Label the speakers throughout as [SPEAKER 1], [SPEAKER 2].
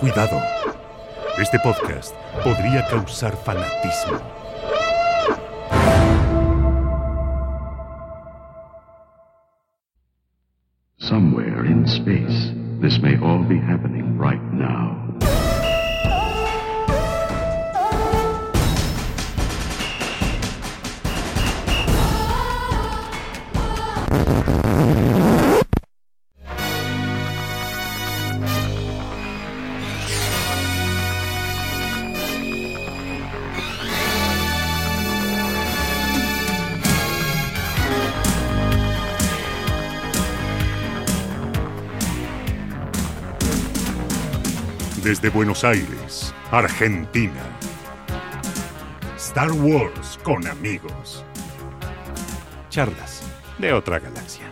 [SPEAKER 1] Cuidado. Este podcast podría causar fanatismo.
[SPEAKER 2] Somewhere in space, this may all be happening right now.
[SPEAKER 1] Desde Buenos Aires, Argentina. Star Wars con amigos. Charlas de otra galaxia.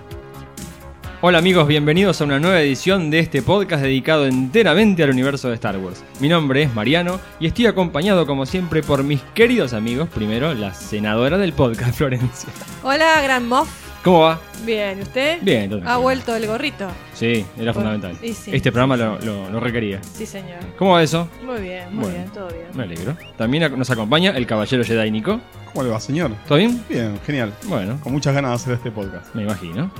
[SPEAKER 3] Hola amigos, bienvenidos a una nueva edición de este podcast dedicado enteramente al universo de Star Wars. Mi nombre es Mariano y estoy acompañado como siempre por mis queridos amigos, primero la senadora del podcast, Florencia.
[SPEAKER 4] Hola, Gran Moff.
[SPEAKER 3] ¿Cómo va?
[SPEAKER 4] Bien, ¿y ¿usted?
[SPEAKER 3] Bien, todo
[SPEAKER 4] Ha
[SPEAKER 3] tranquilo.
[SPEAKER 4] vuelto el gorrito.
[SPEAKER 3] Sí, era fundamental.
[SPEAKER 4] Y sí.
[SPEAKER 3] Este programa lo, lo- lo requería.
[SPEAKER 4] Sí, señor.
[SPEAKER 3] ¿Cómo va eso?
[SPEAKER 4] Muy bien, muy
[SPEAKER 3] Bueno.
[SPEAKER 4] bien, todo bien.
[SPEAKER 3] Me alegro. También ac- nos acompaña el caballero Jedi Nico.
[SPEAKER 5] ¿Cómo le va, señor?
[SPEAKER 3] ¿Todo bien?
[SPEAKER 5] Bien, genial.
[SPEAKER 3] Bueno,
[SPEAKER 5] Con muchas ganas de hacer este podcast.
[SPEAKER 3] me imagino.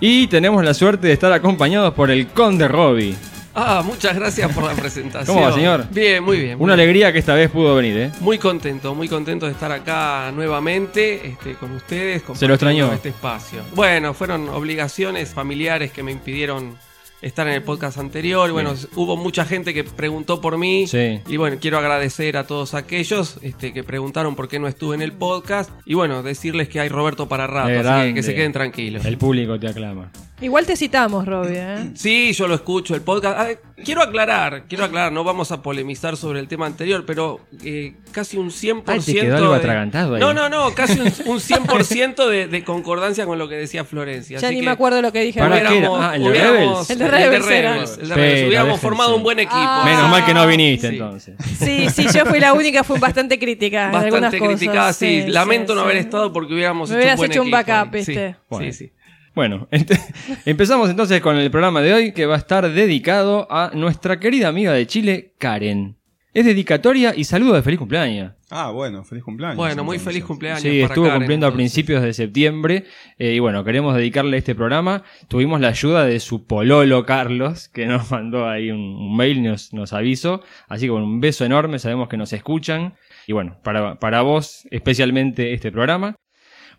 [SPEAKER 3] Y tenemos la suerte de estar acompañados por el conde Robbie.
[SPEAKER 6] Ah, muchas gracias por la presentación.
[SPEAKER 3] ¿Cómo va, señor?
[SPEAKER 6] Bien, muy bien. muy
[SPEAKER 3] Una
[SPEAKER 6] bien.
[SPEAKER 3] alegría que esta vez pudo venir, ¿eh?
[SPEAKER 6] Muy contento, muy contento de estar acá nuevamente este, con ustedes.
[SPEAKER 3] Se lo extrañó.
[SPEAKER 6] compartiendo Este espacio. Bueno, fueron obligaciones familiares que me impidieron estar en el podcast anterior. Bueno,
[SPEAKER 3] Bien.
[SPEAKER 6] hubo mucha gente que preguntó por mí.
[SPEAKER 3] Sí.
[SPEAKER 6] Y bueno, quiero agradecer a todos aquellos este, que preguntaron por qué no estuve en el podcast. Y bueno, decirles que hay Roberto para rato.
[SPEAKER 3] Qué
[SPEAKER 6] así Ah, que,
[SPEAKER 3] grande.
[SPEAKER 6] que se queden tranquilos.
[SPEAKER 3] El público te aclama.
[SPEAKER 4] Igual te citamos, Robbie, ¿eh?
[SPEAKER 6] Sí, yo lo escucho, el podcast. Ah, quiero aclarar, quiero aclarar, no vamos a polemizar sobre el tema anterior, pero eh, casi un 100%.
[SPEAKER 3] Ay, te quedó algo
[SPEAKER 6] de-
[SPEAKER 3] atragantado ahí.
[SPEAKER 6] No, no, no, casi un, un 100% de, de concordancia con lo que decía Florencia.
[SPEAKER 4] Ya
[SPEAKER 6] así
[SPEAKER 4] ni
[SPEAKER 6] que
[SPEAKER 4] me acuerdo lo que dije.
[SPEAKER 3] Para
[SPEAKER 4] ahora.
[SPEAKER 3] que-
[SPEAKER 6] hubiéramos-
[SPEAKER 3] Ah, ¿el de
[SPEAKER 6] hubiéramos-
[SPEAKER 3] Rebels?
[SPEAKER 4] El de Rebels era.
[SPEAKER 6] el de Rebels.
[SPEAKER 3] Pero
[SPEAKER 6] Hubiéramos
[SPEAKER 3] déjense.
[SPEAKER 6] formado un buen equipo.
[SPEAKER 4] Ah.
[SPEAKER 3] Menos mal que no viniste
[SPEAKER 6] Sí.
[SPEAKER 3] entonces.
[SPEAKER 4] Sí, sí, yo fui la única, fue bastante crítica. en algunas
[SPEAKER 6] Bastante
[SPEAKER 4] cosas.
[SPEAKER 6] criticada, sí.
[SPEAKER 4] Sí,
[SPEAKER 6] Lamento
[SPEAKER 4] sí,
[SPEAKER 6] no haber
[SPEAKER 4] sí.
[SPEAKER 6] estado porque hubiéramos
[SPEAKER 4] Me
[SPEAKER 6] hecho
[SPEAKER 4] hubieras
[SPEAKER 6] un buen
[SPEAKER 4] hecho un
[SPEAKER 6] equipo
[SPEAKER 4] backup,
[SPEAKER 6] ahí. Sí,
[SPEAKER 4] viste.
[SPEAKER 3] Bueno.
[SPEAKER 6] sí, sí.
[SPEAKER 3] Bueno, ent- empezamos entonces con el programa de hoy que va a estar dedicado a nuestra querida amiga de Chile, Karen. Es dedicatoria y saludo de feliz cumpleaños.
[SPEAKER 5] Ah, bueno, feliz cumpleaños.
[SPEAKER 6] Bueno, muy
[SPEAKER 5] entonces.
[SPEAKER 6] feliz cumpleaños.
[SPEAKER 3] Sí,
[SPEAKER 6] para
[SPEAKER 3] estuvo
[SPEAKER 6] Karen,
[SPEAKER 3] cumpliendo a
[SPEAKER 6] entonces.
[SPEAKER 3] principios de septiembre eh, y bueno, queremos dedicarle este programa. Tuvimos la ayuda de su pololo Carlos, que nos mandó ahí un, un mail, nos, nos avisó. Así que bueno, un beso enorme, sabemos que nos escuchan. Y bueno, para, para vos especialmente este programa.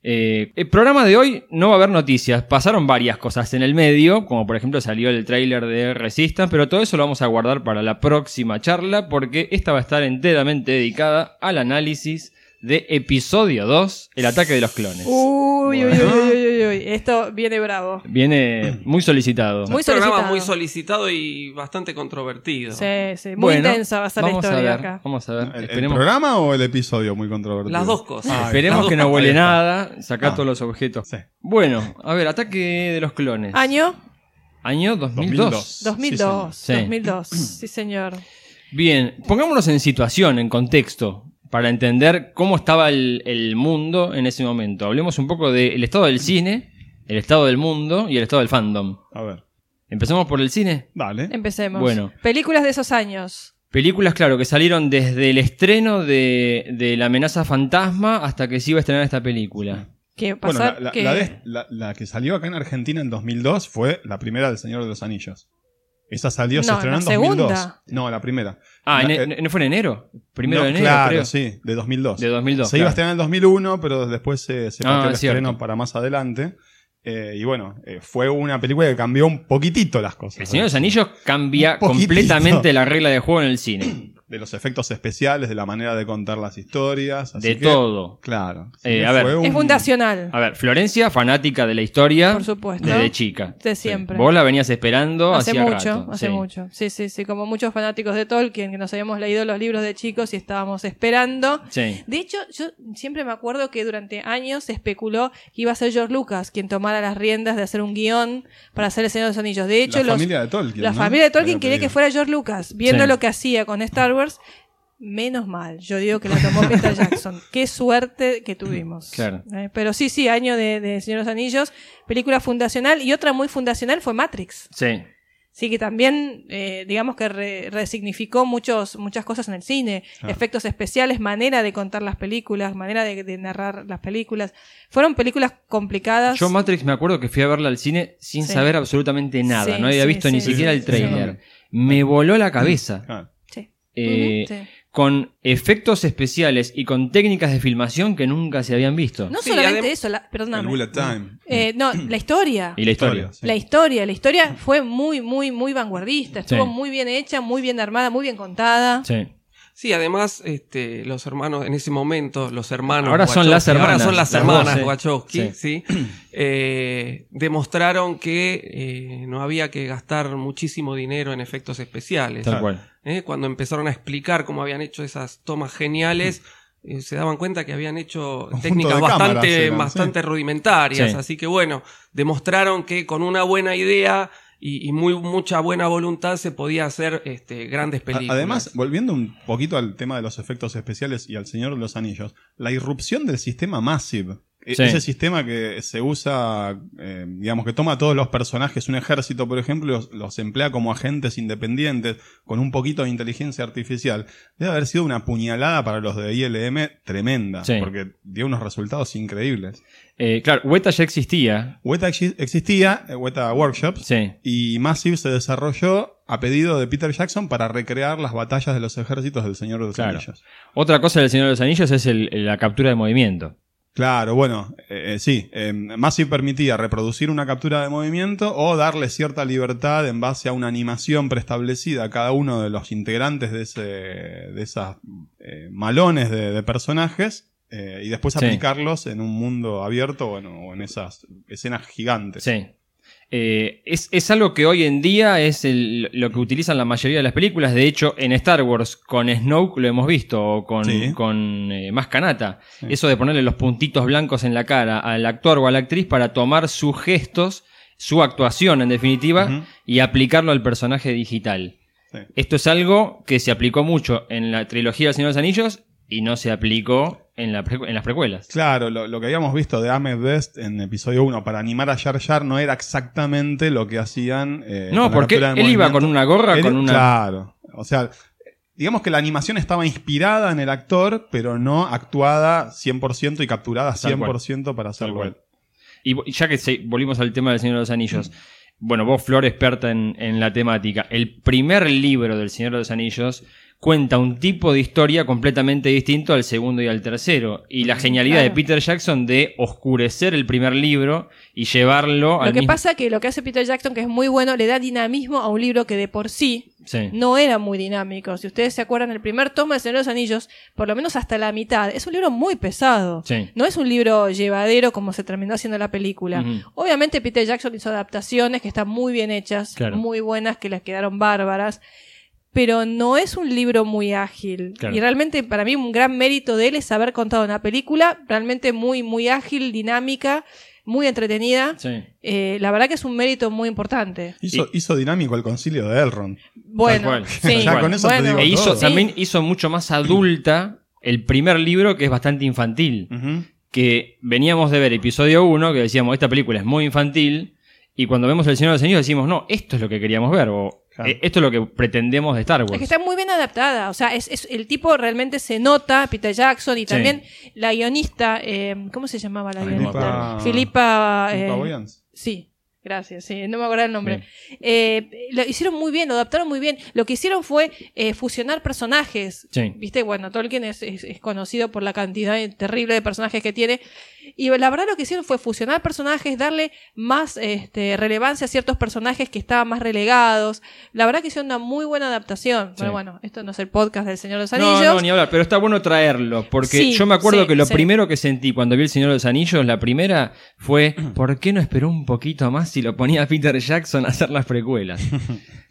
[SPEAKER 3] Eh, el programa de hoy no va a haber noticias. Pasaron varias cosas en el medio, como por ejemplo salió el tráiler de Resistance, pero todo eso lo vamos a guardar para la próxima charla porque esta va a estar enteramente dedicada al análisis de episodio 2, el ataque de los clones.
[SPEAKER 4] Uh. Uy, uy, uy,
[SPEAKER 3] Bueno.
[SPEAKER 4] uy, uy, uy, uy. Esto viene bravo.
[SPEAKER 3] Viene muy solicitado.
[SPEAKER 4] Muy
[SPEAKER 6] Un programa
[SPEAKER 4] solicitado.
[SPEAKER 6] muy solicitado y bastante controvertido.
[SPEAKER 4] Sí, sí. Muy
[SPEAKER 3] Bueno,
[SPEAKER 4] intensa va a ser la
[SPEAKER 3] vamos
[SPEAKER 4] historia
[SPEAKER 3] a ver,
[SPEAKER 4] acá.
[SPEAKER 3] Vamos a
[SPEAKER 5] ¿El-
[SPEAKER 3] ver.
[SPEAKER 5] ¿El,
[SPEAKER 3] Esperemos,
[SPEAKER 5] programa o el episodio muy controvertido?
[SPEAKER 6] Las dos cosas.
[SPEAKER 5] Ah,
[SPEAKER 3] esperemos
[SPEAKER 6] las dos
[SPEAKER 3] que no
[SPEAKER 6] cosas.
[SPEAKER 3] huele
[SPEAKER 5] Ahí está.
[SPEAKER 3] nada. Sacá
[SPEAKER 5] Ah.
[SPEAKER 3] todos los objetos.
[SPEAKER 5] Sí.
[SPEAKER 3] Bueno, a ver, ataque de los clones.
[SPEAKER 4] Año
[SPEAKER 3] Año 2002.
[SPEAKER 5] 2002.
[SPEAKER 4] 2002.
[SPEAKER 3] Sí, señor. Sí.
[SPEAKER 4] 2002. Sí, señor.
[SPEAKER 3] Bien, pongámonos en situación, en contexto, para entender cómo estaba el, el mundo en ese momento. Hablemos un poco del estado del cine, el estado del mundo y el estado del fandom.
[SPEAKER 5] A ver,
[SPEAKER 3] Empezamos por el cine.
[SPEAKER 5] dale.
[SPEAKER 4] Empecemos.
[SPEAKER 3] Bueno.
[SPEAKER 4] Películas de esos años.
[SPEAKER 3] Películas, claro, que salieron desde el estreno de, de La amenaza fantasma hasta que se iba a estrenar esta película.
[SPEAKER 4] Que
[SPEAKER 5] Bueno,
[SPEAKER 4] pasar
[SPEAKER 5] la, la-
[SPEAKER 4] que...
[SPEAKER 5] la
[SPEAKER 3] este
[SPEAKER 5] de- la- la que salió acá en Argentina en 2002 fue la primera del Señor de los Anillos. Esa salió, se
[SPEAKER 4] No,
[SPEAKER 5] estrenó
[SPEAKER 4] la
[SPEAKER 5] en 2002.
[SPEAKER 4] segunda.
[SPEAKER 5] No, la primera.
[SPEAKER 3] Ah,
[SPEAKER 5] La-
[SPEAKER 3] ¿en-
[SPEAKER 5] eh,
[SPEAKER 3] en- ¿no fue en enero? Primero
[SPEAKER 5] no,
[SPEAKER 3] de enero,
[SPEAKER 5] Claro,
[SPEAKER 3] creo.
[SPEAKER 5] sí, de 2002.
[SPEAKER 3] De 2002.
[SPEAKER 5] se iba a
[SPEAKER 3] claro.
[SPEAKER 5] estrenar en el 2001, pero después se, se
[SPEAKER 3] Ah,
[SPEAKER 5] partió el
[SPEAKER 3] es cierto.
[SPEAKER 5] estreno para más adelante. Eh, y bueno, eh, fue una película que cambió un poquitito las cosas.
[SPEAKER 3] El Señor de los Anillos cambia
[SPEAKER 5] Un poquitito.
[SPEAKER 3] completamente la regla de juego en el cine.
[SPEAKER 5] de los efectos especiales, de la manera de contar las historias. así
[SPEAKER 3] De
[SPEAKER 5] que,
[SPEAKER 3] todo.
[SPEAKER 5] Claro.
[SPEAKER 3] Eh,
[SPEAKER 5] Sí,
[SPEAKER 3] a ver.
[SPEAKER 5] fue
[SPEAKER 4] Es
[SPEAKER 5] un-
[SPEAKER 4] fundacional.
[SPEAKER 3] A ver, Florencia, fanática de la historia.
[SPEAKER 4] Por supuesto.
[SPEAKER 3] Desde chica.
[SPEAKER 4] De siempre.
[SPEAKER 3] Vos la venías esperando
[SPEAKER 4] hace
[SPEAKER 3] hacía
[SPEAKER 4] mucho,
[SPEAKER 3] rato,
[SPEAKER 4] hace
[SPEAKER 3] sí.
[SPEAKER 4] mucho. Sí, sí, sí, como muchos fanáticos de Tolkien que nos habíamos leído los libros de chicos y estábamos esperando.
[SPEAKER 3] Sí.
[SPEAKER 4] De hecho, yo siempre me acuerdo que durante años se especuló que iba a ser George Lucas quien tomara las riendas de hacer un guión para hacer El Señor de los Anillos. De hecho,
[SPEAKER 5] la
[SPEAKER 4] los-
[SPEAKER 5] familia de Tolkien.
[SPEAKER 4] la
[SPEAKER 5] ¿no?
[SPEAKER 4] familia de Tolkien
[SPEAKER 5] Había
[SPEAKER 4] quería que
[SPEAKER 5] pedido.
[SPEAKER 4] fuera George Lucas, viendo
[SPEAKER 3] Sí.
[SPEAKER 4] lo que hacía con Star Wars. Menos mal, yo digo que la tomó Peter Jackson. Qué suerte que tuvimos.
[SPEAKER 3] Claro.
[SPEAKER 4] Eh, Pero sí, sí, año de, de Señor de los Anillos, película fundacional y otra muy fundacional fue Matrix.
[SPEAKER 3] Sí.
[SPEAKER 4] Sí, que también, eh, digamos que re- resignificó muchos, muchas cosas en el cine.
[SPEAKER 3] Ah.
[SPEAKER 5] Claro.
[SPEAKER 4] Efectos especiales, manera de contar las películas, manera de, de narrar las películas. Fueron películas complicadas.
[SPEAKER 3] Yo Matrix me acuerdo que fui a verla al cine sin
[SPEAKER 4] Sí.
[SPEAKER 3] saber absolutamente nada,
[SPEAKER 4] Sí,
[SPEAKER 3] no había
[SPEAKER 4] sí,
[SPEAKER 3] visto ni
[SPEAKER 4] sí,
[SPEAKER 3] siquiera
[SPEAKER 4] sí,
[SPEAKER 3] el
[SPEAKER 4] sí.
[SPEAKER 3] trailer. Me voló la cabeza.
[SPEAKER 5] Claro.
[SPEAKER 4] Sí.
[SPEAKER 3] Eh,
[SPEAKER 4] Ujú, sí.
[SPEAKER 3] Con efectos especiales y con técnicas de filmación que nunca se habían visto.
[SPEAKER 4] No
[SPEAKER 6] sí,
[SPEAKER 4] solamente
[SPEAKER 6] adem-
[SPEAKER 4] eso, la, perdóname.
[SPEAKER 5] El bullet time.
[SPEAKER 4] Eh, no, la historia.
[SPEAKER 3] Y la historia.
[SPEAKER 5] sí.
[SPEAKER 4] La historia, la historia fue muy, muy, muy vanguardista. Estuvo
[SPEAKER 3] Sí.
[SPEAKER 4] muy bien hecha, muy bien armada, muy bien contada.
[SPEAKER 3] Sí.
[SPEAKER 6] Sí, además, este, los hermanos, en ese momento, los hermanos.
[SPEAKER 3] Ahora son las hermanas,
[SPEAKER 6] Ahora son las
[SPEAKER 3] las
[SPEAKER 6] hermanas
[SPEAKER 3] dos, sí.
[SPEAKER 6] Wachowski, sí. Eh, demostraron que eh, no había que gastar muchísimo dinero en efectos especiales.
[SPEAKER 3] Tal cual.
[SPEAKER 6] ¿eh? Cuando empezaron a explicar cómo habían hecho esas tomas geniales, eh, se daban cuenta que habían hecho
[SPEAKER 5] Conjunto
[SPEAKER 6] técnicas
[SPEAKER 5] de cámaras
[SPEAKER 6] bastante,
[SPEAKER 5] eran,
[SPEAKER 6] bastante rudimentarias.
[SPEAKER 3] Sí.
[SPEAKER 6] Así que bueno, demostraron que con una buena idea y, y muy mucha buena voluntad se podía hacer este, grandes
[SPEAKER 5] A-
[SPEAKER 6] películas.
[SPEAKER 5] Además, volviendo un poquito al tema de los efectos especiales y al Señor de los Anillos, la irrupción del sistema Massive, e-
[SPEAKER 3] Sí.
[SPEAKER 5] ese sistema que se usa, eh, digamos, que toma a todos los personajes, un ejército, por ejemplo, y los, los emplea como agentes independientes con un poquito de inteligencia artificial, debe haber sido una puñalada para los de ILM tremenda,
[SPEAKER 3] Sí.
[SPEAKER 5] porque dio unos resultados increíbles.
[SPEAKER 3] Eh, claro, Weta ya existía.
[SPEAKER 5] Weta exi- existía, eh, Weta Workshops,
[SPEAKER 3] Sí.
[SPEAKER 5] y Massive se desarrolló a pedido de Peter Jackson para recrear las batallas de los ejércitos del Señor de los
[SPEAKER 3] Claro.
[SPEAKER 5] Anillos.
[SPEAKER 3] Otra cosa del Señor de los Anillos es el- la captura de movimiento.
[SPEAKER 5] Claro, bueno, eh, eh, sí, eh, Massive permitía reproducir una captura de movimiento o darle cierta libertad en base a una animación preestablecida a cada uno de los integrantes de, ese, de esas eh, malones de, de personajes eh, y después
[SPEAKER 3] Sí.
[SPEAKER 5] aplicarlos en un mundo abierto o en, o en esas escenas gigantes.
[SPEAKER 3] Sí. Eh, es, es algo que hoy en día es el- lo que utilizan la mayoría de las películas. De hecho, en Star Wars, con Snoke lo hemos visto, o con,
[SPEAKER 5] Sí.
[SPEAKER 3] con eh, Mascanata. Eso de ponerle los puntitos blancos en la cara al actor o a la actriz para tomar sus gestos, su actuación en definitiva,
[SPEAKER 5] Ujú.
[SPEAKER 3] y aplicarlo al personaje digital.
[SPEAKER 5] Sí.
[SPEAKER 3] Esto es algo que se aplicó mucho en la trilogía del Señor de los Anillos y no se aplicó en, la pre- en las precuelas.
[SPEAKER 5] Claro, lo, lo que habíamos visto de Ahmed Best en episodio 1 para animar a Jar Jar no era exactamente lo que hacían. eh,
[SPEAKER 3] No,
[SPEAKER 5] con la
[SPEAKER 3] porque
[SPEAKER 5] captura de
[SPEAKER 3] él iba
[SPEAKER 5] movimiento.
[SPEAKER 3] con una gorra,
[SPEAKER 5] Él-
[SPEAKER 3] con una...
[SPEAKER 5] Claro. O sea, digamos que la animación estaba inspirada en el actor, pero no actuada 100% y capturada
[SPEAKER 3] Tal cual.
[SPEAKER 5] 100% para hacerlo
[SPEAKER 3] cual.
[SPEAKER 5] él.
[SPEAKER 3] Y vo- ya que se- volvimos al tema del Señor de los Anillos,
[SPEAKER 4] Mm.
[SPEAKER 3] bueno, vos, Flor, experta en, en la temática, el primer libro del Señor de los Anillos cuenta un tipo de historia completamente distinto al segundo y al tercero. Y la genialidad
[SPEAKER 4] Mm, Claro.
[SPEAKER 3] de Peter Jackson de oscurecer el primer libro y llevarlo al
[SPEAKER 4] Lo que
[SPEAKER 3] mismo-
[SPEAKER 4] pasa que lo que hace Peter Jackson, que es muy bueno, le da dinamismo a un libro que de por sí
[SPEAKER 3] Sí.
[SPEAKER 4] no era muy dinámico. Si ustedes se acuerdan, el primer tomo de Señor de los Anillos, por lo menos hasta la mitad, es un libro muy pesado.
[SPEAKER 3] Sí.
[SPEAKER 4] No es un libro llevadero como se terminó haciendo la película.
[SPEAKER 3] Ujú.
[SPEAKER 4] Obviamente Peter Jackson hizo adaptaciones que están muy bien hechas,
[SPEAKER 3] Claro.
[SPEAKER 4] muy buenas, que las quedaron bárbaras. Pero no es un libro muy ágil.
[SPEAKER 3] Claro.
[SPEAKER 4] Y realmente para mí un gran mérito de él es haber contado una película realmente muy, muy ágil, dinámica, muy entretenida.
[SPEAKER 3] Sí.
[SPEAKER 4] Eh, la verdad que es un mérito muy importante.
[SPEAKER 5] Hizo,
[SPEAKER 3] Y-
[SPEAKER 5] hizo dinámico el concilio de Elrond.
[SPEAKER 4] Bueno,
[SPEAKER 3] cual.
[SPEAKER 4] sí,
[SPEAKER 5] Ya con eso te
[SPEAKER 4] bueno.
[SPEAKER 5] digo
[SPEAKER 3] E hizo,
[SPEAKER 5] todo.
[SPEAKER 3] también hizo mucho más adulta el primer libro que es bastante infantil.
[SPEAKER 5] Ujú.
[SPEAKER 3] que veníamos de ver episodio 1, que decíamos, esta película es muy infantil, y cuando vemos El Señor de los Anillos decimos, no, esto es lo que queríamos ver, o
[SPEAKER 5] Claro.
[SPEAKER 3] "Eh, esto es lo que pretendemos de Star Wars.
[SPEAKER 4] Es que está muy bien adaptada. O sea, es, es- el tipo realmente se nota, Peter Jackson, y también la guionista, eh, ¿cómo se llamaba la
[SPEAKER 3] Ay, no me
[SPEAKER 4] guionista?
[SPEAKER 5] acuerdo.
[SPEAKER 4] Filipa. eh,
[SPEAKER 5] Luca Boyans.
[SPEAKER 4] sí, gracias, sí, no me acuerdo el nombre. Eh, lo hicieron muy bien, lo adaptaron muy bien. Lo que hicieron fue eh, fusionar personajes.
[SPEAKER 3] Sí.
[SPEAKER 4] Viste, bueno, Tolkien es, es- es conocido por la cantidad terrible de personajes que tiene. Y la verdad lo que hicieron fue fusionar personajes, darle más este, relevancia a ciertos personajes que estaban más relegados. La verdad que hicieron una muy buena adaptación.
[SPEAKER 3] Sí.
[SPEAKER 4] Pero bueno, esto no es el podcast del Señor de los
[SPEAKER 3] No,
[SPEAKER 4] Anillos.
[SPEAKER 3] no, ni hablar, pero está bueno traerlo, porque
[SPEAKER 4] Sí,
[SPEAKER 3] yo me acuerdo
[SPEAKER 4] sí,
[SPEAKER 3] que lo
[SPEAKER 4] sí.
[SPEAKER 3] primero que sentí cuando vi El Señor de los Anillos, la primera, fue, ¿por qué no esperó un poquito más si lo ponía a Peter Jackson a hacer las precuelas?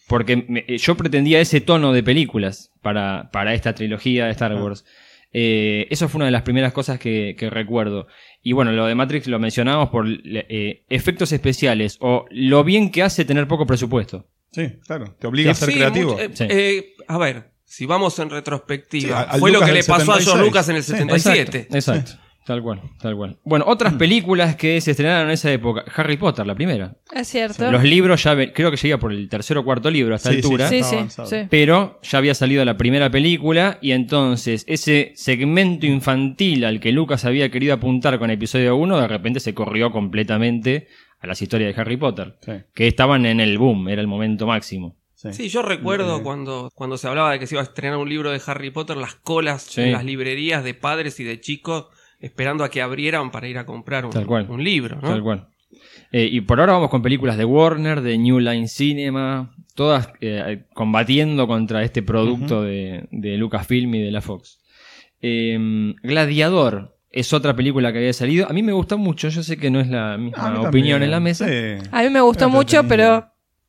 [SPEAKER 3] Porque me- eh, yo pretendía ese tono de películas para, para esta trilogía de Star Wars. Eh, eso fue una de las primeras cosas que, que recuerdo. Y bueno, lo de Matrix lo mencionamos por eh, efectos especiales o lo bien que hace tener poco presupuesto.
[SPEAKER 5] Sí, claro. Te obliga a ser
[SPEAKER 6] Sí,
[SPEAKER 5] creativo.
[SPEAKER 6] mucho- eh,
[SPEAKER 3] Sí.
[SPEAKER 6] eh, a ver, si vamos en
[SPEAKER 5] Sí,
[SPEAKER 6] retrospectiva,
[SPEAKER 5] a- al
[SPEAKER 6] fue lo
[SPEAKER 5] Lucas
[SPEAKER 6] que le
[SPEAKER 5] del
[SPEAKER 6] pasó a John
[SPEAKER 5] 76.
[SPEAKER 6] Lucas en el
[SPEAKER 5] Sí,
[SPEAKER 6] 77.
[SPEAKER 3] Exacto. exacto. Tal cual, tal cual. Bueno, otras películas que se estrenaron en esa época. Harry Potter, la primera.
[SPEAKER 4] Es cierto.
[SPEAKER 3] Los ¿eh? libros ya, ve- creo que llegué por el tercer o cuarto libro a esta
[SPEAKER 5] Sí, sí,
[SPEAKER 3] altura.
[SPEAKER 4] sí,
[SPEAKER 5] Está
[SPEAKER 4] sí,
[SPEAKER 5] avanzado.
[SPEAKER 4] sí.
[SPEAKER 3] Pero ya había salido la primera película y entonces ese segmento infantil al que Lucas había querido apuntar con episodio 1 de repente se corrió completamente a las historias de Harry Potter,
[SPEAKER 5] Sí,
[SPEAKER 3] que estaban en el boom, era el momento máximo.
[SPEAKER 5] sí.
[SPEAKER 6] Sí, yo recuerdo
[SPEAKER 5] Eh.
[SPEAKER 6] cuando, cuando se hablaba de que se iba a estrenar un libro de Harry Potter, las colas
[SPEAKER 3] Sí.
[SPEAKER 6] en las librerías de padres y de chicos esperando a que abrieran para ir a comprar un,
[SPEAKER 3] Tal cual.
[SPEAKER 6] un libro, ¿no?
[SPEAKER 3] Tal cual. Eh, y por ahora vamos con películas de Warner, de New Line Cinema, todas eh, combatiendo contra este producto de, de Lucasfilm y de la Fox. Eh, Gladiador es otra película que había salido. A mí me gusta mucho, yo sé que no es la
[SPEAKER 5] Ah, a
[SPEAKER 3] misma
[SPEAKER 5] mí
[SPEAKER 3] opinión
[SPEAKER 5] también.
[SPEAKER 3] en la mesa.
[SPEAKER 5] Sí.
[SPEAKER 4] A mí me gustó
[SPEAKER 5] Entretenido.
[SPEAKER 4] mucho, pero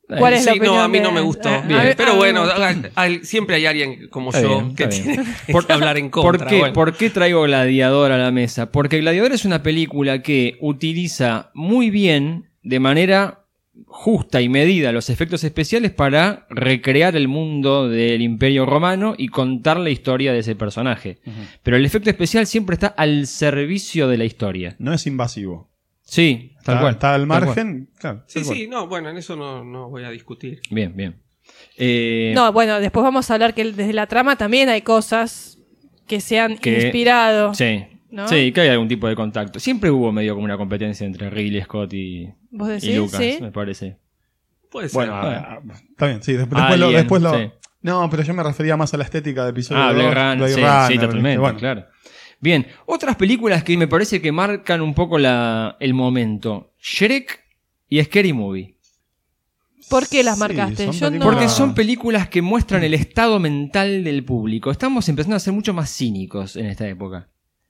[SPEAKER 3] Eh,
[SPEAKER 4] ¿cuál es la
[SPEAKER 6] Sí, no,
[SPEAKER 4] opinión
[SPEAKER 6] a mí no
[SPEAKER 4] de-
[SPEAKER 6] me gustó.
[SPEAKER 4] Eh,
[SPEAKER 3] Bien.
[SPEAKER 4] a mí-
[SPEAKER 6] Pero
[SPEAKER 4] a mí
[SPEAKER 6] bueno,
[SPEAKER 4] me gustó.
[SPEAKER 6] al- al- siempre hay alguien como
[SPEAKER 3] Está
[SPEAKER 6] yo
[SPEAKER 3] bien,
[SPEAKER 6] que
[SPEAKER 3] está
[SPEAKER 6] tiene
[SPEAKER 3] bien.
[SPEAKER 6] que
[SPEAKER 3] Por-
[SPEAKER 6] hablar en contra.
[SPEAKER 3] ¿Por qué,
[SPEAKER 6] bueno.
[SPEAKER 3] por qué traigo Gladiador a la mesa? Porque Gladiador es una película que utiliza muy bien, de manera justa y medida, los efectos especiales para recrear el mundo del Imperio Romano y contar la historia de ese personaje. Pero el efecto especial siempre está al servicio de la historia.
[SPEAKER 5] No es invasivo.
[SPEAKER 3] Sí, tal
[SPEAKER 5] está,
[SPEAKER 3] cual.
[SPEAKER 5] está al
[SPEAKER 3] tal cual.
[SPEAKER 5] margen. Claro,
[SPEAKER 6] Sí,
[SPEAKER 5] tal cual.
[SPEAKER 6] sí, no, bueno, en eso no, no voy a discutir.
[SPEAKER 3] Bien, bien. Eh,
[SPEAKER 4] No, bueno, después vamos a hablar que desde la trama también hay cosas que se han
[SPEAKER 3] Que-
[SPEAKER 4] inspirado.
[SPEAKER 3] Sí.
[SPEAKER 4] ¿No?
[SPEAKER 3] Sí, que hay algún tipo de contacto. Siempre hubo medio como una competencia entre Ridley Scott y,
[SPEAKER 4] ¿Vos
[SPEAKER 3] y
[SPEAKER 4] decís?
[SPEAKER 3] Lucas,
[SPEAKER 4] sí.
[SPEAKER 3] me parece.
[SPEAKER 6] Puede ser.
[SPEAKER 5] Bueno,
[SPEAKER 3] Bueno.
[SPEAKER 5] ah, ah, está bien, sí. Después, después lo.
[SPEAKER 3] Alien,
[SPEAKER 5] después lo-
[SPEAKER 3] sí.
[SPEAKER 5] No, pero yo me refería más a la estética de episodio
[SPEAKER 3] Ah, Blade
[SPEAKER 5] dos,
[SPEAKER 3] Runner,
[SPEAKER 5] Blade
[SPEAKER 3] sí,
[SPEAKER 5] Runner,
[SPEAKER 3] sí,
[SPEAKER 5] ¿viste?
[SPEAKER 3] totalmente,
[SPEAKER 5] Bueno,
[SPEAKER 3] claro. Bien, otras películas que me parece que marcan un poco la, el momento. Shrek y Scary Movie.
[SPEAKER 4] ¿Por qué las
[SPEAKER 5] Sí,
[SPEAKER 4] marcaste?
[SPEAKER 5] son
[SPEAKER 4] Yo no-
[SPEAKER 5] películas-
[SPEAKER 3] Porque son películas que muestran el estado mental del público. Estamos empezando a ser mucho más cínicos en esta época.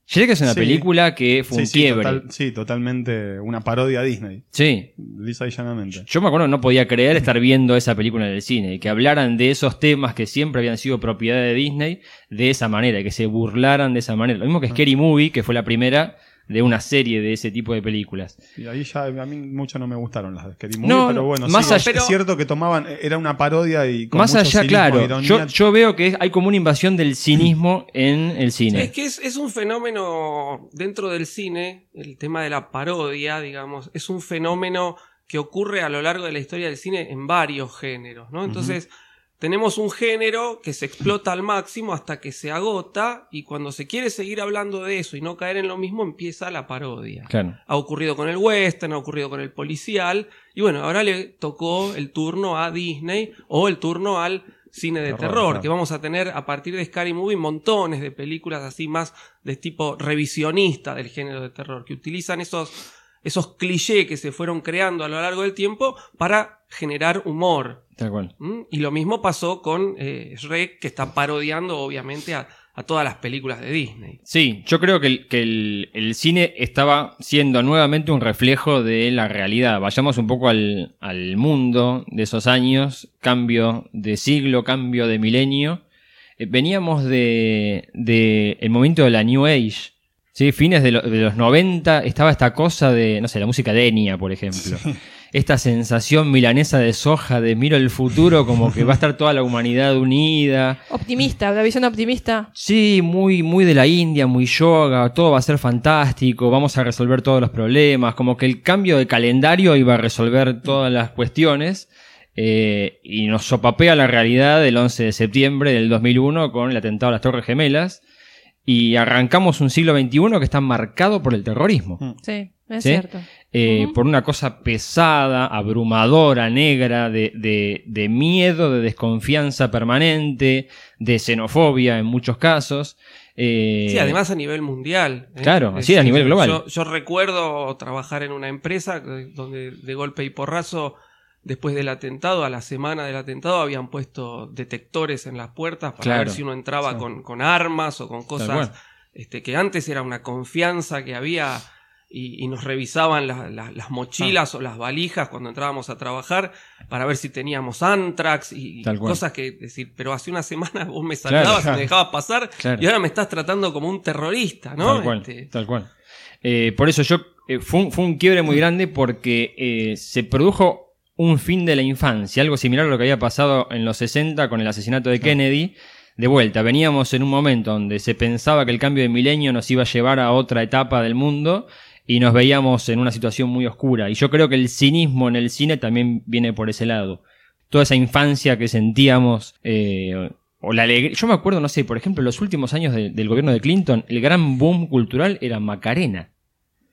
[SPEAKER 3] Shrek es una
[SPEAKER 5] Sí.
[SPEAKER 3] película que fue un
[SPEAKER 5] Sí, sí,
[SPEAKER 3] quiebre.
[SPEAKER 5] total- sí, totalmente una parodia Disney.
[SPEAKER 3] Sí.
[SPEAKER 5] Lisa y llanamente.
[SPEAKER 3] Yo me acuerdo que no podía creer estar viendo esa película en el cine y que hablaran de esos temas que siempre habían sido propiedad de Disney de esa manera, que se burlaran de esa manera. Lo mismo
[SPEAKER 5] Ah.
[SPEAKER 3] que Scary Movie, que fue la primera de una serie de ese tipo de películas.
[SPEAKER 5] Y ahí ya a mí mucho no me gustaron las de Scary
[SPEAKER 3] No,
[SPEAKER 5] Movie, pero
[SPEAKER 3] no,
[SPEAKER 5] bueno,
[SPEAKER 3] más
[SPEAKER 5] sí,
[SPEAKER 3] allá-
[SPEAKER 5] es cierto que tomaban, e, era una parodia y con
[SPEAKER 3] Más
[SPEAKER 5] mucho
[SPEAKER 3] allá,
[SPEAKER 5] cinismo,
[SPEAKER 3] claro,
[SPEAKER 5] ironía.
[SPEAKER 3] yo, yo veo que hay como una invasión del cinismo en el
[SPEAKER 6] Es
[SPEAKER 3] cine.
[SPEAKER 6] que es, es un fenómeno dentro del cine, el tema de la parodia, digamos, es un fenómeno que ocurre a lo largo de la historia del cine en varios géneros, ¿no? Entonces, tenemos un género que se explota al máximo hasta que se agota y cuando se quiere seguir hablando de eso y no caer en lo mismo, empieza la parodia.
[SPEAKER 3] Claro.
[SPEAKER 6] Ha ocurrido con el western, ha ocurrido con el policial y bueno, ahora le tocó el turno a Disney o el turno al cine de
[SPEAKER 5] Terror,
[SPEAKER 6] terror,
[SPEAKER 5] claro.
[SPEAKER 6] que vamos a tener a partir de Scary Movie montones de películas así más de tipo revisionista del género de terror, que utilizan esos, esos clichés que se fueron creando a lo largo del tiempo para generar humor.
[SPEAKER 3] Tal cual.
[SPEAKER 6] ¿Mm? Y lo mismo pasó con eh, Shrek, que está parodiando obviamente a, a todas las películas de Disney.
[SPEAKER 3] Sí, yo creo que, el, que el- el cine estaba siendo nuevamente un reflejo de la realidad. Vayamos un poco al, al mundo de esos años, cambio de siglo, cambio de milenio. Eh, Veníamos de, de el momento de la New Age. Sí, fines de, lo- de los 90 estaba esta cosa de, no sé, la música de Enya, por ejemplo. Esta sensación milanesa de soja, de miro el futuro como que va a estar toda la humanidad unida.
[SPEAKER 4] Optimista, la visión optimista.
[SPEAKER 3] Sí, muy, muy de la India, muy yoga, todo va a ser fantástico, vamos a resolver todos los problemas, como que el cambio de calendario iba a resolver todas las cuestiones eh, y nos sopapea la realidad del 11 de septiembre del 2001 con el atentado a las Torres Gemelas y arrancamos un siglo XXI que está marcado por el terrorismo.
[SPEAKER 4] Sí, es
[SPEAKER 3] ¿Sí?
[SPEAKER 4] cierto.
[SPEAKER 3] Eh,
[SPEAKER 4] Ujú.
[SPEAKER 3] por una cosa pesada, abrumadora, negra, de, de- de miedo, de desconfianza permanente, de xenofobia en muchos casos. Eh,
[SPEAKER 6] Sí, además a nivel mundial. ¿eh?
[SPEAKER 3] Claro,
[SPEAKER 6] Es
[SPEAKER 3] sí, a
[SPEAKER 6] decir,
[SPEAKER 3] nivel global.
[SPEAKER 6] Yo, yo recuerdo trabajar en una empresa eh, donde de golpe y porrazo, después del atentado, a la semana del atentado, habían puesto detectores en las puertas para
[SPEAKER 3] Claro.
[SPEAKER 6] ver si uno entraba con, con armas o con cosas
[SPEAKER 3] cual.
[SPEAKER 6] este, que antes era una confianza que había y, y nos revisaban la- la- las mochilas
[SPEAKER 3] Ah.
[SPEAKER 6] o las valijas cuando entrábamos a trabajar para ver si teníamos antrax y, y
[SPEAKER 3] Tal cual.
[SPEAKER 6] cosas que decir, pero hace una semana vos me saltabas y
[SPEAKER 5] claro.
[SPEAKER 6] me dejabas pasar
[SPEAKER 3] Claro.
[SPEAKER 6] y ahora me estás tratando como un terrorista, ¿no?
[SPEAKER 3] Tal cual,
[SPEAKER 6] Este,
[SPEAKER 3] tal cual. Eh, por eso yo, eh, fue, un, fue un quiebre muy grande porque eh, se produjo un fin de la infancia, algo similar a lo que había pasado en los 60 con el asesinato de Kennedy, de vuelta, veníamos en un momento donde se pensaba que el cambio de milenio nos iba a llevar a otra etapa del mundo y nos veíamos en una situación muy oscura. Y yo creo que el cinismo en el cine también viene por ese lado. Toda esa infancia que sentíamos... eh, o la alegría. Yo me acuerdo, no sé, por ejemplo, los últimos años de- del gobierno de Clinton, el gran boom cultural era Macarena.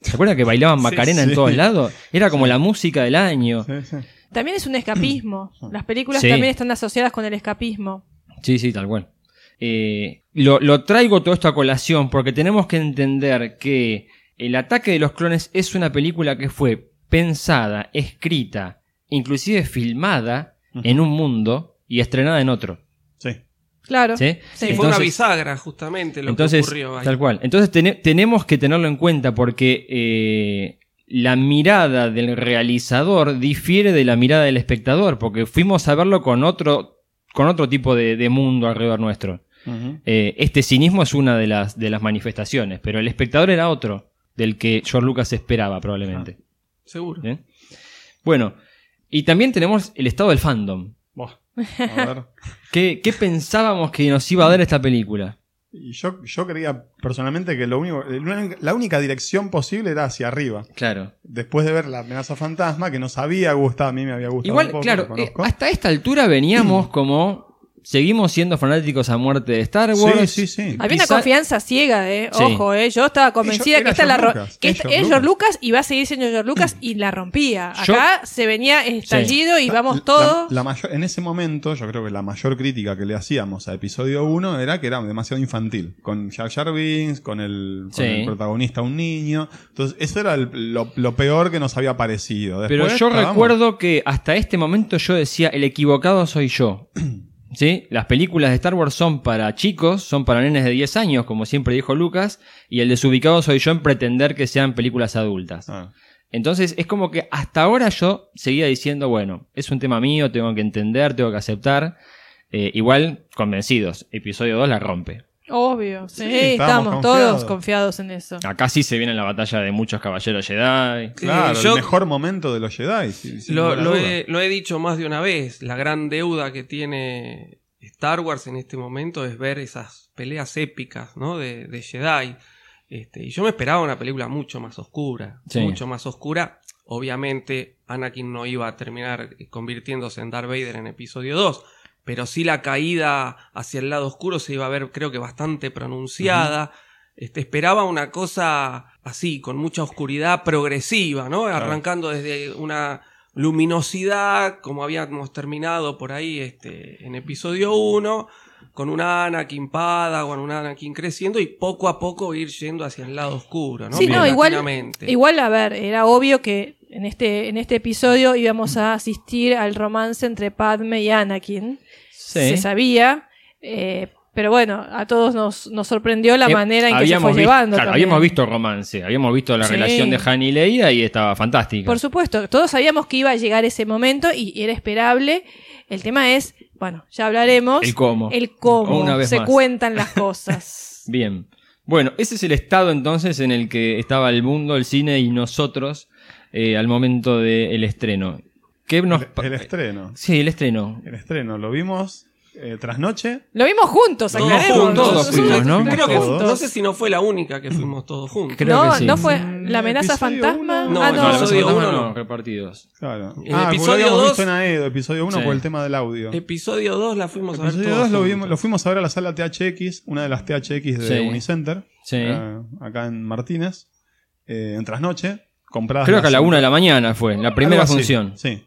[SPEAKER 3] ¿Se acuerdan que bailaban Macarena en
[SPEAKER 5] sí.
[SPEAKER 3] todos lados? Era como la música del año.
[SPEAKER 5] Sí, sí.
[SPEAKER 4] También es un escapismo. Las películas
[SPEAKER 3] Sí.
[SPEAKER 4] también están asociadas con el escapismo.
[SPEAKER 3] Sí, sí, tal cual. Eh, lo, lo traigo todo esto a colación porque tenemos que entender que El ataque de los clones es una película que fue pensada, escrita, inclusive filmada en un mundo y estrenada en otro.
[SPEAKER 5] Sí.
[SPEAKER 4] Claro.
[SPEAKER 3] ¿sí?
[SPEAKER 4] Sí.
[SPEAKER 6] Y fue una
[SPEAKER 3] Entonces-
[SPEAKER 6] bisagra, justamente, lo que
[SPEAKER 3] Entonces,
[SPEAKER 6] ocurrió ahí.
[SPEAKER 3] tal cual. Entonces tene- tenemos que tenerlo en cuenta porque eh, la mirada del realizador difiere de la mirada del espectador, porque fuimos a verlo con otro, con otro tipo de, de mundo alrededor nuestro.
[SPEAKER 5] Ujú.
[SPEAKER 3] Eh, este cinismo es una de las, de las manifestaciones, pero el espectador era otro del que George Lucas esperaba probablemente.
[SPEAKER 4] Ah.
[SPEAKER 6] Seguro.
[SPEAKER 3] ¿Eh? Bueno, y también tenemos el estado del fandom.
[SPEAKER 5] Buah. A ver.
[SPEAKER 3] ¿Qué, qué pensábamos que nos iba a dar esta película?
[SPEAKER 5] Y yo, yo creía personalmente que lo único, la única dirección posible era hacia arriba.
[SPEAKER 3] Claro.
[SPEAKER 5] Después de ver la amenaza fantasma, que nos había gustado, a mí me había gustado.
[SPEAKER 3] Igual,
[SPEAKER 5] un poco,
[SPEAKER 3] claro,
[SPEAKER 5] lo conozco.
[SPEAKER 3] eh, hasta esta altura veníamos como. Seguimos siendo fanáticos a muerte de Star Wars.
[SPEAKER 5] Sí, sí, sí.
[SPEAKER 4] Había
[SPEAKER 3] Quizá-
[SPEAKER 4] una confianza ciega, eh.
[SPEAKER 3] Sí.
[SPEAKER 4] Ojo, eh. Yo estaba convencida
[SPEAKER 5] Ellos-
[SPEAKER 4] que esta
[SPEAKER 5] era
[SPEAKER 4] es la
[SPEAKER 5] George
[SPEAKER 4] ro-
[SPEAKER 5] Lucas,
[SPEAKER 4] que
[SPEAKER 5] es
[SPEAKER 4] esta-
[SPEAKER 5] George
[SPEAKER 4] es George Lucas y va a seguir siendo George Lucas y la rompía.
[SPEAKER 3] Yo-
[SPEAKER 4] Acá se venía estallido y
[SPEAKER 5] La-
[SPEAKER 4] vamos
[SPEAKER 5] la-
[SPEAKER 4] todos.
[SPEAKER 5] la mayor- en ese momento, yo creo que la mayor crítica que le hacíamos a episodio 1 era que era demasiado infantil. Con Jar Jar Binks, con el, con
[SPEAKER 3] Sí.
[SPEAKER 5] el protagonista un niño. Entonces, eso era el- lo, lo peor que nos había parecido.
[SPEAKER 3] Pero
[SPEAKER 5] Después
[SPEAKER 3] yo
[SPEAKER 5] estábamos-
[SPEAKER 3] recuerdo que hasta este momento yo decía: el equivocado soy yo. ¿Sí? Las películas de Star Wars son para chicos, son para nenes de 10 años, como siempre dijo Lucas, y el desubicado soy yo en pretender que sean películas adultas.
[SPEAKER 5] Ah,
[SPEAKER 3] Entonces es como que hasta ahora yo seguía diciendo, bueno, es un tema mío, tengo que entender, tengo que aceptar. Eh, igual, convencidos, episodio 2 la rompe.
[SPEAKER 4] Obvio. Sí,
[SPEAKER 5] Sí,
[SPEAKER 4] estamos
[SPEAKER 5] estábamos
[SPEAKER 4] todos
[SPEAKER 5] confiados.
[SPEAKER 4] confiados en eso.
[SPEAKER 3] Acá sí se viene la batalla de muchos caballeros Jedi.
[SPEAKER 5] claro,
[SPEAKER 6] Eh, yo-
[SPEAKER 5] el mejor momento de los Jedi. sin- sin
[SPEAKER 6] Lo,
[SPEAKER 5] lugar a
[SPEAKER 6] lo
[SPEAKER 5] dudas.
[SPEAKER 6] he, lo he dicho más de una vez, la gran deuda que tiene Star Wars en este momento es ver esas peleas épicas, ¿no? De, de Jedi. Este, y yo me esperaba una película mucho más oscura,
[SPEAKER 3] Sí.
[SPEAKER 6] mucho más oscura. Obviamente Anakin no iba a terminar convirtiéndose en Darth Vader en episodio 2, pero sí la caída hacia el lado oscuro se iba a ver creo que bastante pronunciada. Este, esperaba una cosa así, con mucha oscuridad progresiva, ¿no? Arrancando desde una luminosidad, como habíamos terminado por ahí este, en episodio 1, con una Anakin Pada, con una Anakin creciendo y poco a poco ir yendo hacia el lado oscuro, ¿no?
[SPEAKER 4] Sí, no, igual,
[SPEAKER 6] Paulatinamente.
[SPEAKER 4] igual, a ver, era obvio que en este, en este episodio íbamos a asistir al romance entre Padme y Anakin. Se sabía, eh, pero bueno, a todos nos, nos sorprendió la
[SPEAKER 3] Eh,
[SPEAKER 4] manera en que se
[SPEAKER 3] habíamos
[SPEAKER 4] fue
[SPEAKER 3] visto-
[SPEAKER 4] llevando.
[SPEAKER 3] claro,
[SPEAKER 4] también.
[SPEAKER 3] habíamos visto romance, habíamos visto la
[SPEAKER 4] Sí.
[SPEAKER 3] relación de Han y Leia y estaba fantástica.
[SPEAKER 4] Por supuesto, todos sabíamos que iba a llegar ese momento y era esperable. El tema es, bueno, ya hablaremos.
[SPEAKER 3] El cómo.
[SPEAKER 4] El cómo
[SPEAKER 3] Una vez
[SPEAKER 4] se
[SPEAKER 3] más.
[SPEAKER 4] cuentan las cosas.
[SPEAKER 3] Bien. Bueno, ese es el estado entonces en el que estaba el mundo, el cine y nosotros eh, al momento del estreno. ¿Qué nos pa-
[SPEAKER 5] El, el estreno.
[SPEAKER 3] Sí, el estreno.
[SPEAKER 5] El estreno. Lo vimos eh, tras noche.
[SPEAKER 4] Lo vimos juntos,
[SPEAKER 6] Todos
[SPEAKER 4] aclaremos.
[SPEAKER 6] juntos,
[SPEAKER 3] todos fuimos, ¿no?
[SPEAKER 6] Creo que-
[SPEAKER 5] Todos.
[SPEAKER 6] no sé si no fue la única que fuimos todos juntos.
[SPEAKER 3] Creo
[SPEAKER 4] no,
[SPEAKER 3] que sí.
[SPEAKER 4] no fue la amenaza
[SPEAKER 5] Mm, Episodio
[SPEAKER 4] fantasma.
[SPEAKER 5] uno.
[SPEAKER 6] No,
[SPEAKER 4] ah,
[SPEAKER 6] no,
[SPEAKER 4] no,
[SPEAKER 3] la
[SPEAKER 6] episodio
[SPEAKER 3] plataforma
[SPEAKER 6] uno.
[SPEAKER 3] no, repartidos.
[SPEAKER 5] Claro.
[SPEAKER 6] El
[SPEAKER 5] ah,
[SPEAKER 6] episodio
[SPEAKER 5] episodio lo habíamos
[SPEAKER 6] dos-
[SPEAKER 5] visto en Aedo, episodio 1
[SPEAKER 3] Sí.
[SPEAKER 5] por el tema del audio.
[SPEAKER 6] Episodio 2 la fuimos a ver
[SPEAKER 5] episodio
[SPEAKER 6] todos
[SPEAKER 5] 2 lo,
[SPEAKER 6] juntos.
[SPEAKER 5] vimos- lo fuimos a ver a la sala THX, una de las THX de
[SPEAKER 3] Sí.
[SPEAKER 5] Unicenter,
[SPEAKER 3] Sí.
[SPEAKER 5] eh, acá en Martínez, eh, en trasnoche, compradas.
[SPEAKER 3] Creo
[SPEAKER 5] las
[SPEAKER 3] que a la
[SPEAKER 5] entradas-
[SPEAKER 3] una de la mañana fue, la primera
[SPEAKER 5] ah, algo así,
[SPEAKER 3] función.
[SPEAKER 5] Sí.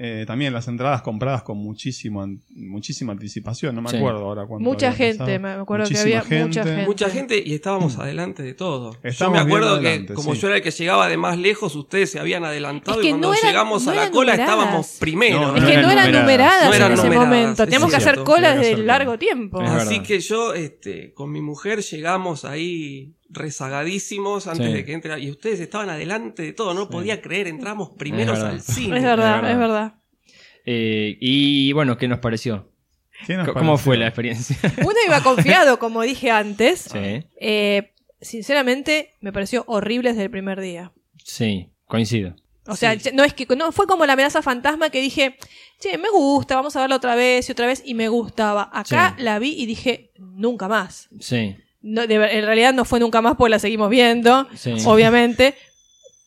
[SPEAKER 5] Eh, también las entradas compradas con muchísimo, an- muchísima anticipación, no me
[SPEAKER 3] Sí.
[SPEAKER 5] acuerdo ahora cuánto.
[SPEAKER 4] Mucha
[SPEAKER 5] había
[SPEAKER 4] gente,
[SPEAKER 5] pasado.
[SPEAKER 4] me acuerdo que
[SPEAKER 5] Muchísima
[SPEAKER 4] había mucha gente.
[SPEAKER 6] Mucha gente y estábamos adelante de todo.
[SPEAKER 5] Estamos
[SPEAKER 6] yo me acuerdo
[SPEAKER 5] bien
[SPEAKER 6] que
[SPEAKER 5] adelante,
[SPEAKER 6] como
[SPEAKER 5] sí.
[SPEAKER 6] yo era el que llegaba de más lejos, ustedes se habían adelantado
[SPEAKER 4] Es que
[SPEAKER 6] y cuando
[SPEAKER 4] no eran-
[SPEAKER 6] llegamos
[SPEAKER 4] no
[SPEAKER 6] a la
[SPEAKER 4] eran
[SPEAKER 6] cola
[SPEAKER 4] numeradas.
[SPEAKER 6] estábamos primero.
[SPEAKER 5] No,
[SPEAKER 4] Es que
[SPEAKER 3] eran
[SPEAKER 4] no eran
[SPEAKER 3] numeradas.
[SPEAKER 4] numeradas
[SPEAKER 6] No eran
[SPEAKER 4] en ese
[SPEAKER 6] numeradas,
[SPEAKER 4] momento.
[SPEAKER 6] es
[SPEAKER 4] Teníamos que hacer
[SPEAKER 6] cierto,
[SPEAKER 4] colas
[SPEAKER 5] teníamos que
[SPEAKER 4] de
[SPEAKER 5] hacer
[SPEAKER 4] largo
[SPEAKER 5] cola.
[SPEAKER 4] tiempo.
[SPEAKER 3] Es
[SPEAKER 6] Así
[SPEAKER 3] verdad.
[SPEAKER 6] que yo, este, con mi mujer llegamos ahí rezagadísimos antes
[SPEAKER 3] Sí.
[SPEAKER 6] de que entre y ustedes estaban adelante de todo, no podía creer, entramos primeros
[SPEAKER 3] verdad.
[SPEAKER 6] al
[SPEAKER 4] Es
[SPEAKER 6] cine.
[SPEAKER 4] verdad,
[SPEAKER 3] Es
[SPEAKER 4] es verdad.
[SPEAKER 3] Eh, y bueno, ¿qué nos pareció?
[SPEAKER 5] ¿Qué nos
[SPEAKER 3] ¿Cómo
[SPEAKER 5] pareció?
[SPEAKER 3] fue la experiencia?
[SPEAKER 4] Uno iba confiado, como dije antes.
[SPEAKER 3] sí.
[SPEAKER 4] Eh, sinceramente, me pareció horrible desde el primer día.
[SPEAKER 3] Sí, coincido.
[SPEAKER 4] O sea,
[SPEAKER 6] Sí.
[SPEAKER 4] no es que no fue como la amenaza fantasma que dije, che, me gusta, vamos a verla otra vez y otra vez y me gustaba. Acá
[SPEAKER 3] Sí.
[SPEAKER 4] la vi y dije, nunca más.
[SPEAKER 3] Sí.
[SPEAKER 4] No, de ver- en realidad no fue nunca más porque la seguimos viendo,
[SPEAKER 3] Sí.
[SPEAKER 4] obviamente,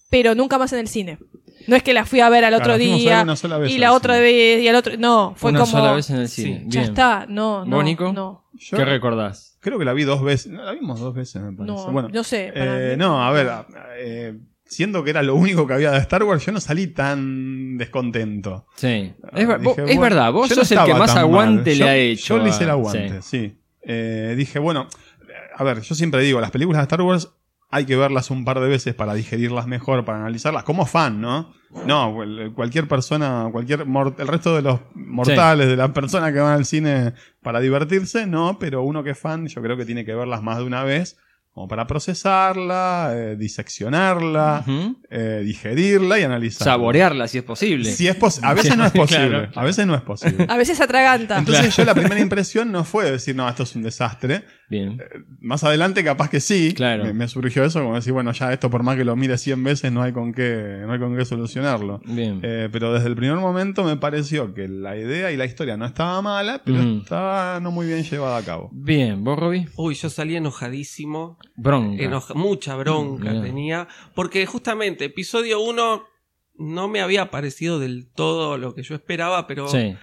[SPEAKER 4] pero nunca más en el cine. No es que la fui a ver al otro
[SPEAKER 5] Claro, Ah, fuimos a ver
[SPEAKER 4] día
[SPEAKER 5] una sola vez
[SPEAKER 4] y
[SPEAKER 5] al
[SPEAKER 4] la
[SPEAKER 5] cine.
[SPEAKER 4] otra vez y al otro, no, fue
[SPEAKER 3] Una
[SPEAKER 4] como
[SPEAKER 3] sola vez en el cine.
[SPEAKER 6] Sí,
[SPEAKER 4] ya
[SPEAKER 3] Bien.
[SPEAKER 4] está, no, no,
[SPEAKER 3] ¿Vos, Nico?
[SPEAKER 4] no,
[SPEAKER 5] Yo
[SPEAKER 3] ¿Qué recordás?
[SPEAKER 5] creo que la vi dos veces. No, la vimos dos veces, me parece.
[SPEAKER 4] no,
[SPEAKER 5] bueno,
[SPEAKER 4] no sé. para
[SPEAKER 5] eh,
[SPEAKER 4] mí-
[SPEAKER 5] no, a ver, a- eh, siendo que era lo único que había de Star Wars, yo no salí tan descontento.
[SPEAKER 3] Sí.
[SPEAKER 5] Ah,
[SPEAKER 3] Es, ver-
[SPEAKER 5] dije,
[SPEAKER 3] vos- es
[SPEAKER 5] bueno,
[SPEAKER 3] verdad, vos
[SPEAKER 5] yo no
[SPEAKER 3] sos el que
[SPEAKER 5] estaba
[SPEAKER 3] más
[SPEAKER 5] tan mal.
[SPEAKER 3] aguante
[SPEAKER 5] Yo-
[SPEAKER 3] le ha hecho.
[SPEAKER 5] Yo le hice el
[SPEAKER 3] a-
[SPEAKER 5] aguante,
[SPEAKER 3] sí.
[SPEAKER 5] sí. Eh, dije, bueno, a ver, yo siempre digo, las películas de Star Wars hay que verlas un par de veces para digerirlas mejor, para analizarlas, como fan, ¿no? No, cual- cualquier persona, cualquier mor- el resto de los mortales, de las personas que van al cine para divertirse, no, pero uno que es fan, yo creo que tiene que verlas más de una vez, como para procesarla, eh, diseccionarla,
[SPEAKER 3] Ujú.
[SPEAKER 5] eh, digerirla y analizarla.
[SPEAKER 3] Saborearla si es posible.
[SPEAKER 5] Si es pos- a veces no es
[SPEAKER 3] Claro,
[SPEAKER 5] posible,
[SPEAKER 3] claro.
[SPEAKER 5] a veces no es posible.
[SPEAKER 4] A veces atraganta.
[SPEAKER 5] Entonces yo la primera impresión no fue decir, no, esto es un desastre.
[SPEAKER 3] Bien.
[SPEAKER 5] Más adelante capaz que sí.
[SPEAKER 3] Claro.
[SPEAKER 5] Me, me surgió eso, como decir, bueno, ya esto por más que lo mire 100 veces no hay con qué, no hay con qué solucionarlo.
[SPEAKER 3] Bien.
[SPEAKER 5] Eh, pero desde el primer momento me pareció que la idea y la historia no estaba mala, pero
[SPEAKER 3] Mm.
[SPEAKER 5] estaba no muy bien llevada a cabo.
[SPEAKER 3] Bien, vos, Roby.
[SPEAKER 6] Uy, yo salí enojadísimo.
[SPEAKER 3] Bronca.
[SPEAKER 6] Enoja- mucha bronca
[SPEAKER 3] Mirá.
[SPEAKER 6] tenía. Porque justamente, episodio 1 no me había parecido del todo lo que yo esperaba, pero
[SPEAKER 3] Sí.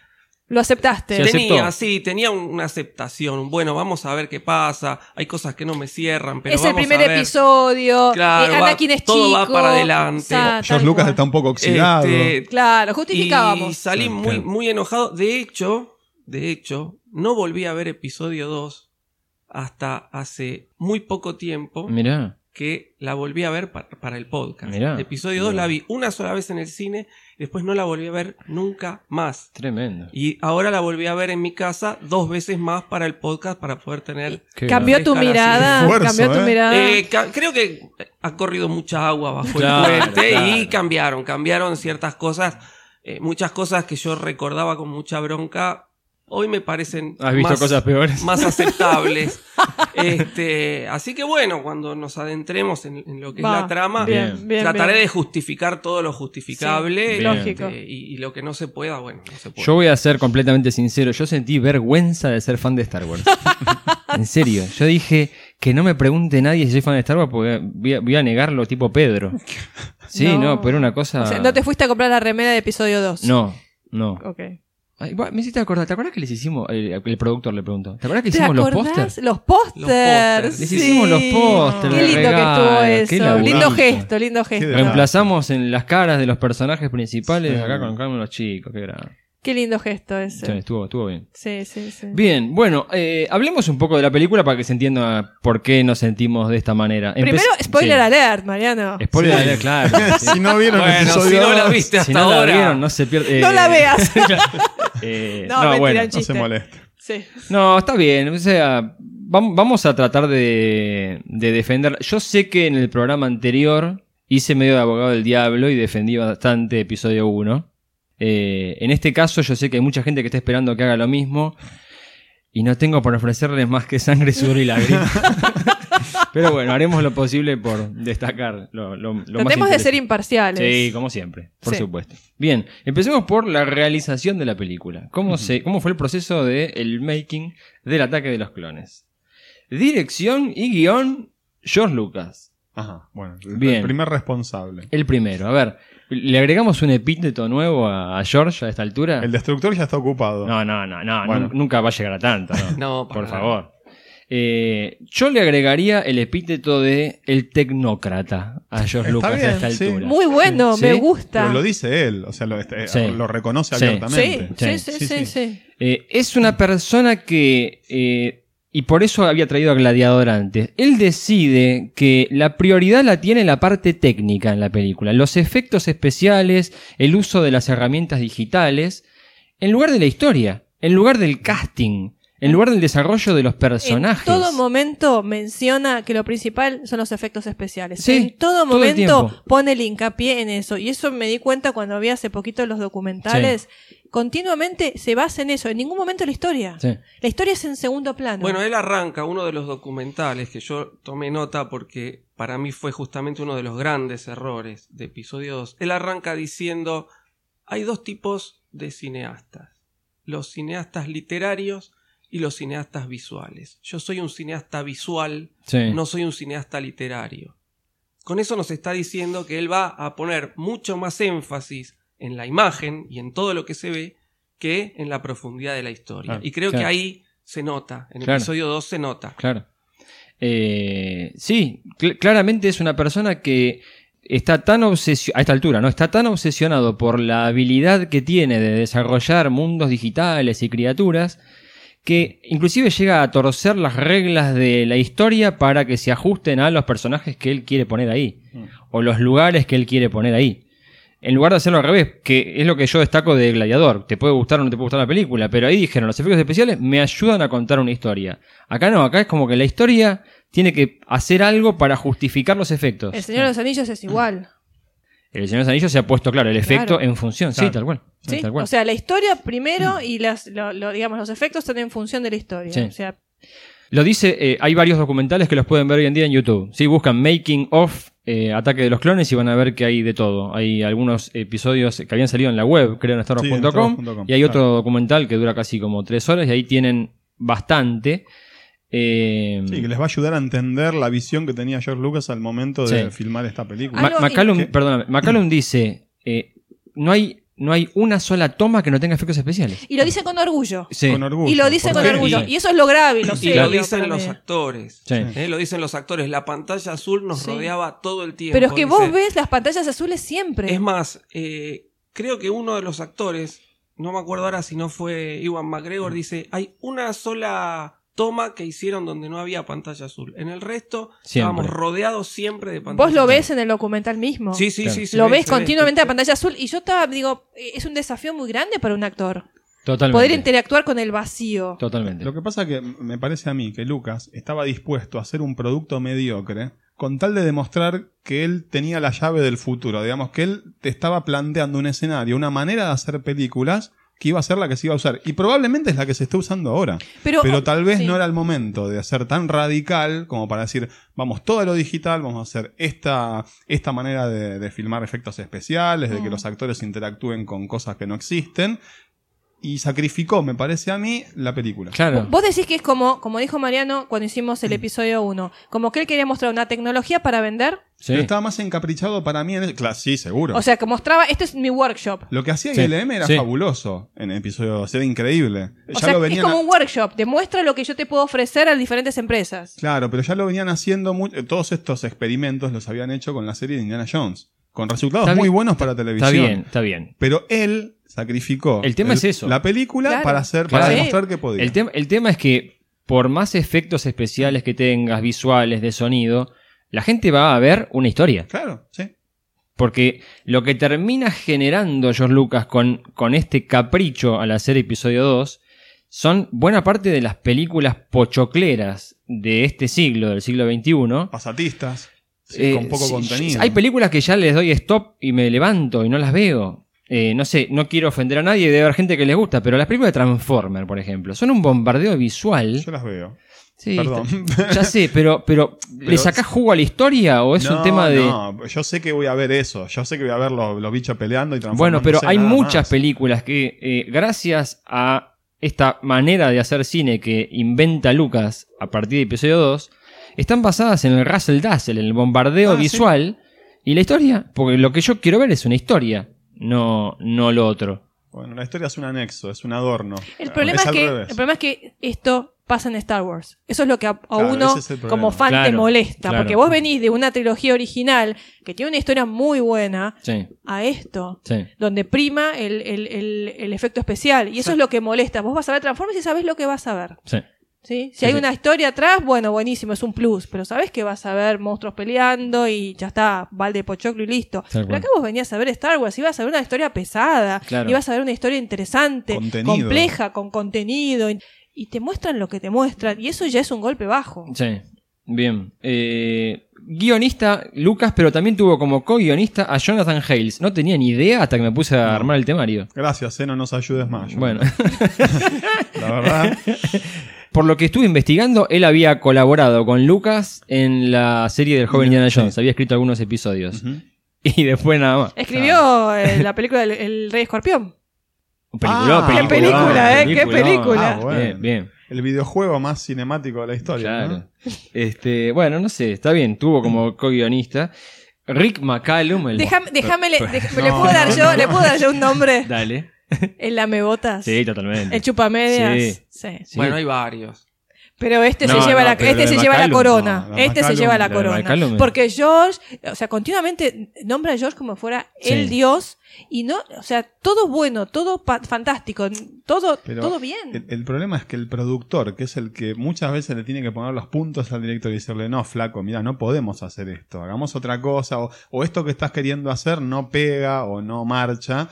[SPEAKER 4] Lo aceptaste.
[SPEAKER 3] Sí,
[SPEAKER 6] tenía,
[SPEAKER 3] aceptó.
[SPEAKER 6] sí, tenía un- una aceptación. Bueno, vamos a ver qué pasa. Hay cosas que no me cierran, pero
[SPEAKER 4] es el
[SPEAKER 6] vamos
[SPEAKER 4] primer
[SPEAKER 6] a ver.
[SPEAKER 4] episodio.
[SPEAKER 6] Claro,
[SPEAKER 4] eh,
[SPEAKER 6] va-
[SPEAKER 4] Anakin es
[SPEAKER 6] todo
[SPEAKER 4] chico.
[SPEAKER 6] va para adelante.
[SPEAKER 3] Ah,
[SPEAKER 4] sa- tal
[SPEAKER 5] George Lucas
[SPEAKER 4] cual.
[SPEAKER 5] está un poco oxidado.
[SPEAKER 6] Este,
[SPEAKER 4] Claro,
[SPEAKER 6] Y
[SPEAKER 4] justificábamos.
[SPEAKER 6] salí
[SPEAKER 5] Sí,
[SPEAKER 6] muy,
[SPEAKER 5] claro.
[SPEAKER 6] muy enojado. De hecho, de hecho, no volví a ver episodio 2 hasta hace muy poco tiempo
[SPEAKER 3] Mirá.
[SPEAKER 6] que la volví a ver pa- para, el podcast.
[SPEAKER 3] Mirá.
[SPEAKER 6] episodio 2
[SPEAKER 3] Mirá.
[SPEAKER 6] la vi una sola vez en el cine, después no la volví a ver nunca más.
[SPEAKER 3] Tremendo.
[SPEAKER 6] Y ahora la volví a ver en mi casa dos veces más para el podcast para poder tener...
[SPEAKER 3] Qué
[SPEAKER 4] Cambió tu
[SPEAKER 6] Escala, sí.
[SPEAKER 4] mirada.
[SPEAKER 5] Esfuerzo,
[SPEAKER 4] cambió tu
[SPEAKER 5] ¿eh?
[SPEAKER 4] mirada.
[SPEAKER 6] Eh, ca- creo que eh, ha corrido mucha agua bajo
[SPEAKER 3] Claro,
[SPEAKER 6] el puente y
[SPEAKER 3] claro.
[SPEAKER 6] cambiaron, cambiaron ciertas cosas, eh, muchas cosas que yo recordaba con mucha bronca, hoy me parecen
[SPEAKER 3] ¿Has visto
[SPEAKER 6] más,
[SPEAKER 3] cosas peores?
[SPEAKER 6] más aceptables. este, así que bueno, cuando nos adentremos en, en lo que
[SPEAKER 4] Va,
[SPEAKER 6] es la trama,
[SPEAKER 4] bien,
[SPEAKER 3] Bien.
[SPEAKER 4] bien,
[SPEAKER 6] trataré
[SPEAKER 4] bien.
[SPEAKER 6] de justificar todo lo justificable
[SPEAKER 4] Sí,
[SPEAKER 3] Bien.
[SPEAKER 4] lógico.
[SPEAKER 6] este, y, y lo que no se pueda, bueno, no se puede.
[SPEAKER 3] Yo voy a ser completamente sincero, yo sentí vergüenza de ser fan de Star Wars. en serio, yo dije que no me pregunte nadie si soy fan de Star Wars porque voy a, voy a negarlo tipo Pedro. Sí, no,
[SPEAKER 4] No.
[SPEAKER 3] pero una cosa...
[SPEAKER 4] O sea, no te fuiste a comprar la remera de episodio 2.
[SPEAKER 3] No, no.
[SPEAKER 4] Ok.
[SPEAKER 3] Ay, va, me hiciste acordar, ¿te acuerdas que les hicimos, eh, el, el productor le preguntó, ¿te acuerdas que
[SPEAKER 4] ¿Te
[SPEAKER 3] hicimos los
[SPEAKER 4] acordás?
[SPEAKER 3] pósters?
[SPEAKER 4] Los
[SPEAKER 6] Los pósters.
[SPEAKER 4] pósters.
[SPEAKER 3] Les
[SPEAKER 4] sí.
[SPEAKER 3] hicimos los pósters.
[SPEAKER 4] Qué
[SPEAKER 3] de
[SPEAKER 4] lindo
[SPEAKER 3] regalo,
[SPEAKER 4] que
[SPEAKER 3] qué
[SPEAKER 4] estuvo eso.
[SPEAKER 3] laburito.
[SPEAKER 4] Lindo gesto, lindo gesto.
[SPEAKER 5] de-
[SPEAKER 3] Reemplazamos en las caras de los personajes principales
[SPEAKER 5] Sí.
[SPEAKER 3] acá con cada uno de los chicos, qué grave.
[SPEAKER 4] Qué lindo gesto
[SPEAKER 3] Sí,
[SPEAKER 4] ese.
[SPEAKER 3] estuvo, estuvo bien.
[SPEAKER 4] Sí, sí, sí.
[SPEAKER 3] Bien, bueno, eh, hablemos un poco de la película para que se entienda por qué nos sentimos de esta manera. Empe-
[SPEAKER 4] Primero, spoiler
[SPEAKER 3] sí.
[SPEAKER 4] alert, Mariano.
[SPEAKER 3] Spoiler
[SPEAKER 5] Sí.
[SPEAKER 3] alert, claro. sí.
[SPEAKER 5] si no vieron el
[SPEAKER 6] bueno,
[SPEAKER 5] episodio
[SPEAKER 6] si no la
[SPEAKER 5] dos,
[SPEAKER 6] viste hasta
[SPEAKER 3] Si no la
[SPEAKER 6] ahora,
[SPEAKER 3] vieron, no se pierde.
[SPEAKER 4] No
[SPEAKER 3] eh,
[SPEAKER 4] la veas.
[SPEAKER 3] eh,
[SPEAKER 4] No,
[SPEAKER 3] no,
[SPEAKER 4] mentira,
[SPEAKER 3] bueno.
[SPEAKER 4] chiste.
[SPEAKER 5] no se moleste.
[SPEAKER 4] sí.
[SPEAKER 3] No, está bien. O sea, vam- vamos a tratar de, de defender. Yo sé que en el programa anterior hice medio de abogado del diablo y defendí bastante episodio 1. en este caso, yo sé que hay mucha gente que está esperando que haga lo mismo. Y no tengo para ofrecerles más que sangre, sudor y lágrimas. Pero bueno, haremos lo posible por destacar lo, lo- lo más
[SPEAKER 4] Tratemos de
[SPEAKER 3] interesante.
[SPEAKER 4] ser imparciales.
[SPEAKER 3] Sí, como siempre, por
[SPEAKER 4] Sí.
[SPEAKER 3] supuesto. Bien, empecemos por la realización de la película. ¿Cómo, se, cómo fue el proceso del el making del ataque de los clones? Dirección y guión, George Lucas.
[SPEAKER 5] Ajá, bueno, el-
[SPEAKER 3] Bien.
[SPEAKER 5] el primer responsable.
[SPEAKER 3] El primero, a ver, ¿le agregamos un epíteto nuevo a, a George a esta altura?
[SPEAKER 5] El destructor ya está ocupado.
[SPEAKER 3] No, no, no, no,
[SPEAKER 5] Bueno.
[SPEAKER 3] nun- nunca va a llegar a tanto, no.
[SPEAKER 6] No, para
[SPEAKER 3] por
[SPEAKER 6] nada.
[SPEAKER 3] favor. Eh, yo le agregaría el epíteto de el tecnócrata a George
[SPEAKER 5] Está
[SPEAKER 3] Lucas a
[SPEAKER 5] bien,
[SPEAKER 3] esta
[SPEAKER 5] sí.
[SPEAKER 3] altura.
[SPEAKER 4] Muy bueno,
[SPEAKER 3] Sí.
[SPEAKER 4] me gusta.
[SPEAKER 5] Pero lo dice él, o sea, lo, este, eh,
[SPEAKER 3] Sí.
[SPEAKER 5] lo reconoce
[SPEAKER 3] Sí.
[SPEAKER 5] abiertamente.
[SPEAKER 3] Sí,
[SPEAKER 4] Sí, sí, sí, sí,
[SPEAKER 5] sí,
[SPEAKER 4] sí,
[SPEAKER 3] Eh, es una persona que, eh, y por eso había traído a Gladiador antes, él decide que la prioridad la tiene la parte técnica en la película, los efectos especiales, el uso de las herramientas digitales, en lugar de la historia, en lugar del casting, En lugar del desarrollo de los personajes.
[SPEAKER 4] Ah. En todo momento menciona que lo principal son los efectos especiales.
[SPEAKER 3] Sí,
[SPEAKER 4] en todo
[SPEAKER 3] todo el
[SPEAKER 4] momento
[SPEAKER 3] tiempo.
[SPEAKER 4] pone el hincapié en eso. Y eso me di cuenta cuando vi hace poquito los documentales. Continuamente se basa en eso. En ningún momento la historia.
[SPEAKER 3] Sí.
[SPEAKER 4] La historia es en segundo plano.
[SPEAKER 6] Bueno, él arranca uno de los documentales que yo tomé nota porque para mí fue justamente uno de los grandes errores de episodio 2. Él arranca diciendo, hay dos tipos de cineastas, los cineastas literarios y los cineastas visuales. Yo soy un cineasta visual,
[SPEAKER 3] Sí.
[SPEAKER 6] no soy un cineasta literario. Con eso nos está diciendo que él va a poner mucho más énfasis en la imagen y en todo lo que se ve que en la profundidad de la historia.
[SPEAKER 3] Claro,
[SPEAKER 6] y creo
[SPEAKER 3] claro.
[SPEAKER 6] que ahí se nota, en el
[SPEAKER 3] Claro.
[SPEAKER 6] episodio 2 se nota.
[SPEAKER 3] Claro. Eh, sí, cl- claramente es una persona que está tan obsesionada, a esta altura, ¿no? Está tan obsesionado por la habilidad que tiene de desarrollar mundos digitales y criaturas que inclusive llega a torcer las reglas de la historia para que se ajusten a los personajes que él quiere poner ahí o los lugares que él quiere poner ahí. En lugar de hacerlo al revés, que es lo que yo destaco de Gladiador. Te puede gustar o no te puede gustar la película, pero ahí dijeron, los efectos especiales me ayudan a contar una historia. Acá no, acá es como que la historia tiene que hacer algo para justificar los efectos.
[SPEAKER 4] el Señor de los Anillos es igual.
[SPEAKER 3] El Señor de los Anillos se ha puesto, claro, el efecto
[SPEAKER 4] Claro.
[SPEAKER 3] en función. Sí,
[SPEAKER 5] Claro.
[SPEAKER 3] tal cual.
[SPEAKER 4] ¿sí?
[SPEAKER 3] Tal cual.
[SPEAKER 4] O sea, la historia primero y las, lo- lo- digamos, los efectos están en función de la historia.
[SPEAKER 3] Sí.
[SPEAKER 4] O sea,
[SPEAKER 3] Lo dice, eh, hay varios documentales que los pueden ver hoy en día en YouTube. Sí, buscan Making of eh, Ataque de los Clones y van a ver que hay de todo. Hay algunos episodios que habían salido en la web, creo en
[SPEAKER 5] Sí, en
[SPEAKER 3] Starros.com.
[SPEAKER 5] starros.com,
[SPEAKER 3] y hay
[SPEAKER 5] claro.
[SPEAKER 3] otro documental que dura casi como tres horas y ahí tienen bastante. Eh,
[SPEAKER 5] Sí, que les va a ayudar a entender la visión que tenía George Lucas al momento de
[SPEAKER 3] Sí.
[SPEAKER 5] filmar esta película.
[SPEAKER 4] Ah,
[SPEAKER 3] Ma-
[SPEAKER 4] Algo
[SPEAKER 3] McCallum,
[SPEAKER 5] in-
[SPEAKER 3] perdóname, McCallum dice, eh, no, hay, no hay una sola toma que no tenga efectos especiales.
[SPEAKER 4] y lo dice con orgullo.
[SPEAKER 3] Sí.
[SPEAKER 5] Con orgullo.
[SPEAKER 4] Y lo dice con
[SPEAKER 5] porque-
[SPEAKER 4] orgullo.
[SPEAKER 3] Sí.
[SPEAKER 4] Y eso es lo grave. y Lo
[SPEAKER 6] Y
[SPEAKER 4] serio
[SPEAKER 6] lo
[SPEAKER 4] para
[SPEAKER 6] dicen los
[SPEAKER 4] mí.
[SPEAKER 6] actores.
[SPEAKER 3] Sí.
[SPEAKER 6] ¿eh? Lo dicen los actores. La pantalla azul nos
[SPEAKER 4] Sí.
[SPEAKER 6] rodeaba todo el tiempo.
[SPEAKER 4] Pero es que vos
[SPEAKER 6] dice.
[SPEAKER 4] ves las pantallas azules siempre.
[SPEAKER 6] Es más, eh, creo que uno de los actores, no me acuerdo ahora si no fue Iwan McGregor, dice, hay una sola toma que hicieron donde no había pantalla azul. En el resto
[SPEAKER 3] Siempre.
[SPEAKER 6] estábamos rodeados siempre de pantalla
[SPEAKER 4] Vos lo
[SPEAKER 6] azul.
[SPEAKER 4] ves en el documental mismo.
[SPEAKER 6] Sí, sí,
[SPEAKER 3] Claro.
[SPEAKER 6] sí. se
[SPEAKER 4] lo
[SPEAKER 6] ve,
[SPEAKER 4] ves
[SPEAKER 6] se ve.
[SPEAKER 4] continuamente la pantalla azul y yo estaba, digo, eh, es un desafío muy grande para un actor.
[SPEAKER 3] Totalmente.
[SPEAKER 4] Poder interactuar con el vacío.
[SPEAKER 3] Totalmente.
[SPEAKER 5] Lo que pasa que m- me parece a mí que Lucas estaba dispuesto a hacer un producto mediocre con tal de demostrar que él tenía la llave del futuro, digamos que él te estaba planteando un escenario, una manera de hacer películas que iba a ser la que se iba a usar y probablemente es la que se está usando ahora.
[SPEAKER 4] Pero,
[SPEAKER 5] Pero tal vez
[SPEAKER 4] sí.
[SPEAKER 5] no era el momento de hacer tan radical como para decir, vamos todo a lo digital, vamos a hacer esta, esta manera de, de filmar efectos especiales, de que
[SPEAKER 4] Mm.
[SPEAKER 5] los actores interactúen con cosas que no existen. Y sacrificó, me parece a mí, la película.
[SPEAKER 3] Claro.
[SPEAKER 4] Vos decís que es como, como dijo Mariano cuando hicimos el episodio 1, como que él quería mostrar una tecnología para vender.
[SPEAKER 3] Sí.
[SPEAKER 5] Pero estaba más encaprichado para mí. En el- Claro, sí, seguro.
[SPEAKER 4] O sea, que mostraba, este es mi workshop.
[SPEAKER 5] lo que hacía
[SPEAKER 3] Sí,
[SPEAKER 5] ILM era
[SPEAKER 3] sí.
[SPEAKER 5] fabuloso en el episodio, o sea, era increíble.
[SPEAKER 4] O
[SPEAKER 5] Ya
[SPEAKER 4] sea,
[SPEAKER 5] lo
[SPEAKER 4] es
[SPEAKER 5] venían
[SPEAKER 4] como
[SPEAKER 5] a-
[SPEAKER 4] un workshop, demuestra lo que yo te puedo ofrecer a diferentes empresas.
[SPEAKER 5] Claro, pero ya lo venían haciendo. mu- eh, Todos estos experimentos los habían hecho con la serie de Indiana Jones. Con resultados
[SPEAKER 3] Está
[SPEAKER 5] muy
[SPEAKER 3] bien,
[SPEAKER 5] buenos para
[SPEAKER 3] Está
[SPEAKER 5] televisión.
[SPEAKER 3] bien, está bien.
[SPEAKER 5] Pero él sacrificó.
[SPEAKER 3] El tema es eso.
[SPEAKER 5] La película
[SPEAKER 4] Claro.
[SPEAKER 5] para hacer,
[SPEAKER 3] Claro.
[SPEAKER 5] para
[SPEAKER 3] Sí.
[SPEAKER 5] demostrar que podía.
[SPEAKER 3] El, tema- el tema es que por más efectos especiales que tengas, visuales, de sonido, la gente va a ver una historia.
[SPEAKER 5] Claro, sí.
[SPEAKER 3] Porque lo que termina generando George Lucas con, con este capricho al hacer episodio 2 son buena parte de las películas pochocleras de este siglo, del siglo XXI.
[SPEAKER 5] Pasatistas. Ah, sí,
[SPEAKER 3] Eh,
[SPEAKER 5] con poco
[SPEAKER 3] sí,
[SPEAKER 5] contenido.
[SPEAKER 3] Hay películas que ya les doy stop y me levanto y no las veo. Eh, no sé, no quiero ofender a nadie, debe haber gente que les gusta, pero las películas de Transformer, por ejemplo, son un bombardeo visual.
[SPEAKER 5] Yo las veo.
[SPEAKER 3] Sí,
[SPEAKER 5] Perdón.
[SPEAKER 3] está- Ya sé, pero, pero, ¿le
[SPEAKER 5] Pero-
[SPEAKER 3] sacás jugo a la historia o Pues es
[SPEAKER 5] No,
[SPEAKER 3] un tema de.?
[SPEAKER 5] No, yo sé que voy a ver eso. Yo sé que voy a ver los, los bichos peleando y
[SPEAKER 3] Bueno, pero
[SPEAKER 5] transformándose,
[SPEAKER 3] hay
[SPEAKER 5] nada
[SPEAKER 3] muchas
[SPEAKER 5] más.
[SPEAKER 3] películas que, eh, gracias a esta manera de hacer cine que inventa Lucas a partir de episodio 2, están basadas en el Russell Dazzle, en el bombardeo
[SPEAKER 5] Ah, sí.
[SPEAKER 3] visual y la historia. Porque lo que yo quiero ver es una historia, no, no lo otro.
[SPEAKER 5] Bueno, la historia es un anexo, es un adorno.
[SPEAKER 4] El problema, es
[SPEAKER 5] al
[SPEAKER 4] que, el
[SPEAKER 5] revés.
[SPEAKER 4] problema es que esto pasa en Star Wars. Eso es lo que a, a
[SPEAKER 5] Claro,
[SPEAKER 4] uno
[SPEAKER 5] ese es el problema.
[SPEAKER 4] como fan te
[SPEAKER 3] Claro,
[SPEAKER 4] molesta.
[SPEAKER 3] claro.
[SPEAKER 4] Porque vos venís de una trilogía original que tiene una historia muy buena
[SPEAKER 3] Sí,
[SPEAKER 4] a esto,
[SPEAKER 3] sí.
[SPEAKER 4] donde prima el, el- el- el efecto especial. Y eso es lo que molesta. Vos vas a ver Transformers y sabés lo que vas a ver.
[SPEAKER 3] sí.
[SPEAKER 4] ¿sí? Si
[SPEAKER 3] Sí,
[SPEAKER 4] hay
[SPEAKER 3] sí.
[SPEAKER 4] una historia atrás, bueno, buenísimo, es un plus. Pero sabés que vas a ver monstruos peleando y ya está, balde pochoclo y listo.
[SPEAKER 3] Tal
[SPEAKER 4] Pero
[SPEAKER 3] cual.
[SPEAKER 4] acá vos venías a ver Star Wars, ibas a ver una historia pesada,
[SPEAKER 3] Claro.
[SPEAKER 4] ibas a ver una historia interesante,
[SPEAKER 5] Contenido.
[SPEAKER 4] compleja, con contenido. Y y te muestran lo que te muestran, y eso ya es un golpe bajo.
[SPEAKER 3] Sí, bien. Eh, guionista Lucas, pero también tuvo como co-guionista a Jonathan Hales. No tenía ni idea hasta que me puse a armar el temario.
[SPEAKER 5] Gracias, Zeno, nos ayudes más. Yo-
[SPEAKER 3] Bueno,
[SPEAKER 5] La verdad.
[SPEAKER 3] por lo que estuve investigando, él había colaborado con Lucas en la serie del joven Indiana Jones. Había escrito algunos episodios.
[SPEAKER 5] Ujú.
[SPEAKER 3] Y después nada más.
[SPEAKER 4] Escribió eh, la película del El Rey Escorpión.
[SPEAKER 3] Película,
[SPEAKER 5] Ah,
[SPEAKER 4] ¡Qué película, eh! ¡Qué película!
[SPEAKER 5] Ah, bueno.
[SPEAKER 3] Bien, bien.
[SPEAKER 5] El videojuego más cinemático de la historia.
[SPEAKER 3] Claro.
[SPEAKER 5] ¿no?
[SPEAKER 3] Este, bueno, no sé, está bien, tuvo como co-guionista. Rick McCallum, el.
[SPEAKER 4] Déjame, déjame, le, dej- ¿le
[SPEAKER 5] No,
[SPEAKER 4] puedo dar
[SPEAKER 5] no,
[SPEAKER 4] yo,
[SPEAKER 5] no.
[SPEAKER 4] le puedo dar yo un nombre.
[SPEAKER 3] Dale.
[SPEAKER 4] El lamebotas.
[SPEAKER 3] Sí, totalmente.
[SPEAKER 4] El chupamedias. Sí.
[SPEAKER 3] Sí.
[SPEAKER 6] Bueno, hay varios.
[SPEAKER 4] Pero este
[SPEAKER 3] No,
[SPEAKER 4] se lleva
[SPEAKER 3] no,
[SPEAKER 4] la,
[SPEAKER 3] pero
[SPEAKER 4] este
[SPEAKER 3] la
[SPEAKER 4] se
[SPEAKER 3] de
[SPEAKER 4] lleva la
[SPEAKER 3] McCallum,
[SPEAKER 4] corona.
[SPEAKER 5] no, la de
[SPEAKER 4] este se
[SPEAKER 5] McCallum,
[SPEAKER 4] lleva la
[SPEAKER 3] la de McCallum
[SPEAKER 4] corona.
[SPEAKER 3] es-
[SPEAKER 4] Porque George, o sea, continuamente nombra a George como fuera
[SPEAKER 3] Sí.
[SPEAKER 4] el dios y no, o sea, todo bueno, todo pa- fantástico, todo,
[SPEAKER 5] Pero
[SPEAKER 4] todo bien.
[SPEAKER 5] El, el problema es que el productor, que es el que muchas veces le tiene que poner los puntos al director y decirle, no, flaco, mira, no podemos hacer esto, hagamos otra cosa, o, o esto que estás queriendo hacer no pega o no marcha.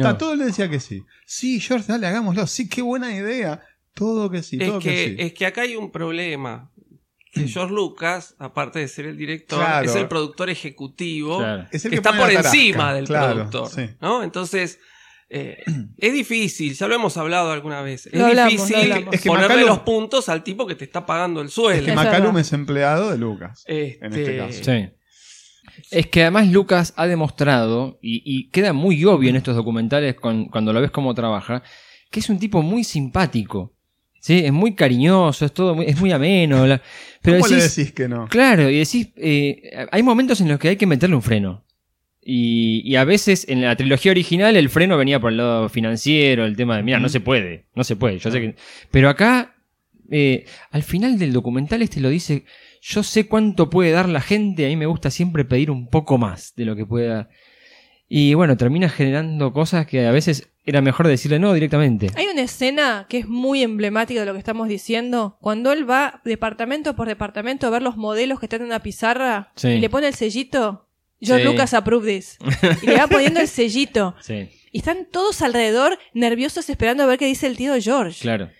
[SPEAKER 5] Ta- Todo le decía que sí. Sí, George, dale, hagámoslo. Sí, qué buena idea. Todo que sí,
[SPEAKER 6] es,
[SPEAKER 5] todo
[SPEAKER 6] que,
[SPEAKER 5] que, sí.
[SPEAKER 6] es que acá hay un problema. Que George Lucas, aparte de ser el director,
[SPEAKER 5] Claro.
[SPEAKER 6] es el productor ejecutivo
[SPEAKER 3] Claro.
[SPEAKER 5] Es
[SPEAKER 6] que,
[SPEAKER 5] el
[SPEAKER 6] está
[SPEAKER 5] pone
[SPEAKER 6] por
[SPEAKER 5] la tarasca,
[SPEAKER 6] encima del
[SPEAKER 5] claro,
[SPEAKER 6] productor.
[SPEAKER 5] sí.
[SPEAKER 6] ¿no? Entonces, eh, es difícil, ya lo hemos hablado alguna vez. Es
[SPEAKER 4] Lo hablamos, lo
[SPEAKER 6] difícil
[SPEAKER 4] hablamos.
[SPEAKER 5] Es que
[SPEAKER 6] ponerle
[SPEAKER 5] Macalum-
[SPEAKER 6] los puntos al tipo que te está pagando el
[SPEAKER 5] Es
[SPEAKER 6] sueldo.
[SPEAKER 5] que
[SPEAKER 4] Es
[SPEAKER 5] Macalum
[SPEAKER 4] verdad.
[SPEAKER 5] es empleado de Lucas. en este caso.
[SPEAKER 3] Sí. Es que además Lucas ha demostrado, y, y queda muy obvio en estos documentales con- cuando lo ves cómo trabaja, que es un tipo muy simpático. Sí, es muy cariñoso, es todo muy, es muy ameno. la- pero
[SPEAKER 5] ¿Cómo le
[SPEAKER 3] decís-
[SPEAKER 5] decís que no?
[SPEAKER 3] Claro, y decís, eh, hay momentos en los que hay que meterle un freno. Y, y a veces en la trilogía original el freno venía por el lado financiero, el tema de, mira, no se puede, no se puede. Yo sé que... Pero acá, eh, al final del documental este lo dice, yo sé cuánto puede dar la gente, a mí me gusta siempre pedir un poco más de lo que pueda. Y bueno, termina generando cosas que a veces era mejor decirle no directamente.
[SPEAKER 4] Hay una escena que es muy emblemática de lo que estamos diciendo, cuando él va departamento por departamento a ver los modelos que están en una pizarra
[SPEAKER 3] Sí.
[SPEAKER 4] y le pone el sellito. George
[SPEAKER 3] Sí.
[SPEAKER 4] Lucas approve this. Y le va poniendo el sellito.
[SPEAKER 3] Sí,
[SPEAKER 4] Y están todos alrededor nerviosos esperando a ver qué dice el tío George.
[SPEAKER 3] claro.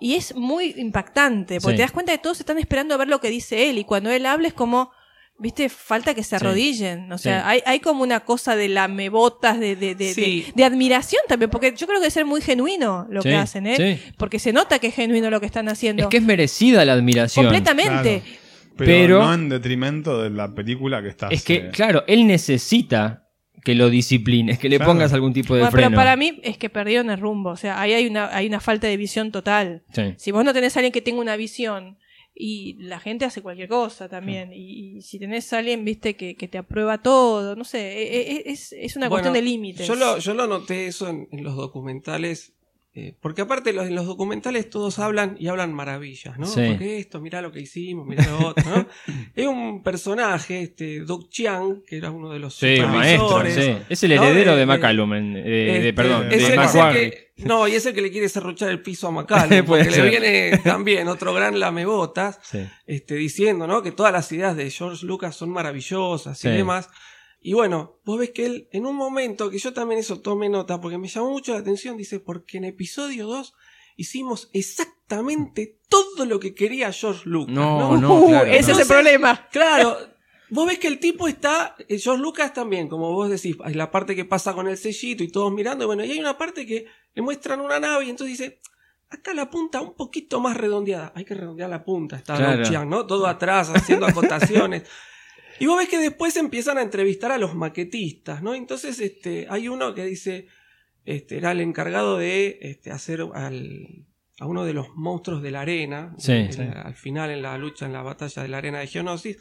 [SPEAKER 4] Y es muy impactante, porque
[SPEAKER 3] Sí.
[SPEAKER 4] te das cuenta que todos están esperando a ver lo que dice él. Y cuando él habla es como, viste, falta que se
[SPEAKER 3] Sí.
[SPEAKER 4] arrodillen. O sea,
[SPEAKER 3] Sí.
[SPEAKER 4] hay, hay como una cosa de lamebotas, de, de, de,
[SPEAKER 6] Sí.
[SPEAKER 4] de, de admiración también, porque yo creo que es ser muy genuino lo
[SPEAKER 3] Sí,
[SPEAKER 4] que hacen, ¿eh?
[SPEAKER 3] sí.
[SPEAKER 4] Porque se nota que es genuino lo que están haciendo.
[SPEAKER 3] Es que es merecida la admiración.
[SPEAKER 4] Completamente.
[SPEAKER 5] Claro. Pero,
[SPEAKER 3] Pero-
[SPEAKER 5] no en detrimento de la película que estás.
[SPEAKER 3] Es que,
[SPEAKER 5] eh,
[SPEAKER 3] claro, él necesita que lo disciplines, que le
[SPEAKER 5] Claro.
[SPEAKER 3] pongas algún tipo de
[SPEAKER 4] Bueno,
[SPEAKER 3] freno.
[SPEAKER 4] pero para mí es que perdieron el rumbo. O sea, ahí hay una, hay una falta de visión total.
[SPEAKER 3] Sí.
[SPEAKER 4] Si vos no tenés a alguien que tenga una visión y la gente hace cualquier cosa
[SPEAKER 6] Mm.
[SPEAKER 4] también, y, y si tenés a alguien, viste, que, que te aprueba todo, no sé, e- e- es, es una
[SPEAKER 6] Bueno,
[SPEAKER 4] cuestión de límites.
[SPEAKER 6] Yo lo, yo lo noté eso en, en los documentales. eh, porque aparte los, en los documentales todos hablan y hablan maravillas, ¿no?
[SPEAKER 3] Sí.
[SPEAKER 6] Porque esto, mirá lo que hicimos, mirá lo otro, ¿no? es un personaje, este, Doc Chiang, que era uno de los
[SPEAKER 3] Sí, maestro.
[SPEAKER 6] supervisores.
[SPEAKER 3] sí. Es el
[SPEAKER 6] ¿no?
[SPEAKER 3] heredero de
[SPEAKER 6] Eh,
[SPEAKER 3] McCallum, en- de, de-
[SPEAKER 6] Este,
[SPEAKER 3] perdón,
[SPEAKER 6] es
[SPEAKER 3] de
[SPEAKER 6] el- es el
[SPEAKER 3] McQuarrie.
[SPEAKER 6] que- no, y es el que le quiere cerruchar el piso a Macalum,
[SPEAKER 3] Puede
[SPEAKER 6] porque le
[SPEAKER 3] ser.
[SPEAKER 6] viene también otro gran lamebotas,
[SPEAKER 3] Sí.
[SPEAKER 6] este, diciendo ¿no? que todas las ideas de George Lucas son maravillosas
[SPEAKER 3] Sí.
[SPEAKER 6] y demás. Y bueno, vos ves que él, en un momento, que yo también eso tome nota, porque me llamó mucho la atención, dice, porque en episodio 2 hicimos exactamente todo lo que quería George Lucas.
[SPEAKER 3] No,
[SPEAKER 6] ¿no?
[SPEAKER 3] no,
[SPEAKER 4] Uh,
[SPEAKER 3] claro,
[SPEAKER 4] ese
[SPEAKER 3] no.
[SPEAKER 4] es el problema.
[SPEAKER 6] Claro, vos ves que el tipo está, eh, George Lucas también, como vos decís, hay la parte que pasa con el sellito y todos mirando, y bueno, y hay una parte que le muestran una nave y entonces dice, acá la punta un poquito más redondeada, hay que redondear la punta, está
[SPEAKER 3] Claro.
[SPEAKER 6] Don Chiang, ¿no? Todo atrás, haciendo acotaciones. Y vos ves que después empiezan a entrevistar a los maquetistas, ¿no? Entonces, este, hay uno que dice, este, era el encargado de este, hacer al, a uno de los monstruos de la arena,
[SPEAKER 3] Sí,
[SPEAKER 6] en-
[SPEAKER 3] sí.
[SPEAKER 6] al final en la lucha, en la batalla de la arena de Geonosis.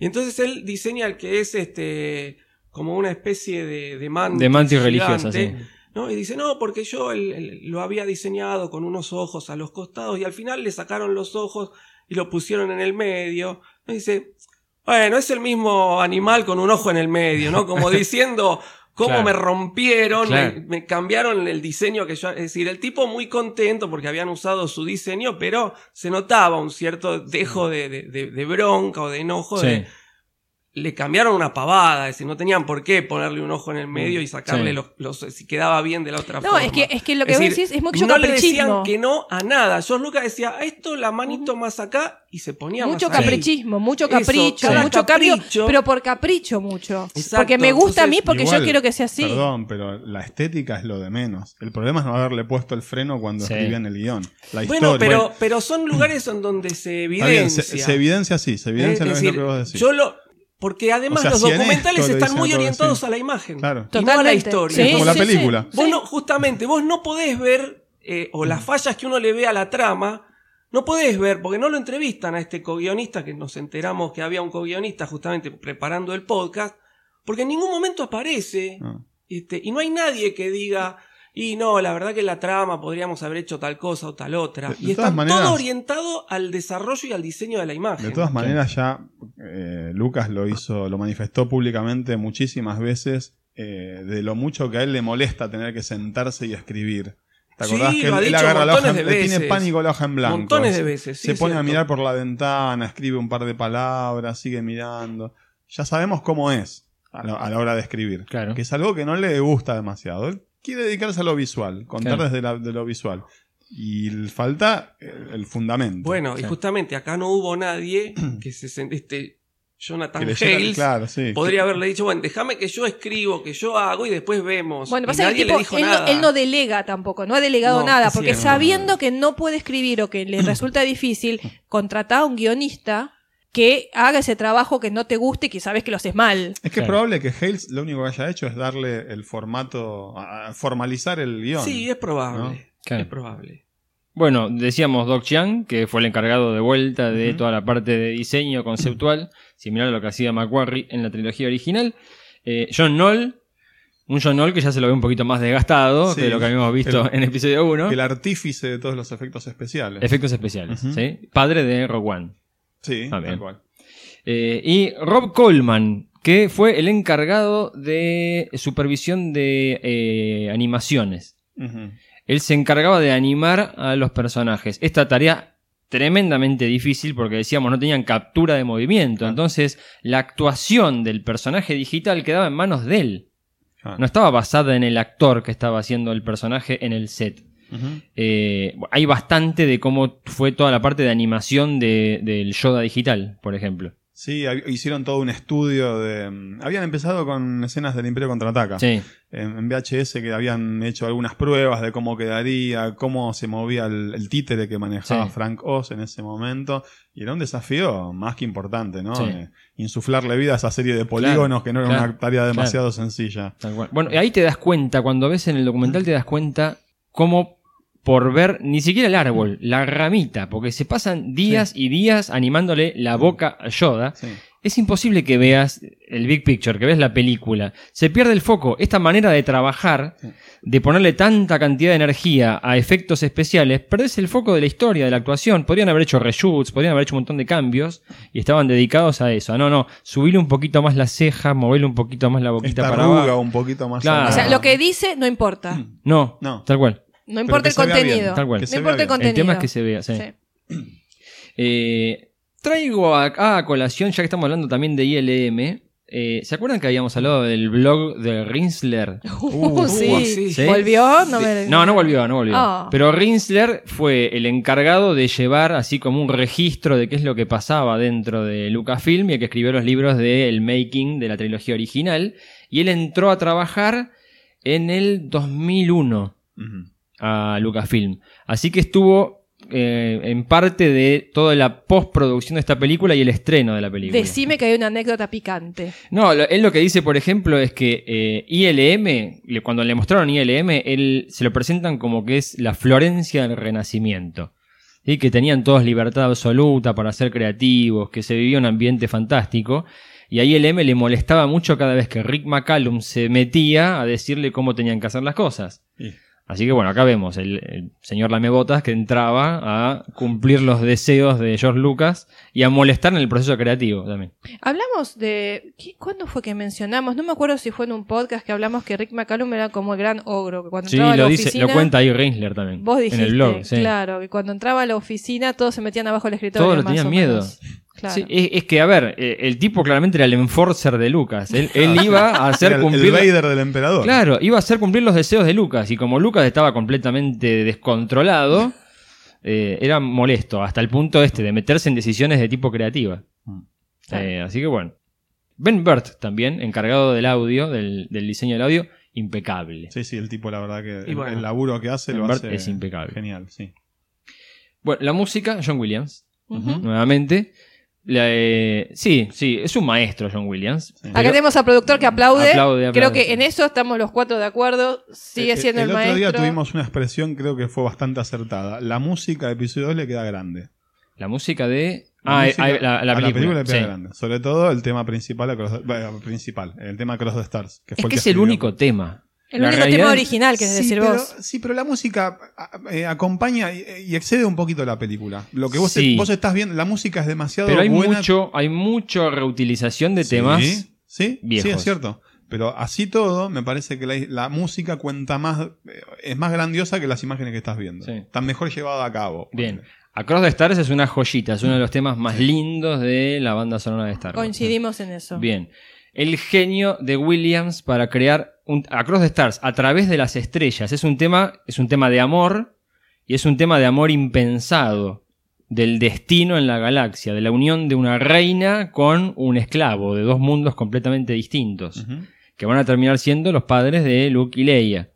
[SPEAKER 6] Y entonces él diseña el que es este como una especie de, de mantis,
[SPEAKER 3] De mantis religiosa, sí.
[SPEAKER 6] gigante, ¿no? Y dice, no, porque yo el- el- lo había diseñado con unos ojos a los costados y al final le sacaron los ojos y lo pusieron en el medio. Y dice, bueno, es el mismo animal con un ojo en el medio, ¿no? Como diciendo cómo
[SPEAKER 3] Claro.
[SPEAKER 6] me rompieron,
[SPEAKER 3] Claro.
[SPEAKER 6] me, me cambiaron el diseño que yo... Es decir, el tipo muy contento porque habían usado su diseño, pero se notaba un cierto dejo de, de- de- de bronca o de enojo
[SPEAKER 3] Sí.
[SPEAKER 6] de le cambiaron una pavada, es decir, no tenían por qué ponerle un ojo en
[SPEAKER 5] Mm,
[SPEAKER 6] el medio y sacarle
[SPEAKER 3] Sí.
[SPEAKER 6] los, los- si quedaba bien de la otra
[SPEAKER 4] No,
[SPEAKER 6] forma.
[SPEAKER 4] es que, es que lo que vos
[SPEAKER 6] Ah, decir,
[SPEAKER 4] decís es mucho
[SPEAKER 6] No le
[SPEAKER 4] caprichismo.
[SPEAKER 6] decían que no a nada. George Lucas decía, a esto la manito más acá y se ponía
[SPEAKER 4] Mucho
[SPEAKER 6] más ahí.
[SPEAKER 4] caprichismo, mucho
[SPEAKER 6] Eso,
[SPEAKER 4] capricho,
[SPEAKER 6] cada
[SPEAKER 4] mucho
[SPEAKER 6] capricho.
[SPEAKER 4] cambio, pero por capricho mucho.
[SPEAKER 6] Exacto,
[SPEAKER 4] Porque me gusta a mí
[SPEAKER 6] entonces,
[SPEAKER 4] porque
[SPEAKER 5] Igual,
[SPEAKER 4] yo quiero que sea así.
[SPEAKER 5] Perdón, pero la estética es lo de menos. El problema es no haberle puesto el freno cuando
[SPEAKER 3] Sí.
[SPEAKER 5] escribían el guión. La historia.
[SPEAKER 6] Bueno, pero, pero son lugares en donde se
[SPEAKER 5] Está bien,
[SPEAKER 6] evidencia.
[SPEAKER 5] se, se evidencia sí, se
[SPEAKER 6] Es
[SPEAKER 5] evidencia lo,
[SPEAKER 6] decir,
[SPEAKER 5] mismo que vos decís.
[SPEAKER 6] Yo lo, porque además
[SPEAKER 5] O sea,
[SPEAKER 6] los
[SPEAKER 5] si en
[SPEAKER 6] documentales
[SPEAKER 5] esto le
[SPEAKER 6] están
[SPEAKER 5] dicen
[SPEAKER 6] muy
[SPEAKER 5] algo
[SPEAKER 6] orientados
[SPEAKER 5] así.
[SPEAKER 6] a la imagen.
[SPEAKER 5] Claro.
[SPEAKER 6] Y no a la
[SPEAKER 4] Totalmente.
[SPEAKER 6] historia.
[SPEAKER 5] Es como la película.
[SPEAKER 6] Vos no, justamente, vos no podés ver, eh, o las fallas que uno le ve a la trama, no podés ver, porque no lo entrevistan a este co-guionista, que nos enteramos que había un co-guionista justamente preparando el podcast, porque en ningún momento aparece,
[SPEAKER 5] No.
[SPEAKER 6] este, y no hay nadie que diga, y no, la verdad que la trama podríamos haber hecho tal cosa o tal otra.
[SPEAKER 5] De- de
[SPEAKER 6] y está
[SPEAKER 5] todas maneras-
[SPEAKER 6] todo orientado al desarrollo y al diseño de la imagen.
[SPEAKER 5] De todas maneras, ya eh, Lucas lo hizo, lo manifestó públicamente muchísimas veces eh, de lo mucho que a él le molesta tener que sentarse y escribir. ¿Te
[SPEAKER 6] Sí,
[SPEAKER 5] acordás que
[SPEAKER 6] lo
[SPEAKER 5] él,
[SPEAKER 6] ha
[SPEAKER 5] él
[SPEAKER 6] dicho
[SPEAKER 5] agarra la hoja,
[SPEAKER 6] montones de
[SPEAKER 5] él tiene
[SPEAKER 6] veces.
[SPEAKER 5] pánico a la hoja en blanco?
[SPEAKER 6] Montones de veces. sí,
[SPEAKER 5] se
[SPEAKER 6] es
[SPEAKER 5] pone a
[SPEAKER 6] cierto.
[SPEAKER 5] mirar por la ventana, escribe un par de palabras, sigue mirando. Ya sabemos cómo es a la, a la hora de escribir.
[SPEAKER 3] Claro.
[SPEAKER 5] Que es algo que no le gusta demasiado. Él quiere dedicarse a lo visual, contar
[SPEAKER 3] Claro.
[SPEAKER 5] desde la- de lo visual. Y le falta el, el fundamento.
[SPEAKER 6] Bueno, y
[SPEAKER 3] Sí.
[SPEAKER 6] justamente acá no hubo nadie que se sent- este
[SPEAKER 5] que
[SPEAKER 6] Jonathan
[SPEAKER 5] le llega-
[SPEAKER 6] Hales
[SPEAKER 5] claro, sí.
[SPEAKER 6] podría haberle dicho, bueno, déjame que yo escribo, que yo hago y después vemos.
[SPEAKER 4] Bueno,
[SPEAKER 6] Y
[SPEAKER 4] pasa que el
[SPEAKER 6] nadie
[SPEAKER 4] tipo,
[SPEAKER 6] le dijo
[SPEAKER 4] él, no-
[SPEAKER 6] nada.
[SPEAKER 4] él no delega tampoco, no ha delegado
[SPEAKER 6] No,
[SPEAKER 4] nada,
[SPEAKER 6] es
[SPEAKER 4] porque
[SPEAKER 6] cierto.
[SPEAKER 4] sabiendo que no puede escribir o que le resulta difícil, contratar a un guionista que haga ese trabajo que no te guste y que sabes que lo haces mal.
[SPEAKER 5] Es que es
[SPEAKER 3] Claro.
[SPEAKER 5] probable que Hales lo único que haya hecho es darle el formato, a- a formalizar el guión.
[SPEAKER 6] Sí, es probable.
[SPEAKER 3] Claro.
[SPEAKER 6] Es probable.
[SPEAKER 3] Bueno, decíamos Doc Chiang, que fue el encargado de vuelta de
[SPEAKER 5] Ujú.
[SPEAKER 3] toda la parte de diseño conceptual, similar a lo que hacía Macquarie en la trilogía original. Eh, John Knoll, un John Knoll que ya se lo ve un poquito más desgastado
[SPEAKER 5] Sí,
[SPEAKER 3] de lo que habíamos visto
[SPEAKER 5] el-
[SPEAKER 3] en episodio 1.
[SPEAKER 5] El artífice de todos los efectos especiales.
[SPEAKER 3] Efectos especiales,
[SPEAKER 5] Ujú.
[SPEAKER 3] ¿sí? Padre de Rogue One.
[SPEAKER 5] sí,
[SPEAKER 3] Ah,
[SPEAKER 5] tal
[SPEAKER 3] bien.
[SPEAKER 5] cual.
[SPEAKER 3] Eh, y Rob Coleman, que fue el encargado de supervisión de eh, animaciones.
[SPEAKER 5] Ujú.
[SPEAKER 3] Él se encargaba de animar a los personajes. Esta tarea tremendamente difícil porque decíamos no tenían captura de movimiento.
[SPEAKER 5] Ah.
[SPEAKER 3] Entonces la actuación del personaje digital quedaba en manos de él.
[SPEAKER 5] Ah.
[SPEAKER 3] No estaba basada en el actor que estaba haciendo el personaje en el set.
[SPEAKER 5] Ujú.
[SPEAKER 3] Eh, hay bastante de cómo fue toda la parte de animación de- del Yoda digital, por ejemplo.
[SPEAKER 5] Sí, hab- hicieron todo un estudio de... mm, Habían empezado con escenas del Imperio Contraataca.
[SPEAKER 3] Sí.
[SPEAKER 5] En, en VHS que habían hecho algunas pruebas de cómo quedaría, cómo se movía el, el títere que manejaba
[SPEAKER 3] Sí.
[SPEAKER 5] Frank Oz en ese momento. Y era un desafío más que importante, ¿no?
[SPEAKER 3] Sí.
[SPEAKER 5] Eh, insuflarle vida a esa serie de polígonos que no era
[SPEAKER 3] claro,
[SPEAKER 5] una tarea demasiado sencilla.
[SPEAKER 3] Tal cual. Bueno, y ahí te das cuenta, cuando ves en el documental te das cuenta cómo por ver ni siquiera el árbol, la ramita, porque se pasan días y días animándole la boca a Yoda,
[SPEAKER 5] Sí.
[SPEAKER 3] es imposible que veas el big picture, que ves la película. Se pierde el foco. Esta manera de trabajar,
[SPEAKER 5] Sí.
[SPEAKER 3] de ponerle tanta cantidad de energía a efectos especiales, perdés el foco de la historia, de la actuación. Podrían haber hecho reshoots, podrían haber hecho un montón de cambios y estaban dedicados a eso. Ah, No, no, subirle un poquito más la ceja, moverle un poquito más la boquita
[SPEAKER 5] Esta
[SPEAKER 3] para
[SPEAKER 5] arruga
[SPEAKER 3] abajo.
[SPEAKER 5] un poquito más.
[SPEAKER 3] Claro.
[SPEAKER 5] allá.
[SPEAKER 4] O sea,
[SPEAKER 3] Ah.
[SPEAKER 4] lo que dice no importa.
[SPEAKER 3] No,
[SPEAKER 5] No.
[SPEAKER 3] tal cual.
[SPEAKER 4] No
[SPEAKER 5] Pero que
[SPEAKER 4] importa el
[SPEAKER 5] se vea bien,
[SPEAKER 4] contenido.
[SPEAKER 3] tal cual.
[SPEAKER 4] No
[SPEAKER 5] Que se
[SPEAKER 4] importa
[SPEAKER 5] vea
[SPEAKER 4] el
[SPEAKER 5] bien.
[SPEAKER 4] contenido.
[SPEAKER 3] El tema es que se vea, sí.
[SPEAKER 4] Sí.
[SPEAKER 3] Eh, traigo acá a colación, ya que estamos hablando también de ILM. eh, ¿Se acuerdan que habíamos hablado del blog de Rinsler?
[SPEAKER 4] Uh,
[SPEAKER 6] Uh,
[SPEAKER 4] sí.
[SPEAKER 6] sí.
[SPEAKER 3] ¿Sí?
[SPEAKER 4] ¿Volvió? No,
[SPEAKER 3] De-
[SPEAKER 4] me-
[SPEAKER 3] no, no volvió, no volvió.
[SPEAKER 4] Ah.
[SPEAKER 3] Pero Rinsler fue el encargado de llevar así como un registro de qué es lo que pasaba dentro de Lucasfilm y el que escribió los libros del making de la trilogía original. Y él entró a trabajar en el 2001
[SPEAKER 5] Ujú.
[SPEAKER 3] a Lucasfilm. Así que estuvo eh, en parte de toda la postproducción de esta película y el estreno de la película.
[SPEAKER 4] Decime que hay una anécdota picante.
[SPEAKER 3] No, lo- él lo que dice, por ejemplo, es que eh, ILM, le- cuando le mostraron ILM, él se lo presentan como que es la Florencia del Renacimiento. ¿sí? Que tenían todos libertad absoluta para ser creativos, que se vivía un ambiente fantástico. Y a ILM le molestaba mucho cada vez que Rick McCallum se metía a decirle cómo tenían que hacer las cosas.
[SPEAKER 5] Sí.
[SPEAKER 3] Así que bueno, acá vemos el, el señor Lamebotas que entraba a cumplir los deseos de George Lucas y a molestar en el proceso creativo también.
[SPEAKER 4] Hablamos de. ¿qué- ¿Cuándo fue que mencionamos? No me acuerdo si fue en un podcast que hablamos que Rick McCallum era como el gran ogro. Que cuando
[SPEAKER 3] Sí,
[SPEAKER 4] entraba a
[SPEAKER 3] lo
[SPEAKER 4] la
[SPEAKER 3] dice,
[SPEAKER 4] oficina,
[SPEAKER 3] lo cuenta ahí Rinsler también.
[SPEAKER 4] Vos dijiste,
[SPEAKER 3] en el blog, sí.
[SPEAKER 4] claro, que cuando entraba a la oficina todos se metían abajo del escritorio.
[SPEAKER 3] Todos le
[SPEAKER 4] más o
[SPEAKER 3] tenían miedo.
[SPEAKER 4] menos. Claro.
[SPEAKER 3] Sí, es, es que, a ver, eh, el tipo claramente era el enforcer de Lucas. Él, él iba a hacer
[SPEAKER 5] Era el,
[SPEAKER 3] cumplir.
[SPEAKER 5] el Vader del emperador.
[SPEAKER 3] Claro, iba a hacer cumplir los deseos de Lucas. Y como Lucas estaba completamente descontrolado, eh, era molesto, hasta el punto este de meterse en decisiones de tipo creativa.
[SPEAKER 5] Mm.
[SPEAKER 4] Claro.
[SPEAKER 3] Eh, así que bueno. Ben Burt también, encargado del audio, del, del diseño del audio, impecable.
[SPEAKER 5] Sí, sí, el tipo, la verdad que
[SPEAKER 6] Y
[SPEAKER 5] el-
[SPEAKER 6] bueno.
[SPEAKER 5] el laburo que hace lo
[SPEAKER 3] Bart
[SPEAKER 5] hace
[SPEAKER 3] es impecable.
[SPEAKER 5] Genial, sí.
[SPEAKER 3] Bueno, la música, John Williams,
[SPEAKER 4] Ujú.
[SPEAKER 3] nuevamente. La, eh, sí, sí, es un maestro John Williams.
[SPEAKER 4] Acá
[SPEAKER 3] Pero-
[SPEAKER 4] tenemos al productor que aplaude.
[SPEAKER 3] Aplaude, aplaude,
[SPEAKER 4] Creo que
[SPEAKER 3] sí.
[SPEAKER 4] en eso estamos los cuatro de acuerdo. Sigue
[SPEAKER 5] Eh,
[SPEAKER 4] siendo el,
[SPEAKER 5] el, otro
[SPEAKER 4] maestro.
[SPEAKER 5] día tuvimos una expresión, creo que fue bastante acertada. La música de episodio 2 le queda grande.
[SPEAKER 3] La música de...
[SPEAKER 5] La
[SPEAKER 3] Ah, eh,
[SPEAKER 5] música-
[SPEAKER 3] ah, la, la
[SPEAKER 5] a
[SPEAKER 3] película.
[SPEAKER 5] le queda
[SPEAKER 3] sí.
[SPEAKER 5] grande. Sobre todo el tema principal, a Cross- bueno, principal el tema Cross the Stars. Que fue
[SPEAKER 3] Es que
[SPEAKER 5] que
[SPEAKER 3] es el
[SPEAKER 5] escribió.
[SPEAKER 3] único tema.
[SPEAKER 4] El
[SPEAKER 3] La
[SPEAKER 4] único
[SPEAKER 3] realidad-
[SPEAKER 4] tema original que es decir
[SPEAKER 5] pero,
[SPEAKER 4] vos.
[SPEAKER 5] sí, pero la música a- a- eh, acompaña y, y excede un poquito la película. Lo que vos,
[SPEAKER 3] Sí.
[SPEAKER 5] vos estás viendo, la música es demasiado
[SPEAKER 3] Pero hay
[SPEAKER 5] buena.
[SPEAKER 3] mucho, hay mucho reutilización de
[SPEAKER 5] Sí,
[SPEAKER 3] temas.
[SPEAKER 5] Sí, sí,
[SPEAKER 3] viejos.
[SPEAKER 5] es cierto. Pero así todo, me parece que la, la música cuenta más, eh, es más grandiosa que las imágenes que estás viendo.
[SPEAKER 3] Sí.
[SPEAKER 5] Están mejor llevadas a cabo.
[SPEAKER 3] Bien. Across the Stars es una joyita, es uno de los temas más lindos de la banda sonora de Star Wars.
[SPEAKER 4] Coincidimos en eso.
[SPEAKER 3] Bien. El genio de Williams para crear un, Across the Stars, a través de las estrellas. Es un tema, es un tema de amor y es un tema de amor impensado, del destino en la galaxia, de la unión de una reina con un esclavo, de dos mundos completamente distintos,
[SPEAKER 5] Ujú.
[SPEAKER 3] que van a terminar siendo los padres de Luke y Leia.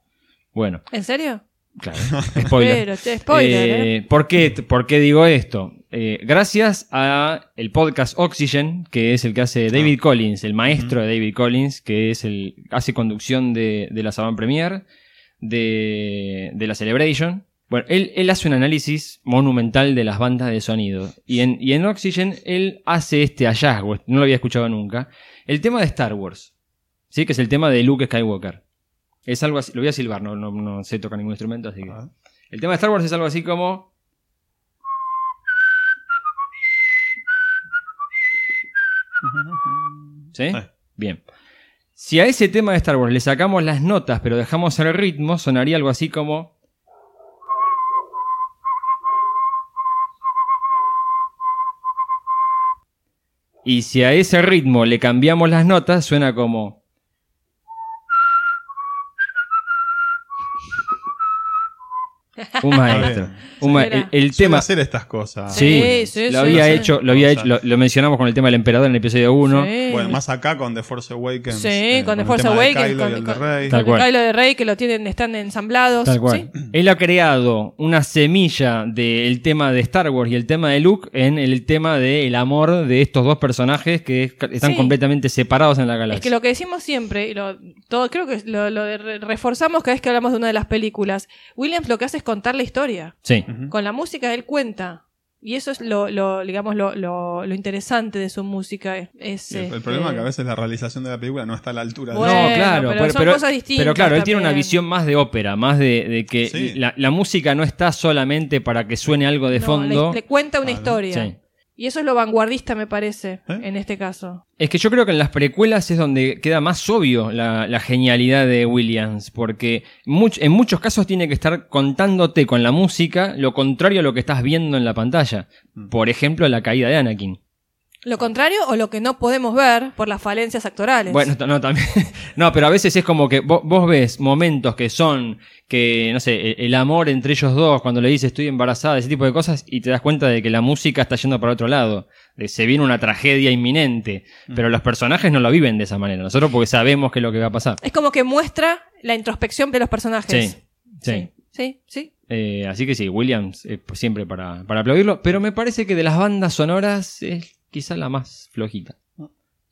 [SPEAKER 3] Bueno,
[SPEAKER 4] ¿En serio?
[SPEAKER 3] claro, spoiler.
[SPEAKER 4] Pero, che, spoiler, ¿eh?
[SPEAKER 3] Eh, ¿por, qué, ¿Por qué digo esto? Eh, gracias a el podcast Oxygen, que es el que hace David Collins, el maestro de David Collins, que es el hace conducción de, de la Saban Premier, de, de la Celebration. Bueno, él, él hace un análisis monumental de las bandas de sonido. Y en, y en Oxygen él hace este hallazgo, no lo había escuchado nunca. El tema de Star Wars, ¿sí? que es el tema de Luke Skywalker. Es algo así, lo voy a silbar, no, no, no sé tocar ningún instrumento, así que...
[SPEAKER 5] Ah.
[SPEAKER 3] El tema de Star Wars es algo así como. ¿Sí?
[SPEAKER 5] Ah.
[SPEAKER 3] Bien. Si a ese tema de Star Wars le sacamos las notas pero dejamos el ritmo, sonaría algo así como. Y si a ese ritmo le cambiamos las notas, suena como. Un maestro.
[SPEAKER 5] bien.
[SPEAKER 3] Un ma- el,
[SPEAKER 4] Mira.
[SPEAKER 3] el
[SPEAKER 5] Suele
[SPEAKER 3] tema.
[SPEAKER 5] hacer estas cosas.
[SPEAKER 3] Sí,
[SPEAKER 4] Sí, sí,
[SPEAKER 3] lo
[SPEAKER 4] sí,
[SPEAKER 3] había
[SPEAKER 4] sí.
[SPEAKER 3] hecho, lo había
[SPEAKER 5] O
[SPEAKER 3] hecho,
[SPEAKER 5] sea-
[SPEAKER 3] lo, lo mencionamos con el tema del emperador en el episodio 1.
[SPEAKER 4] Sí.
[SPEAKER 5] Bueno, más acá con The Force Awakens.
[SPEAKER 4] Sí,
[SPEAKER 5] eh,
[SPEAKER 4] con The
[SPEAKER 5] el
[SPEAKER 4] Force
[SPEAKER 5] tema de
[SPEAKER 4] Awakens,
[SPEAKER 5] Kylo y
[SPEAKER 4] con,
[SPEAKER 5] el de
[SPEAKER 4] con-
[SPEAKER 5] Rey.
[SPEAKER 3] Tal
[SPEAKER 4] con
[SPEAKER 3] cual.
[SPEAKER 4] el Kylo de Rey que lo tienen, están ensamblados.
[SPEAKER 3] Tal cual. Él ha creado una semilla del tema de Star Wars y el tema de Luke en el tema del amor de estos dos personajes que es- están
[SPEAKER 4] Sí.
[SPEAKER 3] completamente separados en la
[SPEAKER 4] Sí.
[SPEAKER 3] galaxia.
[SPEAKER 4] Es que lo que decimos siempre, y lo, todo, creo que lo, lo de- re- reforzamos cada vez que hablamos de una de las películas, Williams lo que hace es contar la historia.
[SPEAKER 3] Sí,
[SPEAKER 5] Ujú.
[SPEAKER 4] Con la música él cuenta. Y eso es lo, lo digamos, lo, lo, lo interesante de su música. Es, es,
[SPEAKER 5] El, el
[SPEAKER 4] este,
[SPEAKER 5] problema es que a veces la realización de la película no está a la altura de
[SPEAKER 4] Bueno,
[SPEAKER 3] no, claro,
[SPEAKER 4] pero
[SPEAKER 3] pero,
[SPEAKER 4] son
[SPEAKER 3] pero-
[SPEAKER 4] cosas distintas
[SPEAKER 3] pero claro, él tiene una
[SPEAKER 4] también.
[SPEAKER 3] visión más de ópera, más de, de que
[SPEAKER 5] Sí.
[SPEAKER 3] la, la música no está solamente para que suene algo de
[SPEAKER 4] no,
[SPEAKER 3] fondo.
[SPEAKER 4] Le, le cuenta una
[SPEAKER 5] Claro.
[SPEAKER 4] historia.
[SPEAKER 3] Sí.
[SPEAKER 4] Y eso es lo vanguardista, me parece,
[SPEAKER 5] ¿Eh?
[SPEAKER 4] en este caso.
[SPEAKER 3] Es que yo creo que en las precuelas es donde queda más obvio la, la genialidad de Williams, porque much- en muchos casos tiene que estar contándote con la música lo contrario a lo que estás viendo en la pantalla. Por ejemplo, la caída de Anakin.
[SPEAKER 4] Lo contrario o lo que no podemos ver por las falencias actorales.
[SPEAKER 3] Bueno, t- no, también. No, pero a veces es como que vo- vos, ves momentos que son, que, no sé, e- el, amor entre ellos dos, cuando le dices estoy embarazada, ese tipo de cosas, y te das cuenta de que la música está yendo para otro lado. de Se viene una tragedia inminente. Pero los personajes no lo viven de esa manera. Nosotros porque sabemos que es lo que va a pasar.
[SPEAKER 4] Es como que muestra la introspección de los personajes.
[SPEAKER 3] Sí, sí.
[SPEAKER 4] Sí, sí.
[SPEAKER 3] Eh, así que sí, Williams eh, pues, siempre para, para aplaudirlo. Pero me parece que de las bandas sonoras es quizá la más flojita.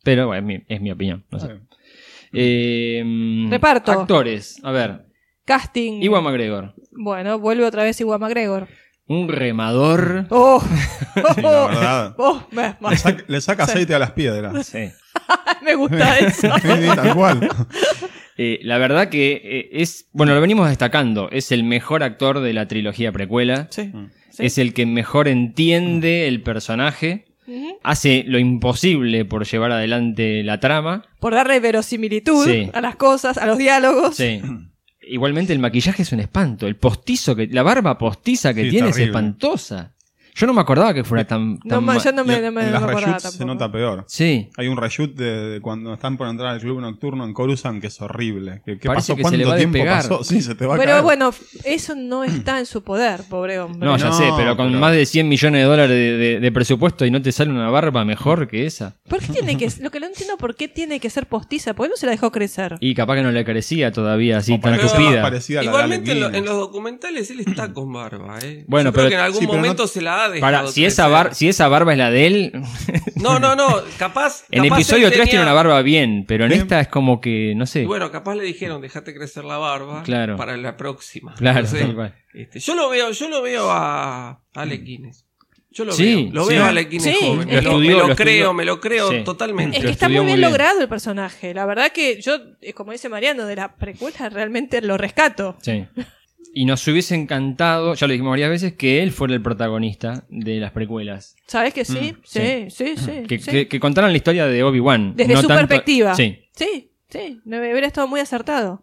[SPEAKER 3] Pero bueno, es mi, es mi opinión. no sé.
[SPEAKER 5] Ah. Está bien.
[SPEAKER 3] Eh, mm,
[SPEAKER 4] Reparto.
[SPEAKER 3] Actores. A ver.
[SPEAKER 4] Casting.
[SPEAKER 3] Iwan McGregor.
[SPEAKER 4] Bueno, vuelve otra vez Iwan McGregor.
[SPEAKER 3] Un remador.
[SPEAKER 4] ¡Oh!
[SPEAKER 5] Sí, la verdad.
[SPEAKER 4] Oh, me,
[SPEAKER 5] Le saca, le saca aceite a las piedras.
[SPEAKER 3] Sí.
[SPEAKER 4] me gusta eso.
[SPEAKER 5] Sí, sí, tal cual.
[SPEAKER 3] Eh, la verdad que eh, es. Bueno, lo venimos destacando. Es el mejor actor de la trilogía precuela.
[SPEAKER 4] Sí.
[SPEAKER 5] Mm.
[SPEAKER 3] Es el que mejor entiende el personaje.
[SPEAKER 4] Ujú.
[SPEAKER 3] Hace lo imposible por llevar adelante la trama.
[SPEAKER 4] Por darle verosimilitud
[SPEAKER 3] Sí.
[SPEAKER 4] a las cosas, a los diálogos.
[SPEAKER 3] Sí. Igualmente el maquillaje es un espanto. El postizo que, la barba postiza que
[SPEAKER 5] Sí,
[SPEAKER 3] tiene es
[SPEAKER 5] terrible.
[SPEAKER 3] espantosa. Yo no me acordaba que fuera tan.
[SPEAKER 4] No,
[SPEAKER 3] tan
[SPEAKER 4] ma-
[SPEAKER 3] ma-
[SPEAKER 4] yo no
[SPEAKER 5] Y
[SPEAKER 4] me,
[SPEAKER 5] en-
[SPEAKER 4] no me,
[SPEAKER 5] en
[SPEAKER 4] no
[SPEAKER 5] las
[SPEAKER 4] me acordaba
[SPEAKER 5] reshoots se
[SPEAKER 4] tampoco.
[SPEAKER 5] nota peor.
[SPEAKER 3] Sí.
[SPEAKER 5] Hay un reshoot de, de cuando están por entrar al club nocturno en Coruscant que es horrible. Que, que
[SPEAKER 3] Parece
[SPEAKER 5] pasó?
[SPEAKER 3] que se
[SPEAKER 5] ¿Cuánto
[SPEAKER 3] le va a
[SPEAKER 5] tiempo
[SPEAKER 3] despegar.
[SPEAKER 5] pasó? Sí, se te va a
[SPEAKER 4] Pero
[SPEAKER 5] caer.
[SPEAKER 4] bueno, eso no está en su poder, pobre hombre.
[SPEAKER 3] No, ya
[SPEAKER 5] No,
[SPEAKER 3] sé, pero con
[SPEAKER 5] pero-
[SPEAKER 3] más de 100 millones de dólares de, de- de presupuesto y no te sale una barba mejor que esa.
[SPEAKER 4] ¿Por qué tiene que Lo que no entiendo, ¿por qué tiene que ser postiza? ¿Por qué no se la dejó crecer?
[SPEAKER 3] Y capaz que no le carecía todavía así
[SPEAKER 5] O para
[SPEAKER 3] tan
[SPEAKER 5] que sea más
[SPEAKER 3] tupida.
[SPEAKER 5] parecida a la de
[SPEAKER 6] Igualmente en,
[SPEAKER 5] Alec
[SPEAKER 6] lo-
[SPEAKER 5] Guinness.
[SPEAKER 6] en los documentales él está con barba, ¿eh?
[SPEAKER 3] Bueno,
[SPEAKER 6] Yo creo
[SPEAKER 3] pero-
[SPEAKER 6] que en algún
[SPEAKER 5] sí, pero no-
[SPEAKER 6] momento se la ha dejado.
[SPEAKER 3] Para, si esa,
[SPEAKER 6] crecer.
[SPEAKER 3] bar- si esa barba es la de él,
[SPEAKER 6] No, no, no. Capaz.
[SPEAKER 3] en
[SPEAKER 6] capaz
[SPEAKER 3] episodio 3
[SPEAKER 6] él
[SPEAKER 3] tiene
[SPEAKER 6] tenía-
[SPEAKER 3] una barba bien, pero en
[SPEAKER 5] Bien.
[SPEAKER 3] esta es como que, no
[SPEAKER 6] Y
[SPEAKER 3] sé.
[SPEAKER 6] bueno, capaz le dijeron, dejate crecer la barba
[SPEAKER 3] Claro.
[SPEAKER 6] para la próxima.
[SPEAKER 3] Claro,
[SPEAKER 6] Entonces,
[SPEAKER 3] tal cual.
[SPEAKER 6] este, yo lo veo, yo lo veo a a Alec Guinness. Yo lo
[SPEAKER 3] Sí,
[SPEAKER 6] veo. Lo
[SPEAKER 3] sí.
[SPEAKER 6] veo a Alec Guinness
[SPEAKER 4] Sí,
[SPEAKER 6] joven.
[SPEAKER 4] lo
[SPEAKER 6] Me
[SPEAKER 3] estudió,
[SPEAKER 6] me lo,
[SPEAKER 3] lo estudió.
[SPEAKER 6] creo, me lo creo
[SPEAKER 3] Sí.
[SPEAKER 6] totalmente.
[SPEAKER 4] Es
[SPEAKER 3] Lo
[SPEAKER 4] que está muy
[SPEAKER 3] estudió
[SPEAKER 4] bien,
[SPEAKER 3] muy bien.
[SPEAKER 4] logrado el personaje. La verdad que yo, eh, como dice Mariano, de la precuela realmente lo rescato.
[SPEAKER 3] Sí. Y nos hubiese encantado, ya lo dijimos varias veces, que él fuera el protagonista de las precuelas.
[SPEAKER 4] ¿Sabes que sí? sí, sí, sí.
[SPEAKER 3] Mm, Que,
[SPEAKER 4] sí.
[SPEAKER 3] que- que contaran la historia de Obi-Wan.
[SPEAKER 4] Desde
[SPEAKER 3] no
[SPEAKER 4] su
[SPEAKER 3] tanto-
[SPEAKER 4] perspectiva.
[SPEAKER 3] Sí.
[SPEAKER 4] Sí, sí. No, hubiera estado muy acertado.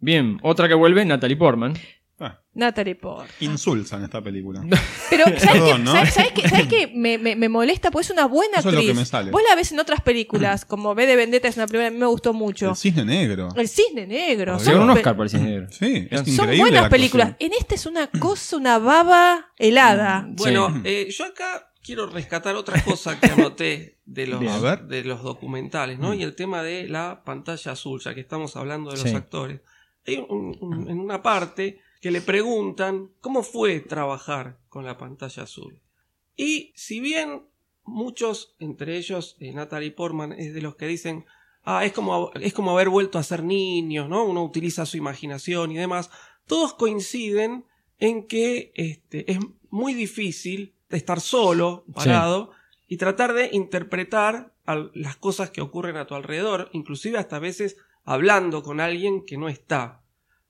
[SPEAKER 3] Bien, otra que vuelve, Natalie Portman.
[SPEAKER 5] Ah,
[SPEAKER 4] Natalie Portman.
[SPEAKER 5] insulsan esta película.
[SPEAKER 4] Pero, ¿sabes
[SPEAKER 5] Perdón,
[SPEAKER 4] qué?
[SPEAKER 5] ¿no?
[SPEAKER 4] ¿Sabes- sabes qué? ¿Sabes qué? Me, me- me molesta, pues es una buena
[SPEAKER 5] Eso es
[SPEAKER 4] actriz.
[SPEAKER 5] lo que me sale.
[SPEAKER 4] Vos la ves en otras películas, como B de Vendetta es una primera, a mí me gustó mucho.
[SPEAKER 5] El cisne negro.
[SPEAKER 4] El Cisne Negro.
[SPEAKER 3] Se ganó un
[SPEAKER 4] pe-
[SPEAKER 3] Oscar por el cine negro.
[SPEAKER 5] Sí, es
[SPEAKER 4] son
[SPEAKER 5] increíble la
[SPEAKER 4] buenas
[SPEAKER 5] actuación.
[SPEAKER 4] películas. En esta es una cosa, una baba
[SPEAKER 5] Mm,
[SPEAKER 4] helada.
[SPEAKER 6] Bueno,
[SPEAKER 3] Sí.
[SPEAKER 6] eh, yo acá quiero rescatar otra cosa que anoté de los,
[SPEAKER 5] Bien. A ver. Mm.
[SPEAKER 6] de los documentales, ¿no? Y el tema de la pantalla azul, ya que estamos hablando de los
[SPEAKER 3] Sí.
[SPEAKER 6] actores. Hay un- un- en una parte que le preguntan cómo fue trabajar con la pantalla azul. Y si bien muchos, entre ellos eh, Natalie Portman, es de los que dicen, ah, es como, es como haber vuelto a ser niños, ¿no? Uno utiliza su imaginación y demás. Todos coinciden en que este, es muy difícil estar solo, parado, y tratar de interpretar al- las cosas que ocurren a tu alrededor, inclusive hasta a veces hablando con alguien que no está.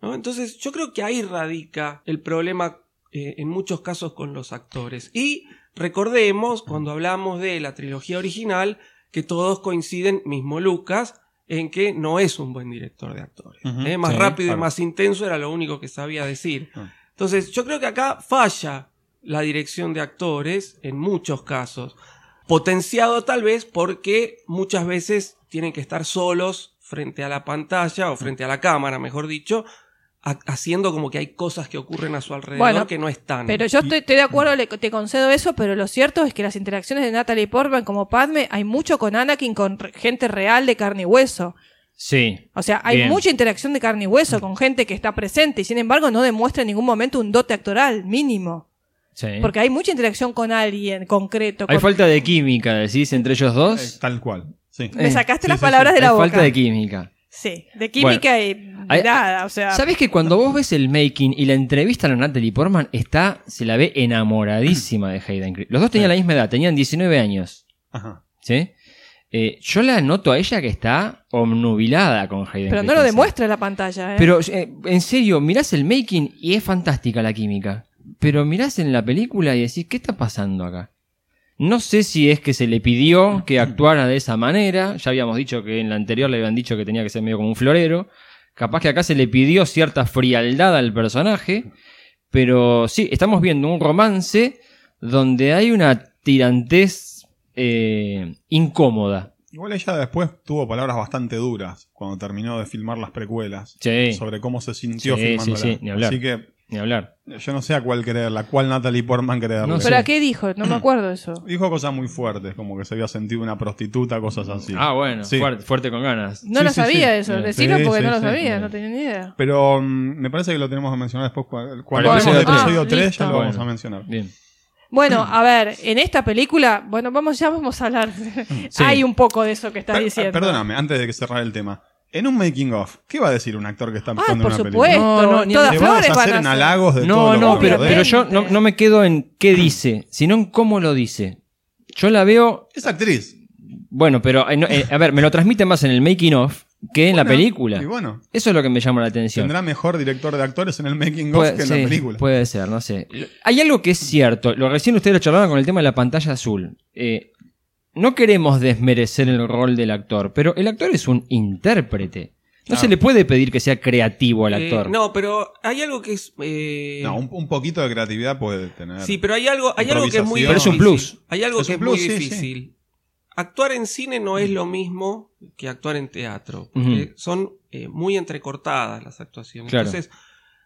[SPEAKER 6] ¿no? Entonces yo creo que ahí radica el problema eh, en muchos casos con los actores. Y recordemos, cuando hablamos de la trilogía original, que todos coinciden, mismo Lucas, en que no es un buen director de actores.
[SPEAKER 5] Ujú,
[SPEAKER 6] ¿eh? Más
[SPEAKER 5] sí,
[SPEAKER 6] rápido
[SPEAKER 5] claro.
[SPEAKER 6] y más intenso era lo único que sabía decir.
[SPEAKER 5] Ah.
[SPEAKER 6] Entonces, yo creo que acá falla la dirección de actores en muchos casos. Potenciado tal vez porque muchas veces tienen que estar solos frente a la pantalla o frente a la cámara, mejor dicho, ha- haciendo como que hay cosas que ocurren a su alrededor
[SPEAKER 4] Bueno,
[SPEAKER 6] que no
[SPEAKER 5] mm.
[SPEAKER 6] están.
[SPEAKER 4] Pero yo estoy, estoy de acuerdo, le- te concedo eso, pero lo cierto es que las interacciones de Natalie Portman como Padme, hay mucho con Anakin, con re- gente real de carne y hueso.
[SPEAKER 3] Sí.
[SPEAKER 4] O sea, hay
[SPEAKER 3] Bien.
[SPEAKER 4] mucha interacción de carne y hueso con gente que está presente y sin embargo no demuestra en ningún momento un dote actoral mínimo.
[SPEAKER 3] sí.
[SPEAKER 4] Porque hay mucha interacción con alguien concreto.
[SPEAKER 3] Hay
[SPEAKER 4] con-
[SPEAKER 3] falta de química, decís, entre ellos
[SPEAKER 5] Eh,
[SPEAKER 3] dos.
[SPEAKER 5] Tal cual. Sí.
[SPEAKER 4] Me sacaste
[SPEAKER 5] Sí,
[SPEAKER 4] las
[SPEAKER 5] eh, sí,
[SPEAKER 4] palabras
[SPEAKER 5] sí.
[SPEAKER 4] de la
[SPEAKER 3] Hay
[SPEAKER 4] boca.
[SPEAKER 3] falta de química.
[SPEAKER 4] Sí, de química y
[SPEAKER 3] Hay-
[SPEAKER 4] nada, o sea.
[SPEAKER 3] ¿Sabes que cuando vos ves el making y la entrevista a la Natalie Portman está, se la ve enamoradísima de Hayden Christensen? Los dos tenían la misma edad, tenían 19 años,
[SPEAKER 5] Ajá.
[SPEAKER 3] ¿sí? Eh, yo la noto a ella que está omnubilada con Hayden
[SPEAKER 4] Pero no lo
[SPEAKER 3] Christensen.
[SPEAKER 4] demuestra la pantalla, ¿eh?
[SPEAKER 3] Pero, eh, en serio, mirás el making y es fantástica la química. Pero mirás en la película y decís, ¿qué está pasando acá? No sé si es que se le pidió que actuara de esa manera. Ya habíamos dicho que en la anterior le habían dicho que tenía que ser medio como un florero. Capaz que acá se le pidió cierta frialdad al personaje. Pero sí, estamos viendo un romance donde hay una tirantez eh, incómoda.
[SPEAKER 5] Igual ella después tuvo palabras bastante duras cuando terminó de filmar las precuelas
[SPEAKER 3] Sí,
[SPEAKER 5] sobre cómo se sintió
[SPEAKER 3] Sí,
[SPEAKER 5] filmándola.
[SPEAKER 3] sí, sí, ni hablar.
[SPEAKER 5] Así que
[SPEAKER 3] ni hablar.
[SPEAKER 5] yo no sé a cuál creerla, cuál Natalie Portman creerla.
[SPEAKER 3] No sé.
[SPEAKER 4] ¿Pero a qué dijo?
[SPEAKER 5] Mm.
[SPEAKER 4] No me acuerdo eso.
[SPEAKER 5] Dijo cosas muy fuertes, como que se había sentido una prostituta, cosas así.
[SPEAKER 3] Ah, bueno,
[SPEAKER 5] Sí.
[SPEAKER 3] fuerte, fuerte con ganas.
[SPEAKER 4] No
[SPEAKER 5] Sí,
[SPEAKER 4] lo
[SPEAKER 5] sí,
[SPEAKER 4] sabía
[SPEAKER 5] sí.
[SPEAKER 4] eso.
[SPEAKER 3] Bien.
[SPEAKER 4] Decirlo
[SPEAKER 5] Sí,
[SPEAKER 4] porque
[SPEAKER 5] sí,
[SPEAKER 4] no lo
[SPEAKER 5] sí.
[SPEAKER 4] sabía,
[SPEAKER 3] Bien.
[SPEAKER 4] no tenía ni idea.
[SPEAKER 5] Pero mm, me parece que lo tenemos que mencionar después. cua- Cuando
[SPEAKER 3] Para el
[SPEAKER 5] hablemos de
[SPEAKER 3] episodio
[SPEAKER 5] episodio
[SPEAKER 4] tres.
[SPEAKER 5] 3
[SPEAKER 4] Ah,
[SPEAKER 5] ya lo
[SPEAKER 3] listo.
[SPEAKER 5] vamos a mencionar.
[SPEAKER 3] Bien.
[SPEAKER 4] Bueno, a ver, en esta película, bueno, vamos ya vamos a hablar. Hay un poco de eso que estás
[SPEAKER 5] Per- ah,
[SPEAKER 4] diciendo.
[SPEAKER 5] Perdóname, antes de que cerrar el tema. En un making of, ¿qué va a decir un actor que está
[SPEAKER 4] Ah,
[SPEAKER 5] actuando
[SPEAKER 4] por
[SPEAKER 5] en una
[SPEAKER 4] supuesto.
[SPEAKER 5] película?
[SPEAKER 3] No, no, ni-
[SPEAKER 4] todas
[SPEAKER 5] Le
[SPEAKER 4] flores
[SPEAKER 5] vas a hacer
[SPEAKER 4] van
[SPEAKER 5] en
[SPEAKER 4] a ser.
[SPEAKER 5] halagos de todo
[SPEAKER 3] No,
[SPEAKER 5] lo ¿eh?
[SPEAKER 3] no,
[SPEAKER 5] que
[SPEAKER 3] pero,
[SPEAKER 5] podés.
[SPEAKER 3] pero yo no, no me quedo en qué dice, sino en cómo lo dice. Yo la veo,
[SPEAKER 5] Es actriz.
[SPEAKER 3] bueno, pero eh, no, eh, a ver, me lo transmite más en el making of que en la
[SPEAKER 5] Bueno,
[SPEAKER 3] película.
[SPEAKER 5] Y bueno,
[SPEAKER 3] Eso es lo que me llama la atención.
[SPEAKER 5] tendrá mejor director de actores en el making of
[SPEAKER 3] Puede,
[SPEAKER 5] que en la
[SPEAKER 3] sí,
[SPEAKER 5] película.
[SPEAKER 3] puede ser, no sé. Hay algo que es cierto. Lo recién ustedes lo charlaban con el tema de la pantalla azul. Eh, no queremos desmerecer el rol del actor, pero el actor es un intérprete. No
[SPEAKER 5] Ah.
[SPEAKER 3] se le puede pedir que sea creativo al
[SPEAKER 6] Eh,
[SPEAKER 3] actor.
[SPEAKER 6] no, pero hay algo que es. eh,
[SPEAKER 5] No, un, un poquito de creatividad puede tener.
[SPEAKER 6] Sí, pero hay algo, hay algo que es muy
[SPEAKER 5] Improvisación. Pero es un
[SPEAKER 6] difícil. Hay algo
[SPEAKER 5] Es
[SPEAKER 6] que
[SPEAKER 5] un
[SPEAKER 6] es muy
[SPEAKER 5] plus, sí, sí.
[SPEAKER 6] difícil. Actuar en cine no es lo mismo que actuar en teatro. porque
[SPEAKER 3] Ujú.
[SPEAKER 6] Son eh, muy entrecortadas las actuaciones.
[SPEAKER 3] Claro.
[SPEAKER 6] Entonces,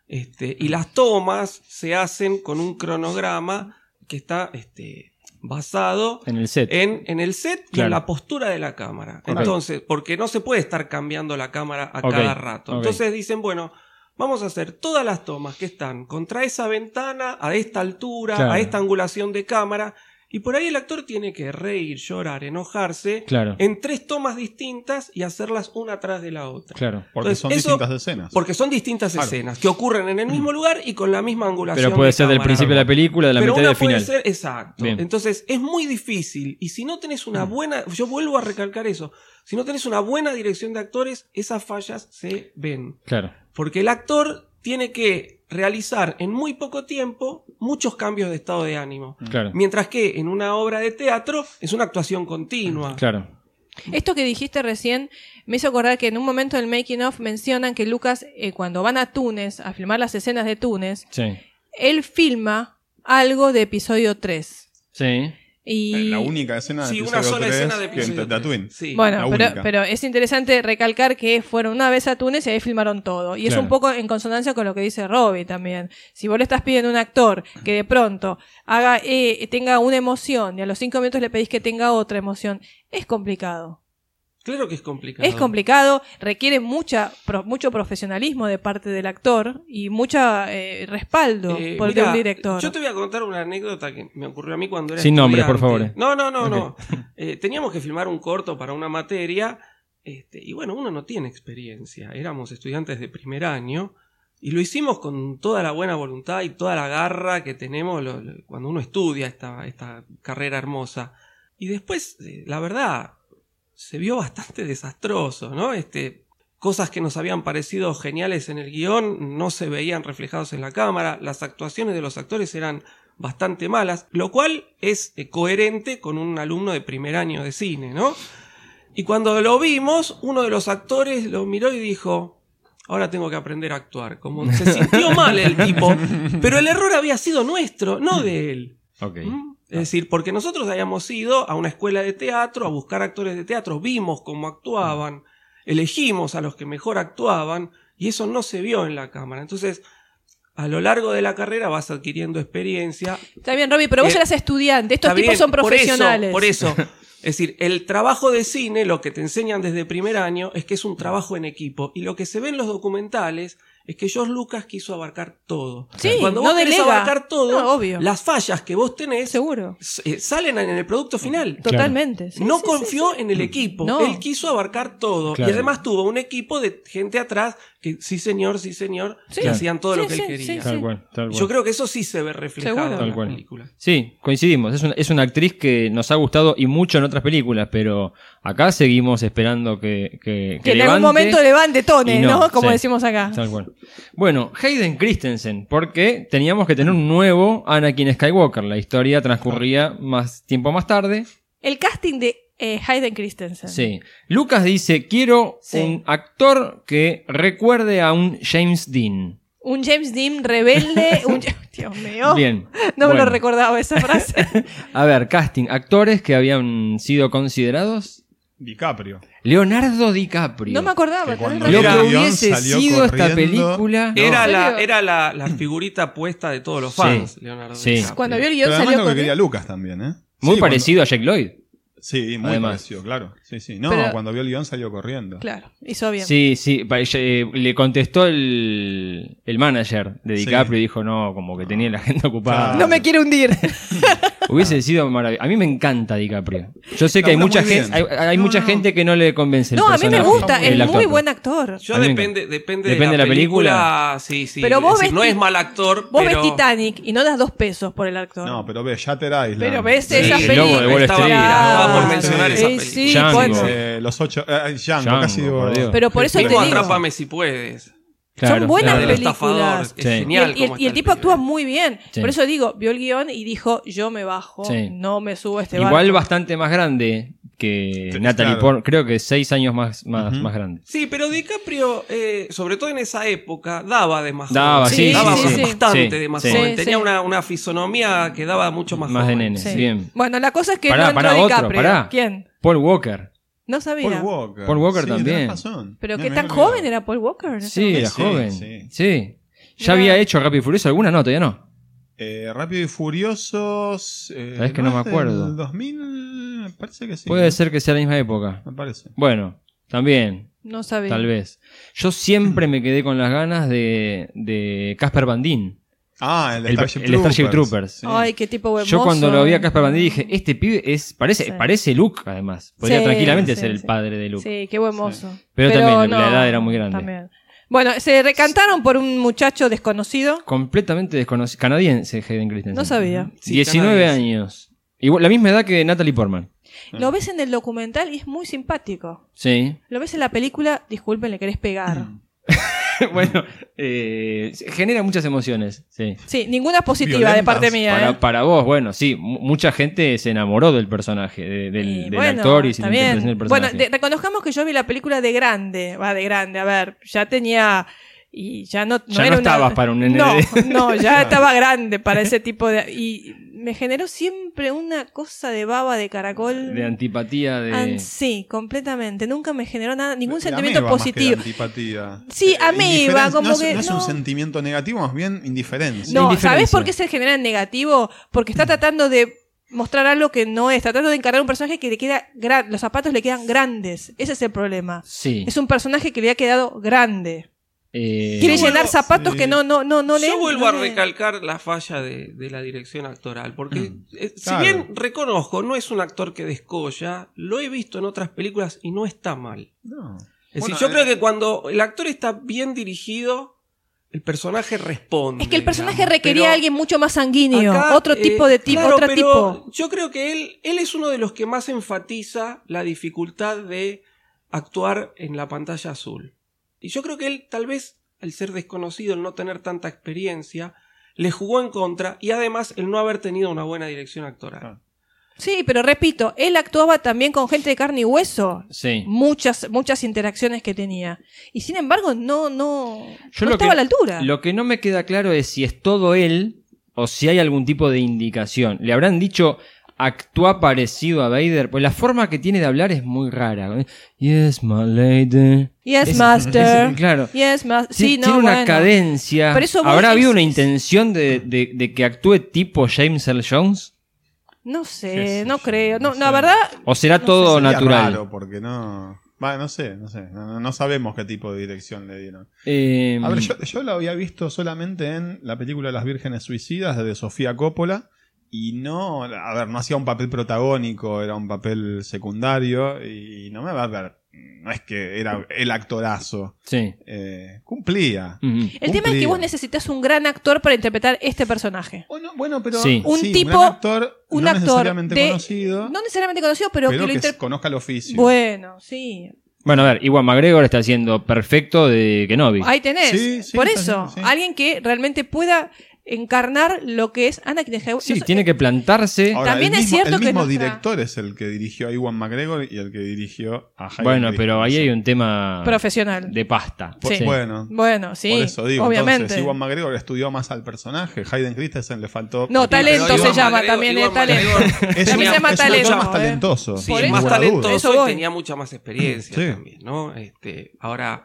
[SPEAKER 6] este, y las tomas se hacen con un cronograma que está este, basado
[SPEAKER 3] En el set.
[SPEAKER 6] en, en el set y
[SPEAKER 3] Claro.
[SPEAKER 6] en la postura de la cámara.
[SPEAKER 3] Ok.
[SPEAKER 6] Entonces, porque no se puede estar cambiando la cámara a
[SPEAKER 3] Ok,
[SPEAKER 6] cada rato.
[SPEAKER 3] ok.
[SPEAKER 6] Entonces dicen, bueno, vamos a hacer todas las tomas que están contra esa ventana, a esta altura,
[SPEAKER 3] Claro.
[SPEAKER 6] a esta angulación de cámara. Y por ahí el actor tiene que reír, llorar, enojarse
[SPEAKER 3] Claro.
[SPEAKER 6] en tres tomas distintas y hacerlas una tras de la otra.
[SPEAKER 3] Claro.
[SPEAKER 5] Porque
[SPEAKER 6] Entonces,
[SPEAKER 5] son
[SPEAKER 6] eso-
[SPEAKER 5] distintas escenas.
[SPEAKER 6] Porque son distintas
[SPEAKER 5] Claro.
[SPEAKER 6] escenas que ocurren en el mismo lugar y con la misma angulación.
[SPEAKER 3] Pero puede
[SPEAKER 6] de
[SPEAKER 3] ser del
[SPEAKER 6] cámara.
[SPEAKER 3] principio de la película, de la
[SPEAKER 6] Pero
[SPEAKER 3] mitad y
[SPEAKER 6] una
[SPEAKER 3] del final.
[SPEAKER 6] puede ser, exacto.
[SPEAKER 3] Bien. Mm.
[SPEAKER 6] Entonces es muy difícil. Y si no tenés una buena, yo vuelvo a recalcar eso, si no tenés una buena dirección de actores, esas fallas se ven.
[SPEAKER 3] Claro.
[SPEAKER 6] Porque el actor tiene que realizar en muy poco tiempo muchos cambios de estado de ánimo.
[SPEAKER 3] Claro.
[SPEAKER 6] Mientras que en una obra de teatro es una actuación continua.
[SPEAKER 3] Claro.
[SPEAKER 4] Esto que dijiste recién me hizo acordar que en un momento del making of mencionan que Lucas, eh, cuando van a Túnez, a filmar las escenas de Túnez,
[SPEAKER 3] Sí.
[SPEAKER 4] él filma algo de episodio 3.
[SPEAKER 3] Sí.
[SPEAKER 4] Y...
[SPEAKER 5] La única escena de
[SPEAKER 6] Sí, una
[SPEAKER 5] episodio
[SPEAKER 6] sola
[SPEAKER 5] tres
[SPEAKER 6] escena de
[SPEAKER 5] que en
[SPEAKER 6] episodio.
[SPEAKER 5] Tatooine.
[SPEAKER 6] Sí.
[SPEAKER 5] la
[SPEAKER 4] Bueno, pero,
[SPEAKER 5] única.
[SPEAKER 4] pero es interesante recalcar que fueron una vez a Túnez y ahí filmaron todo. Y es
[SPEAKER 3] Claro.
[SPEAKER 4] un poco en consonancia con lo que dice Robbie también. Si vos le estás pidiendo a un actor que de pronto haga eh, tenga una emoción y a los cinco minutos le pedís que tenga otra emoción, es complicado.
[SPEAKER 6] Claro que es complicado.
[SPEAKER 4] Es complicado, requiere mucha pro- mucho profesionalismo de parte del actor y mucha eh, respaldo
[SPEAKER 6] Eh,
[SPEAKER 4] por
[SPEAKER 6] mirá,
[SPEAKER 4] de un director.
[SPEAKER 6] Yo te voy a contar una anécdota que me ocurrió a mí cuando era
[SPEAKER 3] Sin nombres, por
[SPEAKER 6] estudiante.
[SPEAKER 3] favor.
[SPEAKER 6] No, no, no, no. Eh, teníamos que filmar un corto para una materia. este, y bueno, uno no tiene experiencia. Éramos estudiantes de primer año. Y lo hicimos con toda la buena voluntad y toda la garra que tenemos lo- lo- cuando uno estudia esta, esta carrera hermosa. Y después, eh, la verdad, se vio bastante desastroso, ¿no? Este, cosas que nos habían parecido geniales en el guión no se veían reflejados en la cámara, las actuaciones de los actores eran bastante malas, lo cual es eh, coherente con un alumno de primer año de cine, ¿no? Y cuando lo vimos, uno de los actores lo miró y dijo, ahora tengo que aprender a actuar, como se sintió mal el tipo, pero el error había sido nuestro, no de él.
[SPEAKER 3] Ok.
[SPEAKER 6] ¿Mm? Es decir, porque nosotros habíamos ido a una escuela de teatro a buscar actores de teatro, vimos cómo actuaban, elegimos a los que mejor actuaban y eso no se vio en la cámara. Entonces, a lo largo de la carrera vas adquiriendo experiencia.
[SPEAKER 4] Está bien, Robbie, pero vos
[SPEAKER 6] Eh,
[SPEAKER 4] eras estudiante, estos
[SPEAKER 6] Está
[SPEAKER 4] tipos
[SPEAKER 6] bien,
[SPEAKER 4] son
[SPEAKER 6] por eso,
[SPEAKER 4] profesionales.
[SPEAKER 6] Por eso, Es decir, el trabajo de cine, lo que te enseñan desde primer año, es que es un trabajo en equipo. Y lo que se ve en los documentales es que George Lucas quiso abarcar todo.
[SPEAKER 4] Sí,
[SPEAKER 6] Cuando
[SPEAKER 4] no
[SPEAKER 6] vos querés
[SPEAKER 4] delega.
[SPEAKER 6] abarcar todo,
[SPEAKER 4] No, obvio.
[SPEAKER 6] las fallas que vos tenés
[SPEAKER 4] Seguro,
[SPEAKER 6] s- eh, salen en el producto final.
[SPEAKER 4] totalmente. sí,
[SPEAKER 6] no
[SPEAKER 4] sí, sí,
[SPEAKER 6] confió en el equipo.
[SPEAKER 4] No.
[SPEAKER 6] Él quiso abarcar todo.
[SPEAKER 3] Claro.
[SPEAKER 6] Y además tuvo un equipo de gente atrás que sí, señor, sí, señor,
[SPEAKER 4] Sí.
[SPEAKER 6] que hacían todo
[SPEAKER 4] Sí,
[SPEAKER 6] lo que
[SPEAKER 4] sí,
[SPEAKER 6] él quería.
[SPEAKER 4] sí,
[SPEAKER 3] Tal cual, tal cual.
[SPEAKER 6] Yo creo que eso sí se ve reflejado
[SPEAKER 4] Seguro.
[SPEAKER 6] en
[SPEAKER 3] Tal
[SPEAKER 6] la
[SPEAKER 3] cual.
[SPEAKER 6] película.
[SPEAKER 3] Sí, coincidimos. Es una, es una actriz que nos ha gustado y mucho en otras películas, pero acá seguimos esperando que, que, que
[SPEAKER 4] Que en algún
[SPEAKER 3] levante.
[SPEAKER 4] momento levante
[SPEAKER 3] y
[SPEAKER 4] Tone,
[SPEAKER 3] no,
[SPEAKER 4] ¿no? Como
[SPEAKER 3] sí.
[SPEAKER 4] decimos acá.
[SPEAKER 3] Tal cual. Bueno, Hayden Christensen, porque teníamos que tener un nuevo Anakin Skywalker. La historia transcurría más tiempo más tarde.
[SPEAKER 4] El casting de eh, Hayden Christensen.
[SPEAKER 3] Sí. Lucas dice, quiero
[SPEAKER 4] Sí.
[SPEAKER 3] un actor que recuerde a un James Dean.
[SPEAKER 4] Un James Dean rebelde. un- Dios mío.
[SPEAKER 3] Bien.
[SPEAKER 4] No me
[SPEAKER 3] Bueno,
[SPEAKER 4] lo recordaba esa frase.
[SPEAKER 3] A ver, casting. Actores que habían sido considerados.
[SPEAKER 5] DiCaprio.
[SPEAKER 3] Leonardo DiCaprio.
[SPEAKER 4] No me acordaba.
[SPEAKER 5] Que cuando
[SPEAKER 4] tenés
[SPEAKER 3] Lo
[SPEAKER 5] Mira,
[SPEAKER 4] razón.
[SPEAKER 3] que
[SPEAKER 5] el guión
[SPEAKER 3] hubiese
[SPEAKER 5] salió
[SPEAKER 3] sido esta
[SPEAKER 5] corriendo.
[SPEAKER 3] película.
[SPEAKER 4] No.
[SPEAKER 6] Era,
[SPEAKER 4] ¿En
[SPEAKER 6] la,
[SPEAKER 4] serio?
[SPEAKER 6] era la, la figurita puesta de todos los
[SPEAKER 3] Sí.
[SPEAKER 6] fans, Leonardo.
[SPEAKER 3] Sí.
[SPEAKER 6] DiCaprio.
[SPEAKER 4] Cuando vio el guión
[SPEAKER 5] Pero además
[SPEAKER 4] salió
[SPEAKER 5] lo que
[SPEAKER 4] con
[SPEAKER 5] quería
[SPEAKER 4] él.
[SPEAKER 5] Lucas también, ¿eh?
[SPEAKER 3] Muy
[SPEAKER 5] Sí,
[SPEAKER 3] parecido a Jack Lloyd.
[SPEAKER 5] cuando- sí, muy
[SPEAKER 3] Además.
[SPEAKER 5] parecido, claro. Sí, sí. No,
[SPEAKER 4] Pero-
[SPEAKER 5] cuando vio el guión salió corriendo.
[SPEAKER 4] Claro, hizo bien.
[SPEAKER 3] Sí, sí, pa- eh, le contestó el, el manager de
[SPEAKER 5] Sí.
[SPEAKER 3] DiCaprio y dijo, no, como que tenía la gente ocupada.
[SPEAKER 5] Claro.
[SPEAKER 4] No me quiere hundir.
[SPEAKER 3] Hubiese sido maravilloso. A mí me encanta DiCaprio. Yo sé que hay
[SPEAKER 5] Está
[SPEAKER 3] mucha
[SPEAKER 5] muy bien.
[SPEAKER 3] gente, hay, hay
[SPEAKER 5] No,
[SPEAKER 3] mucha
[SPEAKER 5] no.
[SPEAKER 3] gente que no le convence. el
[SPEAKER 4] No, a mí me
[SPEAKER 3] personaje,
[SPEAKER 4] gusta.
[SPEAKER 3] el
[SPEAKER 4] Es
[SPEAKER 3] actor.
[SPEAKER 4] muy buen actor.
[SPEAKER 6] Yo
[SPEAKER 3] A mí me
[SPEAKER 6] depende, depende,
[SPEAKER 3] Depende
[SPEAKER 6] de la película. Sí, sí.
[SPEAKER 4] Pero
[SPEAKER 6] Es
[SPEAKER 4] vos
[SPEAKER 6] decir,
[SPEAKER 4] ves
[SPEAKER 6] no
[SPEAKER 4] Ti-
[SPEAKER 6] es mal actor.
[SPEAKER 4] Vos
[SPEAKER 6] pero...
[SPEAKER 4] ves Titanic y no das dos pesos por el actor.
[SPEAKER 5] No, pero ve, Shatter Island.
[SPEAKER 4] Pero ves
[SPEAKER 5] Sí.
[SPEAKER 4] esas
[SPEAKER 3] El lobo
[SPEAKER 4] películas.
[SPEAKER 3] de Wall
[SPEAKER 6] Estaba-
[SPEAKER 3] Street.
[SPEAKER 6] estaba por mencionar
[SPEAKER 5] Sí.
[SPEAKER 6] esa
[SPEAKER 4] Eh,
[SPEAKER 6] película.
[SPEAKER 4] sí,
[SPEAKER 3] Django.
[SPEAKER 4] bueno.
[SPEAKER 5] Eh, los ocho. Eh, Django,
[SPEAKER 3] Django,
[SPEAKER 5] casi.
[SPEAKER 3] por
[SPEAKER 5] digo-
[SPEAKER 3] Dios.
[SPEAKER 4] Pero por eso
[SPEAKER 5] Sí,
[SPEAKER 4] te
[SPEAKER 6] Tipo,
[SPEAKER 4] digo.
[SPEAKER 6] Atrápame si puedes.
[SPEAKER 3] Claro,
[SPEAKER 4] son buenas
[SPEAKER 3] claro.
[SPEAKER 6] El
[SPEAKER 4] películas.
[SPEAKER 6] estafador. Es
[SPEAKER 3] Sí.
[SPEAKER 4] Y el,
[SPEAKER 6] genial.
[SPEAKER 4] y el-
[SPEAKER 6] cómo
[SPEAKER 4] y el
[SPEAKER 6] está
[SPEAKER 4] tipo actúa
[SPEAKER 6] pibe.
[SPEAKER 4] muy bien.
[SPEAKER 3] Sí.
[SPEAKER 4] Por eso digo, vio el guión y dijo, yo me bajo,
[SPEAKER 3] Sí.
[SPEAKER 4] no me subo a este barco.
[SPEAKER 3] Igual bastante más grande que
[SPEAKER 5] Sí,
[SPEAKER 3] Natalie
[SPEAKER 5] claro.
[SPEAKER 3] Portman, creo que seis años más, más,
[SPEAKER 5] Ujú.
[SPEAKER 3] más grande.
[SPEAKER 6] Sí, pero DiCaprio, eh, sobre todo en esa época, daba de más
[SPEAKER 3] Daba,
[SPEAKER 6] joven.
[SPEAKER 4] sí,
[SPEAKER 6] daba
[SPEAKER 4] sí,
[SPEAKER 6] ba-
[SPEAKER 4] sí.
[SPEAKER 6] bastante
[SPEAKER 3] Sí,
[SPEAKER 6] de más
[SPEAKER 3] sí.
[SPEAKER 6] joven.
[SPEAKER 4] Sí,
[SPEAKER 6] Tenía
[SPEAKER 4] sí.
[SPEAKER 6] Una, una fisonomía que daba mucho más,
[SPEAKER 3] Más de
[SPEAKER 6] joven.
[SPEAKER 3] nene.
[SPEAKER 4] Sí.
[SPEAKER 3] Bien.
[SPEAKER 4] Bueno, la cosa es que
[SPEAKER 3] Pará,
[SPEAKER 4] no entró
[SPEAKER 3] pará, otro,
[SPEAKER 4] DiCaprio.
[SPEAKER 3] pará.
[SPEAKER 4] ¿Quién?
[SPEAKER 3] Paul Walker.
[SPEAKER 4] No
[SPEAKER 5] Paul
[SPEAKER 4] sabía.
[SPEAKER 5] Walker.
[SPEAKER 3] Paul Walker también.
[SPEAKER 5] tenés razón.
[SPEAKER 4] Pero
[SPEAKER 5] Me-
[SPEAKER 4] qué
[SPEAKER 5] me
[SPEAKER 4] tan
[SPEAKER 5] había olvidado.
[SPEAKER 4] joven era Paul Walker.
[SPEAKER 3] Sí, era
[SPEAKER 5] Sí,
[SPEAKER 3] joven. Sí.
[SPEAKER 5] sí.
[SPEAKER 3] ¿Ya
[SPEAKER 4] Mirá.
[SPEAKER 3] había hecho Rápido y Furioso alguna? No, todavía no.
[SPEAKER 5] Eh, Rápido y Furiosos. eh,
[SPEAKER 3] Sabés que no me
[SPEAKER 5] es del
[SPEAKER 3] acuerdo.
[SPEAKER 5] 2000, me parece que sí.
[SPEAKER 3] Puede ser que sea la misma época.
[SPEAKER 5] Me parece.
[SPEAKER 3] Bueno, también,
[SPEAKER 4] No sabía.
[SPEAKER 3] tal vez. Yo siempre me quedé con las ganas de, de Casper Bandín.
[SPEAKER 5] Ah, el, de
[SPEAKER 3] El-
[SPEAKER 5] Starship,
[SPEAKER 3] el Starship Troopers.
[SPEAKER 5] Sí.
[SPEAKER 4] Ay, qué tipo hermoso.
[SPEAKER 3] Yo cuando lo vi a Casper Bandín dije, este pibe es parece,
[SPEAKER 4] Sí.
[SPEAKER 3] parece Luke, además. Podría
[SPEAKER 4] Sí,
[SPEAKER 3] tranquilamente
[SPEAKER 4] sí,
[SPEAKER 3] ser el
[SPEAKER 4] sí.
[SPEAKER 3] padre de Luke.
[SPEAKER 4] Sí, qué buen mozo.
[SPEAKER 3] Pero también, la edad era muy grande.
[SPEAKER 4] también. Bueno, se recantaron por un muchacho desconocido.
[SPEAKER 3] Completamente desconocido. Canadiense, Hayden Christensen.
[SPEAKER 4] No sabía.
[SPEAKER 6] Sí,
[SPEAKER 3] 19
[SPEAKER 6] canadiense.
[SPEAKER 3] años. Igual, la misma edad que Natalie Portman.
[SPEAKER 4] Lo ves en el documental y es muy simpático.
[SPEAKER 3] Sí.
[SPEAKER 4] Lo ves en la película, disculpen, le querés
[SPEAKER 5] Mm.
[SPEAKER 4] pegar.
[SPEAKER 3] Mm. bueno, eh, genera muchas emociones. Sí.
[SPEAKER 4] Sí, ninguna positiva de
[SPEAKER 5] Violentas.
[SPEAKER 4] parte mía. ¿eh?
[SPEAKER 3] Para, para vos, bueno, sí, mu- mucha gente se enamoró del personaje, de- del,
[SPEAKER 4] Y
[SPEAKER 3] del
[SPEAKER 4] Eh, bueno,
[SPEAKER 3] actor y se
[SPEAKER 4] está bien.
[SPEAKER 3] del personaje.
[SPEAKER 4] Bueno, de- reconozcamos que yo vi la película de grande, va de grande, a ver, ya tenía y ya no,
[SPEAKER 3] Ya
[SPEAKER 4] era
[SPEAKER 3] no
[SPEAKER 4] una-
[SPEAKER 3] estabas para un nene
[SPEAKER 4] No,
[SPEAKER 3] de-
[SPEAKER 4] no, ya estaba grande para ese tipo de y me generó siempre una cosa de baba de caracol.
[SPEAKER 3] de antipatía, de...
[SPEAKER 4] An- sí, completamente, nunca me generó nada, ningún
[SPEAKER 5] De
[SPEAKER 4] sentimiento
[SPEAKER 5] ameba más que de
[SPEAKER 4] positivo.
[SPEAKER 5] antipatía.
[SPEAKER 4] Sí,
[SPEAKER 5] Eh,
[SPEAKER 4] ameba,
[SPEAKER 5] indiferencia.
[SPEAKER 4] como
[SPEAKER 5] no es,
[SPEAKER 4] que-
[SPEAKER 5] No es un
[SPEAKER 4] no.
[SPEAKER 5] sentimiento negativo, más bien indiferencia.
[SPEAKER 4] No,
[SPEAKER 3] indiferencia.
[SPEAKER 4] ¿sabes por qué se genera en negativo? Porque está tratando de mostrar algo que no es, está tratando de encargar un personaje que le queda gran- los zapatos le quedan grandes. Ese es el problema.
[SPEAKER 3] Sí.
[SPEAKER 4] Es un personaje que le ha quedado grande.
[SPEAKER 3] eh,
[SPEAKER 4] Quiere
[SPEAKER 6] yo vuelvo-
[SPEAKER 4] llenar zapatos
[SPEAKER 5] sí.
[SPEAKER 4] que no, no, no, no le.
[SPEAKER 6] Yo vuelvo
[SPEAKER 4] no
[SPEAKER 6] a
[SPEAKER 4] le-
[SPEAKER 6] recalcar la falla de, de la dirección actoral, porque eh,
[SPEAKER 5] Mm, claro.
[SPEAKER 6] si bien reconozco, no es un actor que descolla, lo he visto en otras películas y no está mal.
[SPEAKER 5] No.
[SPEAKER 6] Es
[SPEAKER 5] Bueno,
[SPEAKER 6] decir, yo
[SPEAKER 5] eh,
[SPEAKER 6] creo que cuando el actor está bien dirigido, el personaje responde.
[SPEAKER 4] Es que el personaje
[SPEAKER 6] digamos,
[SPEAKER 4] requería
[SPEAKER 6] pero-
[SPEAKER 4] a alguien mucho más sanguíneo,
[SPEAKER 6] Acá,
[SPEAKER 4] otro
[SPEAKER 6] eh,
[SPEAKER 4] tipo de tipo,
[SPEAKER 6] claro,
[SPEAKER 4] otro
[SPEAKER 6] pero
[SPEAKER 4] tipo.
[SPEAKER 6] Yo creo que él, él es uno de los que más enfatiza la dificultad de actuar en la pantalla azul. Y yo creo que él, tal vez, al ser desconocido, el no tener tanta experiencia, le jugó en contra y además el no haber tenido una buena dirección actoral.
[SPEAKER 5] Claro.
[SPEAKER 4] Sí, pero repito, él actuaba también con gente de carne y hueso.
[SPEAKER 3] sí.
[SPEAKER 4] Muchas, muchas interacciones que tenía. Y sin embargo, no, no, no
[SPEAKER 3] que-
[SPEAKER 4] estaba a la altura.
[SPEAKER 3] Lo que no me queda claro es si es todo él o si hay algún tipo de indicación. Le habrán dicho actúa parecido a Vader, pues la forma que tiene de hablar es muy rara. Yes, my lady.
[SPEAKER 4] Yes,
[SPEAKER 3] Es-
[SPEAKER 4] master.
[SPEAKER 3] es- claro.
[SPEAKER 4] Yes, ma-
[SPEAKER 3] Sí,
[SPEAKER 4] sí, no,
[SPEAKER 3] tiene una
[SPEAKER 4] bueno.
[SPEAKER 3] cadencia.
[SPEAKER 4] Pero eso vos
[SPEAKER 3] ¿Habrá
[SPEAKER 4] es-
[SPEAKER 3] habido una intención de, de- de que actúe tipo James Earl Jones?
[SPEAKER 4] No
[SPEAKER 5] Qué
[SPEAKER 4] sé,
[SPEAKER 5] sé
[SPEAKER 4] no
[SPEAKER 5] yo,
[SPEAKER 4] creo. No,
[SPEAKER 5] no
[SPEAKER 4] la
[SPEAKER 5] sé.
[SPEAKER 4] verdad,
[SPEAKER 3] ¿O será
[SPEAKER 5] Sería
[SPEAKER 3] todo natural?
[SPEAKER 5] raro, porque no. Va, no sé, no sé. No, no- no sabemos qué tipo de dirección le dieron.
[SPEAKER 3] Eh,
[SPEAKER 5] A ver, yo, yo lo había visto solamente en la película Las Vírgenes Suicidas de Sofía Coppola. Y no, a ver, no hacía un papel protagónico, era un papel secundario. Y no me va a ver. No es que era el actorazo.
[SPEAKER 3] Sí.
[SPEAKER 5] Eh, cumplía.
[SPEAKER 3] Ujú.
[SPEAKER 4] el tema es que
[SPEAKER 5] Cumplía.
[SPEAKER 4] vos necesitas un gran actor para interpretar este personaje.
[SPEAKER 5] O no, bueno, pero
[SPEAKER 3] Sí.
[SPEAKER 4] Un
[SPEAKER 5] sí,
[SPEAKER 4] tipo-
[SPEAKER 5] gran actor,
[SPEAKER 4] un
[SPEAKER 5] no
[SPEAKER 4] actor
[SPEAKER 5] necesariamente
[SPEAKER 4] de-
[SPEAKER 5] conocido,
[SPEAKER 4] No necesariamente conocido, pero,
[SPEAKER 5] pero,
[SPEAKER 4] que lo
[SPEAKER 5] que,
[SPEAKER 4] interpreta.
[SPEAKER 5] conozca el oficio.
[SPEAKER 4] Bueno, sí.
[SPEAKER 3] Bueno, a ver, Iwan McGregor está haciendo perfecto de Kenobi.
[SPEAKER 4] Ahí tenés.
[SPEAKER 5] Sí, sí,
[SPEAKER 4] Por
[SPEAKER 5] está
[SPEAKER 4] eso,
[SPEAKER 5] bien, sí.
[SPEAKER 4] alguien que realmente pueda encarnar lo que es Anakin Skywalker.
[SPEAKER 3] sí,
[SPEAKER 4] Eso-
[SPEAKER 3] tiene que plantarse.
[SPEAKER 5] Ahora,
[SPEAKER 4] También
[SPEAKER 5] el
[SPEAKER 4] es
[SPEAKER 5] mismo,
[SPEAKER 4] cierto
[SPEAKER 5] el
[SPEAKER 4] que
[SPEAKER 5] mismo
[SPEAKER 4] nuestra-
[SPEAKER 5] director es el que dirigió a Iwan McGregor y el que dirigió a Hayden
[SPEAKER 3] bueno, pero ahí hay
[SPEAKER 5] Christensen.
[SPEAKER 3] un tema
[SPEAKER 4] Profesional.
[SPEAKER 3] de pasta.
[SPEAKER 5] Por-
[SPEAKER 3] Sí.
[SPEAKER 5] Bueno,
[SPEAKER 4] Bueno, sí.
[SPEAKER 5] por eso digo,
[SPEAKER 4] obviamente.
[SPEAKER 5] entonces Iwan McGregor estudió más al personaje, Hayden Christensen le faltó...
[SPEAKER 4] No, talento
[SPEAKER 5] Pero
[SPEAKER 4] se
[SPEAKER 5] Ewan
[SPEAKER 4] llama,
[SPEAKER 6] McGregor-
[SPEAKER 4] también
[SPEAKER 6] Ewan
[SPEAKER 4] es talento.
[SPEAKER 6] McGregor
[SPEAKER 5] Es
[SPEAKER 4] También
[SPEAKER 5] un-
[SPEAKER 4] se llama
[SPEAKER 5] es un actor
[SPEAKER 4] talento,
[SPEAKER 5] más
[SPEAKER 4] ¿eh?
[SPEAKER 5] talentoso.
[SPEAKER 6] Sí,
[SPEAKER 4] Por
[SPEAKER 6] es
[SPEAKER 4] eso,
[SPEAKER 6] más
[SPEAKER 4] por eso
[SPEAKER 6] talentoso y
[SPEAKER 4] voy.
[SPEAKER 6] tenía mucha más experiencia
[SPEAKER 5] Sí.
[SPEAKER 6] también, ¿no? Este, ahora,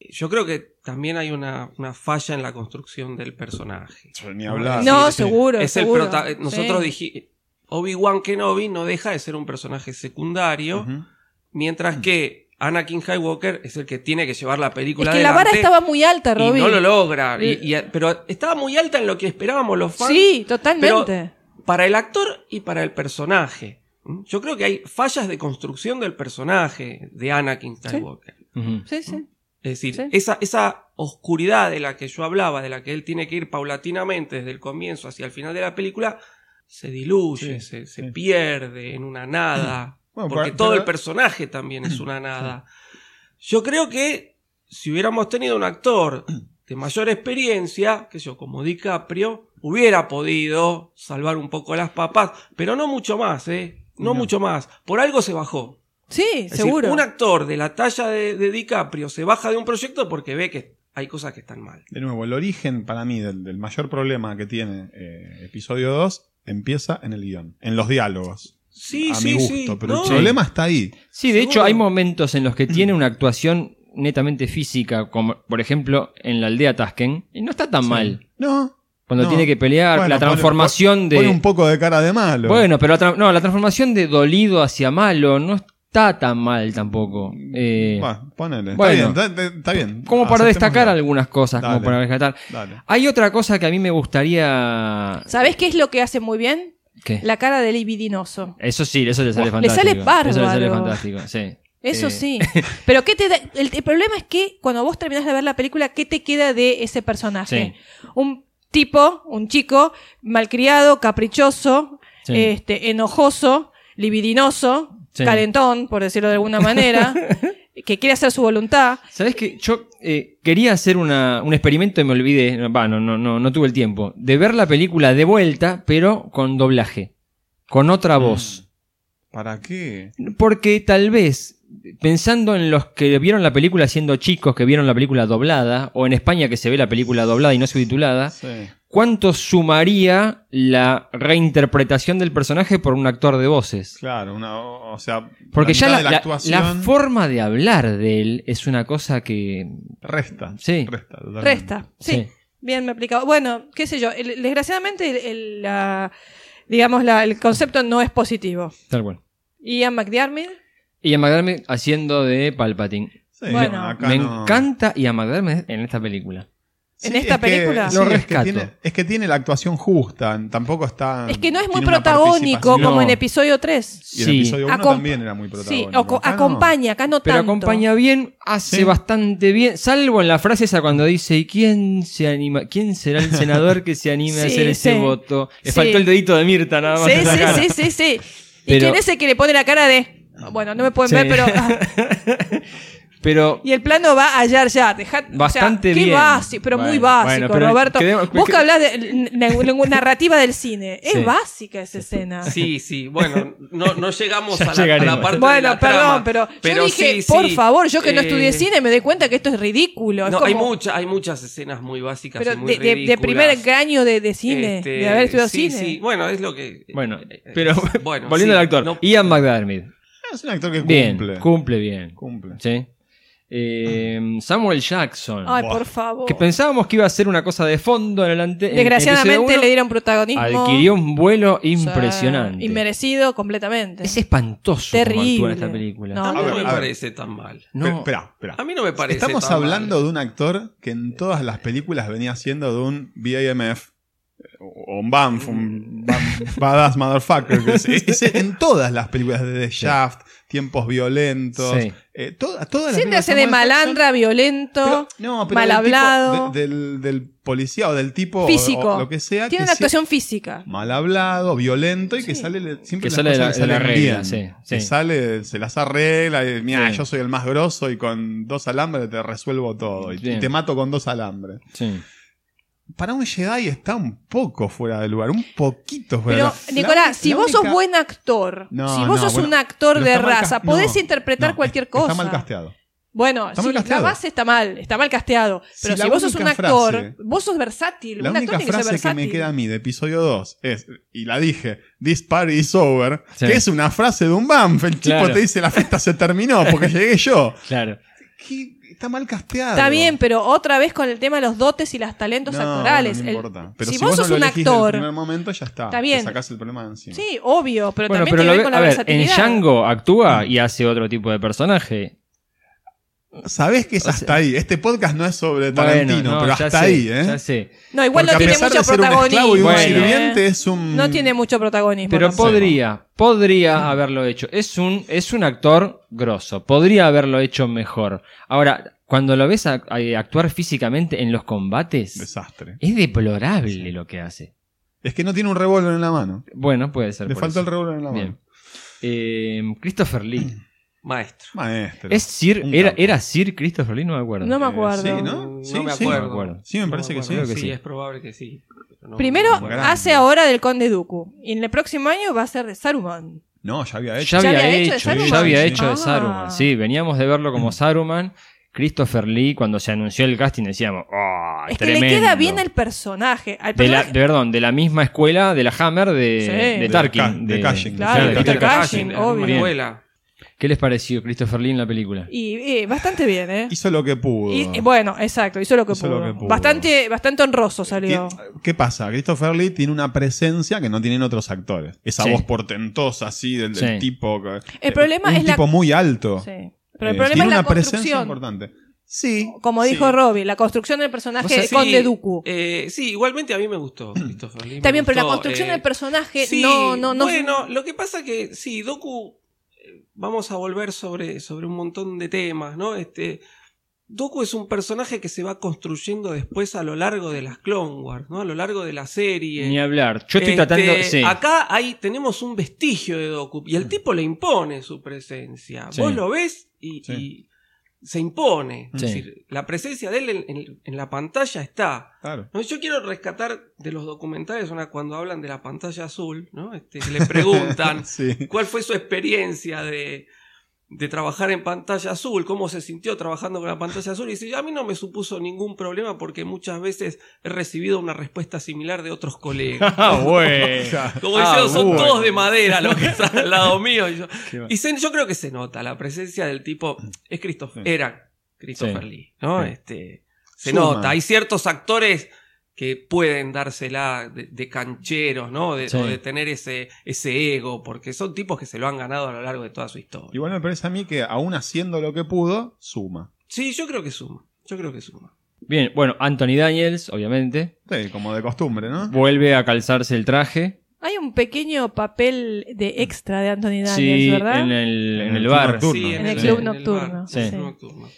[SPEAKER 6] yo creo que también hay una, una falla en la construcción del personaje.
[SPEAKER 5] Ni hablar.
[SPEAKER 4] No,
[SPEAKER 5] Sí, sí.
[SPEAKER 4] seguro.
[SPEAKER 6] es el
[SPEAKER 4] seguro.
[SPEAKER 6] prota- eh, Nosotros
[SPEAKER 4] Sí.
[SPEAKER 6] dijimos, Obi-Wan Kenobi no deja de ser un personaje secundario,
[SPEAKER 5] Ujú.
[SPEAKER 6] mientras que Anakin Skywalker es el que tiene que llevar la
[SPEAKER 4] Es
[SPEAKER 6] película
[SPEAKER 4] que la vara
[SPEAKER 6] adelante
[SPEAKER 4] estaba muy alta,
[SPEAKER 6] y
[SPEAKER 4] Robin.
[SPEAKER 6] no lo logra. Y-
[SPEAKER 4] Y-
[SPEAKER 6] y- pero estaba muy alta en lo que esperábamos los fans.
[SPEAKER 4] Sí, totalmente.
[SPEAKER 6] para el actor y para el personaje. ¿Mm? Yo creo que hay fallas de construcción del personaje de Anakin Skywalker.
[SPEAKER 3] Ujú.
[SPEAKER 4] Sí, sí.
[SPEAKER 6] Es decir,
[SPEAKER 4] Sí.
[SPEAKER 6] esa, esa oscuridad de la que yo hablaba, de la que él tiene que ir paulatinamente desde el comienzo hacia el final de la película, se diluye,
[SPEAKER 5] Sí,
[SPEAKER 6] se, se
[SPEAKER 5] sí.
[SPEAKER 6] pierde en una nada.
[SPEAKER 5] Bueno,
[SPEAKER 6] porque
[SPEAKER 5] pero-
[SPEAKER 6] todo el
[SPEAKER 5] pero-
[SPEAKER 6] personaje también es una nada. Yo creo que si hubiéramos tenido un actor de mayor experiencia, que yo, como DiCaprio, hubiera podido salvar un poco las papas, pero no mucho más, ¿eh? no, mucho más. Por algo se bajó.
[SPEAKER 4] Sí,
[SPEAKER 6] Es
[SPEAKER 4] seguro.
[SPEAKER 6] decir, un actor de la talla de, de DiCaprio se baja de un proyecto porque ve que hay cosas que están mal.
[SPEAKER 5] De nuevo, el origen para mí del, del mayor problema que tiene eh, episodio 2 empieza en el guión, en los diálogos.
[SPEAKER 6] Sí,
[SPEAKER 5] a
[SPEAKER 6] sí,
[SPEAKER 5] mi gusto,
[SPEAKER 6] sí.
[SPEAKER 5] pero
[SPEAKER 6] No,
[SPEAKER 5] el problema está ahí.
[SPEAKER 3] Sí, de hecho
[SPEAKER 6] Seguro.
[SPEAKER 3] hay momentos en los que tiene una actuación netamente física, como por ejemplo en la aldea Tasken, y no está tan mal.
[SPEAKER 5] No.
[SPEAKER 3] Cuando
[SPEAKER 5] no.
[SPEAKER 3] tiene que pelear,
[SPEAKER 5] Bueno,
[SPEAKER 3] la
[SPEAKER 5] pone-
[SPEAKER 3] transformación
[SPEAKER 5] Pone
[SPEAKER 3] de...
[SPEAKER 5] un poco de cara de malo.
[SPEAKER 3] Bueno, pero la, tra- no, la transformación de dolido hacia malo no está tan mal tampoco. Eh,
[SPEAKER 5] Bueno, ponele.
[SPEAKER 3] Bueno.
[SPEAKER 5] está bien, está, está bien.
[SPEAKER 3] como para
[SPEAKER 5] Aceptémoslo.
[SPEAKER 3] destacar algunas cosas,
[SPEAKER 5] Dale.
[SPEAKER 3] como para rescatar.
[SPEAKER 5] Dale.
[SPEAKER 3] Hay otra cosa que a mí me gustaría...
[SPEAKER 4] ¿Sabés qué es lo que hace muy bien?
[SPEAKER 3] ¿Qué?
[SPEAKER 4] La cara de libidinoso.
[SPEAKER 3] Eso sí, eso le sale
[SPEAKER 4] Buah, le
[SPEAKER 3] fantástico.
[SPEAKER 4] sale
[SPEAKER 3] Eso le sale
[SPEAKER 4] bárbaro.
[SPEAKER 3] fantástico, sí.
[SPEAKER 4] Eso
[SPEAKER 3] Eh,
[SPEAKER 4] sí. Pero ¿qué te da- el, el problema es que cuando vos terminás de ver la película, ¿qué te queda de ese personaje? Un tipo, un chico, malcriado, caprichoso,
[SPEAKER 3] Sí.
[SPEAKER 4] este, enojoso, libidinoso,
[SPEAKER 3] Sí.
[SPEAKER 4] calentón, por decirlo de alguna manera, que quiere hacer su voluntad.
[SPEAKER 3] ¿Sabes qué? Yo eh, quería hacer una- un experimento y me olvidé, no, va, no, no, no, no tuve el tiempo, de ver la película de vuelta, pero con doblaje, con otra
[SPEAKER 5] Mm.
[SPEAKER 3] voz.
[SPEAKER 5] ¿Para qué?
[SPEAKER 3] Porque tal vez, pensando en los que vieron la película siendo chicos, que vieron la película doblada, o en España que se ve la película doblada y no subtitulada,
[SPEAKER 5] Sí.
[SPEAKER 3] ¿cuánto sumaría la reinterpretación del personaje por un actor de voces?
[SPEAKER 5] Claro, una, o o sea,
[SPEAKER 3] Porque
[SPEAKER 5] la
[SPEAKER 3] ya
[SPEAKER 5] mitad
[SPEAKER 3] la,
[SPEAKER 5] de la,
[SPEAKER 3] la-
[SPEAKER 5] actuación
[SPEAKER 3] la forma de hablar de él es una cosa que...
[SPEAKER 5] resta.
[SPEAKER 3] Sí.
[SPEAKER 5] Resta. totalmente.
[SPEAKER 4] Resta, sí. Bien, me he aplicado. Bueno, qué sé yo. el- desgraciadamente, el, el- la- digamos, la- el concepto no es positivo.
[SPEAKER 3] tal cual.
[SPEAKER 4] Ian McDiarmid,
[SPEAKER 3] Y a McDermott haciendo de Palpatine.
[SPEAKER 5] Sí,
[SPEAKER 4] Bueno.
[SPEAKER 5] bueno, acá
[SPEAKER 3] Me
[SPEAKER 5] no-
[SPEAKER 3] encanta y a McDermott en esta película.
[SPEAKER 5] Sí,
[SPEAKER 4] en esta
[SPEAKER 5] es que-
[SPEAKER 4] película.
[SPEAKER 5] sí,
[SPEAKER 3] Lo
[SPEAKER 5] es, que
[SPEAKER 3] rescato.
[SPEAKER 5] tiene, es que tiene la actuación justa, n- tampoco está.
[SPEAKER 4] es que no es muy
[SPEAKER 5] Ah, tiene una
[SPEAKER 4] protagónico
[SPEAKER 5] participación.
[SPEAKER 4] como
[SPEAKER 3] No.
[SPEAKER 4] en episodio 3.
[SPEAKER 5] Y en
[SPEAKER 3] Sí.
[SPEAKER 5] episodio uno
[SPEAKER 4] Acom-
[SPEAKER 5] también era muy
[SPEAKER 4] Sí,
[SPEAKER 5] protagónico.
[SPEAKER 4] o co-
[SPEAKER 5] Acá no.
[SPEAKER 4] acompaña, acá no
[SPEAKER 3] Pero
[SPEAKER 4] tanto.
[SPEAKER 3] acompaña bien, hace
[SPEAKER 5] Sí.
[SPEAKER 3] bastante bien, salvo en la frase esa cuando dice, ¿y quién se anima? ¿Quién será el senador que se anime a
[SPEAKER 4] Sí,
[SPEAKER 3] hacer ese
[SPEAKER 4] sí.
[SPEAKER 3] voto? Le
[SPEAKER 4] Sí.
[SPEAKER 3] faltó el dedito de Mirta nada más.
[SPEAKER 4] Sí,
[SPEAKER 3] en la cara.
[SPEAKER 4] sí, sí, sí, sí. ¿Y
[SPEAKER 3] Pero-
[SPEAKER 4] quién es el que le pone la cara de.? Bueno, no me pueden
[SPEAKER 3] Sí.
[SPEAKER 4] ver, pero. ah,
[SPEAKER 3] Pero
[SPEAKER 4] y el plano va allá, allá. Dejá,
[SPEAKER 3] Bastante
[SPEAKER 4] o sea, qué
[SPEAKER 3] bien.
[SPEAKER 4] básico, pero muy
[SPEAKER 3] Bueno,
[SPEAKER 4] básico,
[SPEAKER 3] bueno, pero
[SPEAKER 4] Roberto.
[SPEAKER 3] quedemos-
[SPEAKER 4] Vos
[SPEAKER 3] que-
[SPEAKER 4] que hablás de n- n- narrativa del cine.
[SPEAKER 3] Sí.
[SPEAKER 4] Es básica esa escena.
[SPEAKER 6] Sí, sí, bueno, no, no llegamos
[SPEAKER 3] Ya
[SPEAKER 6] a la, a la
[SPEAKER 3] llegaremos.
[SPEAKER 6] parte de
[SPEAKER 4] Bueno,
[SPEAKER 6] la
[SPEAKER 4] perdón,
[SPEAKER 6] trama,
[SPEAKER 4] pero, yo dije,
[SPEAKER 6] sí,
[SPEAKER 4] por
[SPEAKER 6] sí,
[SPEAKER 4] favor, yo que no
[SPEAKER 6] eh,
[SPEAKER 4] estudié cine me doy cuenta que esto es ridículo. es
[SPEAKER 6] No, hay,
[SPEAKER 4] como-
[SPEAKER 6] mucha- hay muchas escenas muy básicas
[SPEAKER 4] Pero
[SPEAKER 6] y muy
[SPEAKER 4] de, de- de
[SPEAKER 6] ridículas.
[SPEAKER 4] primer año de, de cine,
[SPEAKER 6] Este,
[SPEAKER 4] de haber estudiado
[SPEAKER 6] sí,
[SPEAKER 4] cine.
[SPEAKER 6] sí, bueno, es lo que...
[SPEAKER 3] bueno,
[SPEAKER 6] eh,
[SPEAKER 3] pero
[SPEAKER 6] eh, bueno,
[SPEAKER 3] volviendo
[SPEAKER 6] sí,
[SPEAKER 3] al actor,
[SPEAKER 6] no-
[SPEAKER 3] Ian McDermott.
[SPEAKER 5] Es un actor que
[SPEAKER 3] Bien,
[SPEAKER 5] cumple.
[SPEAKER 3] cumple, bien.
[SPEAKER 5] Cumple.
[SPEAKER 3] Sí. Eh, Samuel Jackson.
[SPEAKER 4] Ay, oh.
[SPEAKER 5] Buah.
[SPEAKER 4] por favor.
[SPEAKER 3] que pensábamos que iba a ser una cosa de fondo en el ante en episodio
[SPEAKER 4] Desgraciadamente
[SPEAKER 3] uno,
[SPEAKER 4] le dieron protagonismo.
[SPEAKER 3] adquirió un vuelo
[SPEAKER 4] o sea,
[SPEAKER 3] impresionante.
[SPEAKER 4] Inmerecido completamente.
[SPEAKER 3] Es espantoso
[SPEAKER 4] Terrible.
[SPEAKER 3] como actúa en esta película.
[SPEAKER 4] No.
[SPEAKER 6] A mí
[SPEAKER 5] A
[SPEAKER 6] no
[SPEAKER 5] ver,
[SPEAKER 6] me
[SPEAKER 5] a ver.
[SPEAKER 6] parece tan mal.
[SPEAKER 3] No.
[SPEAKER 5] Pe- Espera, espera.
[SPEAKER 6] A mí no me parece
[SPEAKER 5] Estamos
[SPEAKER 6] tan mal.
[SPEAKER 5] hablando de un actor que en todas las películas venía siendo de un BAMF. eh, O un Banff, un Banff- Badass Motherfucker. que es- es- es en todas las películas de The Shaft, tiempos violentos.
[SPEAKER 3] Sí.
[SPEAKER 5] eh, toda- todas las
[SPEAKER 4] Siempre
[SPEAKER 5] películas
[SPEAKER 4] hace de
[SPEAKER 5] Samuel Jackson,
[SPEAKER 4] malandra, violento,
[SPEAKER 5] pero- no, pero
[SPEAKER 4] mal
[SPEAKER 5] del tipo-
[SPEAKER 4] hablado,
[SPEAKER 5] de- del, del policía o del tipo. o-
[SPEAKER 4] físico.
[SPEAKER 5] o lo que sea.
[SPEAKER 4] Tiene
[SPEAKER 5] que
[SPEAKER 4] una
[SPEAKER 5] sea-
[SPEAKER 4] actuación física.
[SPEAKER 5] mal hablado, violento y que
[SPEAKER 4] Sí.
[SPEAKER 5] sale le-
[SPEAKER 3] Que
[SPEAKER 5] siempre las
[SPEAKER 3] sale de
[SPEAKER 5] cosas
[SPEAKER 3] la-
[SPEAKER 5] le
[SPEAKER 3] de la
[SPEAKER 5] salen
[SPEAKER 3] regla,
[SPEAKER 5] bien.
[SPEAKER 3] sí,
[SPEAKER 5] Que
[SPEAKER 3] sí.
[SPEAKER 5] sale, se las arregla y mira,
[SPEAKER 3] Sí.
[SPEAKER 5] yo soy el más grosso y con dos alambres te resuelvo todo y,
[SPEAKER 3] Sí.
[SPEAKER 5] y te mato con dos alambres.
[SPEAKER 3] Sí.
[SPEAKER 5] Para un Jedi está un poco fuera de lugar, un poquito fuera de
[SPEAKER 4] Pero,
[SPEAKER 5] lugar. La
[SPEAKER 4] Nicolás,
[SPEAKER 5] uni-
[SPEAKER 4] si
[SPEAKER 5] la
[SPEAKER 4] vos sos
[SPEAKER 5] única-
[SPEAKER 4] buen actor,
[SPEAKER 5] No,
[SPEAKER 4] si vos
[SPEAKER 5] no,
[SPEAKER 4] sos
[SPEAKER 5] bueno,
[SPEAKER 4] un actor
[SPEAKER 5] pero
[SPEAKER 4] de
[SPEAKER 5] está mal
[SPEAKER 4] raza,
[SPEAKER 5] cas-
[SPEAKER 4] podés
[SPEAKER 5] no,
[SPEAKER 4] interpretar
[SPEAKER 5] no,
[SPEAKER 4] cualquier
[SPEAKER 5] está-
[SPEAKER 4] cosa.
[SPEAKER 5] Está mal casteado.
[SPEAKER 4] Bueno,
[SPEAKER 5] Está
[SPEAKER 4] sí,
[SPEAKER 5] mal
[SPEAKER 4] la
[SPEAKER 5] casteado.
[SPEAKER 4] base está mal, está mal casteado.
[SPEAKER 5] Si
[SPEAKER 4] Pero si,
[SPEAKER 5] la
[SPEAKER 4] vos sos un
[SPEAKER 5] única
[SPEAKER 4] actor,
[SPEAKER 5] frase-
[SPEAKER 4] vos sos versátil.
[SPEAKER 5] La
[SPEAKER 4] un actor
[SPEAKER 5] única
[SPEAKER 4] tiene que ser
[SPEAKER 5] frase que
[SPEAKER 4] versátil.
[SPEAKER 5] me queda a mí de episodio 2 es, y la dije, This party is over,
[SPEAKER 3] Sí.
[SPEAKER 5] que es una frase de un Banff. El tipo
[SPEAKER 3] Claro.
[SPEAKER 5] te dice, la fiesta se terminó porque llegué yo.
[SPEAKER 3] Claro.
[SPEAKER 5] ¿Qué? Está mal casteado.
[SPEAKER 4] Está bien, pero otra vez con el tema de los dotes y los talentos
[SPEAKER 5] No,
[SPEAKER 4] actorales.
[SPEAKER 5] bueno, no
[SPEAKER 4] El-
[SPEAKER 5] importa. Pero
[SPEAKER 4] si, vos
[SPEAKER 5] no
[SPEAKER 4] sos
[SPEAKER 5] lo
[SPEAKER 4] un
[SPEAKER 5] elegís desde
[SPEAKER 4] actor,
[SPEAKER 5] el primer momento ya está.
[SPEAKER 4] Está
[SPEAKER 5] Te
[SPEAKER 4] bien.
[SPEAKER 5] sacás el problema de encima.
[SPEAKER 4] sí, obvio, pero
[SPEAKER 3] Bueno,
[SPEAKER 4] también
[SPEAKER 3] pero
[SPEAKER 4] tiene
[SPEAKER 3] lo
[SPEAKER 4] que ver
[SPEAKER 3] ve-
[SPEAKER 4] con la
[SPEAKER 3] a ver, en
[SPEAKER 4] versatilidad.
[SPEAKER 3] Django actúa y hace otro tipo de personaje.
[SPEAKER 5] Sabés que es hasta ahí. Este podcast no es sobre Tarantino,
[SPEAKER 3] Bueno, no,
[SPEAKER 5] pero
[SPEAKER 3] ya
[SPEAKER 5] hasta
[SPEAKER 3] sé,
[SPEAKER 5] ahí, ¿eh?
[SPEAKER 3] Ya sé.
[SPEAKER 4] No, igual
[SPEAKER 5] Porque a
[SPEAKER 4] no tiene
[SPEAKER 5] pesar
[SPEAKER 4] mucho
[SPEAKER 5] de ser un esclavo
[SPEAKER 4] protagonismo. Eh,
[SPEAKER 5] y un
[SPEAKER 3] Bueno.
[SPEAKER 5] sirviente es un...
[SPEAKER 4] No tiene mucho protagonismo.
[SPEAKER 3] Pero
[SPEAKER 4] tampoco.
[SPEAKER 3] podría, podría haberlo hecho. Es un, es un actor grosso. Podría haberlo hecho mejor. Ahora, cuando lo ves a- a- actuar físicamente en los combates,
[SPEAKER 5] Desastre.
[SPEAKER 3] es deplorable lo que hace.
[SPEAKER 5] Es que no tiene un revólver en la mano.
[SPEAKER 3] Bueno, puede ser.
[SPEAKER 5] Le
[SPEAKER 3] por
[SPEAKER 5] falta
[SPEAKER 3] eso.
[SPEAKER 5] el revólver en la mano.
[SPEAKER 3] Bien. Eh, Christopher Lee.
[SPEAKER 6] Maestro.
[SPEAKER 5] Maestro.
[SPEAKER 3] ¿Es Sir,
[SPEAKER 5] Un
[SPEAKER 3] era,
[SPEAKER 5] capo.
[SPEAKER 3] ¿Era Sir Christopher Lee? No me acuerdo.
[SPEAKER 4] No me
[SPEAKER 5] Eh,
[SPEAKER 4] acuerdo.
[SPEAKER 5] sí, ¿no? Sí,
[SPEAKER 6] me
[SPEAKER 5] sí.
[SPEAKER 6] acuerdo.
[SPEAKER 3] No me acuerdo.
[SPEAKER 5] Sí, me parece que sí.
[SPEAKER 3] creo que sí.
[SPEAKER 6] es probable que sí. pero no-
[SPEAKER 4] Primero ah,
[SPEAKER 6] no me acuerdo.
[SPEAKER 5] Grande.
[SPEAKER 4] hace ahora del Conde Dooku. Y en el próximo año va a ser de Saruman.
[SPEAKER 5] No, ya había hecho.
[SPEAKER 3] Ya, había,
[SPEAKER 4] había hecho de
[SPEAKER 3] hecho,
[SPEAKER 5] Saruman?
[SPEAKER 3] ya había
[SPEAKER 5] Sí,
[SPEAKER 3] hecho de
[SPEAKER 4] sí. Ah.
[SPEAKER 3] Saruman. Sí, veníamos de verlo como Saruman. Christopher Lee, cuando se anunció el casting, decíamos, ¡oh!
[SPEAKER 4] Es que
[SPEAKER 3] tremendo!
[SPEAKER 4] le queda bien al personaje. Al
[SPEAKER 3] De la,
[SPEAKER 4] personaje-
[SPEAKER 3] perdón, de la misma escuela de la Hammer de,
[SPEAKER 4] Sí.
[SPEAKER 3] de
[SPEAKER 4] De
[SPEAKER 3] Tarkin.
[SPEAKER 5] Ka- de Cushing.
[SPEAKER 4] Claro,
[SPEAKER 3] claro,
[SPEAKER 4] de
[SPEAKER 3] Peter
[SPEAKER 4] Peter
[SPEAKER 3] Cushing.
[SPEAKER 4] Cushing,
[SPEAKER 6] Cushing,
[SPEAKER 4] obvio.
[SPEAKER 6] mi abuela.
[SPEAKER 3] ¿Qué les pareció Christopher Lee en la película?
[SPEAKER 4] Y eh, bastante bien, ¿eh?
[SPEAKER 5] Hizo lo que pudo.
[SPEAKER 4] Y, eh, bueno, exacto, hizo lo que,
[SPEAKER 5] Hizo
[SPEAKER 4] pudo.
[SPEAKER 5] lo que pudo.
[SPEAKER 4] Bastante, bastante honroso salió.
[SPEAKER 5] Tien- ¿Qué pasa? Christopher Lee tiene una presencia que no tienen otros actores. Esa
[SPEAKER 3] Sí.
[SPEAKER 5] voz portentosa, así, del, del
[SPEAKER 3] Sí.
[SPEAKER 5] tipo. que-
[SPEAKER 4] El problema
[SPEAKER 5] un
[SPEAKER 4] es la-
[SPEAKER 5] tipo muy alto.
[SPEAKER 4] Sí. Pero el
[SPEAKER 5] Eh,
[SPEAKER 4] problema
[SPEAKER 5] tiene
[SPEAKER 4] es la
[SPEAKER 5] una presencia
[SPEAKER 4] construcción.
[SPEAKER 5] importante. Sí.
[SPEAKER 4] Como
[SPEAKER 5] sí.
[SPEAKER 4] dijo Robbie, la construcción del personaje
[SPEAKER 3] Vos sabés-
[SPEAKER 4] con
[SPEAKER 6] Sí,
[SPEAKER 4] Deduku.
[SPEAKER 6] eh, sí, igualmente a mí me gustó Christopher Lee, me
[SPEAKER 4] También, pero la
[SPEAKER 6] gustó,
[SPEAKER 4] construcción
[SPEAKER 6] eh,
[SPEAKER 4] del personaje
[SPEAKER 6] sí,
[SPEAKER 4] no, no, no.
[SPEAKER 6] Bueno, lo que pasa que sí, Doku, eh, vamos a volver sobre, sobre un montón de temas, ¿no? Este, Doku es un personaje que se va construyendo después a lo largo de las Clone Wars, ¿no? A lo largo de la serie.
[SPEAKER 3] Ni hablar. Yo estoy
[SPEAKER 6] Este,
[SPEAKER 3] tratando. Sí.
[SPEAKER 6] Acá hay, tenemos un vestigio de Doku y el tipo le impone su presencia.
[SPEAKER 3] Sí.
[SPEAKER 6] Vos lo ves y,
[SPEAKER 5] Sí.
[SPEAKER 6] y se impone. Es
[SPEAKER 3] Sí.
[SPEAKER 6] decir, la presencia de él en- en- en la pantalla está.
[SPEAKER 5] Claro.
[SPEAKER 6] No, yo quiero rescatar de los documentales una cuando hablan de la pantalla azul, ¿no? Este, que le preguntan
[SPEAKER 5] Sí.
[SPEAKER 6] cuál fue su experiencia de, de trabajar en pantalla azul, cómo se sintió trabajando con la pantalla azul. Y dice, a mí no me supuso ningún problema porque muchas veces he recibido una respuesta similar de otros colegas.
[SPEAKER 3] Ah, bueno.
[SPEAKER 4] eh,
[SPEAKER 6] Como diciendo,
[SPEAKER 3] Ah,
[SPEAKER 6] son
[SPEAKER 3] bueno.
[SPEAKER 6] todos de madera los que están al lado mío. Y, yo, y se- yo creo que se nota la presencia del tipo. Es Christopher,
[SPEAKER 5] Sí.
[SPEAKER 6] era Christopher
[SPEAKER 3] Sí.
[SPEAKER 6] Lee, ¿no?
[SPEAKER 3] Sí.
[SPEAKER 6] Este, se
[SPEAKER 5] Suma.
[SPEAKER 6] nota. Hay ciertos actores que pueden dársela de, de cancheros, ¿no? De,
[SPEAKER 3] Sí.
[SPEAKER 6] O de tener ese, ese ego, porque son tipos que se lo han ganado a lo largo de toda su historia.
[SPEAKER 5] Igual me parece a mí que, aún haciendo lo que pudo, suma.
[SPEAKER 6] Sí, yo creo que suma. Yo creo que suma.
[SPEAKER 3] Bien, bueno, Anthony Daniels, obviamente.
[SPEAKER 5] Sí, como de costumbre, ¿no?
[SPEAKER 3] Vuelve a calzarse el traje.
[SPEAKER 4] Hay un pequeño papel de extra de Anthony Daniels,
[SPEAKER 3] sí,
[SPEAKER 4] ¿verdad?
[SPEAKER 3] en el,
[SPEAKER 5] En
[SPEAKER 3] en
[SPEAKER 5] el
[SPEAKER 3] el bar.
[SPEAKER 5] Nocturno.
[SPEAKER 6] Sí,
[SPEAKER 4] En el
[SPEAKER 3] Sí. club
[SPEAKER 4] nocturno,
[SPEAKER 6] bar,
[SPEAKER 3] sí.
[SPEAKER 6] en el club nocturno.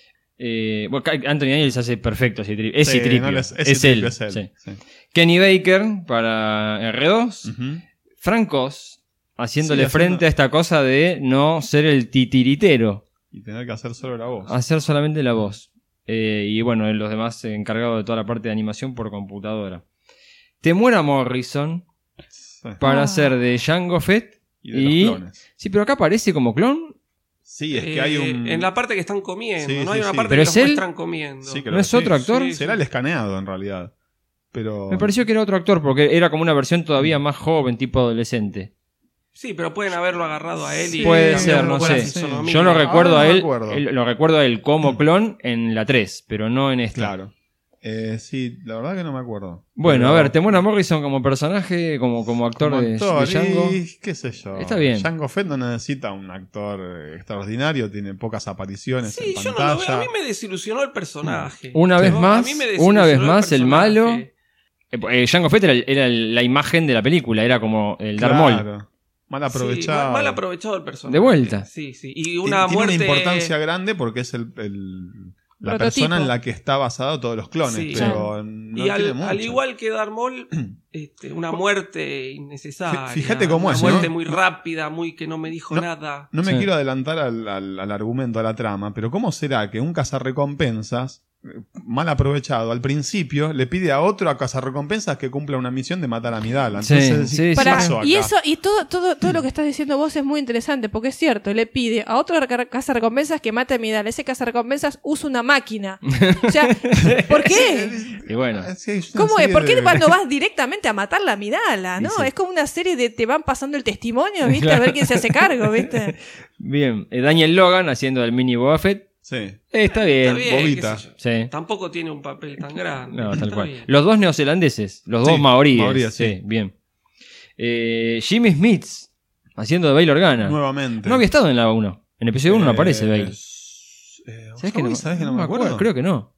[SPEAKER 3] Eh, bueno, ca- Anthony Daniels hace perfecto ese trip. Es
[SPEAKER 5] Sí,
[SPEAKER 3] Citripio,
[SPEAKER 5] no les-
[SPEAKER 3] es,
[SPEAKER 5] ese tripio
[SPEAKER 3] él.
[SPEAKER 5] es él.
[SPEAKER 3] sí.
[SPEAKER 5] Sí.
[SPEAKER 3] Kenny Baker para R2.
[SPEAKER 5] Ujú.
[SPEAKER 3] Francos haciéndole
[SPEAKER 5] Sí, haciendo-
[SPEAKER 3] frente a esta cosa de no ser el titiritero,
[SPEAKER 5] Y tener que hacer solo la voz.
[SPEAKER 3] hacer solamente la voz. Eh, y bueno, los demás eh, encargados de toda la parte de animación por computadora. Temuera Morrison
[SPEAKER 5] Sí.
[SPEAKER 3] para
[SPEAKER 4] Ah.
[SPEAKER 3] hacer de Django Fett.
[SPEAKER 5] Y de
[SPEAKER 3] y-
[SPEAKER 5] los clones.
[SPEAKER 3] Sí, pero acá aparece como clon.
[SPEAKER 5] Sí, es que
[SPEAKER 6] Eh,
[SPEAKER 5] hay un.
[SPEAKER 6] En la parte que están comiendo,
[SPEAKER 5] Sí,
[SPEAKER 6] ¿no?
[SPEAKER 5] sí,
[SPEAKER 6] hay una
[SPEAKER 5] sí.
[SPEAKER 6] parte
[SPEAKER 3] Pero es
[SPEAKER 6] que los
[SPEAKER 3] él-
[SPEAKER 6] muestran comiendo.
[SPEAKER 5] Sí, creo
[SPEAKER 3] ¿No
[SPEAKER 5] que
[SPEAKER 3] es otro
[SPEAKER 5] sí.
[SPEAKER 3] actor?
[SPEAKER 6] Sí, sí.
[SPEAKER 5] Será el escaneado en realidad. Pero.
[SPEAKER 3] Me pareció que era otro actor porque era como una versión todavía más joven, tipo adolescente.
[SPEAKER 6] Sí, pero pueden haberlo agarrado a él y
[SPEAKER 3] Puede
[SPEAKER 6] cambiarlo
[SPEAKER 3] ser, no
[SPEAKER 6] por
[SPEAKER 3] sé.
[SPEAKER 6] la fisonomía.
[SPEAKER 3] Yo lo recuerdo
[SPEAKER 5] Ahora
[SPEAKER 3] a
[SPEAKER 5] no me
[SPEAKER 3] él,
[SPEAKER 5] acuerdo. Mm.
[SPEAKER 3] él- lo recuerdo a él como clon en la 3, pero no en esta.
[SPEAKER 5] Claro. Eh, sí, la verdad que no me acuerdo.
[SPEAKER 3] Bueno,
[SPEAKER 5] Pero-
[SPEAKER 3] a ver, Temuera Morrison como personaje, como, como actor
[SPEAKER 5] Como
[SPEAKER 3] de, de
[SPEAKER 5] actor,
[SPEAKER 3] Django.
[SPEAKER 5] y qué sé yo.
[SPEAKER 3] Está bien.
[SPEAKER 5] Django Fett no necesita un actor eh, extraordinario, tiene pocas apariciones
[SPEAKER 6] Sí,
[SPEAKER 5] en
[SPEAKER 6] yo no lo veo. A
[SPEAKER 5] pantalla.
[SPEAKER 6] mí me desilusionó el personaje.
[SPEAKER 3] Una vez
[SPEAKER 6] No, a
[SPEAKER 3] más,
[SPEAKER 6] mí me desilusionó
[SPEAKER 3] una vez más, el
[SPEAKER 6] personaje.
[SPEAKER 3] malo. Eh, eh, Django Fett era, el- era el- la imagen de la película, era como el Darth Maul.
[SPEAKER 5] Claro. Mal
[SPEAKER 6] Sí,
[SPEAKER 5] aprovechado.
[SPEAKER 6] mal, mal aprovechado el personaje.
[SPEAKER 3] De vuelta.
[SPEAKER 6] Sí, sí. Y
[SPEAKER 5] Ti-
[SPEAKER 6] una
[SPEAKER 5] tiene
[SPEAKER 6] muerte.
[SPEAKER 5] una importancia grande porque es el, el- la
[SPEAKER 4] Prototipo.
[SPEAKER 5] persona en la que está basado todos los clones,
[SPEAKER 6] Sí.
[SPEAKER 5] pero no
[SPEAKER 6] y
[SPEAKER 5] tiene
[SPEAKER 6] al,
[SPEAKER 5] mucho.
[SPEAKER 6] al igual que Darmol, este, una muerte innecesaria.
[SPEAKER 5] Fí- fíjate cómo
[SPEAKER 6] una
[SPEAKER 5] es,
[SPEAKER 6] muerte
[SPEAKER 5] ¿no?
[SPEAKER 6] muy rápida, muy que no me dijo
[SPEAKER 5] No.
[SPEAKER 6] nada.
[SPEAKER 5] No me
[SPEAKER 3] Sí.
[SPEAKER 5] quiero adelantar al, al- al argumento, a la trama, pero ¿cómo será que un cazarrecompensas, eh, mal aprovechado, al principio le pide a otro a cazarrecompensas que cumpla una misión de matar a Midala?
[SPEAKER 3] Sí,
[SPEAKER 5] Entonces,
[SPEAKER 3] sí,
[SPEAKER 5] ¿qué
[SPEAKER 3] sí.
[SPEAKER 4] Pará,
[SPEAKER 5] pasó acá?
[SPEAKER 4] y eso y todo, todo, todo lo que estás diciendo vos es muy interesante porque es cierto, le pide a otro casa recompensas que mate a Midal, ese casa recompensas usa una máquina. O sea, ¿por qué?
[SPEAKER 3] Y bueno,
[SPEAKER 5] Ah, sí, es una
[SPEAKER 4] ¿Cómo es?
[SPEAKER 5] serie
[SPEAKER 4] ¿Por qué
[SPEAKER 5] de-
[SPEAKER 4] cuando vas directamente a matar la Midala, no?
[SPEAKER 3] Y sí.
[SPEAKER 4] Es como una serie de te van pasando el testimonio, ¿viste? A ver quién se hace cargo, ¿viste?
[SPEAKER 3] bien. eh, Daniel Logan haciendo el mini Boba Fett.
[SPEAKER 5] Sí.
[SPEAKER 3] Eh, está bien.
[SPEAKER 6] Está bien,
[SPEAKER 5] bobita.
[SPEAKER 6] qué sé yo.
[SPEAKER 3] Sí.
[SPEAKER 6] Tampoco tiene un papel tan grande.
[SPEAKER 3] No, tal
[SPEAKER 6] Está
[SPEAKER 3] cual.
[SPEAKER 6] bien.
[SPEAKER 3] Los dos neozelandeses, los
[SPEAKER 5] Sí,
[SPEAKER 3] dos maoríes.
[SPEAKER 5] maoríes,
[SPEAKER 3] sí.
[SPEAKER 5] sí.
[SPEAKER 3] bien. Eh, Jimmy Smith haciendo de Bail Organa.
[SPEAKER 5] Nuevamente.
[SPEAKER 3] No había estado en la 1. En el episodio 1 no aparece
[SPEAKER 5] Eh,
[SPEAKER 3] Bail.
[SPEAKER 5] s- eh, Howie, ¿sabés que no me acuerdo?
[SPEAKER 3] Creo que no.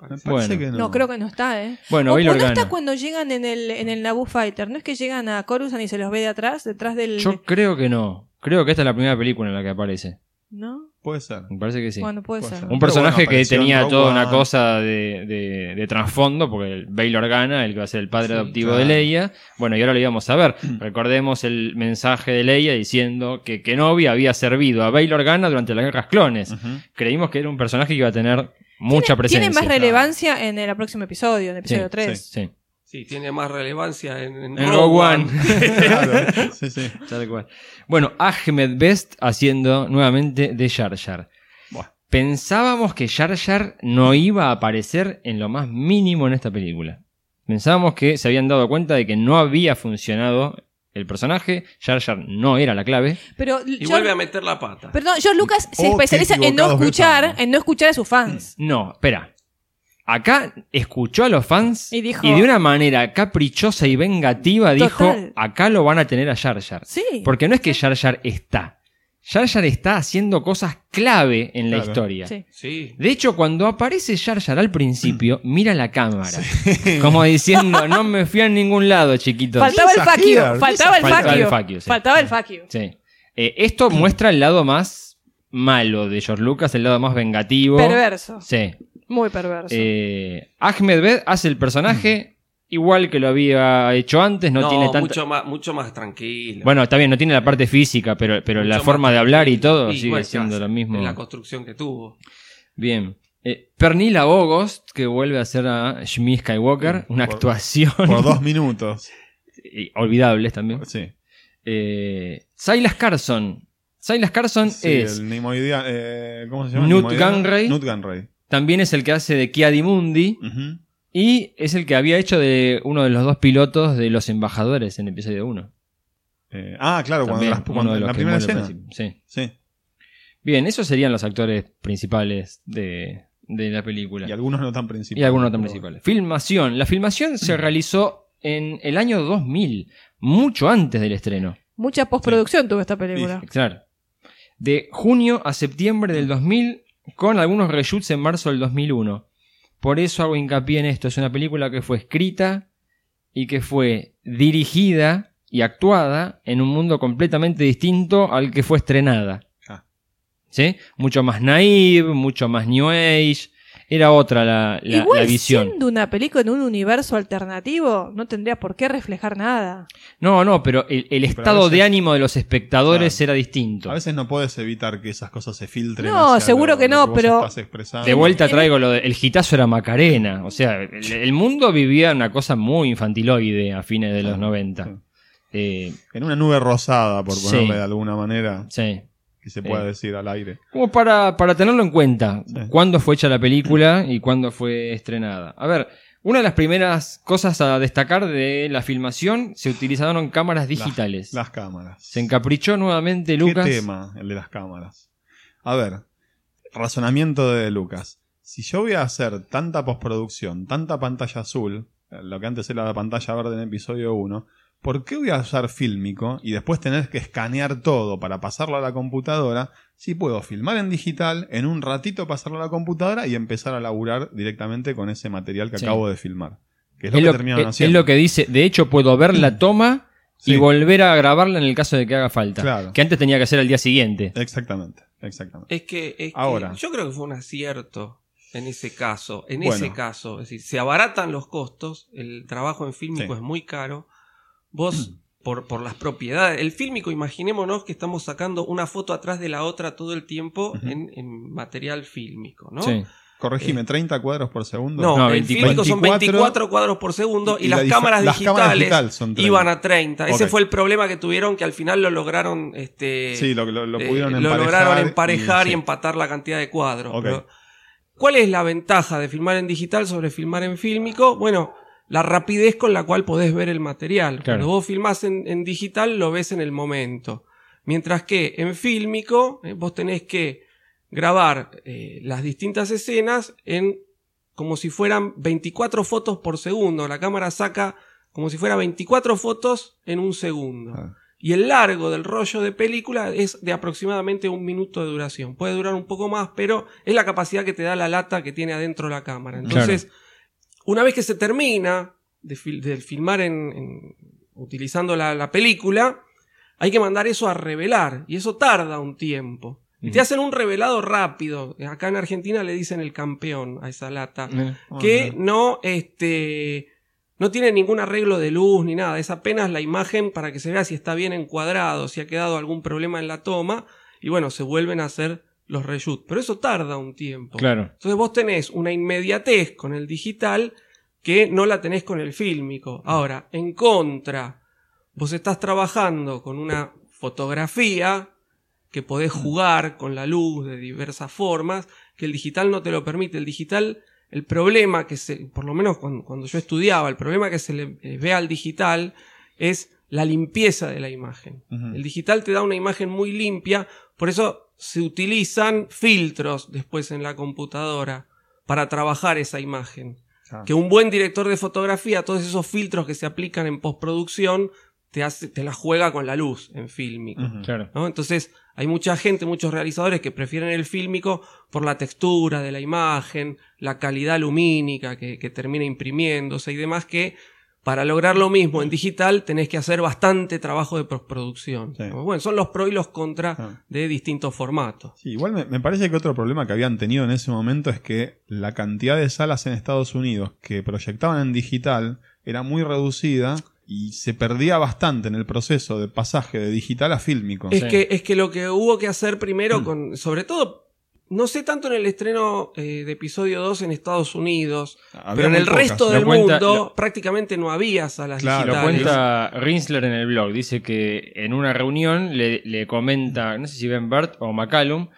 [SPEAKER 5] Me parece
[SPEAKER 3] Bueno.
[SPEAKER 5] que no.
[SPEAKER 4] No, creo que no está, ¿eh?
[SPEAKER 3] Bueno,
[SPEAKER 4] o,
[SPEAKER 3] Bail
[SPEAKER 4] o no
[SPEAKER 3] Organa.
[SPEAKER 4] está cuando llegan en el, en el Naboo Fighter, no es que llegan a Coruscant y se los ve de atrás, detrás del...
[SPEAKER 3] Yo creo que no. Creo que esta es la primera película en la que aparece.
[SPEAKER 4] ¿no?
[SPEAKER 5] Puede ser.
[SPEAKER 3] Me parece que sí.
[SPEAKER 4] Bueno, puede
[SPEAKER 5] Puede
[SPEAKER 4] ser.
[SPEAKER 5] ser.
[SPEAKER 3] Un
[SPEAKER 5] Pero
[SPEAKER 3] personaje
[SPEAKER 5] bueno,
[SPEAKER 3] que
[SPEAKER 5] apareció en
[SPEAKER 3] tenía
[SPEAKER 5] Rogue
[SPEAKER 3] toda una
[SPEAKER 5] One.
[SPEAKER 3] cosa de, de- de trasfondo, porque el Bail Organa, el que va a ser el padre
[SPEAKER 6] Sí,
[SPEAKER 3] adoptivo
[SPEAKER 5] claro.
[SPEAKER 3] de Leia. Bueno, y ahora lo íbamos a ver. Recordemos el mensaje de Leia diciendo que Kenobi había servido a Bail Organa durante las guerras clones.
[SPEAKER 5] Ujú.
[SPEAKER 3] Creímos que era un personaje que iba a tener mucha presencia.
[SPEAKER 4] Tiene más relevancia en el próximo episodio, en el episodio
[SPEAKER 3] Sí,
[SPEAKER 4] 3.
[SPEAKER 3] Sí.
[SPEAKER 6] Sí, tiene más relevancia en, en
[SPEAKER 3] En
[SPEAKER 6] Rogue
[SPEAKER 3] Rogue
[SPEAKER 6] One.
[SPEAKER 3] One.
[SPEAKER 5] Claro, sí, sí.
[SPEAKER 3] Tal cual. Bueno, Ahmed Best haciendo nuevamente de Jar Jar.
[SPEAKER 5] Buah.
[SPEAKER 3] Pensábamos que Jar Jar no iba a aparecer en lo más mínimo en esta película. Pensábamos que se habían dado cuenta de que no había funcionado el personaje, Jar Jar no era la clave.
[SPEAKER 4] Pero
[SPEAKER 6] Y
[SPEAKER 4] George-
[SPEAKER 6] vuelve a meter la pata.
[SPEAKER 4] Perdón, George Lucas se
[SPEAKER 5] Oh, qué
[SPEAKER 4] especializa en no
[SPEAKER 5] equivocados
[SPEAKER 4] escuchar,
[SPEAKER 5] estamos.
[SPEAKER 4] en no escuchar a sus fans.
[SPEAKER 3] No, espera. Acá escuchó a los fans
[SPEAKER 4] Y dijo-
[SPEAKER 3] de una manera caprichosa y vengativa
[SPEAKER 4] Total.
[SPEAKER 3] dijo, acá lo van a tener a Jar Jar.
[SPEAKER 4] Sí.
[SPEAKER 3] Porque no es que Jar Jar está. Jar Jar está haciendo cosas clave en la
[SPEAKER 5] Claro.
[SPEAKER 3] historia.
[SPEAKER 4] Sí.
[SPEAKER 6] Sí.
[SPEAKER 3] De hecho, cuando aparece Jar Jar al principio, mira la cámara. Como diciendo, no me fui a ningún lado, chiquitos.
[SPEAKER 4] Faltaba el
[SPEAKER 5] Lisa
[SPEAKER 4] faquio,
[SPEAKER 5] here,
[SPEAKER 4] faltaba el
[SPEAKER 3] Lisa- Faltaba el
[SPEAKER 4] faquio.
[SPEAKER 3] faquio, sí.
[SPEAKER 4] Faltaba el faquio.
[SPEAKER 3] Sí. Eh, esto muestra el lado más malo de George Lucas, el lado más vengativo.
[SPEAKER 4] Perverso,
[SPEAKER 3] Sí.
[SPEAKER 4] muy perverso.
[SPEAKER 3] Eh, Ahmed Bed hace el personaje igual que lo había hecho antes, no,
[SPEAKER 6] No,
[SPEAKER 3] tiene tanto...
[SPEAKER 6] mucho, más, mucho más tranquilo.
[SPEAKER 3] Bueno, está bien, no tiene la parte física, pero, pero la
[SPEAKER 6] Mucho
[SPEAKER 3] forma
[SPEAKER 6] más
[SPEAKER 3] de hablar y
[SPEAKER 6] tranquilo.
[SPEAKER 3] todo sigue
[SPEAKER 6] bueno, ¿qué
[SPEAKER 3] siendo
[SPEAKER 6] hace?
[SPEAKER 3] lo mismo.
[SPEAKER 6] Es La construcción que tuvo.
[SPEAKER 3] Bien. Eh, Pernila Bogost, que vuelve a ser a Shmi Skywalker, una
[SPEAKER 5] Por-
[SPEAKER 3] actuación
[SPEAKER 5] Por dos minutos.
[SPEAKER 3] y olvidables también.
[SPEAKER 5] Sí.
[SPEAKER 3] Eh, Silas Carson. Silas Carson
[SPEAKER 5] Sí,
[SPEAKER 3] es,
[SPEAKER 5] el Nimoidea- eh, ¿Cómo se llama?
[SPEAKER 3] Newt
[SPEAKER 5] Nimoidea-
[SPEAKER 3] Gunray.
[SPEAKER 5] Newt Gunray.
[SPEAKER 3] también es el que hace de Kia Dimundi
[SPEAKER 5] Ujú.
[SPEAKER 3] y es el que había hecho de uno de los dos pilotos de los embajadores en episodio 1.
[SPEAKER 5] Eh, ah, claro, cuando,
[SPEAKER 3] También
[SPEAKER 5] las-
[SPEAKER 3] uno
[SPEAKER 5] cuando-
[SPEAKER 3] de los
[SPEAKER 5] la
[SPEAKER 3] que
[SPEAKER 5] primera
[SPEAKER 3] muere al
[SPEAKER 5] escena.
[SPEAKER 3] principio. Sí.
[SPEAKER 5] Sí.
[SPEAKER 3] Bien, esos serían los actores principales de, de la película.
[SPEAKER 5] Y algunos no tan principales.
[SPEAKER 3] Y algunos tan
[SPEAKER 5] pero-
[SPEAKER 3] principales. Filmación. La filmación se realizó en el año 2000, mucho antes del estreno.
[SPEAKER 4] Mucha postproducción tuvo esta película.
[SPEAKER 3] Claro. De junio a septiembre del 2000, con algunos reshoots en marzo del 2001. Por eso hago hincapié en esto. Es una película que fue escrita y que fue dirigida y actuada en un mundo completamente distinto al que fue estrenada.
[SPEAKER 5] Ah.
[SPEAKER 3] ¿Sí? Mucho más naive, mucho más new age. Era otra la, la-
[SPEAKER 4] Igual
[SPEAKER 3] la visión.
[SPEAKER 4] siendo una película en un universo alternativo, no tendría por qué reflejar nada.
[SPEAKER 3] No, no, pero el, el
[SPEAKER 5] a
[SPEAKER 3] estado de
[SPEAKER 5] veces-
[SPEAKER 3] ánimo de los espectadores era distinto.
[SPEAKER 5] A veces no puedes evitar que esas cosas se filtren.
[SPEAKER 4] No,
[SPEAKER 5] hacia
[SPEAKER 4] seguro
[SPEAKER 5] lo-
[SPEAKER 4] que
[SPEAKER 5] lo
[SPEAKER 4] no,
[SPEAKER 5] vos
[SPEAKER 4] pero-
[SPEAKER 5] estás expresando.
[SPEAKER 3] De vuelta traigo lo de, el gitazo era Macarena, o sea, el, el mundo vivía una cosa muy infantiloide a fines de los 90. Eh,
[SPEAKER 5] En una nube rosada, por
[SPEAKER 3] Sí.
[SPEAKER 5] ponerle de alguna manera,
[SPEAKER 3] sí.
[SPEAKER 5] que se pueda
[SPEAKER 3] Eh.
[SPEAKER 5] decir al aire.
[SPEAKER 3] Como para, para tenerlo en cuenta,
[SPEAKER 5] Sí.
[SPEAKER 3] cuándo fue hecha la película y cuándo fue estrenada. A ver, una de las primeras cosas a destacar de la filmación, se utilizaron cámaras digitales.
[SPEAKER 5] Las cámaras.
[SPEAKER 3] Se encaprichó nuevamente
[SPEAKER 5] ¿Qué
[SPEAKER 3] Lucas.
[SPEAKER 5] tema el de las cámaras? A ver, razonamiento de Lucas. Si yo voy a hacer tanta postproducción, tanta pantalla azul, eh, lo que antes era la pantalla verde en episodio 1, ¿por qué voy a usar fílmico y después tener que escanear todo para pasarlo a la computadora si puedo filmar en digital, en un ratito pasarlo a la computadora y empezar a laburar directamente con ese material que
[SPEAKER 3] Sí.
[SPEAKER 5] acabo de filmar? Que es
[SPEAKER 3] Es
[SPEAKER 5] lo,
[SPEAKER 3] lo,
[SPEAKER 5] que terminaron
[SPEAKER 3] es- es
[SPEAKER 5] haciendo.
[SPEAKER 3] lo que dice, de hecho puedo ver la toma y
[SPEAKER 5] Sí.
[SPEAKER 3] volver a grabarla en el caso de que haga falta.
[SPEAKER 5] Claro.
[SPEAKER 3] Que antes tenía que hacer al día siguiente.
[SPEAKER 5] Exactamente, exactamente.
[SPEAKER 6] Es que, es que
[SPEAKER 5] Ahora.
[SPEAKER 6] yo creo que fue un acierto en ese caso. En
[SPEAKER 5] Bueno.
[SPEAKER 6] ese caso, es decir, se abaratan los costos, el trabajo en fílmico
[SPEAKER 5] Sí.
[SPEAKER 6] es muy caro. Vos, por, por las propiedades, el fílmico, imaginémonos que estamos sacando una foto atrás de la otra todo el tiempo
[SPEAKER 5] Ujú.
[SPEAKER 6] en, en material fílmico, ¿no?
[SPEAKER 3] Sí.
[SPEAKER 5] Corregime, 30 cuadros por segundo.
[SPEAKER 6] No,
[SPEAKER 3] Eh, No,
[SPEAKER 6] el
[SPEAKER 3] 20,
[SPEAKER 6] fílmico son
[SPEAKER 5] 24
[SPEAKER 6] 24 cuadros por segundo y,
[SPEAKER 5] Y
[SPEAKER 6] las,
[SPEAKER 5] la dif-
[SPEAKER 6] cámaras
[SPEAKER 5] las cámaras
[SPEAKER 6] digitales
[SPEAKER 5] digital son 30.
[SPEAKER 6] iban a 30. Ese
[SPEAKER 5] Ok.
[SPEAKER 6] fue el problema que tuvieron que al final lo lograron este
[SPEAKER 5] Sí, lo, lo- lo
[SPEAKER 6] eh,
[SPEAKER 5] pudieron
[SPEAKER 6] lo
[SPEAKER 5] emparejar.
[SPEAKER 6] lograron emparejar y,
[SPEAKER 5] sí.
[SPEAKER 6] empatar la cantidad de cuadros.
[SPEAKER 5] Ok.
[SPEAKER 6] pero- ¿Cuál es la ventaja de filmar en digital sobre filmar en fílmico? Bueno, la rapidez con la cual podés ver el material.
[SPEAKER 3] Claro.
[SPEAKER 6] Cuando vos filmás en, en digital, lo ves en el momento. Mientras que en fílmico, eh, vos tenés que grabar eh, las distintas escenas en como si fueran 24 fotos por segundo. La cámara saca como si fuera 24 fotos en un segundo.
[SPEAKER 5] Ah.
[SPEAKER 6] Y el largo del rollo de película es de aproximadamente un minuto de duración. Puede durar un poco más, pero es la capacidad que te da la lata que tiene adentro la cámara. Entonces, una vez que se termina de, fil- de filmar en, en- utilizando la, la película, hay que mandar eso a revelar. Y eso tarda un tiempo. Y te
[SPEAKER 3] Ujú.
[SPEAKER 6] hacen un revelado rápido. Acá en Argentina le dicen el campeón a esa lata
[SPEAKER 5] Eh,
[SPEAKER 3] Mira.
[SPEAKER 6] Ah. que
[SPEAKER 5] Ajá.
[SPEAKER 6] no, este, no tiene ningún arreglo de luz ni nada. Es apenas la imagen para que se vea si está bien encuadrado, si ha quedado algún problema en la toma. Y bueno, se vuelven a hacer los reshoots. Pero eso tarda un tiempo.
[SPEAKER 3] Claro.
[SPEAKER 6] Entonces vos tenés una inmediatez con el digital que no la tenés con el fílmico. Ahora, en contra, vos estás trabajando con una fotografía que podés jugar con la luz de diversas formas, que el digital no te lo permite. El digital, el problema que se, por lo menos cuando, cuando yo estudiaba, el problema que se le eh, ve al digital es la limpieza de la imagen.
[SPEAKER 5] Ujú.
[SPEAKER 6] El digital te da una imagen muy limpia, por eso se utilizan filtros después en la computadora para trabajar esa imagen.
[SPEAKER 5] Claro.
[SPEAKER 6] Que un buen director de fotografía, todos esos filtros que se aplican en postproducción, te, hace, te la juega con la luz en fílmico.
[SPEAKER 5] Ujú.
[SPEAKER 3] Claro.
[SPEAKER 6] ¿no? Entonces, hay mucha gente, muchos realizadores que prefieren el fílmico por la textura de la imagen, la calidad lumínica que, que termina imprimiéndose y demás, que para lograr lo mismo en digital tenés que hacer bastante trabajo de postproducción.
[SPEAKER 5] Sí.
[SPEAKER 6] ¿no? Bueno, son los pros y los contras
[SPEAKER 5] Ah.
[SPEAKER 6] de distintos formatos.
[SPEAKER 5] Sí, igual me, me parece que otro problema que habían tenido en ese momento es que la cantidad de salas en Estados Unidos que proyectaban en digital era muy reducida y se perdía bastante en el proceso de pasaje de digital a fílmico.
[SPEAKER 6] Es
[SPEAKER 3] Sí. Mm.
[SPEAKER 6] que, es que lo que hubo que hacer primero con, sobre todo, no sé tanto en el estreno eh, de episodio 2 en Estados Unidos,
[SPEAKER 5] Había
[SPEAKER 6] pero en
[SPEAKER 5] muy
[SPEAKER 6] el
[SPEAKER 5] pocas.
[SPEAKER 6] resto
[SPEAKER 3] Lo
[SPEAKER 6] del
[SPEAKER 3] cuenta-
[SPEAKER 6] mundo
[SPEAKER 3] lo-
[SPEAKER 6] prácticamente no había salas
[SPEAKER 5] Claro,
[SPEAKER 3] Lo
[SPEAKER 5] Dale.
[SPEAKER 6] digitales.
[SPEAKER 3] cuenta Rinsler en el blog. Dice que en una reunión le, le comenta, no sé si Ben Burt o McCallum,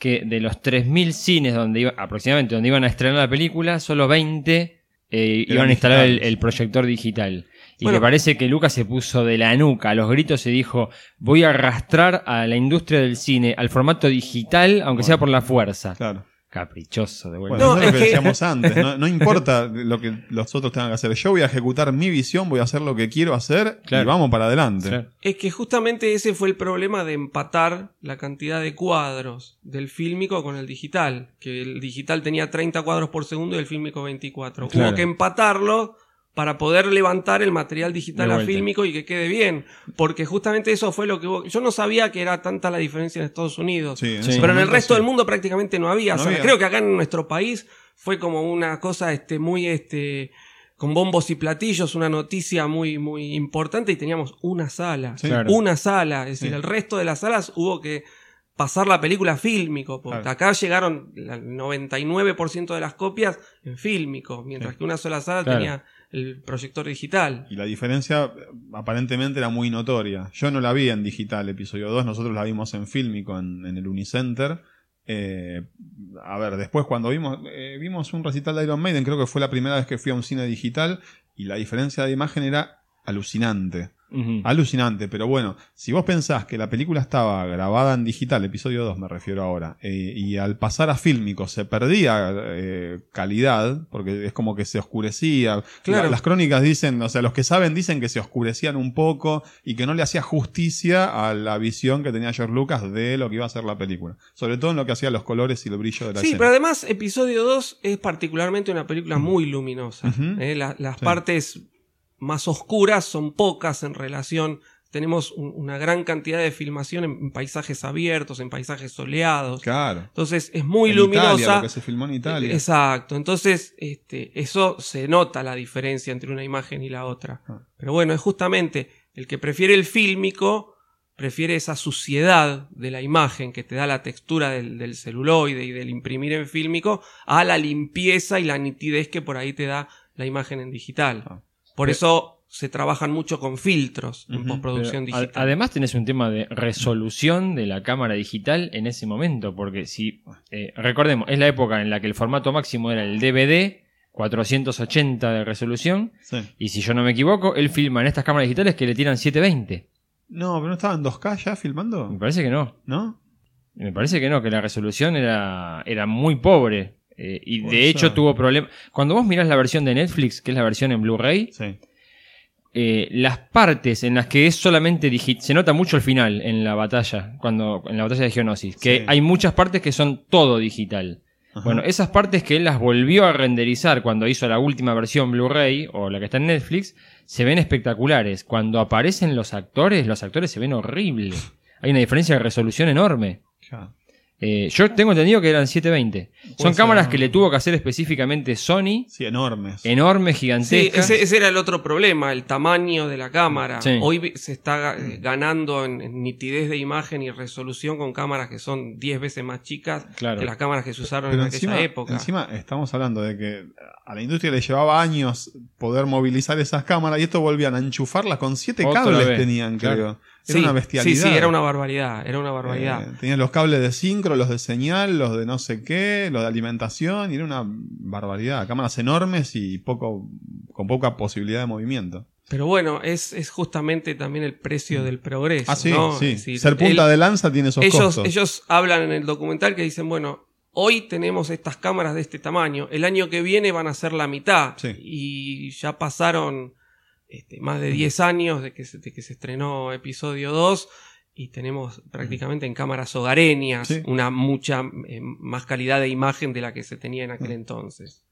[SPEAKER 3] que de los 3.000 cines donde iba, aproximadamente donde iban a estrenar la película, solo 20 eh, iban a instalar el,
[SPEAKER 5] digitales.
[SPEAKER 3] el proyector digital. Y
[SPEAKER 6] Bueno.
[SPEAKER 3] que parece que Lucas se puso de la nuca a los gritos y dijo, voy a arrastrar a la industria del cine al formato digital, aunque sea por la fuerza.
[SPEAKER 5] Claro.
[SPEAKER 3] Caprichoso, de vuelta.
[SPEAKER 5] Bueno,
[SPEAKER 6] No,
[SPEAKER 5] eso es lo
[SPEAKER 6] es
[SPEAKER 5] que,
[SPEAKER 6] que-
[SPEAKER 5] decíamos antes. No, no importa lo que los otros tengan que hacer. Yo voy a ejecutar mi visión, voy a hacer lo que quiero hacer y
[SPEAKER 3] Claro.
[SPEAKER 5] vamos para adelante.
[SPEAKER 3] Claro.
[SPEAKER 6] Es que justamente ese fue el problema de empatar la cantidad de cuadros del fílmico con el digital. Que el digital tenía 30 cuadros por segundo y el fílmico 24.
[SPEAKER 3] Claro.
[SPEAKER 6] Hubo que empatarlo para poder levantar el material digital
[SPEAKER 3] De
[SPEAKER 6] a
[SPEAKER 3] vuelta.
[SPEAKER 6] fílmico y que quede bien. Porque justamente eso fue lo que hubo. Yo no sabía que era tanta la diferencia en Estados Unidos.
[SPEAKER 5] Sí, en
[SPEAKER 3] Sí.
[SPEAKER 5] ese
[SPEAKER 6] Pero en el
[SPEAKER 5] momento
[SPEAKER 6] resto
[SPEAKER 5] sí.
[SPEAKER 6] del mundo prácticamente no había.
[SPEAKER 5] No
[SPEAKER 6] O sea,
[SPEAKER 5] había.
[SPEAKER 6] Creo que acá en nuestro país fue como una cosa este, muy este, con bombos y platillos, una noticia muy, muy importante y teníamos una sala.
[SPEAKER 5] Sí. Uh.
[SPEAKER 3] Claro.
[SPEAKER 6] Una sala. Es decir,
[SPEAKER 5] Sí.
[SPEAKER 6] el resto de las salas hubo que pasar la película a fílmico. Porque
[SPEAKER 5] Claro.
[SPEAKER 6] acá llegaron el 99% de las copias en fílmico, mientras
[SPEAKER 5] Sí.
[SPEAKER 6] que una sola sala
[SPEAKER 3] Claro.
[SPEAKER 6] tenía el proyector digital.
[SPEAKER 5] Y la diferencia eh, aparentemente era muy notoria. Yo no la vi en digital, episodio 2, nosotros la vimos en fílmico en, en el Unicenter. Eh, a ver, después cuando vimos, eh, vimos un recital de Iron Maiden, creo que fue la primera vez que fui a un cine digital y la diferencia de imagen era alucinante.
[SPEAKER 3] Ujú.
[SPEAKER 5] Alucinante, pero bueno, si vos pensás que la película estaba grabada en digital, episodio 2 me refiero ahora, eh, y al pasar a fílmico se perdía eh, calidad, porque es como que se oscurecía.
[SPEAKER 6] Claro.
[SPEAKER 5] La- las crónicas dicen, o sea, los que saben dicen que se oscurecían un poco y que no le hacía justicia a la visión que tenía George Lucas de lo que iba a ser la película. Sobre todo en lo que hacía los colores y el brillo de la
[SPEAKER 6] Sí,
[SPEAKER 5] escena.
[SPEAKER 6] pero además episodio 2 es particularmente una película muy luminosa.
[SPEAKER 5] Ujú.
[SPEAKER 6] ¿eh? La- las
[SPEAKER 5] Sí.
[SPEAKER 6] partes más oscuras son pocas en relación. Tenemos un- una gran cantidad de filmación en, en paisajes abiertos, en paisajes soleados.
[SPEAKER 5] Claro.
[SPEAKER 6] Entonces es muy
[SPEAKER 5] En Italia,
[SPEAKER 6] luminosa.
[SPEAKER 5] lo que se filmó en Italia.
[SPEAKER 6] Exacto. Entonces, este, eso se nota la diferencia entre una imagen y la otra.
[SPEAKER 5] Ah.
[SPEAKER 6] Pero bueno, es justamente el que prefiere el fílmico, prefiere esa suciedad de la imagen que te da la textura del, del celuloide y del imprimir en fílmico, a la limpieza y la nitidez que por ahí te da la imagen en digital.
[SPEAKER 5] Ah.
[SPEAKER 6] Por
[SPEAKER 3] Pe-
[SPEAKER 6] eso se trabajan mucho con filtros en
[SPEAKER 5] Ujú,
[SPEAKER 6] postproducción
[SPEAKER 3] Pero, a-
[SPEAKER 6] digital.
[SPEAKER 3] Además tenés un tema de resolución de la cámara digital en ese momento, porque si eh, recordemos, es la época en la que el formato máximo era el DVD, 480 de resolución,
[SPEAKER 5] Sí.
[SPEAKER 3] y si yo no me equivoco, él filma en estas cámaras digitales que le tiran 720.
[SPEAKER 5] No, pero no estaban 2K ya filmando,
[SPEAKER 3] Me parece que no,
[SPEAKER 5] ¿no?
[SPEAKER 3] me parece que no, que la resolución era, era muy pobre. eh, y
[SPEAKER 5] Puede
[SPEAKER 3] de hecho
[SPEAKER 5] ser.
[SPEAKER 3] tuvo problemas. Cuando vos mirás la versión de Netflix, que es la versión en Blu-ray,
[SPEAKER 5] Sí.
[SPEAKER 3] eh, las partes en las que es solamente digital, se nota mucho el final en la batalla, cuando en la batalla de Geonosis, que
[SPEAKER 5] Sí.
[SPEAKER 3] hay muchas partes que son todo digital.
[SPEAKER 5] Ajá.
[SPEAKER 3] Bueno, esas partes que él las volvió a renderizar cuando hizo la última versión Blu-ray o la que está en Netflix, se ven espectaculares. Cuando aparecen los actores, los actores se ven horribles. Hay una diferencia de resolución enorme.
[SPEAKER 5] Ya.
[SPEAKER 3] Eh, yo tengo entendido que eran 720. Son
[SPEAKER 5] ser.
[SPEAKER 3] cámaras que le tuvo que hacer específicamente Sony,
[SPEAKER 5] Sí, enormes.
[SPEAKER 3] enormes,
[SPEAKER 6] Sí,
[SPEAKER 3] gigantescas.
[SPEAKER 6] ese, ese era el otro problema, el tamaño de la cámara.
[SPEAKER 3] Sí. Mm.
[SPEAKER 6] Hoy vi- se está ga- ganando en, en nitidez de imagen y resolución con cámaras que son 10 veces más chicas
[SPEAKER 3] Claro.
[SPEAKER 6] que las cámaras que se usaron
[SPEAKER 5] Pero
[SPEAKER 6] en
[SPEAKER 5] encima,
[SPEAKER 6] aquella época.
[SPEAKER 5] encima estamos hablando de que a la industria le llevaba años poder movilizar esas cámaras y esto volvían a enchufarlas con siete
[SPEAKER 3] Otra
[SPEAKER 5] cables
[SPEAKER 3] vez,
[SPEAKER 5] tenían,
[SPEAKER 3] claro.
[SPEAKER 5] creo. Era
[SPEAKER 6] Sí,
[SPEAKER 5] una bestialidad.
[SPEAKER 6] Sí, sí, era una barbaridad, era una barbaridad.
[SPEAKER 5] Eh, tenían los cables de sincro, los de señal, los de no sé qué, los de alimentación, y era una barbaridad. Cámaras enormes y poco, con poca posibilidad de movimiento.
[SPEAKER 6] Pero bueno, es, es justamente también el precio del progreso.
[SPEAKER 5] Ah, sí,
[SPEAKER 6] ¿no?
[SPEAKER 5] sí.
[SPEAKER 6] Es decir,
[SPEAKER 5] Ser punta
[SPEAKER 6] el-
[SPEAKER 5] de lanza tiene esos
[SPEAKER 6] ellos,
[SPEAKER 5] costos.
[SPEAKER 6] ellos hablan en el documental que dicen, bueno, hoy tenemos estas cámaras de este tamaño, el año que viene van a ser la mitad.
[SPEAKER 5] Sí.
[SPEAKER 6] Y ya pasaron este, más de 10 años de que, se, de que se estrenó episodio 2 y tenemos prácticamente en cámaras hogareñas
[SPEAKER 5] Sí.
[SPEAKER 6] una mucha eh, más calidad de imagen de la que se tenía en
[SPEAKER 5] Ah.
[SPEAKER 6] aquel entonces.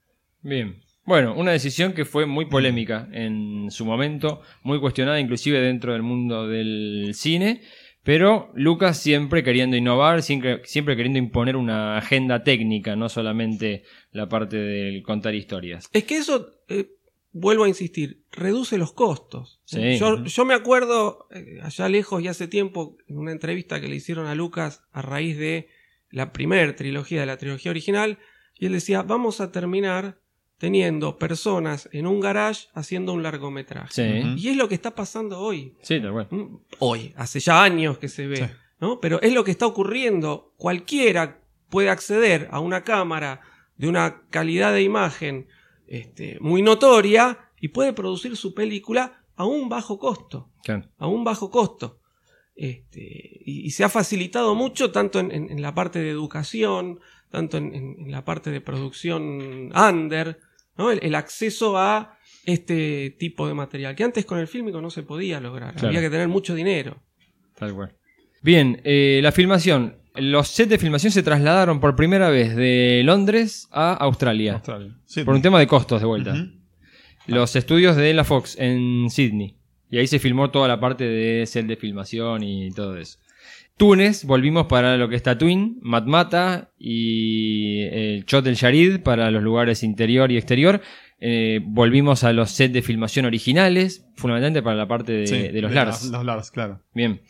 [SPEAKER 3] Bien. Bueno, una decisión que fue muy polémica en su momento, muy cuestionada inclusive dentro del mundo del cine, pero Lucas siempre queriendo innovar, siempre, siempre queriendo imponer una agenda técnica, no solamente la parte del contar historias.
[SPEAKER 6] Es que eso, eh, vuelvo a insistir, reduce los costos.
[SPEAKER 3] Sí.
[SPEAKER 6] Yo, yo me acuerdo, eh, allá lejos y hace tiempo, en una entrevista que le hicieron a Lucas a raíz de la primer trilogía, de la trilogía original, y él decía, vamos a terminar teniendo personas en un garage haciendo un largometraje.
[SPEAKER 3] Sí,
[SPEAKER 5] Ujú.
[SPEAKER 6] Y es lo que está pasando hoy.
[SPEAKER 3] sí, tal cual.
[SPEAKER 6] Mm, Hoy, hace ya años que se ve,
[SPEAKER 5] Sí.
[SPEAKER 6] ¿no? Pero es lo que está ocurriendo. Cualquiera puede acceder a una cámara de una calidad de imagen este, muy notoria y puede producir su película a un bajo costo
[SPEAKER 3] Claro.
[SPEAKER 6] a un bajo costo. Este, y, y se ha facilitado mucho tanto en, en- en la parte de educación, tanto en, en- en la parte de producción under, ¿no? el, el acceso a este tipo de material, que antes con el fílmico no se podía lograr,
[SPEAKER 3] Claro.
[SPEAKER 6] había que tener mucho dinero.
[SPEAKER 3] Tal cual. Bien, eh, la filmación. Los sets de filmación se trasladaron por primera vez de Londres a Australia.
[SPEAKER 5] Australia. Sí.
[SPEAKER 3] Por un tema de costos de vuelta.
[SPEAKER 5] Ujú.
[SPEAKER 3] Los estudios de la Fox en Sydney. Y ahí se filmó toda la parte de set de filmación y todo eso. Túnez, volvimos para lo que está Twin, Matmata y el Chot del Yarid para los lugares interior y exterior. Eh, volvimos a los sets de filmación originales, fundamentalmente para la parte de,
[SPEAKER 5] Sí,
[SPEAKER 3] de los
[SPEAKER 5] la-
[SPEAKER 3] Lars.
[SPEAKER 5] Los Lars, claro.
[SPEAKER 3] Bien.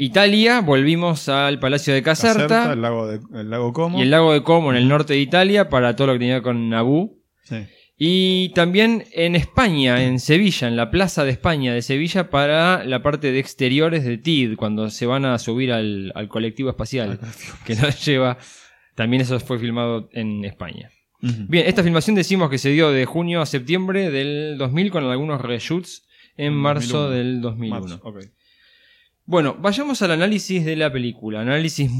[SPEAKER 3] Italia, volvimos al Palacio de Caserta,
[SPEAKER 5] Caserta, el lago, de, el lago Como.
[SPEAKER 3] y el lago de Como en el norte de Italia para todo lo que tenía que ver con Naboo.
[SPEAKER 5] Sí.
[SPEAKER 3] Y también en España, en Sevilla, en la plaza de España de Sevilla, para la parte de exteriores de TID, cuando se van a subir al, al colectivo espacial, que nos lleva. También eso fue filmado en España.
[SPEAKER 5] Ujú.
[SPEAKER 3] Bien, esta filmación decimos que se dio de junio a septiembre del 2000 con algunos reshoots en marzo
[SPEAKER 5] 2001.
[SPEAKER 3] del 2001.
[SPEAKER 5] Marzo, ok.
[SPEAKER 3] Bueno, vayamos al análisis de la película, análisis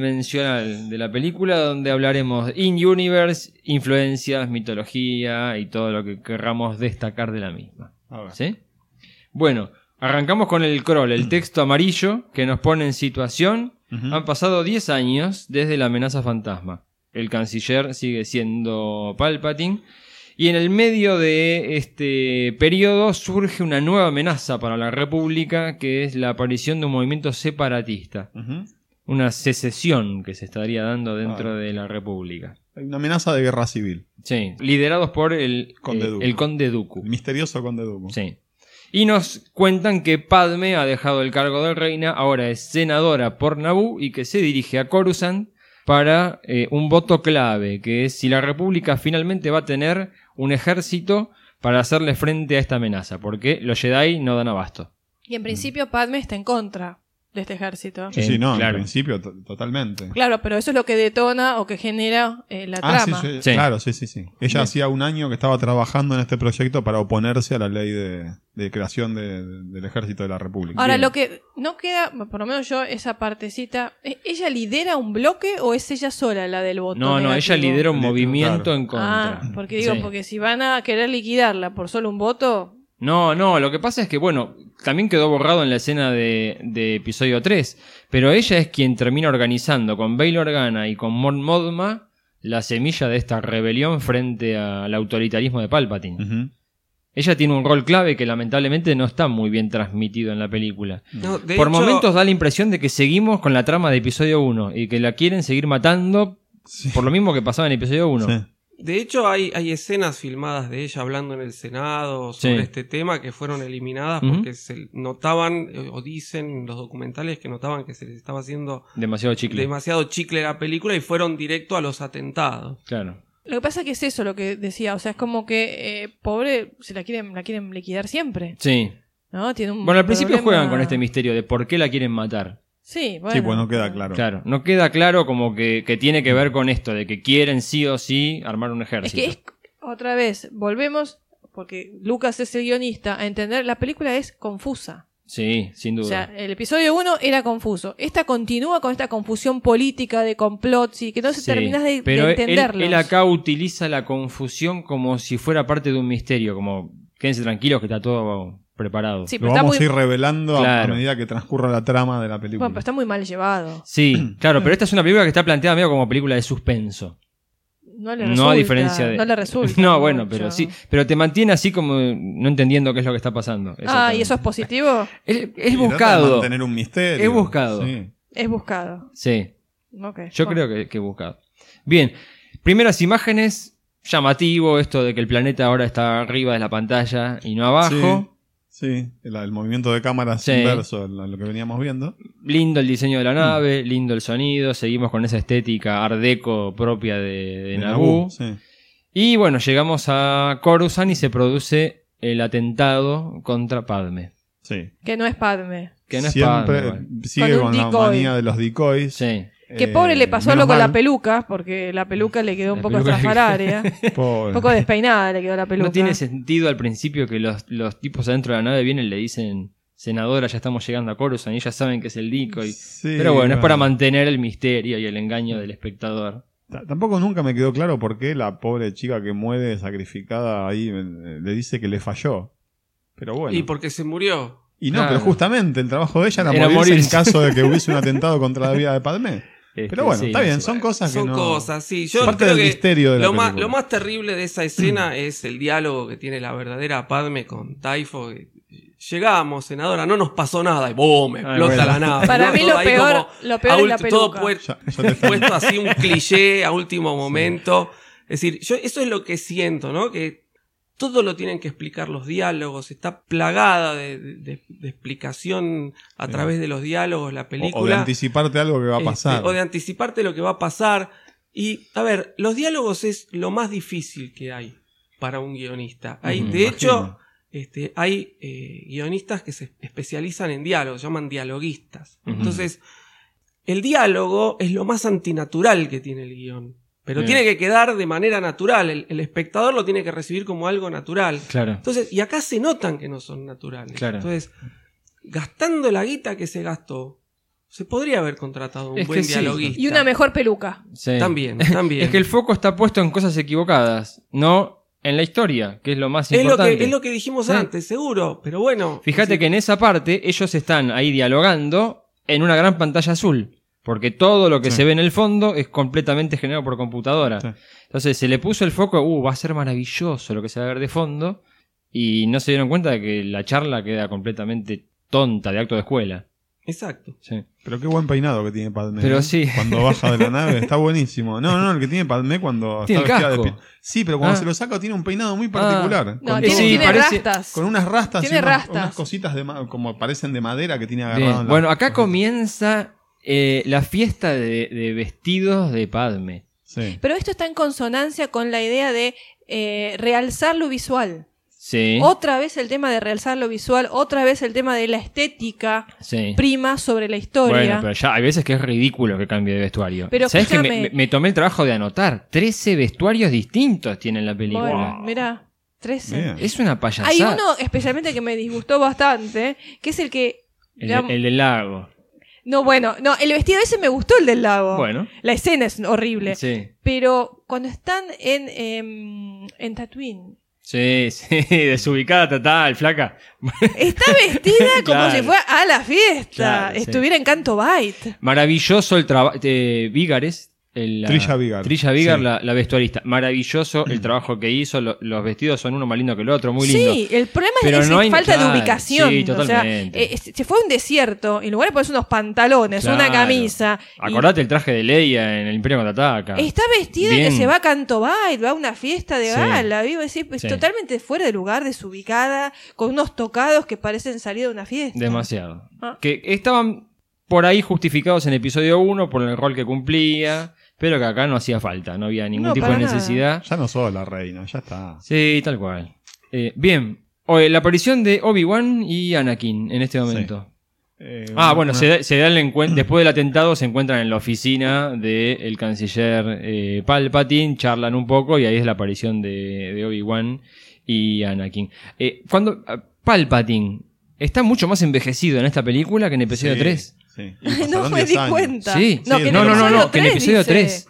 [SPEAKER 3] multidimensional de la película, donde hablaremos in-universe, influencias, mitología y todo lo que querramos destacar de la misma.
[SPEAKER 5] A ver.
[SPEAKER 3] ¿Sí? Bueno, arrancamos con el crawl, el texto amarillo que nos pone en situación.
[SPEAKER 5] Ujú.
[SPEAKER 3] Han pasado 10 años desde la amenaza fantasma. El canciller sigue siendo Palpatine. Y en el medio de este periodo surge una nueva amenaza para la República, que es la aparición de un movimiento separatista.
[SPEAKER 5] Ujú.
[SPEAKER 3] Una secesión que se estaría dando dentro
[SPEAKER 5] Ah.
[SPEAKER 3] de la República.
[SPEAKER 5] Hay una amenaza de guerra civil.
[SPEAKER 3] Sí, liderados por el
[SPEAKER 5] Conde
[SPEAKER 3] eh,
[SPEAKER 5] Dooku.
[SPEAKER 3] el Conde Dooku.
[SPEAKER 5] El misterioso conde Dooku.
[SPEAKER 3] Sí. Y nos cuentan que Padme ha dejado el cargo de reina, ahora es senadora por Naboo y que se dirige a Coruscant para eh, un voto clave, que es si la República finalmente va a tener un ejército para hacerle frente a esta amenaza, porque los Jedi no dan abasto.
[SPEAKER 4] Y en
[SPEAKER 3] Mm.
[SPEAKER 4] principio Padme está en contra de este ejército.
[SPEAKER 5] Sí, sí, no,
[SPEAKER 3] Eh, Claro.
[SPEAKER 5] en principio to- totalmente.
[SPEAKER 4] Claro, pero eso es lo que detona o que genera eh, la
[SPEAKER 5] Ah, sí,
[SPEAKER 4] trama.
[SPEAKER 5] sí,
[SPEAKER 3] Sí.
[SPEAKER 5] claro, sí, sí, sí. Ella
[SPEAKER 3] Bien.
[SPEAKER 5] hacía un año que estaba trabajando en este proyecto para oponerse a la ley de, de creación de- del ejército de la República.
[SPEAKER 4] Ahora,
[SPEAKER 5] Bien.
[SPEAKER 4] lo que no queda, por lo menos yo, esa partecita, ¿e- ¿ella lidera un bloque o es ella sola la del voto?
[SPEAKER 3] No, no, ella
[SPEAKER 4] negativo?
[SPEAKER 3] lidera un
[SPEAKER 5] Claro.
[SPEAKER 3] movimiento en contra.
[SPEAKER 4] Ah, porque digo,
[SPEAKER 3] Sí.
[SPEAKER 4] porque si van a querer liquidarla por solo un voto,
[SPEAKER 3] No, no, lo que pasa es que, bueno, también quedó borrado en la escena de, de episodio 3, pero ella es quien termina organizando con Bail Organa y con Mon Modma la semilla de esta rebelión frente al autoritarismo de Palpatine.
[SPEAKER 5] Ujú.
[SPEAKER 3] Ella tiene un rol clave que lamentablemente no está muy bien transmitido en la película.
[SPEAKER 6] No, de
[SPEAKER 3] Mm. Por
[SPEAKER 6] hecho,
[SPEAKER 3] momentos da la impresión de que seguimos con la trama de episodio 1 y que la quieren seguir matando
[SPEAKER 5] Sí.
[SPEAKER 3] por lo mismo que pasaba en episodio 1.
[SPEAKER 5] Sí.
[SPEAKER 6] De hecho, hay, hay escenas filmadas de ella hablando en el Senado sobre
[SPEAKER 3] Sí.
[SPEAKER 6] este tema que fueron eliminadas
[SPEAKER 3] Ujú.
[SPEAKER 6] porque se notaban eh, o dicen en los documentales que notaban que se les estaba haciendo
[SPEAKER 3] Demasiado chicle.
[SPEAKER 6] demasiado chicle la película y fueron directo a los atentados.
[SPEAKER 3] claro.
[SPEAKER 4] Lo que pasa es que es eso lo que decía, o sea, es como que eh, pobre, se la quieren, la quieren liquidar siempre,
[SPEAKER 3] Sí.
[SPEAKER 4] ¿no? Tiene un
[SPEAKER 3] Bueno,
[SPEAKER 6] Mm,
[SPEAKER 3] al principio
[SPEAKER 4] problema-
[SPEAKER 3] juegan con este misterio de por qué la quieren matar.
[SPEAKER 4] Sí, bueno.
[SPEAKER 5] Sí, pues no queda claro.
[SPEAKER 3] Claro, no queda claro como que, que tiene que ver con esto, de que quieren sí o sí armar un
[SPEAKER 4] Es
[SPEAKER 3] ejército.
[SPEAKER 4] que es, otra vez, volvemos, porque Lucas es el guionista, a entender, la película es confusa.
[SPEAKER 3] Sí, sin duda.
[SPEAKER 4] O sea, el episodio 1 era confuso. Esta continúa con esta confusión política de complots y que no se
[SPEAKER 3] Sí,
[SPEAKER 4] terminas de, de
[SPEAKER 3] pero él-
[SPEAKER 4] entenderlos.
[SPEAKER 3] Él, acá utiliza la confusión como si fuera parte de un misterio, como quédense tranquilos que está todo preparado.
[SPEAKER 4] Sí,
[SPEAKER 5] Lo
[SPEAKER 4] pero está
[SPEAKER 5] vamos
[SPEAKER 4] muy,
[SPEAKER 5] a ir revelando a-
[SPEAKER 3] Claro.
[SPEAKER 5] a medida que transcurra la trama de la película.
[SPEAKER 4] bueno, pero está muy mal llevado.
[SPEAKER 3] Sí, claro, pero esta es una película que está planteada medio como película de suspenso.
[SPEAKER 4] No le resulta.
[SPEAKER 3] No a diferencia de.
[SPEAKER 4] No le resulta.
[SPEAKER 3] No, bueno,
[SPEAKER 4] mucho.
[SPEAKER 3] pero sí. Pero te mantiene así como no entendiendo qué es lo que está pasando.
[SPEAKER 4] Ah,
[SPEAKER 3] exactamente.
[SPEAKER 4] ¿y eso es positivo?
[SPEAKER 3] Es, es
[SPEAKER 5] Y trata de
[SPEAKER 3] buscado.
[SPEAKER 5] mantener un misterio.
[SPEAKER 3] Es buscado.
[SPEAKER 5] Sí.
[SPEAKER 4] Es buscado.
[SPEAKER 3] Sí.
[SPEAKER 4] Ok.
[SPEAKER 3] Yo
[SPEAKER 4] Bueno.
[SPEAKER 3] creo que, que he buscado. Bien, primeras imágenes, llamativo esto de que el planeta ahora está arriba de la pantalla y no abajo.
[SPEAKER 5] Sí, el, el movimiento de cámara es
[SPEAKER 3] Sí.
[SPEAKER 5] inverso a lo a lo que veníamos viendo.
[SPEAKER 3] Lindo el diseño
[SPEAKER 5] Mm.
[SPEAKER 3] de la nave, lindo el sonido, seguimos con esa estética art deco propia de, de
[SPEAKER 5] De
[SPEAKER 3] Naboo.
[SPEAKER 5] Naboo, sí.
[SPEAKER 3] Y bueno, llegamos a Coruscant y se produce el atentado contra Padme.
[SPEAKER 5] Sí.
[SPEAKER 4] Que no es Padme.
[SPEAKER 3] Que no es Padme.
[SPEAKER 5] Siempre
[SPEAKER 3] igual.
[SPEAKER 5] sigue
[SPEAKER 4] Con un
[SPEAKER 5] con, la
[SPEAKER 4] decoy.
[SPEAKER 5] manía de los decoys.
[SPEAKER 3] Sí.
[SPEAKER 4] Que
[SPEAKER 5] Eh,
[SPEAKER 4] pobre le pasó
[SPEAKER 5] menos
[SPEAKER 4] algo con
[SPEAKER 5] mal.
[SPEAKER 4] la peluca, porque la peluca le quedó un
[SPEAKER 3] La
[SPEAKER 4] poco
[SPEAKER 3] peluca le-
[SPEAKER 4] estrafalaria.
[SPEAKER 5] Pobre.
[SPEAKER 4] un poco despeinada le quedó la peluca.
[SPEAKER 3] No tiene sentido al principio que los, los tipos adentro de la nave vienen y le dicen, senadora, ya estamos llegando a Coruscant y ya saben que es el decoy.
[SPEAKER 5] Sí,
[SPEAKER 3] Pero bueno, es para mantener el misterio y el engaño del espectador.
[SPEAKER 5] T- Tampoco nunca me quedó claro por qué la pobre chica que muere sacrificada ahí eh, le dice que le falló. Pero bueno.
[SPEAKER 6] Y porque se murió.
[SPEAKER 5] Y no,
[SPEAKER 3] Claro.
[SPEAKER 5] pero justamente el trabajo de ella era,
[SPEAKER 3] Era
[SPEAKER 5] morirse en
[SPEAKER 3] morirse.
[SPEAKER 5] caso de que hubiese un atentado contra la vida de Padmé.
[SPEAKER 3] Este,
[SPEAKER 5] Pero bueno,
[SPEAKER 3] sí,
[SPEAKER 5] está bien,
[SPEAKER 3] no sé.
[SPEAKER 5] son cosas que
[SPEAKER 6] Son
[SPEAKER 5] no...
[SPEAKER 6] cosas, sí. Yo
[SPEAKER 5] Parte
[SPEAKER 6] creo
[SPEAKER 5] del
[SPEAKER 6] que
[SPEAKER 5] misterio de la
[SPEAKER 6] lo, más,
[SPEAKER 5] película. Mm.
[SPEAKER 6] lo más terrible de esa escena es el diálogo que tiene la verdadera Padme con Taifo. Llegamos, senadora, no nos pasó nada. Y boom, explota
[SPEAKER 3] bueno.
[SPEAKER 6] la nave.
[SPEAKER 4] Para
[SPEAKER 6] ¿no?
[SPEAKER 4] mí
[SPEAKER 6] Todo
[SPEAKER 4] lo
[SPEAKER 6] ahí
[SPEAKER 4] peor,
[SPEAKER 6] como
[SPEAKER 4] lo peor
[SPEAKER 6] a
[SPEAKER 4] es la
[SPEAKER 6] ulti- todo
[SPEAKER 4] peluca.
[SPEAKER 6] puer-
[SPEAKER 5] Ya- ya te-
[SPEAKER 6] puesto así un cliché a último momento. Es decir, yo eso es lo que siento, ¿no? Que todo lo tienen que explicar los diálogos, está plagada de, de- de explicación a
[SPEAKER 5] Sí.
[SPEAKER 6] través de los diálogos, la
[SPEAKER 5] o-
[SPEAKER 6] película.
[SPEAKER 5] o de anticiparte algo que va a
[SPEAKER 6] Este,
[SPEAKER 5] pasar.
[SPEAKER 6] o de anticiparte lo que va a pasar. Y, a ver, los diálogos es lo más difícil que hay para un guionista. Hay,
[SPEAKER 3] Ujú,
[SPEAKER 6] de
[SPEAKER 5] imagino.
[SPEAKER 6] hecho, este, hay eh, guionistas que se especializan en diálogos, se llaman dialoguistas.
[SPEAKER 3] Ujú.
[SPEAKER 6] Entonces, el diálogo es lo más antinatural que tiene el guión. Pero
[SPEAKER 3] Bien.
[SPEAKER 6] tiene que quedar de manera natural. El, el espectador lo tiene que recibir como algo natural.
[SPEAKER 3] Claro.
[SPEAKER 6] Entonces, y acá se notan que no son naturales.
[SPEAKER 3] Claro.
[SPEAKER 6] Entonces, gastando la guita que se gastó, se podría haber contratado un
[SPEAKER 3] Es
[SPEAKER 6] buen
[SPEAKER 3] que sí.
[SPEAKER 6] dialoguista.
[SPEAKER 4] Y una mejor peluca.
[SPEAKER 3] Sí.
[SPEAKER 6] También, también.
[SPEAKER 3] Es que el foco está puesto en cosas equivocadas, no en la historia, que es lo más
[SPEAKER 6] es lo
[SPEAKER 3] importante.
[SPEAKER 6] que, es lo que dijimos
[SPEAKER 3] Sí.
[SPEAKER 6] antes, seguro. Pero bueno.
[SPEAKER 3] Fíjate
[SPEAKER 6] sí.
[SPEAKER 3] que en e- esa parte ellos están ahí dialogando en una gran pantalla azul. Porque todo lo que
[SPEAKER 5] Sí.
[SPEAKER 3] se ve en el fondo es completamente generado por computadora.
[SPEAKER 5] Sí.
[SPEAKER 3] Entonces se le puso el foco, uh, va a ser maravilloso lo que se va a ver de fondo. Y no se dieron cuenta de que la charla queda completamente tonta de acto de escuela.
[SPEAKER 6] Exacto.
[SPEAKER 3] Sí.
[SPEAKER 5] Pero qué buen peinado que tiene Padmé.
[SPEAKER 3] Pero
[SPEAKER 5] ¿eh?
[SPEAKER 3] sí.
[SPEAKER 5] Cuando baja de la nave, está buenísimo. No, no, el que tiene Padmé cuando
[SPEAKER 3] Tiene
[SPEAKER 5] está
[SPEAKER 3] el
[SPEAKER 5] vestida de
[SPEAKER 3] casco.
[SPEAKER 5] pi- Sí, pero cuando
[SPEAKER 3] Ah.
[SPEAKER 5] se lo saca tiene un peinado muy particular.
[SPEAKER 4] No,
[SPEAKER 5] con,
[SPEAKER 4] tiene,
[SPEAKER 5] todo-
[SPEAKER 3] Sí,
[SPEAKER 4] tiene
[SPEAKER 3] parece-
[SPEAKER 4] rastas.
[SPEAKER 5] con unas rastas
[SPEAKER 4] tiene
[SPEAKER 5] y unas,
[SPEAKER 4] rastas.
[SPEAKER 5] unas cositas de ma- como parecen de madera que tiene agarrado.
[SPEAKER 3] Bien.
[SPEAKER 5] en la-
[SPEAKER 3] Bueno, acá comienza eh, la fiesta de, de vestidos de Padme.
[SPEAKER 5] Sí.
[SPEAKER 4] Pero esto está en consonancia con la idea de eh, realzar lo visual.
[SPEAKER 3] Sí.
[SPEAKER 4] Otra vez el tema de realzar lo visual, otra vez el tema de la estética
[SPEAKER 3] sí.
[SPEAKER 4] prima sobre la historia.
[SPEAKER 3] Bueno, pero ya hay veces que es ridículo que cambie de vestuario.
[SPEAKER 4] Pero
[SPEAKER 3] ¿Sabes que me,
[SPEAKER 4] escúchame.
[SPEAKER 3] me- me tomé el trabajo de anotar? 13 vestuarios distintos tiene la película.
[SPEAKER 4] Bueno, mirá, 13.
[SPEAKER 5] Bien.
[SPEAKER 3] Es una payasada.
[SPEAKER 4] Hay uno especialmente que me disgustó bastante, que es el que...
[SPEAKER 3] El,
[SPEAKER 4] ya-
[SPEAKER 3] el del lago.
[SPEAKER 4] No, bueno, no, el vestido ese me gustó el del lago.
[SPEAKER 3] Bueno.
[SPEAKER 4] La escena es horrible.
[SPEAKER 3] Sí.
[SPEAKER 4] Pero cuando están en, em, en Tatooine,
[SPEAKER 3] Sí, sí, desubicada total, flaca.
[SPEAKER 4] está vestida como
[SPEAKER 3] Claro.
[SPEAKER 4] si fuera a la fiesta.
[SPEAKER 3] Claro, sí.
[SPEAKER 4] Estuviera en Canto Bight.
[SPEAKER 3] Maravilloso el trabajo. eh, Vígares el- la-
[SPEAKER 5] Trilla Vigar.
[SPEAKER 3] Trilla Vigar,
[SPEAKER 5] Sí.
[SPEAKER 3] la, la vestuarista. Maravilloso el trabajo que hizo. lo- los vestidos son uno más lindo que el otro, muy lindo.
[SPEAKER 4] Sí, el problema
[SPEAKER 3] Pero
[SPEAKER 4] es
[SPEAKER 3] no hay-
[SPEAKER 4] esa falta
[SPEAKER 3] claro,
[SPEAKER 4] de ubicación.
[SPEAKER 3] sí,
[SPEAKER 4] o sea,
[SPEAKER 3] totalmente.
[SPEAKER 4] eh, se fue a un desierto, en lugar de ponerse unos pantalones, una
[SPEAKER 3] Claro.
[SPEAKER 4] camisa. y
[SPEAKER 3] Acordate el traje de Leia en el Imperio Contraataca.
[SPEAKER 4] Está vestido de
[SPEAKER 3] Bien.
[SPEAKER 4] que se va a Canto Bail, va a una fiesta de
[SPEAKER 3] Sí.
[SPEAKER 4] gala, vivo decir, es
[SPEAKER 3] Sí.
[SPEAKER 4] totalmente fuera de lugar, desubicada, con unos tocados que parecen salir de una fiesta.
[SPEAKER 3] Demasiado.
[SPEAKER 4] Ah.
[SPEAKER 3] Que estaban por ahí justificados en episodio 1 por el rol que cumplía, pero que acá no hacía falta, no había ningún
[SPEAKER 4] No,
[SPEAKER 3] tipo de
[SPEAKER 4] para nada.
[SPEAKER 3] necesidad.
[SPEAKER 5] Ya no sos la reina, ya está.
[SPEAKER 3] Sí, tal cual. Eh, bien, O, eh, la aparición de Obi-Wan y Anakin en este momento.
[SPEAKER 5] Eh,
[SPEAKER 3] Ah,
[SPEAKER 5] una-
[SPEAKER 3] bueno,
[SPEAKER 5] una-
[SPEAKER 3] se da, se da el encuentro, después del atentado se encuentran en la oficina del canciller eh, Palpatine, charlan un poco y ahí es la aparición de, de Obi-Wan y Anakin. Eh, cuando ah, Palpatine está mucho más envejecido en esta película que en episodio
[SPEAKER 5] Sí,
[SPEAKER 3] 3.
[SPEAKER 5] sí. Y
[SPEAKER 4] no
[SPEAKER 5] pasaron
[SPEAKER 4] me
[SPEAKER 5] 10
[SPEAKER 4] di
[SPEAKER 5] años.
[SPEAKER 4] cuenta.
[SPEAKER 3] Sí.
[SPEAKER 4] que en
[SPEAKER 5] Sí, no,
[SPEAKER 4] el
[SPEAKER 5] no, no,
[SPEAKER 4] episodio
[SPEAKER 5] no,
[SPEAKER 3] que en episodio
[SPEAKER 4] dice.
[SPEAKER 3] tres.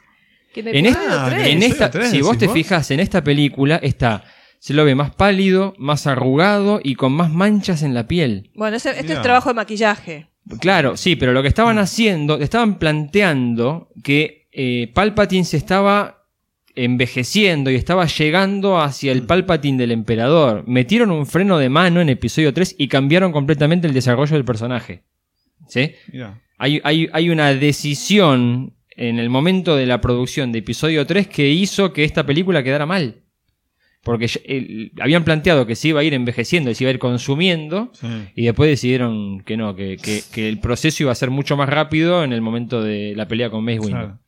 [SPEAKER 4] Que en
[SPEAKER 3] En este-
[SPEAKER 4] episodio
[SPEAKER 5] Ah,
[SPEAKER 4] tres.
[SPEAKER 5] que
[SPEAKER 3] En
[SPEAKER 5] Sí,
[SPEAKER 3] esta,
[SPEAKER 5] tres,
[SPEAKER 3] si vos
[SPEAKER 5] decís
[SPEAKER 3] te
[SPEAKER 5] vos.
[SPEAKER 3] fijas, en esta película está, se lo ve más pálido, más arrugado y con más manchas en la piel.
[SPEAKER 4] Bueno, ese- esto
[SPEAKER 5] Mirá.
[SPEAKER 4] es trabajo de maquillaje.
[SPEAKER 3] Claro, sí, pero lo que
[SPEAKER 5] Mm.
[SPEAKER 3] estaban haciendo, estaban planteando que eh, Palpatine se estaba envejeciendo y estaba llegando hacia
[SPEAKER 5] Mm.
[SPEAKER 3] el Palpatine del emperador. Metieron un freno de mano en episodio 3 y cambiaron completamente el desarrollo del personaje. ¿Sí?
[SPEAKER 5] Mirá.
[SPEAKER 3] Hay, hay- hay una decisión en el momento de la producción de episodio 3 que hizo que esta película quedara mal. Porque ya- el- habían planteado que se iba a ir envejeciendo y se iba a ir consumiendo.
[SPEAKER 5] Sí.
[SPEAKER 3] Y después decidieron que no, que, que- que el proceso iba a ser mucho más rápido en el momento de la pelea con Mace Windu.
[SPEAKER 5] Claro.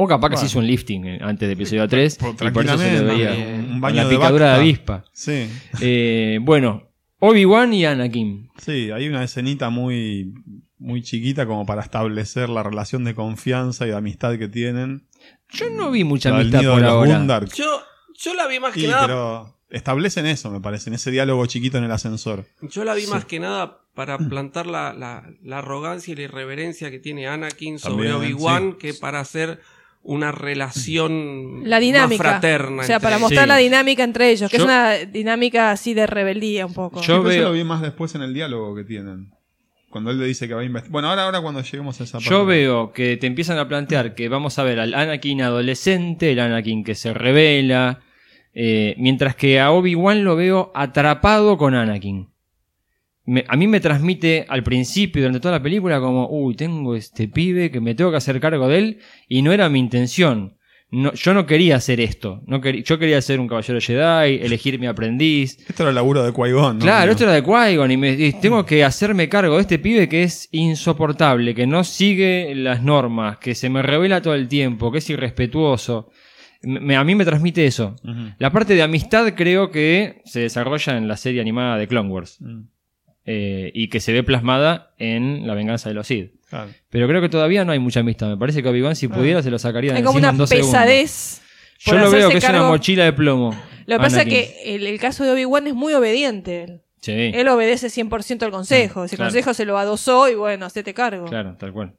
[SPEAKER 3] O capaz que se
[SPEAKER 5] Bueno.
[SPEAKER 3] hizo un lifting eh, antes de episodio 3
[SPEAKER 5] Por-
[SPEAKER 3] y por eso se lo veía
[SPEAKER 5] tranquilamente, un
[SPEAKER 3] con
[SPEAKER 5] baño
[SPEAKER 3] la
[SPEAKER 5] de
[SPEAKER 3] picadura de,
[SPEAKER 5] Bacta.
[SPEAKER 3] avispa.
[SPEAKER 5] Sí.
[SPEAKER 3] Eh, bueno, Obi-Wan y Anakin.
[SPEAKER 5] Sí, hay una escenita muy, muy chiquita como para establecer la relación de confianza y de amistad que tienen.
[SPEAKER 3] Yo no vi mucha
[SPEAKER 5] La del
[SPEAKER 3] amistad
[SPEAKER 5] nido
[SPEAKER 3] por
[SPEAKER 5] de los
[SPEAKER 3] ahora.
[SPEAKER 5] Gundar.
[SPEAKER 6] Yo, yo la vi más que
[SPEAKER 5] Sí,
[SPEAKER 6] nada.
[SPEAKER 5] pero establecen eso, me parece, en ese diálogo chiquito en el ascensor.
[SPEAKER 6] Yo la vi más que nada para plantar la, la- la arrogancia y la irreverencia que tiene Anakin sobre
[SPEAKER 5] También,
[SPEAKER 6] Obi-Wan
[SPEAKER 5] sí.
[SPEAKER 6] que para hacer una relación
[SPEAKER 4] La dinámica.
[SPEAKER 6] más fraterna.
[SPEAKER 4] o sea,
[SPEAKER 6] entre
[SPEAKER 4] para
[SPEAKER 6] ellos.
[SPEAKER 4] mostrar
[SPEAKER 3] Sí.
[SPEAKER 4] la dinámica entre ellos, que
[SPEAKER 3] Yo-
[SPEAKER 4] es una dinámica así de rebeldía un poco.
[SPEAKER 3] Yo
[SPEAKER 5] Sí, pero
[SPEAKER 3] veo-
[SPEAKER 5] lo vi más después en el diálogo que tienen. Cuando él le dice que va a investigar. Bueno, ahora, ahora cuando lleguemos a esa parte.
[SPEAKER 3] Yo veo que te empiezan a plantear que vamos a ver al Anakin adolescente, el Anakin que se revela, eh, mientras que a Obi-Wan lo veo atrapado con Anakin. Me- a mí me transmite al principio, durante toda la película, como, uy, tengo este pibe que me tengo que hacer cargo de él y no era mi intención. No, yo no quería hacer esto. No quería- yo quería ser un caballero Jedi, elegir mi aprendiz.
[SPEAKER 5] Esto era el laburo de Qui-Gon, ¿no?
[SPEAKER 3] Claro,
[SPEAKER 5] Digo.
[SPEAKER 3] esto era de qui y, me, y tengo que hacerme cargo de este pibe que es insoportable, que no sigue las normas, que se me revela todo el tiempo, que es irrespetuoso. Me- me- a mí me transmite eso.
[SPEAKER 5] Ujú.
[SPEAKER 3] La parte de amistad creo que se desarrolla en la serie animada de Clone Wars
[SPEAKER 5] Mm,
[SPEAKER 3] eh, y que se ve plasmada en La venganza de los Sith.
[SPEAKER 5] claro.
[SPEAKER 3] Pero creo que todavía no hay mucha amistad. Me parece que Obi-Wan, si pudiera, se lo sacaría de
[SPEAKER 4] Ah. Hay como
[SPEAKER 3] encima
[SPEAKER 4] una
[SPEAKER 3] en dos
[SPEAKER 4] pesadez.
[SPEAKER 3] segundos. Yo
[SPEAKER 4] por
[SPEAKER 3] lo veo
[SPEAKER 4] hacerse
[SPEAKER 3] que es una
[SPEAKER 4] cargo.
[SPEAKER 3] mochila de plomo.
[SPEAKER 4] Lo que pasa es
[SPEAKER 3] Anakin.
[SPEAKER 4] que el, el caso de Obi-Wan es muy obediente. Él,
[SPEAKER 3] Sí. Mm,
[SPEAKER 4] Él obedece 100% al consejo. Ese
[SPEAKER 3] claro.
[SPEAKER 4] consejo se lo adosó y bueno, hacete cargo.
[SPEAKER 3] Claro, tal cual.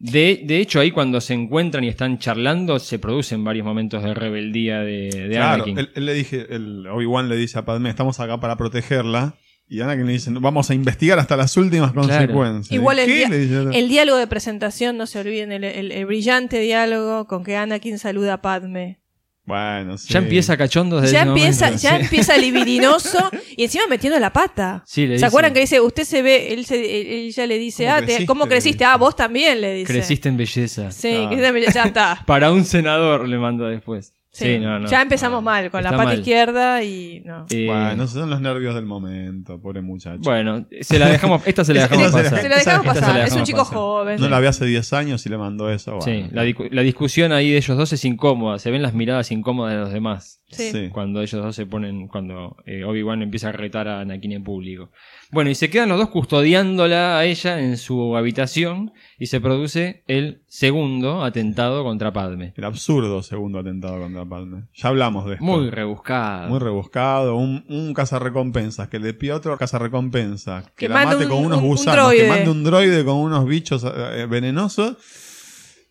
[SPEAKER 3] De, de hecho, ahí cuando se encuentran y están charlando, se producen varios momentos de rebeldía de, de
[SPEAKER 5] Claro,
[SPEAKER 3] Anakin.
[SPEAKER 5] él, él le dije, el Obi-Wan le dice a Padme, estamos acá para protegerla. Y Anakin le dice, vamos a investigar hasta las últimas consecuencias.
[SPEAKER 4] Igual el,
[SPEAKER 5] ¿Qué?
[SPEAKER 4] dia-
[SPEAKER 5] Le dice-
[SPEAKER 4] el diálogo de presentación, no se olviden, el, el- el brillante diálogo con que Anakin saluda a Padme.
[SPEAKER 5] Bueno, sí.
[SPEAKER 3] Ya empieza cachondo desde
[SPEAKER 4] ya
[SPEAKER 3] ese
[SPEAKER 4] empieza,
[SPEAKER 3] momento.
[SPEAKER 4] ya empieza libidinoso y encima metiendo la pata.
[SPEAKER 3] Sí, le
[SPEAKER 4] ¿Se
[SPEAKER 3] dice-
[SPEAKER 4] acuerdan que dice, usted se ve, él, se- él- él ya le dice,
[SPEAKER 5] ¿Cómo
[SPEAKER 4] ah, te- ¿cómo
[SPEAKER 5] creciste?
[SPEAKER 4] creciste? Ah, vos también, le dice.
[SPEAKER 3] Creciste en belleza.
[SPEAKER 4] Sí,
[SPEAKER 3] Ah.
[SPEAKER 4] creciste- ya está.
[SPEAKER 3] Para un senador le manda después. Sí,
[SPEAKER 4] Sí.
[SPEAKER 3] no, no.
[SPEAKER 4] ya empezamos mal, con la
[SPEAKER 3] Está
[SPEAKER 4] pata
[SPEAKER 3] mal.
[SPEAKER 4] izquierda y no.
[SPEAKER 3] Eh,
[SPEAKER 5] Bueno, son los nervios del momento, pobre muchacho.
[SPEAKER 3] bueno, se la dejamos, esta se la
[SPEAKER 5] Esta
[SPEAKER 3] dejamos
[SPEAKER 5] se la-
[SPEAKER 3] pasar.
[SPEAKER 4] Se la dejamos
[SPEAKER 3] Esta se la
[SPEAKER 4] pasar, es un
[SPEAKER 3] dejamos
[SPEAKER 4] chico
[SPEAKER 3] pasar.
[SPEAKER 4] joven.
[SPEAKER 5] no la vi hace 10 años y le mandó eso.
[SPEAKER 3] Sí,
[SPEAKER 5] bueno.
[SPEAKER 3] la, discu- la discusión ahí de ellos dos es incómoda, se ven las miradas incómodas de los demás.
[SPEAKER 4] Sí.
[SPEAKER 5] Sí.
[SPEAKER 3] cuando ellos dos se ponen, cuando eh, Obi-Wan empieza a retar a Anakin en público. Bueno, y se quedan los dos custodiándola a ella en su habitación y se produce el segundo atentado contra Padme.
[SPEAKER 5] El absurdo segundo atentado contra Palme. Ya hablamos de esto.
[SPEAKER 3] Muy rebuscado.
[SPEAKER 5] Muy rebuscado. Un, un cazarrecompensas que le pide a otro cazarrecompensas que,
[SPEAKER 4] Que
[SPEAKER 5] la
[SPEAKER 4] manda
[SPEAKER 5] mate
[SPEAKER 4] un-
[SPEAKER 5] con unos
[SPEAKER 4] un- un
[SPEAKER 5] gusanos, que
[SPEAKER 4] droide.
[SPEAKER 5] mande un droide con unos bichos eh, venenosos.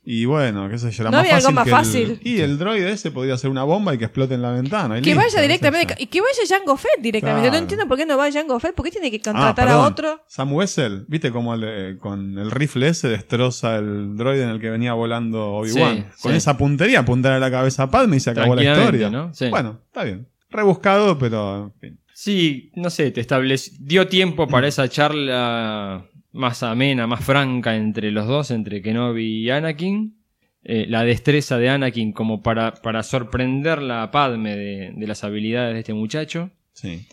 [SPEAKER 5] Y bueno, qué sé yo, era
[SPEAKER 4] No
[SPEAKER 5] más
[SPEAKER 4] había algo
[SPEAKER 5] fácil
[SPEAKER 4] más
[SPEAKER 5] que el-
[SPEAKER 4] fácil.
[SPEAKER 5] y el droide ese podía hacer una bomba y que explote en la ventana. y
[SPEAKER 4] Que
[SPEAKER 5] listo,
[SPEAKER 4] vaya directamente.
[SPEAKER 5] qué sé yo.
[SPEAKER 4] Y que vaya Jango Fett directamente. No
[SPEAKER 5] Claro.
[SPEAKER 4] entiendo por qué no va Jango Fett. ¿Por qué tiene que
[SPEAKER 5] Ah,
[SPEAKER 4] contratar a
[SPEAKER 5] perdón.
[SPEAKER 4] otro?
[SPEAKER 5] Sam Wessel, viste cómo el, eh, con el rifle ese destroza el droide en el que venía volando Obi-Wan.
[SPEAKER 3] Sí,
[SPEAKER 5] con
[SPEAKER 3] sí.
[SPEAKER 5] esa puntería, apuntar a la cabeza a Padme y se acabó la
[SPEAKER 3] Tranquilamente,
[SPEAKER 5] historia.
[SPEAKER 3] ¿no? Sí.
[SPEAKER 5] Bueno, está bien. Rebuscado, pero en fin.
[SPEAKER 3] Sí, no sé, te estableció, dio tiempo para esa charla más amena, más franca entre los dos, entre Kenobi y Anakin. Eh, la destreza de Anakin como para, para sorprenderla a Padme de, de las habilidades de este muchacho.
[SPEAKER 5] Sí.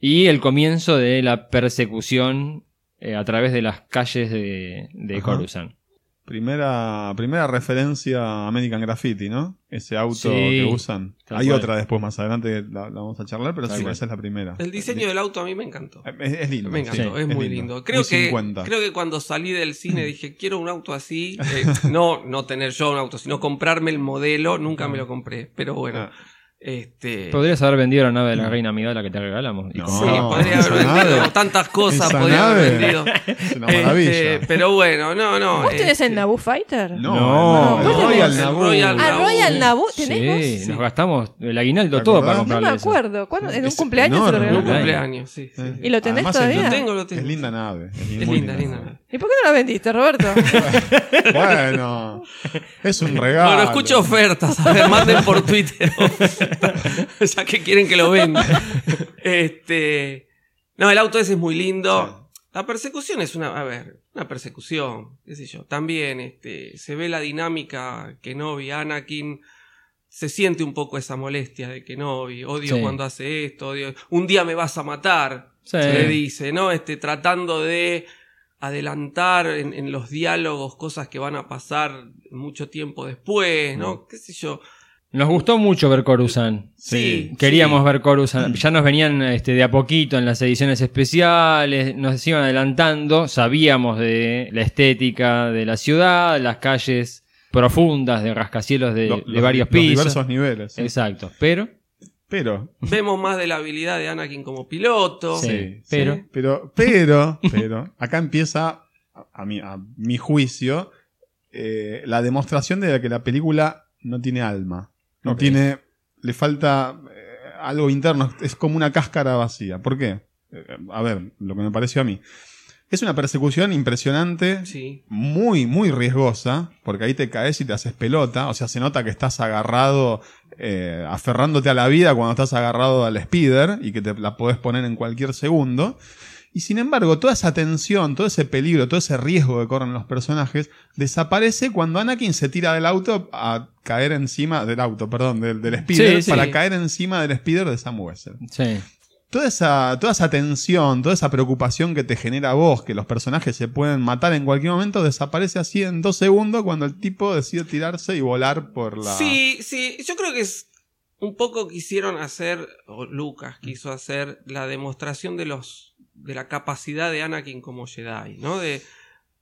[SPEAKER 3] Y el comienzo de la persecución eh, a través de las calles de, de
[SPEAKER 5] Ajá.
[SPEAKER 3] Coruscant.
[SPEAKER 5] Primera, primera referencia a American Graffiti, ¿no? Ese auto
[SPEAKER 3] Sí,
[SPEAKER 5] que usan.
[SPEAKER 3] tal
[SPEAKER 5] Hay
[SPEAKER 3] cual.
[SPEAKER 5] otra después más adelante que la, la vamos a charlar, pero
[SPEAKER 3] Tal
[SPEAKER 5] sí,
[SPEAKER 3] cual.
[SPEAKER 5] esa es la primera. Eh,
[SPEAKER 6] El diseño del auto a mí me encantó.
[SPEAKER 5] Es, es lindo.
[SPEAKER 6] Me encantó,
[SPEAKER 5] sí,
[SPEAKER 6] es muy lindo. Creo,
[SPEAKER 5] Muy Mm.
[SPEAKER 6] que,
[SPEAKER 5] 50.
[SPEAKER 6] creo que cuando salí del cine dije, quiero un auto así. eh, no, no tener yo un auto, sino comprarme el modelo. Nunca me lo compré, pero
[SPEAKER 5] Mm.
[SPEAKER 6] bueno.
[SPEAKER 5] Ah.
[SPEAKER 6] Este,
[SPEAKER 3] Podrías haber vendido la nave de la reina Amidala que te regalamos. Y
[SPEAKER 5] Eh. No.
[SPEAKER 6] sí,
[SPEAKER 3] comprado-
[SPEAKER 6] podría
[SPEAKER 5] esa
[SPEAKER 6] haber vendido
[SPEAKER 5] nave.
[SPEAKER 6] tantas cosas,
[SPEAKER 5] Esa
[SPEAKER 6] podría haber
[SPEAKER 5] nave.
[SPEAKER 6] vendido.
[SPEAKER 5] Es una maravilla.
[SPEAKER 6] Este, pero bueno, no, no.
[SPEAKER 4] ¿Vos tenés
[SPEAKER 6] este,
[SPEAKER 4] el Naboo Fighter?
[SPEAKER 5] No,
[SPEAKER 3] eh, No,
[SPEAKER 5] no,
[SPEAKER 4] vos
[SPEAKER 5] el Royal
[SPEAKER 4] tenés-
[SPEAKER 5] Naboo.
[SPEAKER 6] el Royal
[SPEAKER 4] ¿A
[SPEAKER 6] Naboo.
[SPEAKER 4] Ah, Royal Naboo
[SPEAKER 3] Sí,
[SPEAKER 4] tenés vos?
[SPEAKER 3] nos gastamos el aguinaldo
[SPEAKER 5] ¿Te
[SPEAKER 3] todo para
[SPEAKER 5] acordás?
[SPEAKER 4] No
[SPEAKER 3] comprarle
[SPEAKER 4] me
[SPEAKER 3] eso.
[SPEAKER 4] acuerdo. ¿Cuándo? ¿En un
[SPEAKER 5] Es
[SPEAKER 4] cumpleaños te lo
[SPEAKER 5] enorme.
[SPEAKER 6] Un
[SPEAKER 4] regaló?
[SPEAKER 3] Claro.
[SPEAKER 6] cumpleaños, sí, sí, sí.
[SPEAKER 4] ¿Y lo tenés
[SPEAKER 5] Eh, es
[SPEAKER 4] todavía?
[SPEAKER 5] linda-
[SPEAKER 6] Lo tengo, lo tengo.
[SPEAKER 5] Es linda nave. Es,
[SPEAKER 6] Es
[SPEAKER 5] muy
[SPEAKER 6] linda, linda. nave.
[SPEAKER 4] ¿Y por qué no la vendiste, Roberto?
[SPEAKER 5] Bueno, es un regalo.
[SPEAKER 6] Bueno, escucho ofertas, a ver, manden por Twitter ofertas, ya que quieren que lo venda. Este, no, el auto ese es muy lindo. La persecución es una, a ver, una persecución, qué sé yo. También este, se ve la dinámica Kenobi, Anakin, se siente un poco esa molestia de Kenobi, odio
[SPEAKER 3] Sí.
[SPEAKER 6] cuando hace esto, odio, un día me vas a matar,
[SPEAKER 3] Sí.
[SPEAKER 6] se le dice, ¿no? Este, tratando de adelantar en, en los diálogos cosas que van a pasar mucho tiempo después, ¿no? ¿Qué sé yo?
[SPEAKER 3] Nos gustó mucho ver Coruscant.
[SPEAKER 6] Sí, sí.
[SPEAKER 3] Queríamos ver Coruscant. Ya nos venían este, de a poquito en las ediciones especiales, nos iban adelantando, sabíamos de la estética de la ciudad, las calles profundas de rascacielos de,
[SPEAKER 5] Lo-
[SPEAKER 3] de
[SPEAKER 5] los-
[SPEAKER 3] varios
[SPEAKER 5] los
[SPEAKER 3] pisos.
[SPEAKER 5] diversos niveles.
[SPEAKER 3] Exacto, pero,
[SPEAKER 5] Pero,
[SPEAKER 6] Vemos más de la habilidad de Anakin como piloto.
[SPEAKER 3] Sí,
[SPEAKER 5] sí,
[SPEAKER 3] pero-
[SPEAKER 5] sí. pero, pero, pero, acá empieza, a, a mi, a mi juicio, eh, la demostración de que la película no tiene alma. No
[SPEAKER 3] Ok.
[SPEAKER 5] tiene, le falta eh, algo interno, es como una cáscara vacía. ¿Por qué? Eh, a ver, lo que me pareció a mí. Es una persecución impresionante,
[SPEAKER 6] Sí.
[SPEAKER 5] muy, muy riesgosa, porque ahí te caes y te haces pelota, o sea, se nota que estás agarrado, eh, aferrándote a la vida cuando estás agarrado al speeder y que te la podés poner en cualquier segundo. Y sin embargo, toda esa tensión, todo ese peligro, todo ese riesgo que corren los personajes, desaparece cuando Anakin se tira del auto a caer encima del auto, perdón, del, del speeder,
[SPEAKER 3] Sí, sí.
[SPEAKER 5] para caer encima del speeder de Sam Wessel
[SPEAKER 3] sí.
[SPEAKER 5] toda esa, toda esa tensión, toda esa preocupación que te genera a vos, que los personajes se pueden matar en cualquier momento, desaparece así en dos segundos cuando el tipo decide tirarse y volar por la.
[SPEAKER 6] Sí, sí, yo creo que es un poco quisieron hacer, o Lucas quiso hacer, la demostración de los de la capacidad de Anakin como Jedi, ¿no? De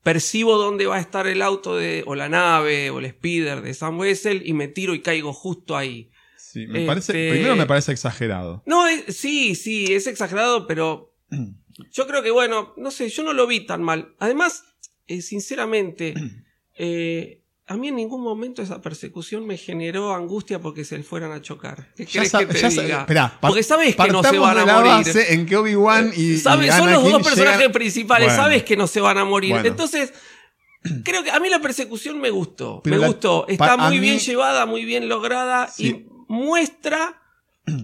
[SPEAKER 6] percibo dónde va a estar el auto de, o la nave o el speeder de Sam Wessel y me tiro y caigo justo ahí.
[SPEAKER 5] Sí, me parece,
[SPEAKER 6] Este-
[SPEAKER 5] primero me parece exagerado.
[SPEAKER 6] No, es- sí, sí, es exagerado, pero yo creo que, bueno, no sé, yo no lo vi tan mal. Además, eh, sinceramente, eh, a mí en ningún momento esa persecución me generó angustia porque se le fueran a chocar. ¿Qué querés
[SPEAKER 5] sa-
[SPEAKER 6] que te
[SPEAKER 5] ya sa-
[SPEAKER 6] diga?
[SPEAKER 5] esperá, par-
[SPEAKER 6] porque sabes que no
[SPEAKER 5] partamos
[SPEAKER 6] se van
[SPEAKER 5] de
[SPEAKER 6] a
[SPEAKER 5] la
[SPEAKER 6] morir.
[SPEAKER 5] base en que Obi-Wan y, y
[SPEAKER 6] ¿Sabes? Son los
[SPEAKER 5] Anakin
[SPEAKER 6] dos personajes
[SPEAKER 5] llegan-
[SPEAKER 6] principales,
[SPEAKER 5] Bueno.
[SPEAKER 6] sabes que no se van a morir.
[SPEAKER 5] Bueno.
[SPEAKER 6] Entonces, creo que a mí la persecución me gustó.
[SPEAKER 5] Pero
[SPEAKER 6] me
[SPEAKER 5] la-
[SPEAKER 6] gustó.
[SPEAKER 5] pa-
[SPEAKER 6] Está
[SPEAKER 5] a
[SPEAKER 6] muy
[SPEAKER 5] mí-
[SPEAKER 6] bien llevada, muy bien lograda
[SPEAKER 5] Sí.
[SPEAKER 6] y muestra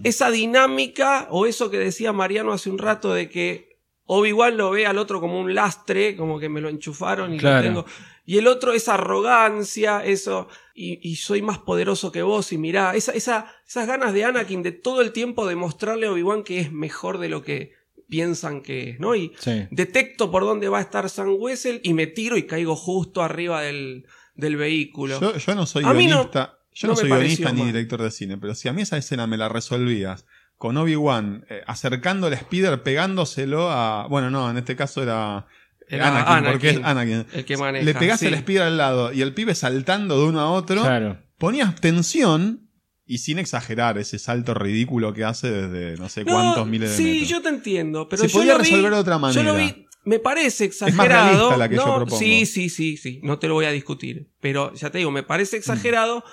[SPEAKER 6] esa dinámica o eso que decía Mariano hace un rato de que Obi-Wan lo ve al otro como un lastre, como que me lo enchufaron y lo
[SPEAKER 3] Claro.
[SPEAKER 6] tengo. Y el otro esa arrogancia, eso, y, y soy más poderoso que vos, y mirá, esa, esa, esas ganas de Anakin de todo el tiempo demostrarle a Obi-Wan que es mejor de lo que piensan que es, ¿no? Y
[SPEAKER 3] sí.
[SPEAKER 6] detecto por dónde va a estar San Wessel y me tiro y caigo justo arriba del, del vehículo.
[SPEAKER 5] Yo, yo no soy
[SPEAKER 6] A mí no-
[SPEAKER 5] guionista, yo no,
[SPEAKER 6] no
[SPEAKER 5] soy
[SPEAKER 6] me
[SPEAKER 5] guionista
[SPEAKER 6] pareció
[SPEAKER 5] ni
[SPEAKER 6] mal.
[SPEAKER 5] director de cine, pero si a mí esa escena me la resolvías con Obi-Wan eh, acercando al Spider, pegándoselo a. Bueno, no, en este caso era.
[SPEAKER 6] Era
[SPEAKER 5] Anakin,
[SPEAKER 6] Anakin,
[SPEAKER 5] porque es Ah, Anakin.
[SPEAKER 6] el que maneja,
[SPEAKER 5] Le pegás
[SPEAKER 6] sí.
[SPEAKER 5] el Spider al lado y el pibe saltando de uno a otro,
[SPEAKER 3] Claro.
[SPEAKER 5] ponías tensión y sin exagerar ese salto ridículo que hace desde no sé
[SPEAKER 6] No,
[SPEAKER 5] cuántos miles de
[SPEAKER 6] sí,
[SPEAKER 5] metros.
[SPEAKER 6] yo te entiendo, pero
[SPEAKER 5] Se
[SPEAKER 6] yo
[SPEAKER 5] podía
[SPEAKER 6] lo vi-
[SPEAKER 5] resolver de otra
[SPEAKER 6] Yo lo
[SPEAKER 5] manera.
[SPEAKER 6] vi Me parece
[SPEAKER 5] más
[SPEAKER 6] exagerado.
[SPEAKER 5] realista la que yo
[SPEAKER 6] No,
[SPEAKER 5] propongo.
[SPEAKER 6] Sí, sí, sí, sí. No te lo voy a discutir. Pero ya te digo, me parece exagerado.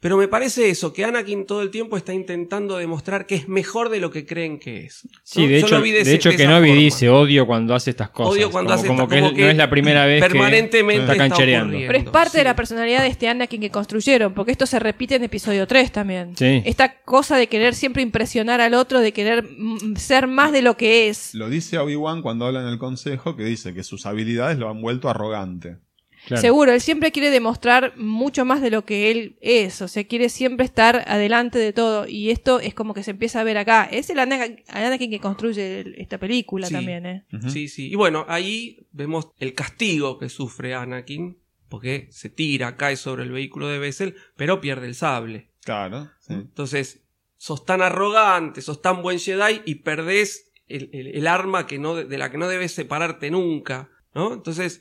[SPEAKER 6] Pero me parece eso, que Anakin todo el tiempo está intentando demostrar que es mejor de lo que creen que es.
[SPEAKER 3] Sí,
[SPEAKER 6] Yo-
[SPEAKER 3] de
[SPEAKER 6] yo
[SPEAKER 3] hecho,
[SPEAKER 6] lo vi
[SPEAKER 3] de
[SPEAKER 6] ese-
[SPEAKER 3] hecho
[SPEAKER 6] de
[SPEAKER 3] que
[SPEAKER 6] esa
[SPEAKER 3] Novi
[SPEAKER 6] forma.
[SPEAKER 3] dice, odio cuando hace estas cosas.
[SPEAKER 6] Odio cuando
[SPEAKER 3] como,
[SPEAKER 6] hace
[SPEAKER 3] como
[SPEAKER 6] esta-
[SPEAKER 3] que,
[SPEAKER 6] como que
[SPEAKER 3] no es la primera vez que-
[SPEAKER 6] permanentemente
[SPEAKER 3] que está
[SPEAKER 6] está
[SPEAKER 3] canchereando.
[SPEAKER 6] ocurriendo.
[SPEAKER 4] Pero es parte
[SPEAKER 6] Sí.
[SPEAKER 4] de la personalidad de este Anakin que construyeron, porque esto se repite en episodio 3 también.
[SPEAKER 3] Sí.
[SPEAKER 4] Esta cosa de querer siempre impresionar al otro, de querer mm, ser más de lo que es.
[SPEAKER 5] Lo dice Obi-Wan cuando habla en el consejo, que dice que sus habilidades lo han vuelto arrogante.
[SPEAKER 3] Claro.
[SPEAKER 4] Seguro, él siempre quiere demostrar mucho más de lo que él es, o sea, quiere siempre estar adelante de todo, y esto es como que se empieza a ver acá. Es el Ana- el Anakin que construye el- esta película
[SPEAKER 6] Sí.
[SPEAKER 4] también, ¿eh?
[SPEAKER 5] Ujú.
[SPEAKER 6] Sí, sí. Y bueno, ahí vemos el castigo que sufre Anakin, porque se tira, cae sobre el vehículo de Bessel, pero pierde el sable.
[SPEAKER 5] Claro. sí.
[SPEAKER 6] Entonces, sos tan arrogante, sos tan buen Jedi y perdés el, el- el arma que no, de de la que no debes separarte nunca, ¿no? Entonces,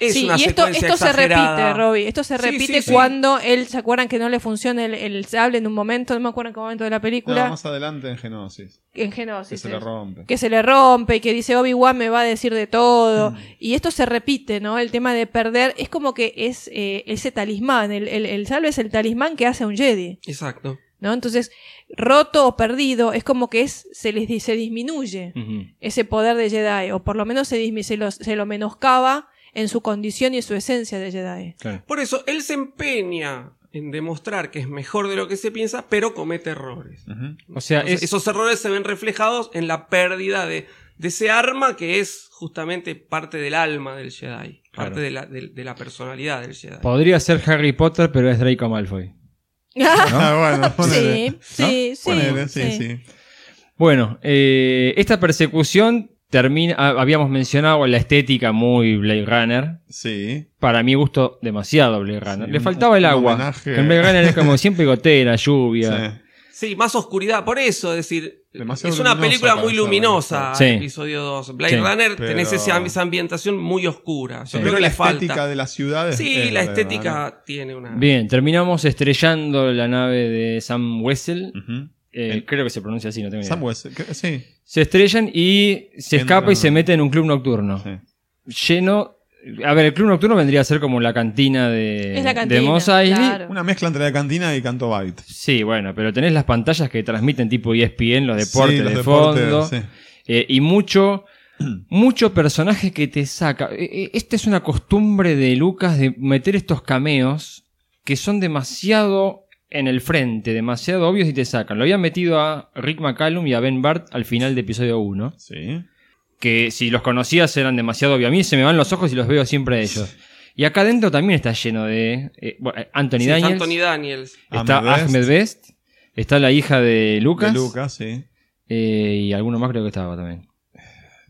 [SPEAKER 6] es
[SPEAKER 4] sí,
[SPEAKER 6] una
[SPEAKER 4] y esto,
[SPEAKER 6] secuencia
[SPEAKER 4] esto se
[SPEAKER 6] exagerada.
[SPEAKER 4] repite, Robbie. Esto se
[SPEAKER 6] Sí,
[SPEAKER 4] repite
[SPEAKER 6] sí, sí.
[SPEAKER 4] cuando él, ¿se acuerdan que no le funciona el, el sable en un momento? No me acuerdo en qué momento de la
[SPEAKER 5] No,
[SPEAKER 4] película.
[SPEAKER 5] más adelante en Genosis.
[SPEAKER 4] en
[SPEAKER 5] Que
[SPEAKER 4] Genosis.
[SPEAKER 5] se le
[SPEAKER 4] es.
[SPEAKER 5] rompe.
[SPEAKER 4] que se le rompe y que dice Obi-Wan me va a decir de todo.
[SPEAKER 6] Mm.
[SPEAKER 4] Y esto se repite, ¿no? El tema de perder es como que es eh, ese talismán. El, el, el salve es el talismán que hace a un Jedi,
[SPEAKER 6] Exacto.
[SPEAKER 4] ¿no? Entonces, roto o perdido es como que es, se les di- se disminuye
[SPEAKER 6] Mm.
[SPEAKER 3] Ujú.
[SPEAKER 4] ese poder de Jedi, o por lo menos se, dismi- se, lo, se lo menoscaba en su condición y en su esencia de Jedi.
[SPEAKER 3] Claro.
[SPEAKER 6] Por eso, él se empeña en demostrar que es mejor de lo que se piensa, pero comete errores.
[SPEAKER 5] Ujú.
[SPEAKER 3] O sea, es,
[SPEAKER 6] Entonces, esos errores se ven reflejados en la pérdida de, de ese arma que es justamente parte del alma del Jedi,
[SPEAKER 3] Claro.
[SPEAKER 6] parte de la, de- de la personalidad del Jedi.
[SPEAKER 3] podría ser Harry Potter, pero es Draco Malfoy. Eh,
[SPEAKER 5] Ah, bueno, ponele.
[SPEAKER 4] Sí, sí,
[SPEAKER 5] ¿No?
[SPEAKER 4] sí,
[SPEAKER 5] Ponele,
[SPEAKER 4] sí.
[SPEAKER 5] sí.
[SPEAKER 3] Bueno, eh, esta persecución termina. ah, Habíamos mencionado la estética muy Blade Runner.
[SPEAKER 5] Sí.
[SPEAKER 3] Para mi gusto, demasiado Blade Runner.
[SPEAKER 5] Sí,
[SPEAKER 3] Le
[SPEAKER 5] un-
[SPEAKER 3] faltaba el
[SPEAKER 5] un
[SPEAKER 3] agua.
[SPEAKER 5] homenaje.
[SPEAKER 3] En Blade Runner es como siempre gotera,
[SPEAKER 5] Sí.
[SPEAKER 3] lluvia.
[SPEAKER 6] Sí, más oscuridad, por eso, es decir,
[SPEAKER 5] Demasiado
[SPEAKER 6] es una
[SPEAKER 5] luminosa
[SPEAKER 6] película
[SPEAKER 5] para
[SPEAKER 6] muy
[SPEAKER 5] ser
[SPEAKER 6] luminosa,
[SPEAKER 3] realista. Sí.
[SPEAKER 6] episodio 2. Blade
[SPEAKER 3] Sí.
[SPEAKER 6] Runner,
[SPEAKER 5] Pero-
[SPEAKER 6] tenés esa, esa ambientación muy oscura. Yo
[SPEAKER 3] Sí.
[SPEAKER 5] Yo
[SPEAKER 6] creo
[SPEAKER 5] creo
[SPEAKER 6] que
[SPEAKER 5] la
[SPEAKER 6] le falta.
[SPEAKER 5] estética de las ciudades.
[SPEAKER 6] sí,
[SPEAKER 5] es
[SPEAKER 6] la
[SPEAKER 5] de
[SPEAKER 6] estética
[SPEAKER 5] verdad.
[SPEAKER 6] tiene una...
[SPEAKER 3] Bien, terminamos estrellando la nave de Sam Wessel.
[SPEAKER 5] Ujú.
[SPEAKER 3] Eh,
[SPEAKER 5] El-
[SPEAKER 3] creo que se pronuncia así, no tengo idea.
[SPEAKER 5] Sam West- que- Sí.
[SPEAKER 3] Se estrellan y se
[SPEAKER 5] Entra-
[SPEAKER 3] escapa y se mete en un club nocturno.
[SPEAKER 5] sí.
[SPEAKER 3] Lleno. A ver, el club nocturno vendría a ser como la cantina de,
[SPEAKER 4] Es la cantina,
[SPEAKER 3] de Mos Eisley.
[SPEAKER 4] claro.
[SPEAKER 5] Una mezcla entre la cantina y Canto Byte.
[SPEAKER 3] Sí, bueno, pero tenés las pantallas que transmiten tipo E ESPN, los deportes
[SPEAKER 5] Sí, los
[SPEAKER 3] de
[SPEAKER 5] deportes,
[SPEAKER 3] fondo.
[SPEAKER 5] sí.
[SPEAKER 3] eh, y mucho, mucho personaje que te saca. Eh, eh, Esta es una costumbre de Lucas de meter estos cameos que son demasiado en el frente, demasiado obvios y te sacan. Lo habían metido a Rick McCallum y a Ben Bart al final de episodio 1.
[SPEAKER 5] Sí.
[SPEAKER 3] Que si los conocías eran demasiado obvios. A mí se me van los ojos y los veo siempre a ellos. Y acá adentro también está lleno de eh, bueno, eh, Anthony
[SPEAKER 6] Sí,
[SPEAKER 3] Daniels.
[SPEAKER 6] Anthony Daniels.
[SPEAKER 3] Está
[SPEAKER 5] Ahmed Best.
[SPEAKER 3] Ahmed Best. Está la hija de Lucas.
[SPEAKER 5] De Lucas, sí.
[SPEAKER 3] eh, y alguno más creo que estaba también.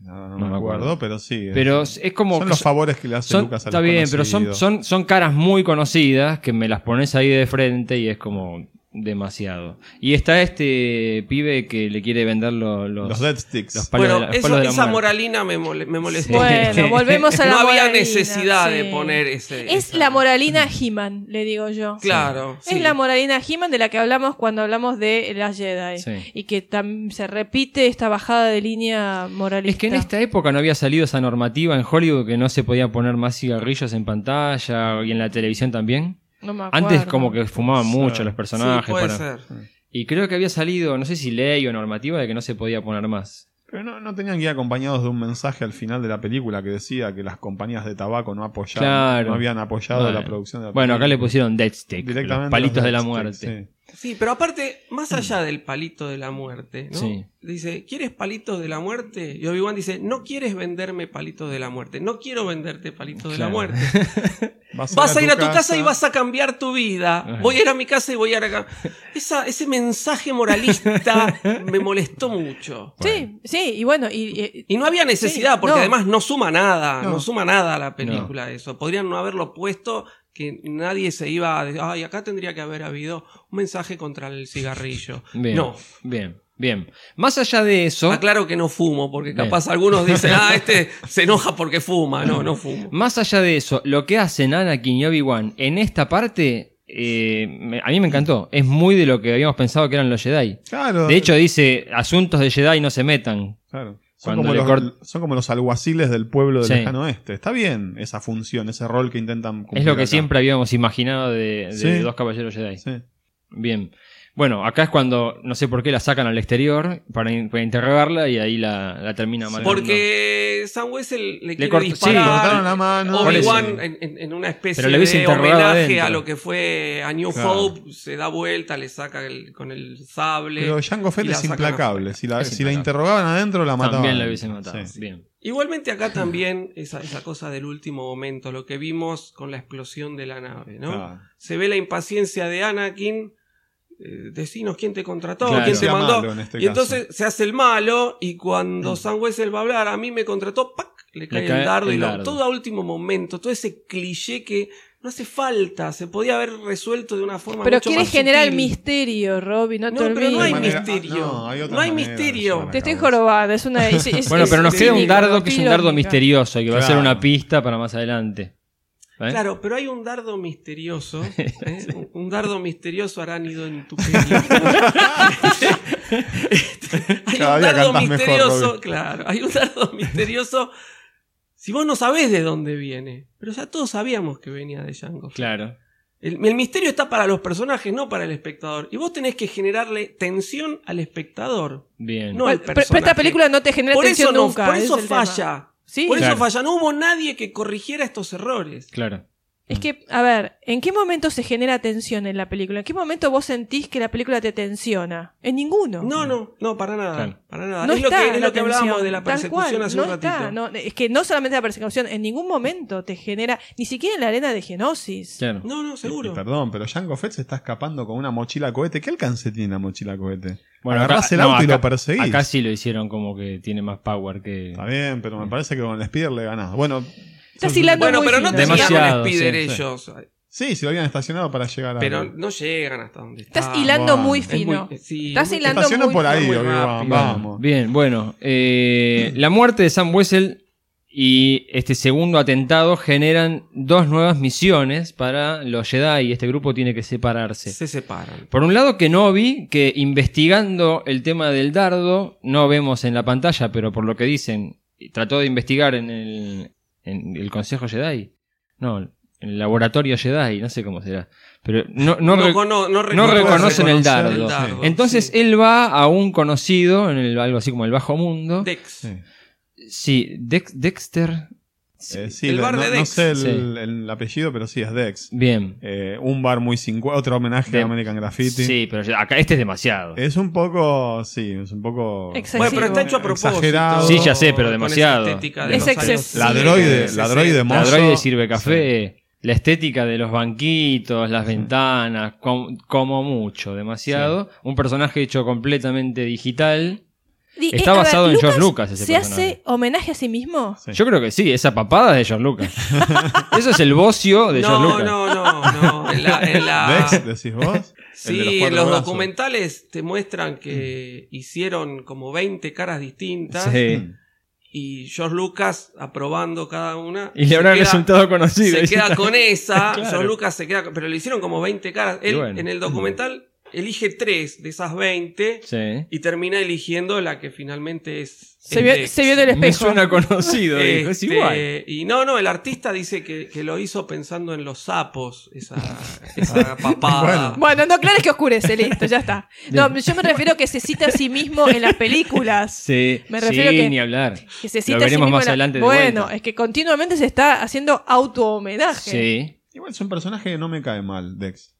[SPEAKER 5] No, no
[SPEAKER 3] No me
[SPEAKER 5] me acuerdo,
[SPEAKER 3] acuerdo.
[SPEAKER 5] pero sí.
[SPEAKER 3] Pero es es como.
[SPEAKER 5] son los favores que le hace
[SPEAKER 3] son-
[SPEAKER 5] Lucas a
[SPEAKER 3] Está
[SPEAKER 5] los
[SPEAKER 3] bien, pero son,
[SPEAKER 5] conocidos.
[SPEAKER 3] son, son caras muy conocidas que me las pones ahí de frente y es como demasiado. Y está este pibe que le quiere vender lo- los,
[SPEAKER 5] los Dead Sticks.
[SPEAKER 3] los palos
[SPEAKER 6] Bueno,
[SPEAKER 3] de la, los
[SPEAKER 6] eso-
[SPEAKER 3] palos de la
[SPEAKER 6] esa
[SPEAKER 3] muerte.
[SPEAKER 6] moralina me, mole- me molestó.
[SPEAKER 4] Bueno, volvemos a la
[SPEAKER 6] no había
[SPEAKER 4] moralina,
[SPEAKER 6] necesidad de
[SPEAKER 4] sí.
[SPEAKER 6] poner ese...
[SPEAKER 4] Es
[SPEAKER 6] esa-
[SPEAKER 4] la moralina He-Man, le digo yo.
[SPEAKER 6] Claro. sí.
[SPEAKER 4] Es la moralina He-Man de la que hablamos cuando hablamos de la Jedi.
[SPEAKER 3] Sí.
[SPEAKER 4] Y que tam- se repite esta bajada de línea moralista.
[SPEAKER 3] Es que en este esta época no había salido esa normativa en Hollywood que no se podía poner más cigarrillos en pantalla y en la televisión también.
[SPEAKER 4] No me acuerdo.
[SPEAKER 3] Antes como que fumaban mucho los
[SPEAKER 6] Sí,
[SPEAKER 3] personajes.
[SPEAKER 6] puede
[SPEAKER 3] para-
[SPEAKER 6] ser.
[SPEAKER 3] Y creo que había salido, no sé si ley o normativa de que no se podía poner más.
[SPEAKER 5] Pero no, no tenían que ir acompañados de un mensaje al final de la película que decía que las compañías de tabaco no apoyaban,
[SPEAKER 3] Claro.
[SPEAKER 5] no habían apoyado
[SPEAKER 3] Bueno.
[SPEAKER 5] la producción de la
[SPEAKER 3] Bueno, acá le
[SPEAKER 5] película.
[SPEAKER 3] pusieron Dead Stick, los palitos
[SPEAKER 5] los
[SPEAKER 3] de la
[SPEAKER 5] Dead
[SPEAKER 3] muerte.
[SPEAKER 5] Sticks, sí.
[SPEAKER 6] Sí, pero aparte, más allá del palito de la muerte, ¿no?
[SPEAKER 3] Sí.
[SPEAKER 6] Dice, ¿quieres palitos de la muerte? Y Obi-Wan dice, no quieres venderme palitos de la muerte, no quiero venderte palitos de la
[SPEAKER 3] Claro.
[SPEAKER 6] muerte.
[SPEAKER 5] Vas,
[SPEAKER 6] Vas a ir a tu casa, y vas a cambiar tu vida.
[SPEAKER 3] Ajá.
[SPEAKER 6] Voy a ir a mi casa y voy a ir a... ca- Esa, ese mensaje moralista me molestó mucho.
[SPEAKER 4] Sí, sí, y bueno, y, y-
[SPEAKER 6] Y no había necesidad,
[SPEAKER 4] Sí,
[SPEAKER 6] porque
[SPEAKER 4] no.
[SPEAKER 6] además no suma nada, no,
[SPEAKER 5] No.
[SPEAKER 6] suma nada a la película eso. Podrían no haberlo puesto que nadie se iba a decir, ay, acá tendría que haber habido un mensaje contra el cigarrillo.
[SPEAKER 3] Bien,
[SPEAKER 6] No,
[SPEAKER 3] Bien, bien. Más allá de eso,
[SPEAKER 6] Aclaro Ah, que no fumo, porque
[SPEAKER 3] Bien.
[SPEAKER 6] capaz algunos dicen, ah, este se enoja porque fuma. No, no fumo.
[SPEAKER 3] más allá de eso, lo que hacen Anakin y Obi-Wan en esta parte, eh, me- a mí me encantó. Es muy de lo que habíamos pensado que eran los Jedi.
[SPEAKER 5] Claro.
[SPEAKER 3] De hecho, dice, asuntos de Jedi no se metan.
[SPEAKER 5] claro. Son
[SPEAKER 3] Cuando
[SPEAKER 5] como,
[SPEAKER 3] le
[SPEAKER 5] los,
[SPEAKER 3] cort-
[SPEAKER 5] son como los alguaciles del pueblo del
[SPEAKER 3] Sí.
[SPEAKER 5] lejano oeste. Está bien esa función, ese rol que intentan cumplir.
[SPEAKER 3] Es lo que
[SPEAKER 5] acá.
[SPEAKER 3] siempre habíamos imaginado de, de
[SPEAKER 5] Sí.
[SPEAKER 3] dos caballeros Jedi.
[SPEAKER 5] Sí.
[SPEAKER 3] Bien. Bueno, acá es cuando no sé por qué la sacan al exterior para, in- para interrogarla y ahí la, la termina matando.
[SPEAKER 6] Porque Sam Wessel le, quiere
[SPEAKER 3] cort- sí,
[SPEAKER 6] disparar.
[SPEAKER 5] Le cortaron la mano.
[SPEAKER 6] Obi-Wan,
[SPEAKER 5] Por eso.
[SPEAKER 6] en, en- en una especie
[SPEAKER 3] Pero lo hubiese
[SPEAKER 6] de
[SPEAKER 3] interrogado
[SPEAKER 6] homenaje
[SPEAKER 3] adentro.
[SPEAKER 6] a lo que fue a New
[SPEAKER 5] Claro.
[SPEAKER 6] Hope, se da vuelta, le saca el- con el sable.
[SPEAKER 5] Pero Jango Fett
[SPEAKER 6] y la
[SPEAKER 5] es
[SPEAKER 6] sacan
[SPEAKER 5] implacable.
[SPEAKER 6] afuera.
[SPEAKER 5] Si la,
[SPEAKER 3] Es
[SPEAKER 5] si la
[SPEAKER 3] implacable.
[SPEAKER 5] interrogaban adentro, la mataban.
[SPEAKER 3] También la hubiesen matado.
[SPEAKER 5] Sí.
[SPEAKER 3] Bien.
[SPEAKER 6] Igualmente acá también esa, esa cosa del último momento, lo que vimos con la explosión de la nave, ¿no?
[SPEAKER 5] Claro.
[SPEAKER 6] Se ve la impaciencia de Anakin. eh, decinos quién te contrató,
[SPEAKER 3] Claro.
[SPEAKER 6] quién te
[SPEAKER 5] Sea
[SPEAKER 6] mandó.
[SPEAKER 5] malo en este caso.
[SPEAKER 6] y
[SPEAKER 5] Mm.
[SPEAKER 6] entonces se hace el malo y cuando Sam Wessel va a hablar, a mí me contrató, ¡pac! le cae,
[SPEAKER 3] cae
[SPEAKER 6] el dardo
[SPEAKER 3] el
[SPEAKER 6] y lo-
[SPEAKER 3] dardo.
[SPEAKER 6] todo a último momento, todo ese cliché que no hace falta, se podía haber resuelto de una forma
[SPEAKER 4] Pero
[SPEAKER 6] mucho
[SPEAKER 4] quieres
[SPEAKER 6] más
[SPEAKER 4] generar
[SPEAKER 6] sutil.
[SPEAKER 4] misterio, Robby, no,
[SPEAKER 6] No,
[SPEAKER 4] te
[SPEAKER 6] pero
[SPEAKER 4] olvides.
[SPEAKER 6] no hay
[SPEAKER 5] De manera-
[SPEAKER 6] misterio.
[SPEAKER 5] no, hay otra
[SPEAKER 6] No hay
[SPEAKER 5] manera de
[SPEAKER 6] misterio.
[SPEAKER 5] llevar a
[SPEAKER 4] Te estoy
[SPEAKER 5] cabo eso.
[SPEAKER 4] jorobando, es una. es- es-
[SPEAKER 3] Bueno,
[SPEAKER 4] es-
[SPEAKER 3] pero nos
[SPEAKER 4] es
[SPEAKER 3] queda un
[SPEAKER 4] irónica,
[SPEAKER 3] dardo que es un dardo
[SPEAKER 4] irónica.
[SPEAKER 3] misterioso y que va a ser
[SPEAKER 5] Claro.
[SPEAKER 3] una pista para más adelante. ¿Eh?
[SPEAKER 6] Claro, pero hay un dardo misterioso. ¿eh? Un- Un dardo misterioso aránido en tu pelo. Este, hay
[SPEAKER 5] Cada
[SPEAKER 6] un
[SPEAKER 5] día
[SPEAKER 6] dardo
[SPEAKER 5] cantás mejor,
[SPEAKER 6] misterioso.
[SPEAKER 5] Robby.
[SPEAKER 6] claro, hay un dardo misterioso. Si vos no sabés de dónde viene, pero ya todos sabíamos que venía de Django.
[SPEAKER 3] Claro.
[SPEAKER 6] El, el misterio está para los personajes, no para el espectador. Y vos tenés que generarle tensión al espectador.
[SPEAKER 3] Bien.
[SPEAKER 6] No, el
[SPEAKER 4] Pero- Pero esta
[SPEAKER 6] personaje.
[SPEAKER 4] película no te genera
[SPEAKER 6] Por eso,
[SPEAKER 4] tensión
[SPEAKER 6] no-
[SPEAKER 4] nunca.
[SPEAKER 6] por
[SPEAKER 4] ese
[SPEAKER 6] eso
[SPEAKER 4] es el tema.
[SPEAKER 6] falla.
[SPEAKER 4] Sí.
[SPEAKER 6] Por
[SPEAKER 3] Claro.
[SPEAKER 6] eso falla. No hubo nadie que corrigiera estos errores.
[SPEAKER 3] Claro.
[SPEAKER 4] Es que, a ver, ¿en qué momento se genera tensión en la película? ¿En qué momento vos sentís que la película te tensiona? En ninguno.
[SPEAKER 6] No, no, no, para nada.
[SPEAKER 3] Mm. Claro.
[SPEAKER 6] Para nada.
[SPEAKER 4] No
[SPEAKER 6] es lo
[SPEAKER 4] está
[SPEAKER 6] que, es
[SPEAKER 4] la
[SPEAKER 6] lo que hablábamos
[SPEAKER 4] tensión,
[SPEAKER 6] de la
[SPEAKER 4] tal
[SPEAKER 6] persecución
[SPEAKER 4] cual,
[SPEAKER 6] hace
[SPEAKER 4] no
[SPEAKER 6] un ratito.
[SPEAKER 4] está, no, es que no solamente la persecución, en ningún momento te genera, ni siquiera en la arena de genosis.
[SPEAKER 3] Claro.
[SPEAKER 6] no, no, seguro.
[SPEAKER 5] Y perdón, pero Jango Fett se está escapando con una mochila cohete. ¿Qué alcance tiene la mochila cohete? Bueno, agarrás el
[SPEAKER 3] no,
[SPEAKER 5] auto y
[SPEAKER 3] acá-
[SPEAKER 5] lo perseguís.
[SPEAKER 3] Acá sí lo hicieron como que tiene más power que.
[SPEAKER 5] Está bien, pero me parece que con el Speeder le ganás. Bueno,
[SPEAKER 4] Estás hilando
[SPEAKER 6] bueno,
[SPEAKER 4] muy
[SPEAKER 6] pero no
[SPEAKER 4] fino.
[SPEAKER 6] te
[SPEAKER 3] Demasiado,
[SPEAKER 6] llegan con Spider
[SPEAKER 3] sí,
[SPEAKER 5] sí.
[SPEAKER 6] ellos.
[SPEAKER 5] sí, se lo habían estacionado para llegar a.
[SPEAKER 6] Pero no llegan hasta donde
[SPEAKER 4] Estás
[SPEAKER 6] están.
[SPEAKER 4] hilando
[SPEAKER 5] bueno.
[SPEAKER 4] muy
[SPEAKER 5] Es
[SPEAKER 6] Ah, Es muy- eh,
[SPEAKER 4] fino.
[SPEAKER 6] sí,
[SPEAKER 4] Estás
[SPEAKER 6] es muy-
[SPEAKER 4] hilando
[SPEAKER 5] Estaciono
[SPEAKER 4] muy
[SPEAKER 5] por ahí,
[SPEAKER 6] muy
[SPEAKER 5] Obi-Wan,
[SPEAKER 6] rápido.
[SPEAKER 5] vamos.
[SPEAKER 3] Bien, bueno. eh, la muerte de Sam Wessel y este segundo atentado generan dos nuevas misiones para los Jedi y este grupo tiene que separarse.
[SPEAKER 6] Se separan.
[SPEAKER 3] Por un lado, Kenobi, que investigando el tema del dardo, no vemos en la pantalla, pero por lo que dicen, trató de investigar en el, en el Consejo Jedi. No, en el Laboratorio Jedi, no sé cómo será. Pero no, no
[SPEAKER 6] No,
[SPEAKER 3] re-
[SPEAKER 6] cono-
[SPEAKER 3] no
[SPEAKER 6] no
[SPEAKER 3] reconocen el
[SPEAKER 5] reconocer
[SPEAKER 3] dardo.
[SPEAKER 5] el
[SPEAKER 6] dardo,
[SPEAKER 3] Entonces
[SPEAKER 6] sí.
[SPEAKER 3] él va a un conocido, en el, algo así como el Bajo Mundo.
[SPEAKER 6] Dex.
[SPEAKER 5] Sí.
[SPEAKER 3] sí, Dex- Dexter. Sí.
[SPEAKER 5] Eh, sí,
[SPEAKER 6] El
[SPEAKER 5] le-
[SPEAKER 6] bar
[SPEAKER 5] no,
[SPEAKER 6] de
[SPEAKER 5] no
[SPEAKER 6] Dex.
[SPEAKER 5] sé el,
[SPEAKER 3] Sí.
[SPEAKER 5] el apellido, pero sí es Dex.
[SPEAKER 3] Bien.
[SPEAKER 5] Eh, un bar muy 50. Otro homenaje
[SPEAKER 3] De-
[SPEAKER 5] a American Graffiti.
[SPEAKER 3] Sí, pero ya- acá este es demasiado.
[SPEAKER 5] Es un poco. Sí, es un poco.
[SPEAKER 4] Excesivo.
[SPEAKER 6] Bueno, pero está hecho a propósito.
[SPEAKER 5] Exagerado.
[SPEAKER 3] Sí, ya sé, pero
[SPEAKER 6] Con esa
[SPEAKER 3] demasiado.
[SPEAKER 6] estética de
[SPEAKER 4] Es
[SPEAKER 6] los años
[SPEAKER 4] excesivo.
[SPEAKER 5] La droide,
[SPEAKER 6] 60.
[SPEAKER 5] la droide
[SPEAKER 3] La
[SPEAKER 5] mozo.
[SPEAKER 3] droide sirve café. La estética de los banquitos, las ventanas, com- como mucho, demasiado. Un personaje hecho completamente digital.
[SPEAKER 4] Di-
[SPEAKER 3] Está
[SPEAKER 4] a ver,
[SPEAKER 3] basado en George Lucas ese
[SPEAKER 4] ¿Se
[SPEAKER 3] personaje.
[SPEAKER 4] hace homenaje a sí mismo?
[SPEAKER 5] Sí.
[SPEAKER 3] Yo creo que sí, esa papada es de George Lucas. Eso es el bocio de George
[SPEAKER 6] No,
[SPEAKER 3] Lucas.
[SPEAKER 6] no, no, no. En la- en la-
[SPEAKER 5] Dex, decís vos. El
[SPEAKER 6] Sí,
[SPEAKER 5] de los
[SPEAKER 6] los,
[SPEAKER 5] cuatro brazos.
[SPEAKER 6] documentales te muestran que hicieron como 20 caras distintas
[SPEAKER 3] Mm. Sí.
[SPEAKER 5] Mm.
[SPEAKER 6] y George Lucas aprobando cada una.
[SPEAKER 3] Y le
[SPEAKER 6] Se
[SPEAKER 3] habrá
[SPEAKER 6] queda-
[SPEAKER 3] resultado conocido.
[SPEAKER 6] Se queda con esa,
[SPEAKER 3] Claro.
[SPEAKER 6] George Lucas se queda con- Pero le hicieron como 20 caras.
[SPEAKER 3] Y
[SPEAKER 6] Él
[SPEAKER 3] bueno.
[SPEAKER 6] en el documental elige 3 de esas 20
[SPEAKER 3] Sí.
[SPEAKER 6] y termina eligiendo la que finalmente es.
[SPEAKER 4] Se
[SPEAKER 6] es
[SPEAKER 4] vio,
[SPEAKER 6] Dex.
[SPEAKER 4] se vio en el
[SPEAKER 3] Me
[SPEAKER 4] espejo.
[SPEAKER 3] suena conocido, dijo, Es
[SPEAKER 6] Este,
[SPEAKER 3] igual.
[SPEAKER 6] Y no, no, el artista dice que, que lo hizo pensando en los sapos, esa, esa papada.
[SPEAKER 4] Bueno, no, claro es que oscurece, listo, ya está. No, yo me refiero que se cita a sí mismo en las películas.
[SPEAKER 3] Sí,
[SPEAKER 4] me
[SPEAKER 3] sí,
[SPEAKER 4] refiero que-
[SPEAKER 3] ni hablar.
[SPEAKER 4] Que se
[SPEAKER 3] Lo
[SPEAKER 4] cita a sí
[SPEAKER 3] veremos
[SPEAKER 4] mismo
[SPEAKER 3] más
[SPEAKER 4] en la-
[SPEAKER 3] adelante de
[SPEAKER 4] Bueno,
[SPEAKER 3] vuelta.
[SPEAKER 4] es que continuamente se está haciendo auto-homenaje.
[SPEAKER 3] Sí,
[SPEAKER 5] Igual es un personaje que no me cae mal, Dex.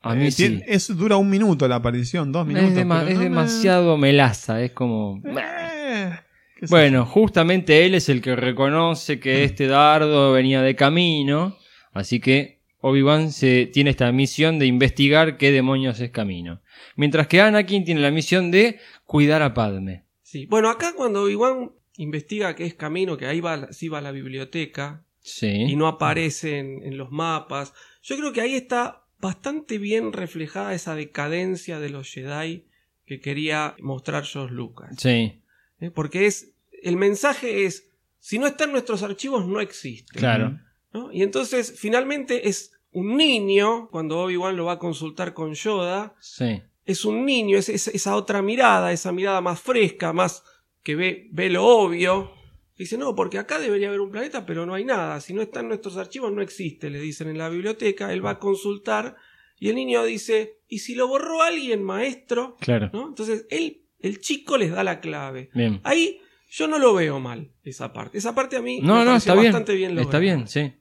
[SPEAKER 3] a mí
[SPEAKER 5] Eh,
[SPEAKER 3] sí.
[SPEAKER 5] tien- es, dura un minuto la aparición, dos minutos.
[SPEAKER 3] Es, dema-
[SPEAKER 5] pero
[SPEAKER 3] es
[SPEAKER 5] no me-
[SPEAKER 3] demasiado melaza, es como...
[SPEAKER 5] Eh, qué sé
[SPEAKER 3] Bueno, justamente él es el que reconoce que este dardo venía de camino, así que Obi-Wan se- tiene esta misión de investigar qué demonios es camino. Mientras que Anakin tiene la misión de cuidar a Padme.
[SPEAKER 6] Sí. Bueno, acá cuando Obi-Wan investiga que es camino, que ahí va, sí va a la biblioteca y
[SPEAKER 3] Sí.
[SPEAKER 6] no aparece en, en los mapas, yo creo que ahí está bastante bien reflejada esa decadencia de los Jedi que quería mostrar George Lucas.
[SPEAKER 3] Sí,
[SPEAKER 6] ¿eh? Porque es, el mensaje es, si no están nuestros archivos, no existe.
[SPEAKER 3] claro.
[SPEAKER 6] ¿no? Y entonces, finalmente es un niño, cuando Obi-Wan lo va a consultar con Yoda,
[SPEAKER 3] Sí.
[SPEAKER 6] es un niño, es, es- esa otra mirada, esa mirada más fresca, más que ve, ve lo obvio. Dice, no, porque acá debería haber un planeta, pero no hay nada. Si no está en nuestros archivos, no existe, le dicen en la biblioteca. Él va a consultar y el niño dice, ¿y si lo borró alguien, maestro?
[SPEAKER 3] Claro.
[SPEAKER 6] ¿No? Entonces, él, el chico les da la clave.
[SPEAKER 3] Bien.
[SPEAKER 6] Ahí yo no lo veo mal, esa parte. Esa parte a mí
[SPEAKER 3] No,
[SPEAKER 6] me
[SPEAKER 3] no,
[SPEAKER 6] pareció
[SPEAKER 3] está bien.
[SPEAKER 6] bastante bien,
[SPEAKER 3] está
[SPEAKER 6] lograda.
[SPEAKER 3] bien, sí.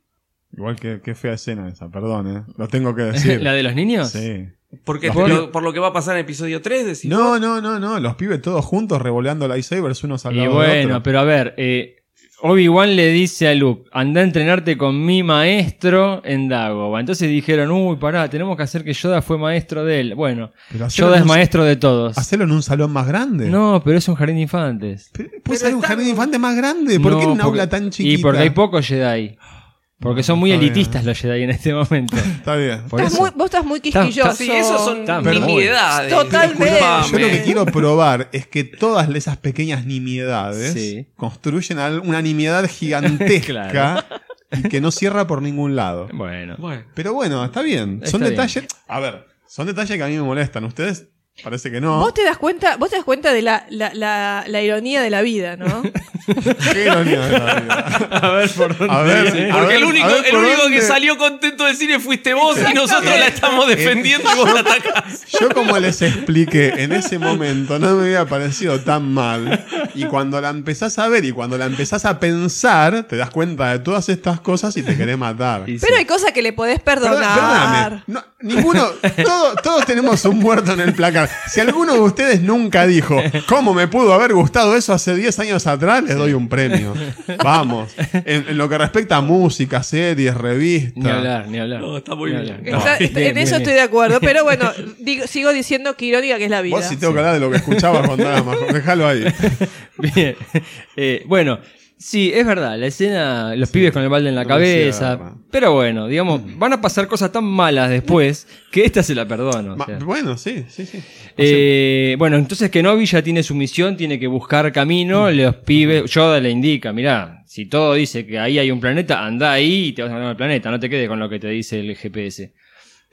[SPEAKER 5] Igual que, qué fea escena esa, perdón, ¿eh? Lo tengo que decir.
[SPEAKER 3] ¿La de los niños?
[SPEAKER 5] Sí.
[SPEAKER 6] Porque
[SPEAKER 5] Los
[SPEAKER 6] por,
[SPEAKER 5] pibes-
[SPEAKER 6] lo, por lo que va a pasar en episodio 3, decís.
[SPEAKER 5] No, no, no, no. Los pibes todos juntos revoleando lightsabers unos al
[SPEAKER 3] Y
[SPEAKER 5] lado del
[SPEAKER 3] bueno,
[SPEAKER 5] otro.
[SPEAKER 3] pero a ver, eh, Obi-Wan le dice a Luke, anda a entrenarte con mi maestro en Dagoba. Entonces dijeron, uy, pará, tenemos que hacer que Yoda fue maestro de él. Bueno,
[SPEAKER 5] Pero hacerlo
[SPEAKER 3] Yoda
[SPEAKER 5] en
[SPEAKER 3] es
[SPEAKER 5] un-
[SPEAKER 3] maestro de todos.
[SPEAKER 5] Hacerlo Pues, en un salón más grande.
[SPEAKER 3] No, pero es un jardín de infantes.
[SPEAKER 5] Pero, Puede
[SPEAKER 6] Pero
[SPEAKER 5] ser un
[SPEAKER 6] está-
[SPEAKER 5] jardín de infantes más grande. ¿Por
[SPEAKER 3] No,
[SPEAKER 5] qué en una
[SPEAKER 3] porque-
[SPEAKER 5] aula tan chiquita? Ah,
[SPEAKER 3] Y porque hay pocos Jedi. Porque son muy
[SPEAKER 5] Está bien.
[SPEAKER 3] elitistas los Jedi en este momento.
[SPEAKER 5] Está bien.
[SPEAKER 3] Por
[SPEAKER 4] Estás
[SPEAKER 3] eso.
[SPEAKER 4] muy- vos estás muy
[SPEAKER 3] Está-
[SPEAKER 4] quisquilloso.
[SPEAKER 6] "Ah, Sí, eso son
[SPEAKER 3] Está-
[SPEAKER 6] nimiedades.
[SPEAKER 4] Totalmente.
[SPEAKER 6] Disculpame.
[SPEAKER 5] Yo lo que quiero probar es que todas esas pequeñas nimiedades
[SPEAKER 3] Sí.
[SPEAKER 5] construyen al- una nimiedad gigantesca
[SPEAKER 3] Claro.
[SPEAKER 5] y que no cierra por ningún lado.
[SPEAKER 3] Bueno.
[SPEAKER 6] Bueno,
[SPEAKER 5] Pero bueno, está bien. son
[SPEAKER 3] Está bien.
[SPEAKER 5] detalles. A ver, son detalles que a mí me molestan. Ustedes parece que no.
[SPEAKER 4] Vos te das cuenta, vos te das cuenta de la, la, la, la ironía de la vida, ¿no?
[SPEAKER 5] Qué ironía de la vida.
[SPEAKER 3] A ver por dónde.
[SPEAKER 5] A ver,
[SPEAKER 3] viene.
[SPEAKER 5] a
[SPEAKER 6] Porque
[SPEAKER 5] ver,
[SPEAKER 6] el único,
[SPEAKER 5] a ver,
[SPEAKER 6] el
[SPEAKER 5] ¿por
[SPEAKER 6] único
[SPEAKER 5] dónde?
[SPEAKER 6] que salió contento del cine fuiste vos y nosotros la estamos defendiendo y vos la atacás.
[SPEAKER 5] Yo como les expliqué, en ese momento no me había parecido tan mal. Y cuando la empezás a ver y cuando la empezás a pensar, te das cuenta de todas estas cosas y te querés matar.
[SPEAKER 3] Y sí.
[SPEAKER 4] Pero hay cosas que le podés
[SPEAKER 5] Perdón,
[SPEAKER 4] perdonar.
[SPEAKER 5] perdóname. No, ninguno, todo- todos tenemos un muerto en el placar. Si alguno de ustedes nunca dijo, ¿cómo me pudo haber gustado eso hace 10 años atrás? Les doy un premio. Vamos. En, en lo que respecta a música, series,
[SPEAKER 3] Ni
[SPEAKER 5] revistas.
[SPEAKER 3] hablar, ni hablar.
[SPEAKER 6] No, está muy
[SPEAKER 3] Ni
[SPEAKER 6] bien.
[SPEAKER 3] hablar.
[SPEAKER 4] Está-
[SPEAKER 3] Bien,
[SPEAKER 4] en
[SPEAKER 3] bien,
[SPEAKER 4] eso
[SPEAKER 3] bien.
[SPEAKER 4] estoy de acuerdo, pero bueno, digo- sigo diciendo que irónica que es la vida.
[SPEAKER 5] Vos si tengo que hablar de lo que escuchabas cuando eras más joven. Déjalo ahí.
[SPEAKER 3] Bien. Eh, bueno, sí, es verdad, la escena, los
[SPEAKER 5] Sí,
[SPEAKER 3] pibes con el balde en la
[SPEAKER 5] no Mm.
[SPEAKER 3] cabeza.
[SPEAKER 5] cierra.
[SPEAKER 3] Pero bueno, digamos, van a pasar cosas tan malas después que esta se la perdono. o
[SPEAKER 5] Ma-
[SPEAKER 3] sea.
[SPEAKER 5] bueno, sí, sí, sí.
[SPEAKER 3] Eh, bueno, entonces Kenobi ya tiene su misión, tiene que buscar camino, los pibes, Yoda le indica, mirá, si todo dice que ahí hay un planeta, anda ahí y te vas a ganar el planeta, no te quedes con lo que te dice el GPS.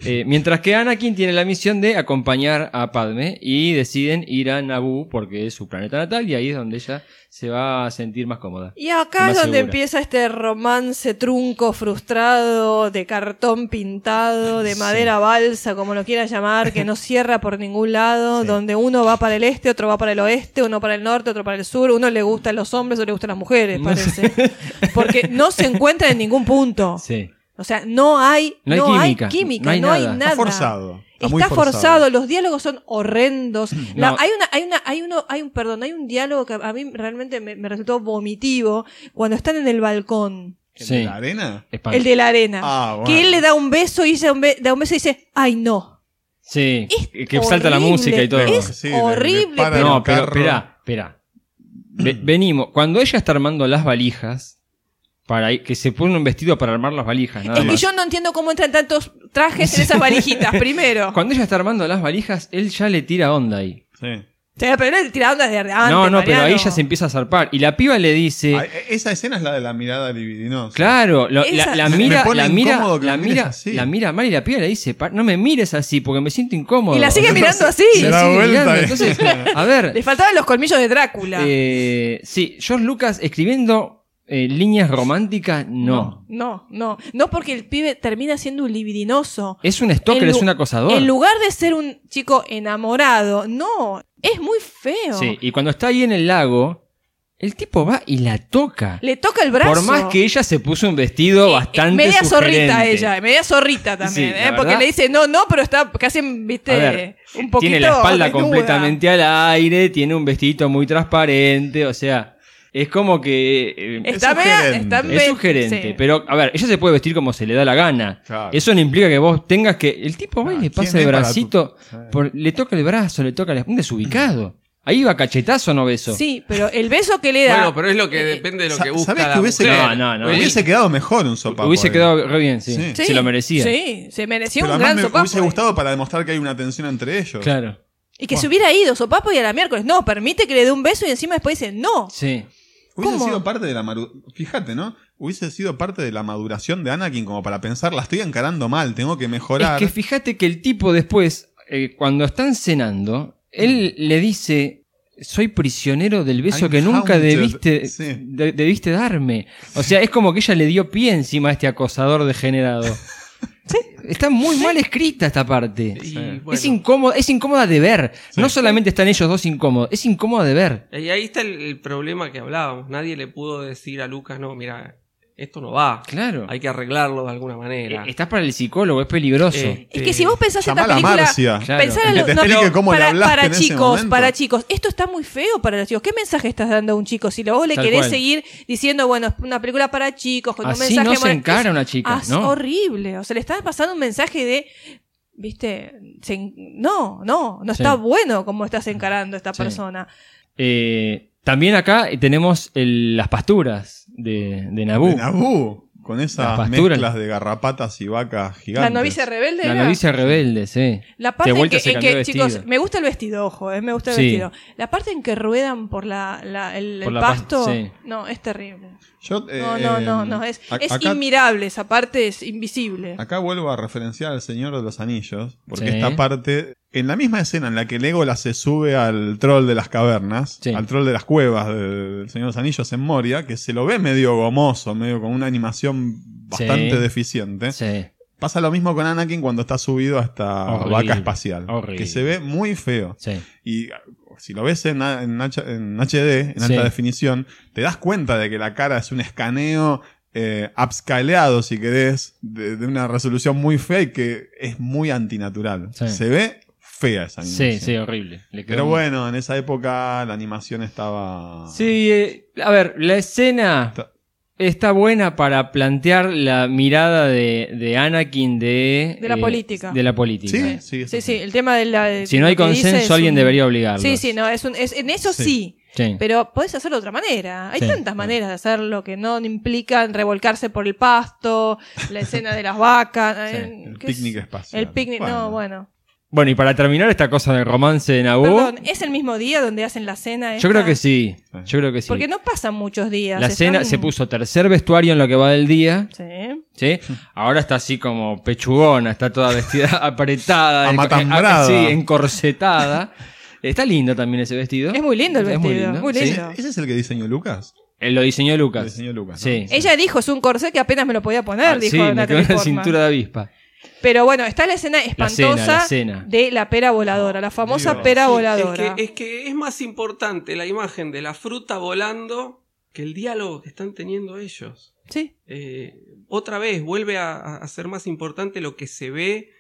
[SPEAKER 3] Eh, mientras que Anakin tiene la misión de acompañar a Padme y deciden ir a Naboo porque es su planeta natal y ahí es donde ella se va a sentir más cómoda.
[SPEAKER 4] Y acá
[SPEAKER 3] Más
[SPEAKER 4] es donde
[SPEAKER 3] segura.
[SPEAKER 4] empieza este romance trunco, frustrado, de cartón pintado, de madera balsa, como lo quieras llamar, que no cierra por ningún lado, donde uno va para el este, otro va para el oeste, uno para el norte, otro para el sur, uno le gustan los hombres, otro le gustan las mujeres,
[SPEAKER 3] No
[SPEAKER 4] parece. Porque no se encuentra en ningún punto.
[SPEAKER 3] Sí.
[SPEAKER 4] O sea, no hay,
[SPEAKER 3] No hay
[SPEAKER 4] no hay
[SPEAKER 3] química,
[SPEAKER 4] química,
[SPEAKER 3] no hay
[SPEAKER 4] no hay
[SPEAKER 3] nada.
[SPEAKER 4] nada.
[SPEAKER 5] Está forzado.
[SPEAKER 4] Está,
[SPEAKER 5] muy
[SPEAKER 4] forzado. los diálogos son horrendos. La-
[SPEAKER 3] No.
[SPEAKER 4] hay una, hay una, hay uno, hay un, perdón, hay un diálogo que a mí realmente me, me resultó vomitivo cuando están en el balcón,
[SPEAKER 5] ¿El
[SPEAKER 3] Sí.
[SPEAKER 5] de la arena?
[SPEAKER 3] Espanto.
[SPEAKER 4] el de la arena,
[SPEAKER 5] Ah, bueno.
[SPEAKER 4] que él le da un beso y ella un be- da un beso y dice, ay no.
[SPEAKER 3] Sí,
[SPEAKER 4] Es
[SPEAKER 3] que salta la
[SPEAKER 4] horrible,
[SPEAKER 3] música y todo.
[SPEAKER 4] es
[SPEAKER 5] Sí, le- le
[SPEAKER 4] horrible,
[SPEAKER 5] para
[SPEAKER 4] pero-
[SPEAKER 5] el
[SPEAKER 3] No, pero
[SPEAKER 5] carro.
[SPEAKER 3] espera, espera. Ve-
[SPEAKER 5] Mm.
[SPEAKER 3] venimos. Cuando ella está armando las valijas, para ir- que se pone un vestido para armar las valijas, nada
[SPEAKER 4] es que
[SPEAKER 3] más.
[SPEAKER 4] yo no entiendo cómo entran tantos trajes en esas valijitas, primero.
[SPEAKER 3] Cuando ella está armando las valijas, él ya le tira onda ahí.
[SPEAKER 5] Sí.
[SPEAKER 4] O sea, pero él tiraba ondas desde antes,
[SPEAKER 3] no, no, pero ahí
[SPEAKER 4] Mariano.
[SPEAKER 3] ya se empieza a zarpar. Y la piba le dice.
[SPEAKER 5] Ah, e- esa escena es la de la mirada libidinosa.
[SPEAKER 3] Claro, lo- la,
[SPEAKER 4] Esa-
[SPEAKER 3] la
[SPEAKER 5] Me- me
[SPEAKER 3] mira,
[SPEAKER 5] pone
[SPEAKER 3] la mira,
[SPEAKER 5] incómodo que
[SPEAKER 3] la
[SPEAKER 5] me mires
[SPEAKER 3] mira,
[SPEAKER 5] así.
[SPEAKER 3] la mira mal y la piba le dice, "Pa- no me mires así porque me siento incómodo.
[SPEAKER 4] Y la sigue mirando así.
[SPEAKER 3] Y la
[SPEAKER 5] da
[SPEAKER 3] sigue
[SPEAKER 5] vuelta
[SPEAKER 3] mirando.
[SPEAKER 5] y-
[SPEAKER 3] Entonces, a ver,
[SPEAKER 4] Le faltaban los colmillos de Drácula.
[SPEAKER 3] eh, sí, George Lucas escribiendo eh, líneas románticas, no.
[SPEAKER 4] No, no. No porque el pibe termina siendo un libidinoso.
[SPEAKER 3] Es un stalker,
[SPEAKER 4] En lu-
[SPEAKER 3] es un acosador.
[SPEAKER 4] En lugar de ser un chico enamorado, no. Es muy feo.
[SPEAKER 3] Sí, y cuando está ahí en el lago, el tipo va y la toca.
[SPEAKER 4] Le toca el brazo.
[SPEAKER 3] Por más que ella se puso un vestido bastante
[SPEAKER 4] Media zorrita
[SPEAKER 3] sugerente.
[SPEAKER 4] ella, media zorrita también,
[SPEAKER 3] Sí,
[SPEAKER 4] ¿eh?
[SPEAKER 3] la
[SPEAKER 4] Porque
[SPEAKER 3] verdad.
[SPEAKER 4] le dice no, no, pero está casi, viste,
[SPEAKER 3] A ver,
[SPEAKER 4] un poquito.
[SPEAKER 3] tiene la espalda
[SPEAKER 4] desnuda.
[SPEAKER 3] completamente al aire, tiene un vestidito muy transparente, o sea, es como que... eh,
[SPEAKER 5] Es
[SPEAKER 4] Está media-
[SPEAKER 5] sugerente.
[SPEAKER 4] está
[SPEAKER 5] Es
[SPEAKER 3] es
[SPEAKER 4] media-
[SPEAKER 3] sugerente,
[SPEAKER 4] sí.
[SPEAKER 3] pero a ver, ella se puede vestir como se le da la gana.
[SPEAKER 5] Claro.
[SPEAKER 3] Eso no implica que vos tengas que. El tipo va y
[SPEAKER 5] Ah,
[SPEAKER 3] le
[SPEAKER 5] ¿quién
[SPEAKER 3] pasa
[SPEAKER 5] es
[SPEAKER 3] el
[SPEAKER 5] para
[SPEAKER 3] bracito,
[SPEAKER 5] tu- Sí.
[SPEAKER 3] por- le toca el brazo, le toca la. Un desubicado. Ahí va cachetazo, no beso.
[SPEAKER 4] Sí, pero el beso que le da.
[SPEAKER 6] Bueno, pero es lo que depende de lo
[SPEAKER 5] Sa-
[SPEAKER 6] que busca
[SPEAKER 5] ¿sabés
[SPEAKER 6] la
[SPEAKER 5] que hubiese-
[SPEAKER 6] mujer.
[SPEAKER 3] No, no, no.
[SPEAKER 6] Oye,
[SPEAKER 5] Hubiese quedado mejor un sopa.
[SPEAKER 3] Hubiese
[SPEAKER 5] por ahí.
[SPEAKER 3] quedado re bien, sí.
[SPEAKER 5] eh. Sí.
[SPEAKER 4] Sí,
[SPEAKER 3] Se lo merecía.
[SPEAKER 4] Sí, se merecía
[SPEAKER 5] Pero
[SPEAKER 4] un
[SPEAKER 5] además
[SPEAKER 4] gran
[SPEAKER 5] me
[SPEAKER 4] sopapo.
[SPEAKER 5] hubiese gustado para demostrar que hay una tensión entre ellos.
[SPEAKER 3] Claro.
[SPEAKER 4] Y que se hubiera ido sopapo y a la miércoles. No, permite que le dé un beso y encima después dice no.
[SPEAKER 3] Sí.
[SPEAKER 5] Hubiese
[SPEAKER 4] ¿Cómo?
[SPEAKER 5] sido parte de la maru- fíjate, ¿no? Hubiese sido parte de la maduración de Anakin como para pensar, la estoy encarando mal, tengo que mejorar.
[SPEAKER 3] Es que fíjate que el tipo después, eh, cuando están cenando, él le dice, soy prisionero del beso
[SPEAKER 5] Mm. I'm
[SPEAKER 3] que nunca
[SPEAKER 5] haunted,
[SPEAKER 3] debiste,
[SPEAKER 5] sí.
[SPEAKER 3] de- debiste darme. O sea, es como que ella le dio pie encima a este acosador degenerado. Está muy mal escrita esta parte.
[SPEAKER 6] Y,
[SPEAKER 3] Es
[SPEAKER 6] bueno,
[SPEAKER 3] incómoda, es incómoda de ver.
[SPEAKER 5] Sí.
[SPEAKER 3] No solamente están ellos dos incómodos, es incómoda de ver.
[SPEAKER 6] y ahí está el, el problema que hablábamos. Nadie le pudo decir a Lucas, no, mira, esto no va.
[SPEAKER 3] Claro.
[SPEAKER 6] Hay que arreglarlo de alguna manera.
[SPEAKER 3] Eh, Estás para el psicólogo, es peligroso.
[SPEAKER 6] Eh,
[SPEAKER 4] Es que si vos pensás en
[SPEAKER 5] Llamá a
[SPEAKER 4] esta
[SPEAKER 5] la
[SPEAKER 4] película,
[SPEAKER 5] Marcia.
[SPEAKER 3] Claro.
[SPEAKER 4] pensar en
[SPEAKER 5] Que
[SPEAKER 4] lo-
[SPEAKER 5] te
[SPEAKER 4] no,
[SPEAKER 5] explique
[SPEAKER 4] pero
[SPEAKER 5] cómo le
[SPEAKER 4] para,
[SPEAKER 5] hablaste
[SPEAKER 4] para
[SPEAKER 5] en ese
[SPEAKER 4] chicos,
[SPEAKER 5] momento.
[SPEAKER 4] para chicos, esto está muy feo para los chicos. ¿Qué mensaje estás dando a un chico? Si vos le
[SPEAKER 3] Tal
[SPEAKER 4] querés
[SPEAKER 3] cual.
[SPEAKER 4] seguir diciendo, bueno, es una película para chicos, con Pues un
[SPEAKER 3] Así
[SPEAKER 4] mensaje
[SPEAKER 3] no se
[SPEAKER 4] moral-
[SPEAKER 3] encara
[SPEAKER 4] es-
[SPEAKER 3] una chica,
[SPEAKER 4] ah,
[SPEAKER 3] ¿no?
[SPEAKER 4] horrible. O sea, le estás pasando un mensaje de, viste, se en- no, no, no
[SPEAKER 3] Sí.
[SPEAKER 4] está bueno como estás encarando a esta
[SPEAKER 3] Sí.
[SPEAKER 4] persona.
[SPEAKER 3] Eh, también acá tenemos el- las pasturas de, de Naboo.
[SPEAKER 5] De Naboo, con
[SPEAKER 3] Las
[SPEAKER 5] esas
[SPEAKER 3] pasturas.
[SPEAKER 5] mezclas de garrapatas y vacas
[SPEAKER 4] La
[SPEAKER 5] gigantes.
[SPEAKER 4] novicia rebelde.
[SPEAKER 3] La
[SPEAKER 4] era?
[SPEAKER 3] novicia rebelde, sí.
[SPEAKER 4] La
[SPEAKER 3] De
[SPEAKER 4] parte en
[SPEAKER 3] vuelta
[SPEAKER 4] que,
[SPEAKER 3] se
[SPEAKER 4] en
[SPEAKER 3] cambió
[SPEAKER 4] que,
[SPEAKER 3] de
[SPEAKER 4] chicos,
[SPEAKER 3] vestido.
[SPEAKER 4] me gusta el vestido, ojo, eh, me gusta el
[SPEAKER 3] Sí.
[SPEAKER 4] vestido. La parte en que ruedan por la, la- el,
[SPEAKER 3] Por
[SPEAKER 4] el
[SPEAKER 3] la pas-
[SPEAKER 4] pasto,
[SPEAKER 3] sí.
[SPEAKER 4] no, es terrible.
[SPEAKER 5] Yo, eh,
[SPEAKER 4] No, no, no, no, es,
[SPEAKER 5] ac-
[SPEAKER 4] es
[SPEAKER 5] acá-
[SPEAKER 4] inmirable, esa parte es invisible.
[SPEAKER 5] Acá vuelvo a referenciar al Señor de los Anillos, porque
[SPEAKER 3] Sí.
[SPEAKER 5] esta parte, en la misma escena en la que Legolas se sube al troll de las cavernas,
[SPEAKER 3] Sí.
[SPEAKER 5] al troll de las cuevas de- del Señor de los Anillos en Moria, que se lo ve medio gomoso, medio con una animación bastante
[SPEAKER 3] Sí.
[SPEAKER 5] deficiente.
[SPEAKER 3] Sí.
[SPEAKER 5] Pasa lo mismo con Anakin cuando está subido a esta
[SPEAKER 3] Horrible,
[SPEAKER 5] vaca espacial,
[SPEAKER 3] horrible.
[SPEAKER 5] que se ve muy feo.
[SPEAKER 3] sí.
[SPEAKER 5] Y ah, si lo ves en, a- en H- en HD, en
[SPEAKER 3] Sí.
[SPEAKER 5] alta definición, te das cuenta de que la cara es un escaneo eh, upscaleado, si querés, de, de una resolución muy fea y que es muy antinatural.
[SPEAKER 3] Sí.
[SPEAKER 5] Se ve fea esa animación.
[SPEAKER 3] Sí, sí, horrible. Le quedó
[SPEAKER 5] Pero
[SPEAKER 3] un-
[SPEAKER 5] bueno, en esa época la animación estaba...
[SPEAKER 3] Sí, eh, a ver, la escena
[SPEAKER 5] Está-
[SPEAKER 3] está buena para plantear la mirada de, de Anakin de... eh,
[SPEAKER 4] De la política.
[SPEAKER 3] De la política.
[SPEAKER 5] Sí, sí,
[SPEAKER 4] Sí, sí, el tema de la... de-
[SPEAKER 3] Si no hay
[SPEAKER 4] lo que dice es
[SPEAKER 3] consenso, alguien
[SPEAKER 4] un-
[SPEAKER 3] debería obligarlo.
[SPEAKER 4] Sí, sí, no, es un, es, en eso
[SPEAKER 5] Sí.
[SPEAKER 4] sí.
[SPEAKER 3] Sí.
[SPEAKER 4] pero podés hacerlo de otra manera. Hay
[SPEAKER 3] Sí.
[SPEAKER 4] tantas maneras de hacerlo que no implican revolcarse por el pasto, la escena de las vacas.
[SPEAKER 3] Sí,
[SPEAKER 4] eh,
[SPEAKER 5] El
[SPEAKER 4] ¿qué es?
[SPEAKER 5] picnic espacial.
[SPEAKER 4] El picnic, no, bueno.
[SPEAKER 3] Bueno, y para terminar esta cosa del romance de Naboo,
[SPEAKER 4] Perdón, ¿es el mismo día donde hacen la cena?
[SPEAKER 3] yo
[SPEAKER 4] esta?
[SPEAKER 3] creo que sí.
[SPEAKER 5] Sí.
[SPEAKER 3] Yo creo que sí.
[SPEAKER 4] Porque no pasan muchos días.
[SPEAKER 3] la
[SPEAKER 4] están-
[SPEAKER 3] escena se puso tercer vestuario en lo que va del día,
[SPEAKER 4] Sí.
[SPEAKER 3] ¿sí? Ahora está así como pechugona, está toda vestida apretada, enco-
[SPEAKER 5] Amatambrada.
[SPEAKER 3] sí, encorsetada. Está lindo también ese vestido.
[SPEAKER 4] Es muy lindo el
[SPEAKER 3] Es
[SPEAKER 4] vestido.
[SPEAKER 3] muy
[SPEAKER 4] Muy
[SPEAKER 3] lindo,
[SPEAKER 4] lindo.
[SPEAKER 3] sí.
[SPEAKER 5] ¿Ese, ese es el que diseñó Lucas?
[SPEAKER 3] Eh, Lo diseñó
[SPEAKER 5] Lo
[SPEAKER 3] Lucas.
[SPEAKER 5] diseñó Lucas. ¿no?
[SPEAKER 3] Sí.
[SPEAKER 4] Ella dijo, es un corsé que apenas me lo podía poner,
[SPEAKER 3] Ah,
[SPEAKER 4] dijo
[SPEAKER 3] sí, me quedó
[SPEAKER 4] Natalie
[SPEAKER 3] una
[SPEAKER 4] Portman.
[SPEAKER 3] cintura de avispa.
[SPEAKER 4] Pero bueno, está la escena
[SPEAKER 3] La cena,
[SPEAKER 4] espantosa
[SPEAKER 3] la cena.
[SPEAKER 4] de la pera voladora, la famosa
[SPEAKER 5] Dios.
[SPEAKER 4] pera
[SPEAKER 6] Sí,
[SPEAKER 4] voladora.
[SPEAKER 6] Es que, es que es más importante la imagen de la fruta volando que el diálogo que están teniendo ellos.
[SPEAKER 4] Sí.
[SPEAKER 6] Eh, otra vez vuelve a, a ser más importante lo que se ve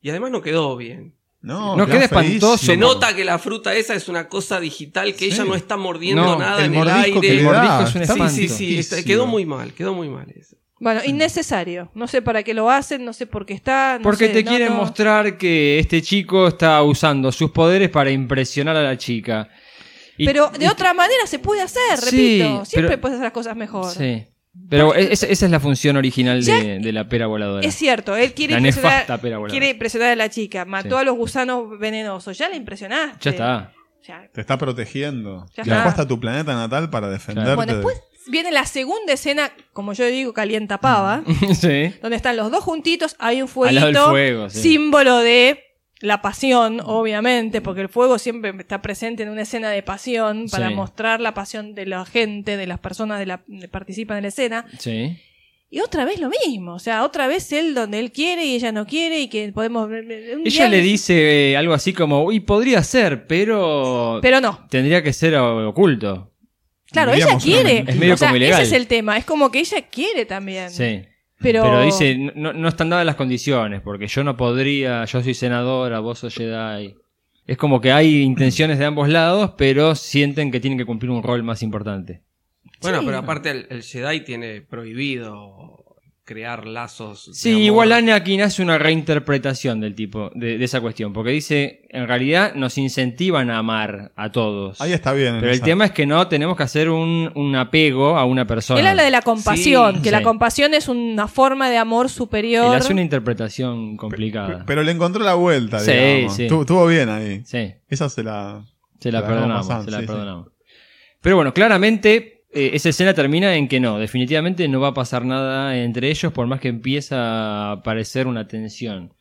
[SPEAKER 6] y además no quedó bien.
[SPEAKER 5] No,
[SPEAKER 3] No,
[SPEAKER 5] queda
[SPEAKER 3] queda espantoso.
[SPEAKER 5] feísimo.
[SPEAKER 6] Se nota que la fruta esa es una cosa digital que
[SPEAKER 5] Sí.
[SPEAKER 6] ella no está mordiendo
[SPEAKER 3] No,
[SPEAKER 6] nada
[SPEAKER 5] el
[SPEAKER 6] en el
[SPEAKER 5] mordisco
[SPEAKER 6] aire.
[SPEAKER 5] que le
[SPEAKER 3] El
[SPEAKER 5] da.
[SPEAKER 3] mordisco es un
[SPEAKER 5] está
[SPEAKER 6] Sí, sí,
[SPEAKER 3] espanto.
[SPEAKER 6] sí, está- quedó muy mal, quedó muy mal eso.
[SPEAKER 4] Bueno, innecesario. No sé para qué lo hacen, no sé por qué está. no
[SPEAKER 3] Porque
[SPEAKER 4] sé,
[SPEAKER 3] te
[SPEAKER 4] no,
[SPEAKER 3] quieren
[SPEAKER 4] no.
[SPEAKER 3] mostrar que este chico está usando sus poderes para impresionar a la chica. Y-
[SPEAKER 4] Pero de otra manera se puede hacer,
[SPEAKER 3] Sí,
[SPEAKER 4] repito. Siempre
[SPEAKER 3] pero-
[SPEAKER 4] puedes hacer las cosas mejor.
[SPEAKER 3] Sí. Pero es- esa, esa es la función original de, de la pera voladora.
[SPEAKER 4] Es cierto, él quiere
[SPEAKER 3] La
[SPEAKER 4] impresionar,
[SPEAKER 3] nefasta pera voladora.
[SPEAKER 4] quiere impresionar a la chica. Mató
[SPEAKER 3] Sí.
[SPEAKER 4] a los gusanos venenosos. Ya la impresionaste.
[SPEAKER 3] Ya está.
[SPEAKER 4] O sea,
[SPEAKER 5] Te está protegiendo.
[SPEAKER 4] Ya
[SPEAKER 5] Te
[SPEAKER 4] está.
[SPEAKER 5] hasta tu planeta natal para defenderte.
[SPEAKER 4] bueno,
[SPEAKER 5] de-
[SPEAKER 4] después viene la segunda escena, como yo digo, calienta pava.
[SPEAKER 3] sí.
[SPEAKER 4] donde están los dos juntitos, hay un
[SPEAKER 3] Mm. Al lado del
[SPEAKER 4] fueguito,
[SPEAKER 3] fuego, sí.
[SPEAKER 4] símbolo de la pasión, obviamente, porque el fuego siempre está presente en una escena de pasión para
[SPEAKER 3] Sí.
[SPEAKER 4] mostrar la pasión de la gente, de las personas de la, que participan en la escena.
[SPEAKER 3] Sí.
[SPEAKER 4] Y otra vez lo mismo, o sea, otra vez él donde él quiere y ella no quiere y que podemos... un
[SPEAKER 3] Ella
[SPEAKER 4] día-
[SPEAKER 3] le dice eh, algo así como, uy, podría ser, pero,
[SPEAKER 4] Pero no,
[SPEAKER 3] tendría que ser o- oculto.
[SPEAKER 4] claro, ella
[SPEAKER 5] Diríamos una
[SPEAKER 4] quiere.
[SPEAKER 5] mentira.
[SPEAKER 3] Es medio
[SPEAKER 4] o sea,
[SPEAKER 3] como ilegal.
[SPEAKER 4] Ese es el tema, es como que ella quiere también.
[SPEAKER 3] Sí.
[SPEAKER 4] Pero,
[SPEAKER 3] Pero dice, no, no están dadas las condiciones, porque yo no podría, yo soy senadora, vos sos Jedi. Es como que hay intenciones de ambos lados, pero sienten que tienen que cumplir un rol más importante.
[SPEAKER 6] Bueno,
[SPEAKER 4] Sí.
[SPEAKER 6] pero aparte el, el Jedi tiene prohibido crear lazos. de
[SPEAKER 3] Sí,
[SPEAKER 6] amor.
[SPEAKER 3] igual Anakin hace una reinterpretación del tipo, de, de esa cuestión, porque dice, en realidad nos incentivan a amar a todos.
[SPEAKER 5] Ahí está bien.
[SPEAKER 3] Pero el
[SPEAKER 5] esa-
[SPEAKER 3] tema es que no tenemos que hacer un, un apego a una persona.
[SPEAKER 4] él habla de la compasión,
[SPEAKER 3] Sí,
[SPEAKER 4] que
[SPEAKER 3] sí.
[SPEAKER 4] la compasión es una forma de amor superior.
[SPEAKER 3] Él hace una interpretación complicada.
[SPEAKER 5] Pero le encontró la vuelta,
[SPEAKER 3] Sí,
[SPEAKER 5] digamos.
[SPEAKER 3] sí.
[SPEAKER 5] Tu- Tuvo bien ahí.
[SPEAKER 3] sí.
[SPEAKER 5] Esa se la.
[SPEAKER 3] Se la
[SPEAKER 5] La
[SPEAKER 3] perdonamos,
[SPEAKER 5] vamos a-
[SPEAKER 3] se la
[SPEAKER 5] sí, sí.
[SPEAKER 3] perdonamos. Pero bueno, claramente eh, esa escena termina en que no, definitivamente no va a pasar nada entre ellos por más que empieza a aparecer una tensión.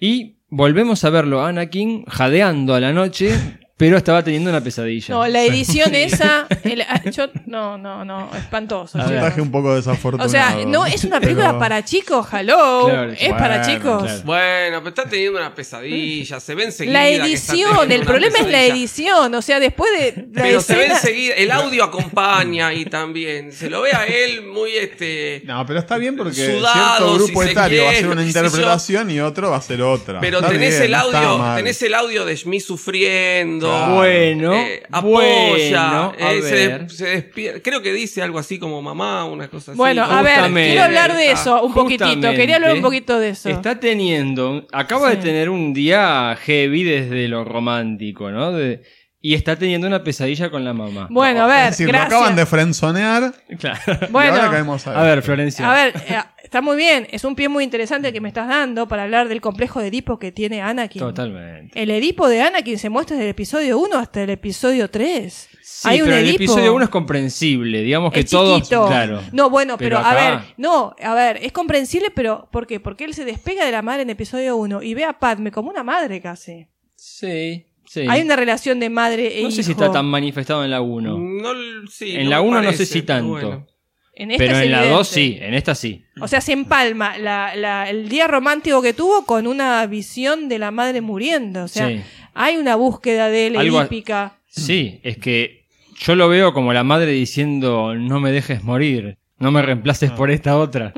[SPEAKER 3] Y volvemos a verlo a Anakin jadeando a la noche, pero estaba teniendo una pesadilla.
[SPEAKER 4] No, la edición esa. el- ah, yo- no, no, no, espantoso.
[SPEAKER 3] A
[SPEAKER 4] chicos.
[SPEAKER 3] ver.
[SPEAKER 5] Montaje un poco desafortunado.
[SPEAKER 4] O sea, no es una película
[SPEAKER 5] Pero-
[SPEAKER 4] para chicos, hello.
[SPEAKER 3] Claro,
[SPEAKER 4] es para
[SPEAKER 5] bueno,
[SPEAKER 4] chicos.
[SPEAKER 3] claro.
[SPEAKER 6] Bueno, pero está teniendo una pesadilla, se ve enseguida.
[SPEAKER 4] La
[SPEAKER 6] que está
[SPEAKER 4] edición,
[SPEAKER 6] teniendo
[SPEAKER 4] el
[SPEAKER 6] una
[SPEAKER 4] problema es la
[SPEAKER 6] pesadilla.
[SPEAKER 4] edición. O sea, después de la
[SPEAKER 6] Pero se ve
[SPEAKER 4] escena-
[SPEAKER 6] enseguida, el audio acompaña y también. Se lo ve a él muy este.
[SPEAKER 5] No, pero está bien porque
[SPEAKER 6] Sudado,
[SPEAKER 5] cierto
[SPEAKER 6] si
[SPEAKER 5] grupo
[SPEAKER 6] se
[SPEAKER 5] etario va a hacer
[SPEAKER 6] quiere,
[SPEAKER 5] una
[SPEAKER 6] qué sé
[SPEAKER 5] interpretación y otro va a hacer otra.
[SPEAKER 6] Pero
[SPEAKER 5] Está
[SPEAKER 6] tenés
[SPEAKER 5] bien,
[SPEAKER 6] el
[SPEAKER 5] no está
[SPEAKER 6] audio,
[SPEAKER 5] mal.
[SPEAKER 6] tenés el audio de Shmi sufriendo.
[SPEAKER 5] Claro.
[SPEAKER 3] Bueno,
[SPEAKER 6] eh, apoya,
[SPEAKER 3] bueno, a
[SPEAKER 6] eh, se,
[SPEAKER 3] ver.
[SPEAKER 6] des- se despier- Creo que dice algo así como mamá, una cosa así.
[SPEAKER 4] Bueno, a ver,
[SPEAKER 3] Justamente.
[SPEAKER 4] quiero hablar de eso un poquitito.
[SPEAKER 3] Justamente.
[SPEAKER 4] Quería hablar un poquito de eso.
[SPEAKER 3] Está teniendo, acaba de
[SPEAKER 4] Sí.
[SPEAKER 3] tener un día heavy desde lo romántico, ¿no? De- y está teniendo una pesadilla con la mamá.
[SPEAKER 4] Bueno, a
[SPEAKER 5] Es
[SPEAKER 4] ver,
[SPEAKER 5] decir, lo
[SPEAKER 4] gracias.
[SPEAKER 5] acaban de frenzonear
[SPEAKER 3] Claro.
[SPEAKER 5] y ahora
[SPEAKER 4] Bueno,
[SPEAKER 5] caemos ahí.
[SPEAKER 3] A ver, Florencia.
[SPEAKER 4] a ver, eh, está muy bien. Es un pie muy interesante que me estás dando para hablar del complejo de Edipo que tiene Anakin.
[SPEAKER 3] Totalmente.
[SPEAKER 4] El Edipo de Anakin se muestra desde el episodio 1 hasta el episodio 3.
[SPEAKER 3] Sí,
[SPEAKER 4] Hay un
[SPEAKER 3] pero el
[SPEAKER 4] Edipo.
[SPEAKER 3] episodio 1 es comprensible, digamos que
[SPEAKER 4] es
[SPEAKER 3] todos.
[SPEAKER 4] chiquito.
[SPEAKER 3] Claro.
[SPEAKER 4] No, bueno,
[SPEAKER 3] Pero
[SPEAKER 4] pero, a
[SPEAKER 3] acá-
[SPEAKER 4] ver, no, a ver, es comprensible, pero ¿por qué? Porque él se despega de la madre en episodio 1 y ve a Padme como una madre casi.
[SPEAKER 3] Sí, sí.
[SPEAKER 4] Hay una relación de madre e
[SPEAKER 3] no sé si
[SPEAKER 4] hijo.
[SPEAKER 3] está tan manifestado en la 1.
[SPEAKER 6] No, l- sí,
[SPEAKER 3] En
[SPEAKER 6] no
[SPEAKER 3] la
[SPEAKER 6] me
[SPEAKER 3] 1 no sé
[SPEAKER 6] parece,
[SPEAKER 3] si
[SPEAKER 6] pero
[SPEAKER 3] tanto.
[SPEAKER 6] bueno.
[SPEAKER 4] En esta
[SPEAKER 3] Pero
[SPEAKER 4] es
[SPEAKER 3] en la
[SPEAKER 4] evidente.
[SPEAKER 3] 2 sí, en esta sí.
[SPEAKER 4] O sea, se empalma la- la- el día romántico que tuvo con una visión de la madre muriendo. O sea,
[SPEAKER 3] Sí.
[SPEAKER 4] hay una búsqueda de él
[SPEAKER 3] Algo a-
[SPEAKER 4] edípica.
[SPEAKER 3] Sí, es que yo lo veo como la madre diciendo, no me dejes morir, no me reemplaces
[SPEAKER 5] Ah.
[SPEAKER 3] por esta otra.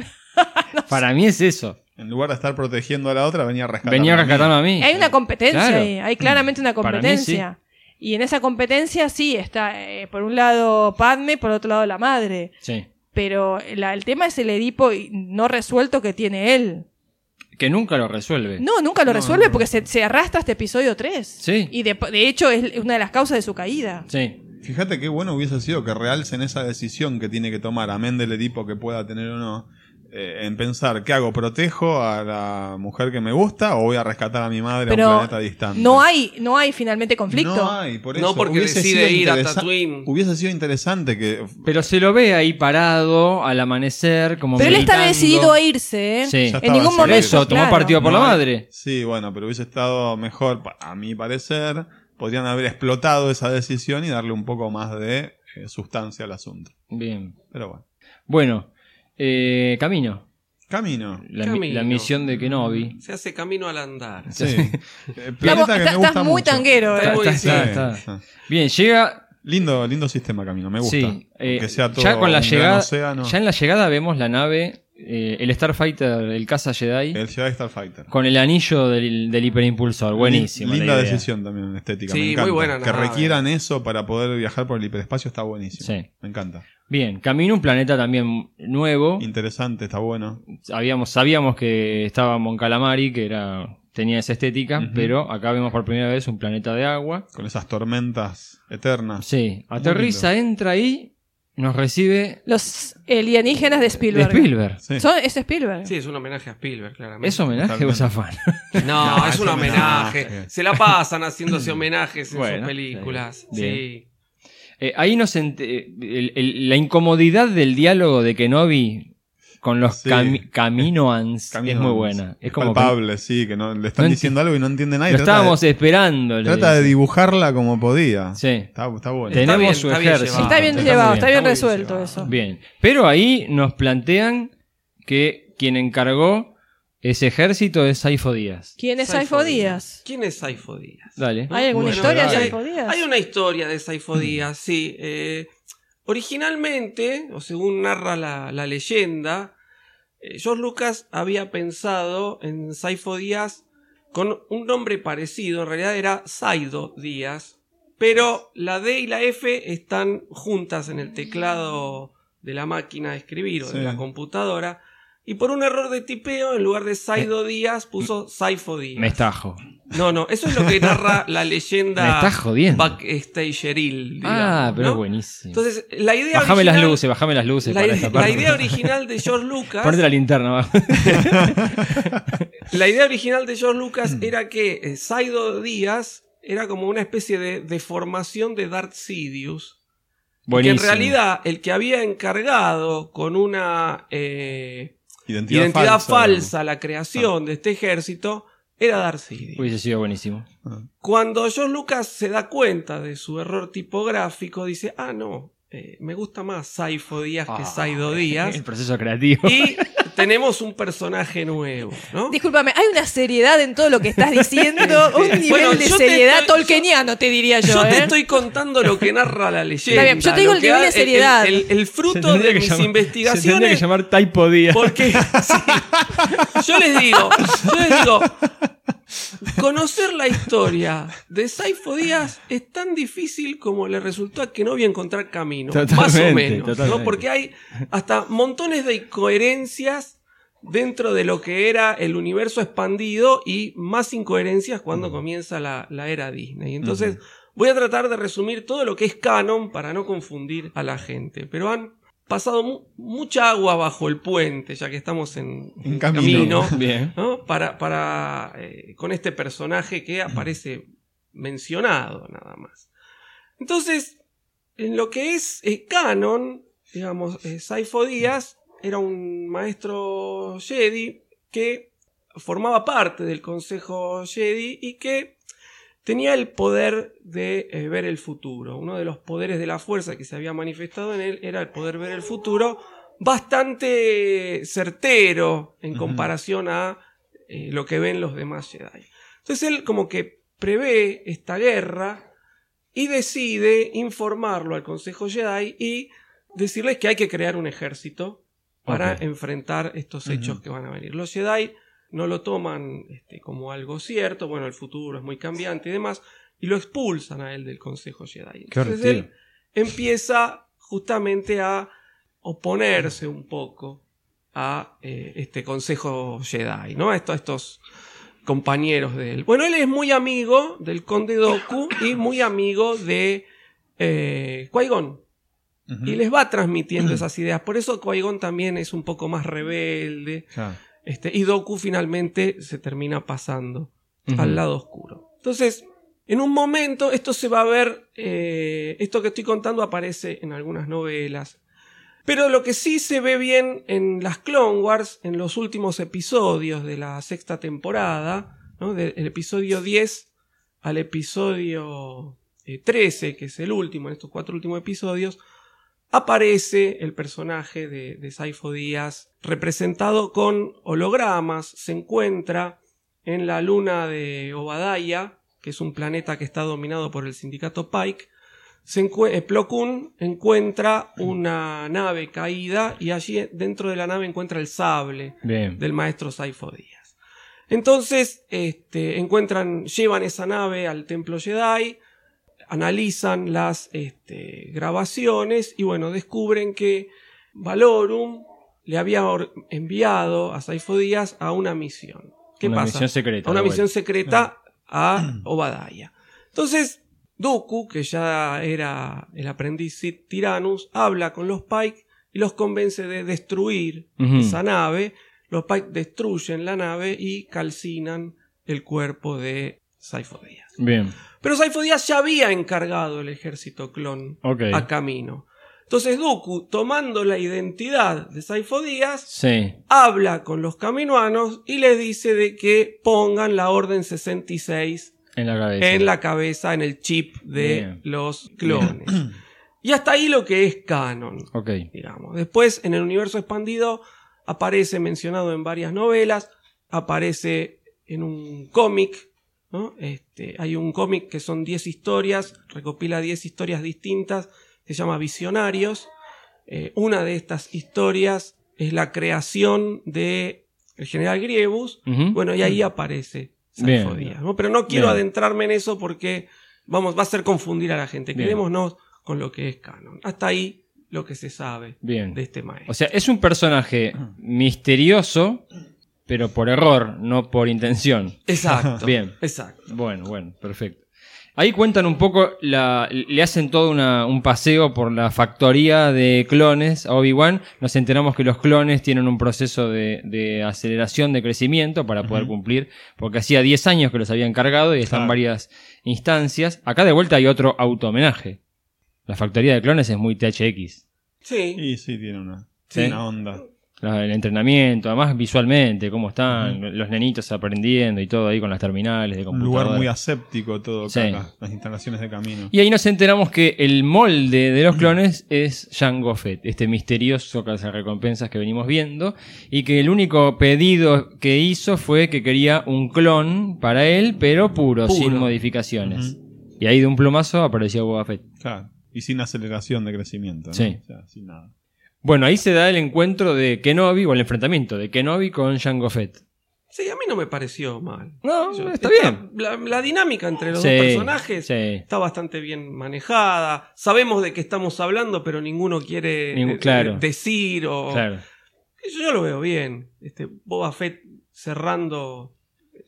[SPEAKER 3] Para mí es eso.
[SPEAKER 5] En lugar de estar protegiendo a la otra, venía a rescatar.
[SPEAKER 3] Venía
[SPEAKER 5] a mí.
[SPEAKER 3] rescatando a mí.
[SPEAKER 4] Hay una competencia
[SPEAKER 3] Claro. Mm.
[SPEAKER 4] ahí, hay claramente una
[SPEAKER 3] Para mí,
[SPEAKER 4] competencia. Y en esa competencia sí está, eh, por un lado Padme, por otro lado la madre.
[SPEAKER 3] Sí.
[SPEAKER 4] Pero la- el tema es el Edipo y- no resuelto que tiene él.
[SPEAKER 3] Que nunca lo resuelve.
[SPEAKER 4] No, nunca lo resuelve porque se, se arrastra hasta episodio 3.
[SPEAKER 3] Sí.
[SPEAKER 4] Y de, de hecho es una de las causas de su caída.
[SPEAKER 3] Sí.
[SPEAKER 5] Fíjate qué bueno hubiese sido que realcen esa decisión que tiene que tomar, amén del Edipo que pueda tener o no, eh, en pensar, ¿qué hago? ¿Protejo a la mujer que me gusta o voy a rescatar a mi madre a un
[SPEAKER 4] Pero
[SPEAKER 5] planeta distante?
[SPEAKER 4] no hay, no hay finalmente conflicto.
[SPEAKER 5] No hay, por eso.
[SPEAKER 6] No, porque
[SPEAKER 5] Hubiese
[SPEAKER 6] decide
[SPEAKER 5] sido
[SPEAKER 6] ir a
[SPEAKER 5] interesa-
[SPEAKER 6] Tatooine.
[SPEAKER 5] Hubiese sido interesante que
[SPEAKER 3] Pero se lo ve ahí parado al amanecer, como
[SPEAKER 4] Pero él está
[SPEAKER 3] meditando.
[SPEAKER 4] decidido a irse, ¿eh?
[SPEAKER 3] Sí.
[SPEAKER 5] Ya
[SPEAKER 4] En
[SPEAKER 5] estaba
[SPEAKER 4] ningún
[SPEAKER 5] decidido.
[SPEAKER 3] Por
[SPEAKER 4] momento.
[SPEAKER 3] eso, tomó
[SPEAKER 4] claro.
[SPEAKER 3] partido por la
[SPEAKER 5] No hay-
[SPEAKER 3] madre.
[SPEAKER 5] Sí, bueno, pero hubiese estado mejor, pa- a mi parecer, podrían haber explotado esa decisión y darle un poco más de eh, sustancia al asunto.
[SPEAKER 3] Bien.
[SPEAKER 5] Pero bueno.
[SPEAKER 3] Bueno, eh, camino.
[SPEAKER 5] Camino.
[SPEAKER 3] La, mi-
[SPEAKER 6] Camino.
[SPEAKER 3] la misión de Kenobi.
[SPEAKER 6] Se hace camino al andar.
[SPEAKER 5] Sí. Eh,
[SPEAKER 4] Estamos-
[SPEAKER 5] Planeta que
[SPEAKER 4] está-
[SPEAKER 5] me gusta
[SPEAKER 4] estás muy
[SPEAKER 5] mucho.
[SPEAKER 4] tanguero, ¿eh?
[SPEAKER 6] Está-
[SPEAKER 5] Sí, Ah.
[SPEAKER 3] está- está- está. Bien, llega
[SPEAKER 5] Lindo, lindo sistema camino, me gusta.
[SPEAKER 3] Sí, eh,
[SPEAKER 5] que sea todo
[SPEAKER 3] ya con la
[SPEAKER 5] un gran
[SPEAKER 3] llegada,
[SPEAKER 5] océano.
[SPEAKER 3] ya en la llegada vemos la nave, eh, el Starfighter, el caza Jedi,
[SPEAKER 5] El Jedi Starfighter.
[SPEAKER 3] con el anillo del, del hiperimpulsor. Buenísimo.
[SPEAKER 5] Lin-
[SPEAKER 3] la
[SPEAKER 5] Linda
[SPEAKER 3] idea.
[SPEAKER 5] decisión también estética.
[SPEAKER 6] Sí,
[SPEAKER 5] me
[SPEAKER 6] muy
[SPEAKER 5] encanta.
[SPEAKER 6] buena
[SPEAKER 5] Que
[SPEAKER 6] nave.
[SPEAKER 5] requieran eso para poder viajar por el hiperespacio está buenísimo.
[SPEAKER 3] Sí.
[SPEAKER 5] Me encanta.
[SPEAKER 3] Bien, camino un planeta también nuevo.
[SPEAKER 5] Interesante, está bueno.
[SPEAKER 3] Habíamos, sabíamos que estaba Mon Calamari, que era tenía esa estética, pero acá vemos por primera vez un planeta de agua.
[SPEAKER 5] Con esas tormentas eternas.
[SPEAKER 3] Sí, aterriza, entra ahí, nos recibe
[SPEAKER 4] Los alienígenas de
[SPEAKER 3] de
[SPEAKER 4] Spielberg.
[SPEAKER 3] Spielberg.
[SPEAKER 5] Sí.
[SPEAKER 4] Son, es Spielberg.
[SPEAKER 6] Sí, es un homenaje a Spielberg, claramente.
[SPEAKER 3] ¿Es homenaje o es afán?
[SPEAKER 6] No,
[SPEAKER 5] No,
[SPEAKER 6] es
[SPEAKER 5] es
[SPEAKER 6] un
[SPEAKER 5] un
[SPEAKER 6] homenaje.
[SPEAKER 5] homenaje.
[SPEAKER 6] Se la pasan haciéndose homenajes en
[SPEAKER 3] Bueno,
[SPEAKER 6] sus películas.
[SPEAKER 3] está bien.
[SPEAKER 6] Sí.
[SPEAKER 3] Eh, ahí nos ent- eh, el- el- la incomodidad del diálogo de Kenobi con los
[SPEAKER 5] Sí.
[SPEAKER 3] cami- caminoans
[SPEAKER 5] Camino
[SPEAKER 3] es muy
[SPEAKER 5] Andes.
[SPEAKER 3] buena. Es
[SPEAKER 5] Es
[SPEAKER 3] como que
[SPEAKER 5] palpable, sí, que no, le están
[SPEAKER 3] No enti-
[SPEAKER 5] diciendo algo y no entiende nadie.
[SPEAKER 3] lo
[SPEAKER 5] trata de-
[SPEAKER 3] estábamos esperando. le
[SPEAKER 5] Trata de
[SPEAKER 3] dice.
[SPEAKER 5] dibujarla como podía.
[SPEAKER 3] Sí.
[SPEAKER 5] Está, está bueno.
[SPEAKER 3] Tenemos
[SPEAKER 6] bien,
[SPEAKER 3] su
[SPEAKER 6] está bien
[SPEAKER 3] ejército.
[SPEAKER 6] llevado.
[SPEAKER 4] Está bien
[SPEAKER 3] Está muy
[SPEAKER 4] llevado,
[SPEAKER 3] bien,
[SPEAKER 4] está bien,
[SPEAKER 6] muy
[SPEAKER 4] resuelto
[SPEAKER 6] llevado.
[SPEAKER 4] eso.
[SPEAKER 3] Bien. Pero ahí nos plantean que quien encargó ese ejército es Saifo Díaz.
[SPEAKER 4] ¿Quién es
[SPEAKER 6] Saifo
[SPEAKER 4] Saifo Díaz?
[SPEAKER 6] ¿Quién es Saifo Díaz?
[SPEAKER 3] Dale.
[SPEAKER 4] ¿Hay alguna
[SPEAKER 5] Bueno,
[SPEAKER 4] historia de
[SPEAKER 5] hay-
[SPEAKER 4] Saifo Díaz?
[SPEAKER 6] Hay una historia de Saifo Díaz, sí. Eh, originalmente, o según narra la, la leyenda, eh, George Lucas había pensado en Saifo Díaz con un nombre parecido, en realidad era Saido Díaz, pero la D y la F están juntas en el teclado de la máquina de escribir o de
[SPEAKER 5] Sí.
[SPEAKER 6] la computadora, y por un error de tipeo, en lugar de Saido Díaz, puso Saifo Díaz.
[SPEAKER 3] Eh, Me estajo.
[SPEAKER 6] No, no, eso es lo que narra la
[SPEAKER 3] Me
[SPEAKER 6] leyenda
[SPEAKER 3] estás jodiendo.
[SPEAKER 6] backstageril. digamos,
[SPEAKER 3] Ah, pero
[SPEAKER 6] ¿no?
[SPEAKER 3] es buenísimo.
[SPEAKER 6] Entonces, la idea.
[SPEAKER 3] bajame
[SPEAKER 6] original-
[SPEAKER 3] las luces, bajame las luces.
[SPEAKER 6] La,
[SPEAKER 3] para
[SPEAKER 6] i-
[SPEAKER 3] esta
[SPEAKER 6] la
[SPEAKER 3] parte.
[SPEAKER 6] idea original de George Lucas.
[SPEAKER 3] Ponete la linterna abajo.
[SPEAKER 6] La idea original de George Lucas
[SPEAKER 3] Mm.
[SPEAKER 6] era que eh, Saido Díaz era como una especie de deformación de Darth Sidious. y Que en
[SPEAKER 3] Buenísimo.
[SPEAKER 6] realidad el que había encargado con una eh,
[SPEAKER 5] Identidad,
[SPEAKER 6] identidad falsa,
[SPEAKER 5] falsa.
[SPEAKER 3] Ah.
[SPEAKER 6] la creación de este ejército era Darcy Iddy.
[SPEAKER 3] Hubiese sido buenísimo.
[SPEAKER 6] Cuando George Lucas se da cuenta de su error tipográfico, dice, ah, no, eh, me gusta más Saifo Díaz que
[SPEAKER 3] Ah,
[SPEAKER 6] Saido Díaz.
[SPEAKER 3] El proceso creativo.
[SPEAKER 6] y tenemos un personaje nuevo, ¿no?
[SPEAKER 4] Discúlpame, hay una seriedad en todo lo que estás diciendo, un nivel
[SPEAKER 6] Bueno,
[SPEAKER 4] de
[SPEAKER 6] yo te
[SPEAKER 4] seriedad
[SPEAKER 6] estoy-
[SPEAKER 4] tolkieniano, te diría yo.
[SPEAKER 6] Yo te
[SPEAKER 4] ¿eh?
[SPEAKER 6] estoy contando lo que narra la leyenda.
[SPEAKER 4] bien, yo te digo
[SPEAKER 6] lo
[SPEAKER 4] el
[SPEAKER 6] que
[SPEAKER 4] nivel de
[SPEAKER 6] ha-
[SPEAKER 4] seriedad.
[SPEAKER 6] El, el- el
[SPEAKER 3] Se
[SPEAKER 6] fruto
[SPEAKER 3] tendría
[SPEAKER 6] de
[SPEAKER 3] que
[SPEAKER 6] mis
[SPEAKER 3] llamar- Se tendría que
[SPEAKER 6] investigaciones.
[SPEAKER 3] llamar Taipo Díaz.
[SPEAKER 6] Porque sí, yo les digo, yo les digo, conocer la historia de Saifo Díaz es tan difícil como le resultó a Kenobi encontrar camino, más o
[SPEAKER 3] Totalmente,
[SPEAKER 6] menos, ¿no?
[SPEAKER 3] totalmente.
[SPEAKER 6] Porque hay hasta montones de incoherencias dentro de lo que era el universo expandido y más incoherencias cuando comienza la, la era Disney. Entonces, voy a tratar de resumir todo lo que es canon para no confundir a la gente, pero han pasado mu- mucha agua bajo el puente, ya que estamos en,
[SPEAKER 5] En
[SPEAKER 6] en
[SPEAKER 5] camino.
[SPEAKER 6] camino,
[SPEAKER 3] Bien.
[SPEAKER 6] ¿no? Para, para, eh, con este personaje que aparece mencionado nada más. Entonces, en lo que es eh, canon, digamos, eh, Saifo Díaz era un maestro Jedi que formaba parte del Consejo Jedi y que tenía el poder de eh, ver el futuro. Uno de los poderes de la fuerza que se había manifestado en él era el poder ver el futuro, bastante certero en
[SPEAKER 5] Ujú.
[SPEAKER 6] comparación a eh, lo que ven los demás Jedi. Entonces él como que prevé esta guerra y decide informarlo al Consejo Jedi y decirles que hay que crear un ejército para
[SPEAKER 3] Ok.
[SPEAKER 6] enfrentar estos hechos
[SPEAKER 5] Ujú.
[SPEAKER 6] que van a venir. Los Jedi no lo toman este, como algo cierto, bueno, el futuro es muy cambiante y demás, y lo expulsan a él del Consejo Jedi.
[SPEAKER 3] Qué
[SPEAKER 6] Entonces
[SPEAKER 3] retiro.
[SPEAKER 6] él empieza justamente a oponerse un poco a eh, este Consejo Jedi, ¿no? A esto- a estos compañeros de él. Bueno, él es muy amigo del Conde Doku y muy amigo de eh, Qui-Gon.
[SPEAKER 5] Ujú.
[SPEAKER 6] Y les va transmitiendo esas ideas. Por eso Qui-Gon también es un poco más rebelde.
[SPEAKER 5] Claro.
[SPEAKER 6] Este, y Doku finalmente se termina pasando
[SPEAKER 3] Ujú.
[SPEAKER 6] al lado oscuro. Entonces, en un momento, esto se va a ver. eh, esto que estoy contando aparece en algunas novelas. Pero lo que sí se ve bien en las Clone Wars, en los últimos episodios de la sexta temporada, ¿no? del episodio 10 al episodio eh, 13, que es el último, en estos cuatro últimos episodios, aparece el personaje de, de Saifo Díaz representado con hologramas, se encuentra en la luna de Obadaya, que es un planeta que está dominado por el sindicato Pike, se encue- eh, Plo Koon encuentra una nave caída y allí dentro de la nave encuentra el sable
[SPEAKER 3] Bien.
[SPEAKER 6] del maestro Saifo Díaz. Entonces, este, encuentran, llevan esa nave al templo Jedi, analizan las este, grabaciones y bueno, descubren que Valorum le había or- enviado a Saifo Díaz a una misión. ¿Qué
[SPEAKER 3] Una
[SPEAKER 6] pasa?
[SPEAKER 3] misión secreta.
[SPEAKER 6] a una
[SPEAKER 3] de
[SPEAKER 6] misión
[SPEAKER 3] vuelta. Ah.
[SPEAKER 6] secreta a Obadiah. Entonces, Dooku, que ya era el aprendiz Sith Tyrannus, habla con los Pike y los convence de destruir
[SPEAKER 3] Ujú.
[SPEAKER 6] esa nave. Los Pike destruyen la nave y calcinan el cuerpo de Saifo Díaz.
[SPEAKER 3] Bien.
[SPEAKER 6] Pero Saifo Díaz ya había encargado el ejército clon
[SPEAKER 3] Ok.
[SPEAKER 6] a camino. Entonces Dooku, tomando la identidad de Saifo Díaz,
[SPEAKER 3] Sí.
[SPEAKER 6] habla con los caminuanos y les dice de que pongan la orden 66
[SPEAKER 3] En la cabeza.
[SPEAKER 6] en la cabeza, en el chip de
[SPEAKER 3] Bien.
[SPEAKER 6] los clones. Y hasta ahí lo que es canon,
[SPEAKER 3] Ok.
[SPEAKER 6] digamos. Después, en el universo expandido, aparece mencionado en varias novelas, aparece en un cómic, ¿no? Este, hay un cómic que son 10 historias, recopila 10 historias distintas, se llama Visionarios. Eh, una de estas historias es la creación de el general Grievous.
[SPEAKER 3] Ujú.
[SPEAKER 6] Bueno, y ahí aparece
[SPEAKER 3] Bien.
[SPEAKER 6] Saifo Díaz, ¿no? Pero no quiero
[SPEAKER 3] Bien.
[SPEAKER 6] adentrarme en eso porque vamos, va a ser confundir a la gente.
[SPEAKER 3] Bien.
[SPEAKER 6] Quedémonos con lo que es canon. Hasta ahí lo que se sabe
[SPEAKER 3] Bien.
[SPEAKER 6] de este maestro.
[SPEAKER 3] O sea, es un personaje misterioso, pero por error, no por intención.
[SPEAKER 6] exacto.
[SPEAKER 3] Bien.
[SPEAKER 6] Exacto.
[SPEAKER 3] Bueno, bueno, perfecto. Ahí cuentan un poco, la, le hacen todo una- un paseo por la factoría de clones a Obi-Wan. Nos enteramos que los clones tienen un proceso de, de aceleración, de crecimiento para poder cumplir, porque hacía 10 años que los habían cargado y están
[SPEAKER 5] Claro.
[SPEAKER 3] varias instancias. Acá de vuelta hay otro autohomenaje. La factoría de clones es muy THX.
[SPEAKER 6] Sí.
[SPEAKER 5] Y sí, tiene una,
[SPEAKER 3] Sí.
[SPEAKER 5] una onda.
[SPEAKER 3] la- el entrenamiento, además visualmente, cómo están, los nenitos aprendiendo y todo ahí con las terminales de
[SPEAKER 5] Un lugar
[SPEAKER 3] computadora.
[SPEAKER 5] muy aséptico todo,
[SPEAKER 3] Sí.
[SPEAKER 5] acá, las instalaciones de camino.
[SPEAKER 3] y ahí nos enteramos que el molde de los clones es Jango Fett, este misterioso recompensas que venimos viendo, y que el único pedido que hizo fue que quería un clon para él, pero puro,
[SPEAKER 6] Puro.
[SPEAKER 3] sin modificaciones. Y ahí de un plomazo apareció Boba Fett.
[SPEAKER 5] Claro. Y sin aceleración de crecimiento. ¿no?
[SPEAKER 3] Sí.
[SPEAKER 5] O sea, sin nada.
[SPEAKER 3] Bueno, ahí se da el encuentro de Kenobi, o el enfrentamiento de Kenobi con Jango Fett.
[SPEAKER 6] Sí, a mí no me pareció mal.
[SPEAKER 3] No,
[SPEAKER 6] Yo-
[SPEAKER 3] está bien.
[SPEAKER 6] La, la dinámica entre los
[SPEAKER 3] Sí,
[SPEAKER 6] dos personajes
[SPEAKER 3] sí.
[SPEAKER 6] está bastante bien manejada. Sabemos de qué estamos hablando, pero ninguno quiere
[SPEAKER 3] Ningún-
[SPEAKER 6] eh,
[SPEAKER 3] claro.
[SPEAKER 6] decir o...
[SPEAKER 3] Claro.
[SPEAKER 6] Yo, yo lo veo bien. Este, Boba Fett cerrando...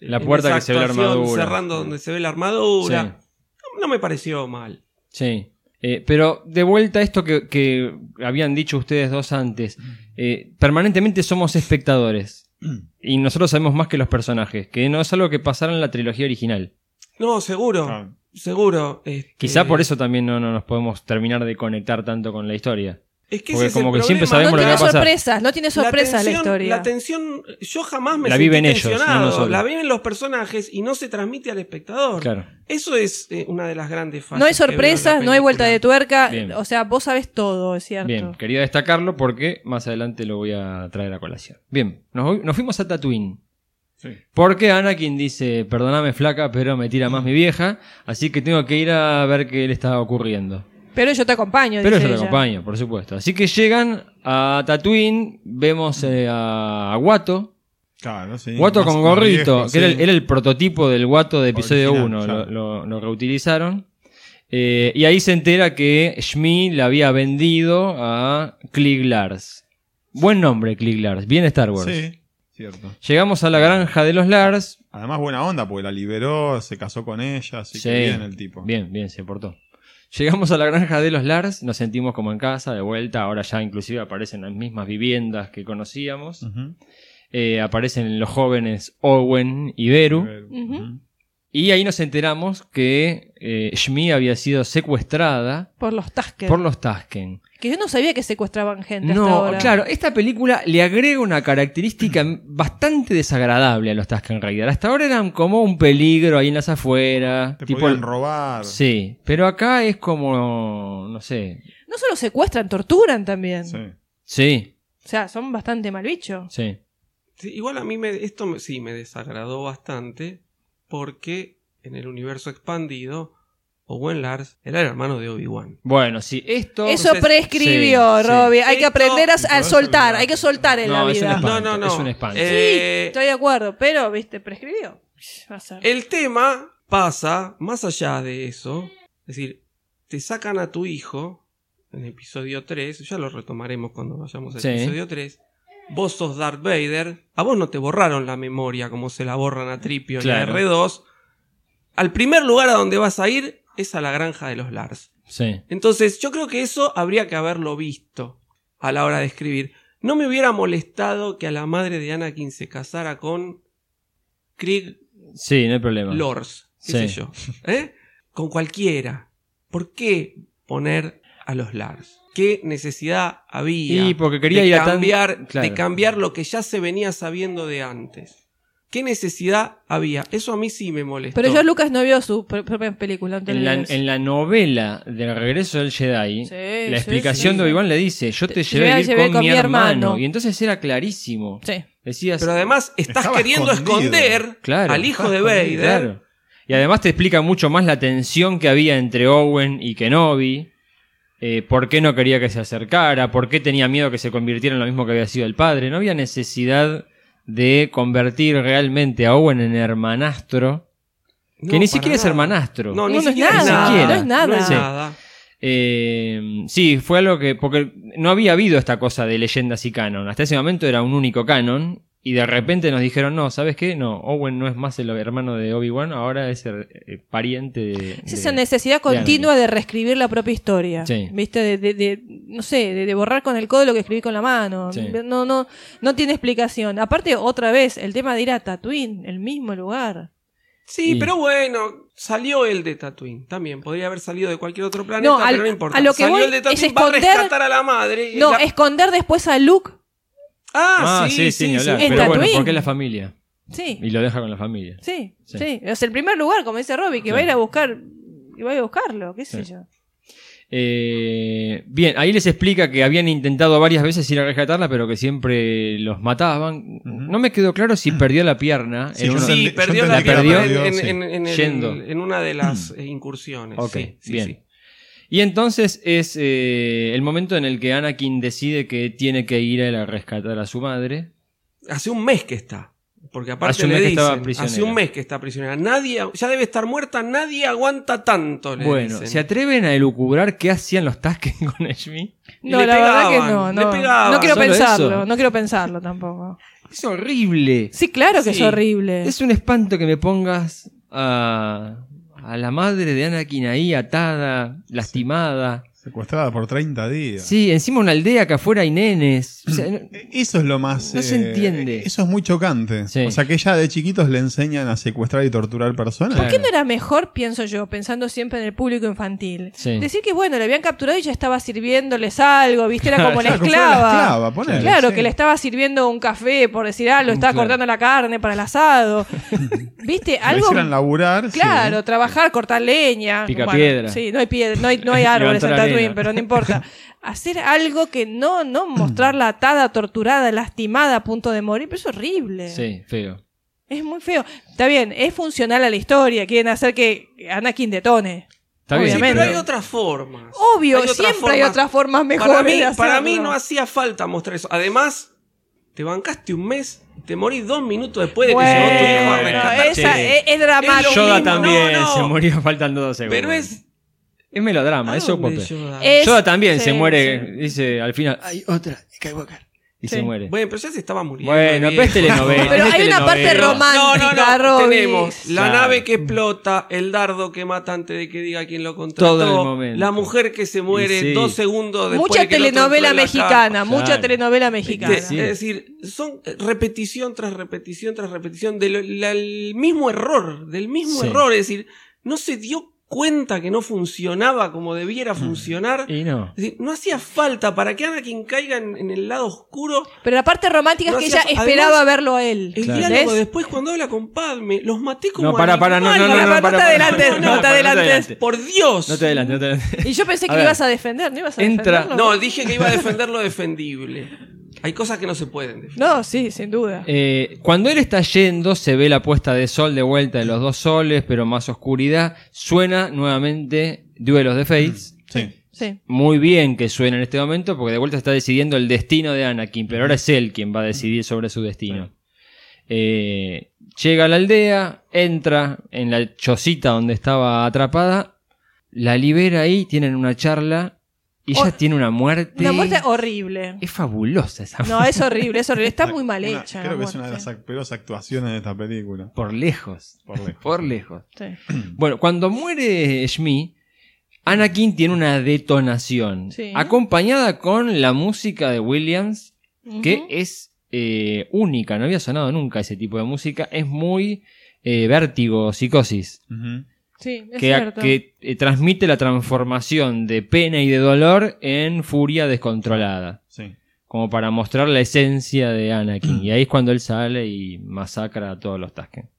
[SPEAKER 3] La
[SPEAKER 6] en
[SPEAKER 3] puerta
[SPEAKER 6] esa
[SPEAKER 3] que se ve la
[SPEAKER 6] actuación,
[SPEAKER 3] armadura.
[SPEAKER 6] Cerrando donde se ve la armadura.
[SPEAKER 3] Sí.
[SPEAKER 6] No- No me pareció mal.
[SPEAKER 3] Sí. Eh, pero de vuelta a esto que, que habían dicho ustedes dos antes, eh, permanentemente somos espectadores y nosotros sabemos más que los personajes, que no es algo que pasara en la trilogía original.
[SPEAKER 6] No, seguro.
[SPEAKER 5] Ah.
[SPEAKER 6] Seguro. este,
[SPEAKER 3] Quizá por eso también no, no nos podemos terminar de conectar tanto con la historia.
[SPEAKER 6] Es que
[SPEAKER 3] porque
[SPEAKER 6] ese es el
[SPEAKER 3] como que siempre sabemos
[SPEAKER 6] problema.
[SPEAKER 4] no
[SPEAKER 3] lo que va
[SPEAKER 4] tiene
[SPEAKER 3] a pasar.
[SPEAKER 4] sorpresas, no tiene sorpresas la,
[SPEAKER 6] tensión-
[SPEAKER 4] historia.
[SPEAKER 6] La tensión, yo jamás me
[SPEAKER 3] La
[SPEAKER 6] sentí
[SPEAKER 3] viven ellos, no
[SPEAKER 6] tensionado.
[SPEAKER 3] nosotros.
[SPEAKER 6] La viven los personajes y no se transmite al espectador.
[SPEAKER 3] Claro.
[SPEAKER 6] Eso es eh, una de las grandes fases.
[SPEAKER 4] no hay
[SPEAKER 6] que veo en la
[SPEAKER 4] sorpresas, no hay vuelta de
[SPEAKER 6] película.
[SPEAKER 4] tuerca.
[SPEAKER 3] Bien.
[SPEAKER 4] O sea, vos sabés todo, es cierto.
[SPEAKER 3] Bien, quería destacarlo porque más adelante lo voy a traer a colación. Bien, nos, voy- nos fuimos a Tatooine. Porque Anakin dice, perdóname flaca, pero me tira más mi vieja, así que tengo que ir a ver qué le está ocurriendo.
[SPEAKER 4] Pero yo te acompaño.
[SPEAKER 3] Pero
[SPEAKER 4] dice
[SPEAKER 3] yo te
[SPEAKER 4] ella.
[SPEAKER 3] acompaño, por supuesto. Así que llegan a Tatooine, vemos eh, a a Guato.
[SPEAKER 5] Claro, sí.
[SPEAKER 3] Guato
[SPEAKER 5] Más-
[SPEAKER 3] con
[SPEAKER 5] más
[SPEAKER 3] gorrito,
[SPEAKER 5] viejo,
[SPEAKER 3] que era, el,
[SPEAKER 5] sí.
[SPEAKER 3] era el prototipo del Guato de episodio
[SPEAKER 5] Original,
[SPEAKER 3] 1. Lo,
[SPEAKER 5] claro.
[SPEAKER 3] lo- lo reutilizaron. Eh, y ahí se entera que Shmi la había vendido a Klieg Lars. Buen nombre, Klieg Lars. Bien Star Wars.
[SPEAKER 5] Sí, cierto.
[SPEAKER 3] Llegamos a la granja de los Lars.
[SPEAKER 5] Además, buena onda, porque la liberó, se casó con ella, así
[SPEAKER 3] Sí.
[SPEAKER 5] que bien el tipo.
[SPEAKER 3] Bien, bien, se portó. Llegamos a la granja de los Lars, nos sentimos como en casa, de vuelta. Ahora ya inclusive aparecen las mismas viviendas que conocíamos.
[SPEAKER 5] Ujú.
[SPEAKER 3] eh, aparecen los jóvenes Owen y Beru.
[SPEAKER 5] Ujú.
[SPEAKER 4] Ujú.
[SPEAKER 3] Y ahí nos enteramos que eh, Shmi había sido secuestrada
[SPEAKER 4] Por los Tuskers.
[SPEAKER 3] por los Tasken.
[SPEAKER 4] Que yo no sabía que secuestraban gente hasta
[SPEAKER 3] No,
[SPEAKER 4] ahora.
[SPEAKER 3] claro, esta película le agrega una característica bastante desagradable a los Tasken Raider. Hasta ahora eran como un peligro ahí en las afueras.
[SPEAKER 5] Te
[SPEAKER 3] tipo-
[SPEAKER 5] podían robar.
[SPEAKER 3] Sí, pero acá es como, no sé.
[SPEAKER 4] No solo secuestran, torturan también.
[SPEAKER 5] Sí.
[SPEAKER 3] Sí,
[SPEAKER 4] O sea, son bastante mal bicho.
[SPEAKER 3] sí.
[SPEAKER 6] Sí, igual a mí me, esto me- sí me desagradó bastante porque en el universo expandido, Owen Lars era el hermano de Obi-Wan.
[SPEAKER 3] Bueno, sí, esto...
[SPEAKER 4] Eso
[SPEAKER 6] Entonces,
[SPEAKER 4] prescribió,
[SPEAKER 3] sí,
[SPEAKER 4] Robbie. Hay que
[SPEAKER 6] Esto-
[SPEAKER 4] aprender a, a
[SPEAKER 5] Pero eso
[SPEAKER 4] soltar,
[SPEAKER 5] no.
[SPEAKER 4] hay que soltar en
[SPEAKER 3] No,
[SPEAKER 4] la
[SPEAKER 3] es un
[SPEAKER 4] vida.
[SPEAKER 3] espanto,
[SPEAKER 6] No, no, no.
[SPEAKER 3] es un espanto.
[SPEAKER 4] Sí,
[SPEAKER 6] Eh,
[SPEAKER 4] estoy de acuerdo, pero, viste, prescribió. Eh, Va a ser.
[SPEAKER 6] El tema pasa más allá de eso. Es decir, te sacan a tu hijo en episodio 3. Ya lo retomaremos cuando vayamos al
[SPEAKER 3] Sí.
[SPEAKER 6] episodio 3. Vos sos Darth Vader. A vos no te borraron la memoria como se la borran a Tripio
[SPEAKER 3] Claro.
[SPEAKER 6] y a R2. Al primer lugar a donde vas a ir es a la granja de los Lars.
[SPEAKER 3] Sí.
[SPEAKER 6] Entonces, yo creo que eso habría que haberlo visto a la hora de escribir. No me hubiera molestado que a la madre de Anakin se casara con Krieg
[SPEAKER 3] Sí, no hay problema.
[SPEAKER 6] Lors, qué
[SPEAKER 3] Sí.
[SPEAKER 6] sé yo, ¿eh? Con cualquiera. ¿Por qué poner a los Lars? ¿Qué necesidad había
[SPEAKER 3] Y porque quería
[SPEAKER 6] de,
[SPEAKER 3] ir a tan-
[SPEAKER 6] cambiar,
[SPEAKER 3] claro.
[SPEAKER 6] de cambiar lo que ya se venía sabiendo de antes? ¿Qué necesidad había? Eso a mí sí me molesta.
[SPEAKER 4] Pero yo Lucas no vio su pr- propia película.
[SPEAKER 3] En la,
[SPEAKER 4] entonces-
[SPEAKER 3] en la novela del regreso del Jedi,
[SPEAKER 4] Sí, sí,
[SPEAKER 3] la explicación
[SPEAKER 4] sí.
[SPEAKER 3] de Obi-Wan le dice, yo te,
[SPEAKER 4] Te-
[SPEAKER 3] llevé,
[SPEAKER 4] llevé-
[SPEAKER 3] a vivir
[SPEAKER 4] llevé
[SPEAKER 3] con, mi hermano. Y entonces era clarísimo.
[SPEAKER 4] Sí.
[SPEAKER 3] Decías,
[SPEAKER 6] Pero además estás
[SPEAKER 5] Estaba
[SPEAKER 6] queriendo
[SPEAKER 5] escondido.
[SPEAKER 6] esconder
[SPEAKER 3] Claro,
[SPEAKER 6] al hijo de
[SPEAKER 5] estaba
[SPEAKER 6] Vader.
[SPEAKER 5] escondido,
[SPEAKER 3] claro. Y además te explica mucho más la tensión que había entre Owen y Kenobi. eh, por qué no quería que se acercara, por qué tenía miedo que se convirtiera en lo mismo que había sido el padre. No había necesidad de convertir realmente a Owen en hermanastro,
[SPEAKER 6] No,
[SPEAKER 3] que ni
[SPEAKER 6] para
[SPEAKER 3] siquiera es
[SPEAKER 6] nada.
[SPEAKER 3] hermanastro.
[SPEAKER 6] No, ni
[SPEAKER 4] No, no es
[SPEAKER 6] siquiera
[SPEAKER 4] nada,
[SPEAKER 3] no es
[SPEAKER 4] nada.
[SPEAKER 6] No es
[SPEAKER 3] Sí.
[SPEAKER 6] nada.
[SPEAKER 3] Eh, sí, fue algo que. Porque no había habido esta cosa de leyendas y canon. Hasta ese momento era un único canon. Y de repente nos dijeron: No, ¿sabes qué? No, Owen no es más el hermano de Obi-Wan, ahora es el, eh, pariente de.
[SPEAKER 4] Es
[SPEAKER 3] de-
[SPEAKER 4] esa necesidad continua de reescribir la propia historia.
[SPEAKER 3] Sí.
[SPEAKER 4] ¿Viste? De, de- de- no sé, de, de borrar con el codo lo que escribí con la mano.
[SPEAKER 3] Sí.
[SPEAKER 4] No, no, no tiene explicación. Aparte, otra vez, el tema de ir a Tatooine, el mismo lugar.
[SPEAKER 6] Sí,
[SPEAKER 3] Y-
[SPEAKER 6] pero bueno, salió el de Tatooine también. Podría haber salido de cualquier otro planeta,
[SPEAKER 4] No, al-
[SPEAKER 6] pero no importa.
[SPEAKER 4] a lo que
[SPEAKER 6] salió
[SPEAKER 4] voy
[SPEAKER 6] el de
[SPEAKER 4] es
[SPEAKER 6] Tatooine, va a
[SPEAKER 4] esconder-
[SPEAKER 6] rescatar a la madre.
[SPEAKER 4] No,
[SPEAKER 6] La-
[SPEAKER 4] esconder después a Luke
[SPEAKER 6] Ah, sí, sí,
[SPEAKER 3] ni
[SPEAKER 6] sí.
[SPEAKER 3] hablar.
[SPEAKER 6] sí.
[SPEAKER 3] Pero bueno,
[SPEAKER 4] Tatooine.
[SPEAKER 3] porque es la familia.
[SPEAKER 4] Sí.
[SPEAKER 3] Y lo deja con la familia.
[SPEAKER 4] Sí,
[SPEAKER 3] Sí.
[SPEAKER 4] sí, Es el primer lugar, como dice Robbie, que va a ir a buscar. Y va a ir a buscarlo, qué sé
[SPEAKER 3] Sí.
[SPEAKER 4] yo.
[SPEAKER 3] Eh, bien, ahí les explica que habían intentado varias veces ir a rescatarla, pero que siempre los mataban. No me quedó claro si perdió la pierna.
[SPEAKER 5] Sí,
[SPEAKER 3] en
[SPEAKER 5] yo
[SPEAKER 3] una-
[SPEAKER 5] entendí-
[SPEAKER 6] Sí,
[SPEAKER 5] yo
[SPEAKER 6] perdió la
[SPEAKER 5] entendí
[SPEAKER 3] que la
[SPEAKER 6] pierna
[SPEAKER 5] perdió,
[SPEAKER 6] en,
[SPEAKER 5] sí.
[SPEAKER 6] en- en el-
[SPEAKER 3] Yendo. Mm.
[SPEAKER 6] en una de las eh, incursiones.
[SPEAKER 3] Ok,
[SPEAKER 6] sí, sí,
[SPEAKER 3] bien.
[SPEAKER 6] sí.
[SPEAKER 3] Y entonces es eh, el momento en el que Anakin decide que tiene que ir a, la- rescatar a su madre.
[SPEAKER 6] Hace un mes que está. Porque aparte
[SPEAKER 3] Hace un
[SPEAKER 6] le
[SPEAKER 3] mes que
[SPEAKER 6] dicen,
[SPEAKER 3] estaba
[SPEAKER 6] hace
[SPEAKER 3] prisionera.
[SPEAKER 6] un mes que está prisionera. Nadie, ya debe estar muerta, nadie aguanta tanto. Le
[SPEAKER 3] Bueno,
[SPEAKER 6] dicen.
[SPEAKER 3] ¿se atreven a elucubrar qué hacían los Tusken con Ashmi?
[SPEAKER 6] Y
[SPEAKER 4] No,
[SPEAKER 6] le
[SPEAKER 4] la verdad que
[SPEAKER 6] pegaban,
[SPEAKER 4] no,
[SPEAKER 6] le
[SPEAKER 4] no.
[SPEAKER 6] pegaban.
[SPEAKER 4] No quiero
[SPEAKER 3] ¿Solo
[SPEAKER 4] pensarlo,
[SPEAKER 3] eso?
[SPEAKER 4] no quiero pensarlo tampoco.
[SPEAKER 3] Es horrible.
[SPEAKER 4] Sí, claro que
[SPEAKER 6] Sí.
[SPEAKER 4] es horrible.
[SPEAKER 3] Es un espanto que me pongas a, a la madre de Anakin ahí atada, lastimada.
[SPEAKER 5] Secuestrada por 30 días.
[SPEAKER 3] Sí, encima una aldea que afuera hay nenes. O sea, no-
[SPEAKER 5] E- Eso es lo más. eh,
[SPEAKER 3] No se entiende.
[SPEAKER 5] Eso es muy chocante.
[SPEAKER 3] Sí.
[SPEAKER 5] O sea, que ya de chiquitos le enseñan a secuestrar y torturar personas.
[SPEAKER 3] Claro.
[SPEAKER 4] ¿Qué no era mejor, pienso yo, pensando siempre en el público infantil?
[SPEAKER 3] Sí.
[SPEAKER 4] Decir que bueno, le habían capturado y ya estaba sirviéndoles algo, viste, era como la
[SPEAKER 5] Claro, como fuera la
[SPEAKER 4] esclava.
[SPEAKER 5] esclava, ponele,
[SPEAKER 4] claro,
[SPEAKER 5] sí.
[SPEAKER 4] que le estaba sirviendo un café, por decir algo, estaba
[SPEAKER 3] Claro.
[SPEAKER 4] cortando la carne para el asado. ¿Viste?
[SPEAKER 5] Lo
[SPEAKER 4] Algo.
[SPEAKER 5] hicieron laburar. sí.
[SPEAKER 4] Claro, trabajar, cortar leña.
[SPEAKER 3] Pica piedra.
[SPEAKER 4] Sí, no hay piedra, no hay, no hay árboles en
[SPEAKER 3] Levantar
[SPEAKER 4] Tatooine,
[SPEAKER 3] arena.
[SPEAKER 4] pero no importa. Hacer algo que no, no mostrarla atada, torturada, lastimada, a punto de morir, pero es horrible.
[SPEAKER 3] Sí, feo.
[SPEAKER 4] Es muy feo. Está bien, es funcional a la historia, quieren hacer que Anakin detone.
[SPEAKER 3] Está bien,
[SPEAKER 6] Sí, pero hay
[SPEAKER 4] Obviamente.
[SPEAKER 6] otras formas.
[SPEAKER 4] Obvio,
[SPEAKER 6] Hay otras
[SPEAKER 4] siempre hay
[SPEAKER 6] formas.
[SPEAKER 4] otras formas mejores
[SPEAKER 6] Para mí,
[SPEAKER 4] de hacerlo.
[SPEAKER 6] para mí no hacía falta mostrar eso. Además, te bancaste un mes, te morís dos minutos después de
[SPEAKER 4] Bueno,
[SPEAKER 6] que llegó tu hijo a rescatarte.
[SPEAKER 4] esa es, es dramático.
[SPEAKER 6] Es lo
[SPEAKER 3] Yoda
[SPEAKER 6] mismo.
[SPEAKER 3] también
[SPEAKER 6] No, no.
[SPEAKER 3] se murió faltando dos segundos.
[SPEAKER 6] Pero es.
[SPEAKER 3] Es melodrama,
[SPEAKER 6] ¿a
[SPEAKER 3] eso
[SPEAKER 6] dónde
[SPEAKER 3] popé.
[SPEAKER 6] Yoda?
[SPEAKER 4] Eh, Es-
[SPEAKER 3] Yoda también se
[SPEAKER 4] sí,
[SPEAKER 3] muere,
[SPEAKER 4] sí.
[SPEAKER 3] dice al final, hay otra, Skywalker. Y se
[SPEAKER 4] Sí.
[SPEAKER 3] muere.
[SPEAKER 6] Bueno, pero ya se estaba muriendo.
[SPEAKER 3] Bueno,
[SPEAKER 6] viejo.
[SPEAKER 3] ves telenovela.
[SPEAKER 4] Pero
[SPEAKER 3] ves
[SPEAKER 4] hay una parte
[SPEAKER 3] telenovela.
[SPEAKER 4] romántica. romántica, Robis.
[SPEAKER 6] Tenemos la
[SPEAKER 3] Claro.
[SPEAKER 6] nave que explota, el dardo que mata antes de que diga quién lo contrató.
[SPEAKER 3] Todo el momento.
[SPEAKER 6] La mujer que se muere
[SPEAKER 3] Y sí.
[SPEAKER 6] dos segundos después
[SPEAKER 4] Mucha
[SPEAKER 6] de que el otro
[SPEAKER 4] telenovela
[SPEAKER 6] entró en la
[SPEAKER 4] mexicana, mucha
[SPEAKER 3] Claro.
[SPEAKER 4] telenovela
[SPEAKER 6] cama.
[SPEAKER 4] mexicana.
[SPEAKER 6] Este,
[SPEAKER 3] Sí.
[SPEAKER 6] Es decir, son eh, repetición tras repetición tras repetición del la- el mismo error, del mismo
[SPEAKER 3] Sí.
[SPEAKER 6] error. Es decir, no se dio cuenta que no funcionaba como debiera funcionar.
[SPEAKER 3] Mm. Y no.
[SPEAKER 6] Es decir, no hacía falta para que Anakin caiga en- en el lado oscuro.
[SPEAKER 4] Pero la parte romántica
[SPEAKER 6] No
[SPEAKER 4] es que
[SPEAKER 6] hacía
[SPEAKER 4] ella
[SPEAKER 6] fa-
[SPEAKER 4] esperaba
[SPEAKER 6] además,
[SPEAKER 4] verlo a él.
[SPEAKER 6] El
[SPEAKER 3] Claro.
[SPEAKER 6] diálogo
[SPEAKER 4] ¿Ves?
[SPEAKER 6] después cuando habla con Padme, los maté como
[SPEAKER 3] No, para, para, no, no, no, no,
[SPEAKER 6] animales.
[SPEAKER 4] no,
[SPEAKER 3] no,
[SPEAKER 4] no te
[SPEAKER 3] para, para,
[SPEAKER 4] adelantes,
[SPEAKER 3] para,
[SPEAKER 4] no te
[SPEAKER 3] para, para,
[SPEAKER 4] adelantes.
[SPEAKER 6] Por Dios.
[SPEAKER 3] No te adelantes, no te adelantes.
[SPEAKER 4] Y yo pensé que
[SPEAKER 3] A
[SPEAKER 4] lo
[SPEAKER 3] ver.
[SPEAKER 4] ibas a defender, ¿no ibas a
[SPEAKER 3] Entra-
[SPEAKER 4] defenderlo?
[SPEAKER 6] No, dije que iba a defender lo defendible. Hay cosas que no se pueden defender.
[SPEAKER 4] No, sí, sin duda.
[SPEAKER 3] Eh, cuando él está yendo, se ve la puesta de sol de vuelta de los dos soles, pero más oscuridad. Suena nuevamente Duelos de Fates.
[SPEAKER 5] Sí.
[SPEAKER 4] sí.
[SPEAKER 3] Muy bien que suena en este momento, porque de vuelta está decidiendo el destino de Anakin, pero ahora es él quien va a decidir sobre su destino. Eh, llega a la aldea, entra en la chocita donde estaba atrapada, la libera ahí, tienen una charla, y ella
[SPEAKER 4] Oh,
[SPEAKER 3] tiene una muerte.
[SPEAKER 4] Una muerte horrible.
[SPEAKER 3] Es fabulosa esa
[SPEAKER 4] No, es horrible, es horrible. Está
[SPEAKER 5] Una-
[SPEAKER 4] muy mal
[SPEAKER 5] una-
[SPEAKER 4] hecha.
[SPEAKER 5] Creo
[SPEAKER 4] la
[SPEAKER 5] que es una de las
[SPEAKER 4] muerte.
[SPEAKER 5] ac- peores actuaciones de esta película.
[SPEAKER 3] Por lejos.
[SPEAKER 5] Por lejos.
[SPEAKER 3] Por lejos.
[SPEAKER 4] Sí.
[SPEAKER 3] Bueno, cuando muere Shmi, Anakin tiene una detonación.
[SPEAKER 4] Sí.
[SPEAKER 3] Acompañada con la música de Williams, que
[SPEAKER 4] Ujú.
[SPEAKER 3] es eh, única. No había sonado nunca ese tipo de música. Es muy eh, vértigo, psicosis.
[SPEAKER 5] Ujú.
[SPEAKER 4] Sí,
[SPEAKER 3] que
[SPEAKER 4] es cierto.
[SPEAKER 3] que, eh, transmite la transformación de pena y de dolor en furia descontrolada.
[SPEAKER 5] Sí.
[SPEAKER 3] Como para mostrar la esencia de Anakin. Y ahí es cuando él sale y masacra a todos los Tusken.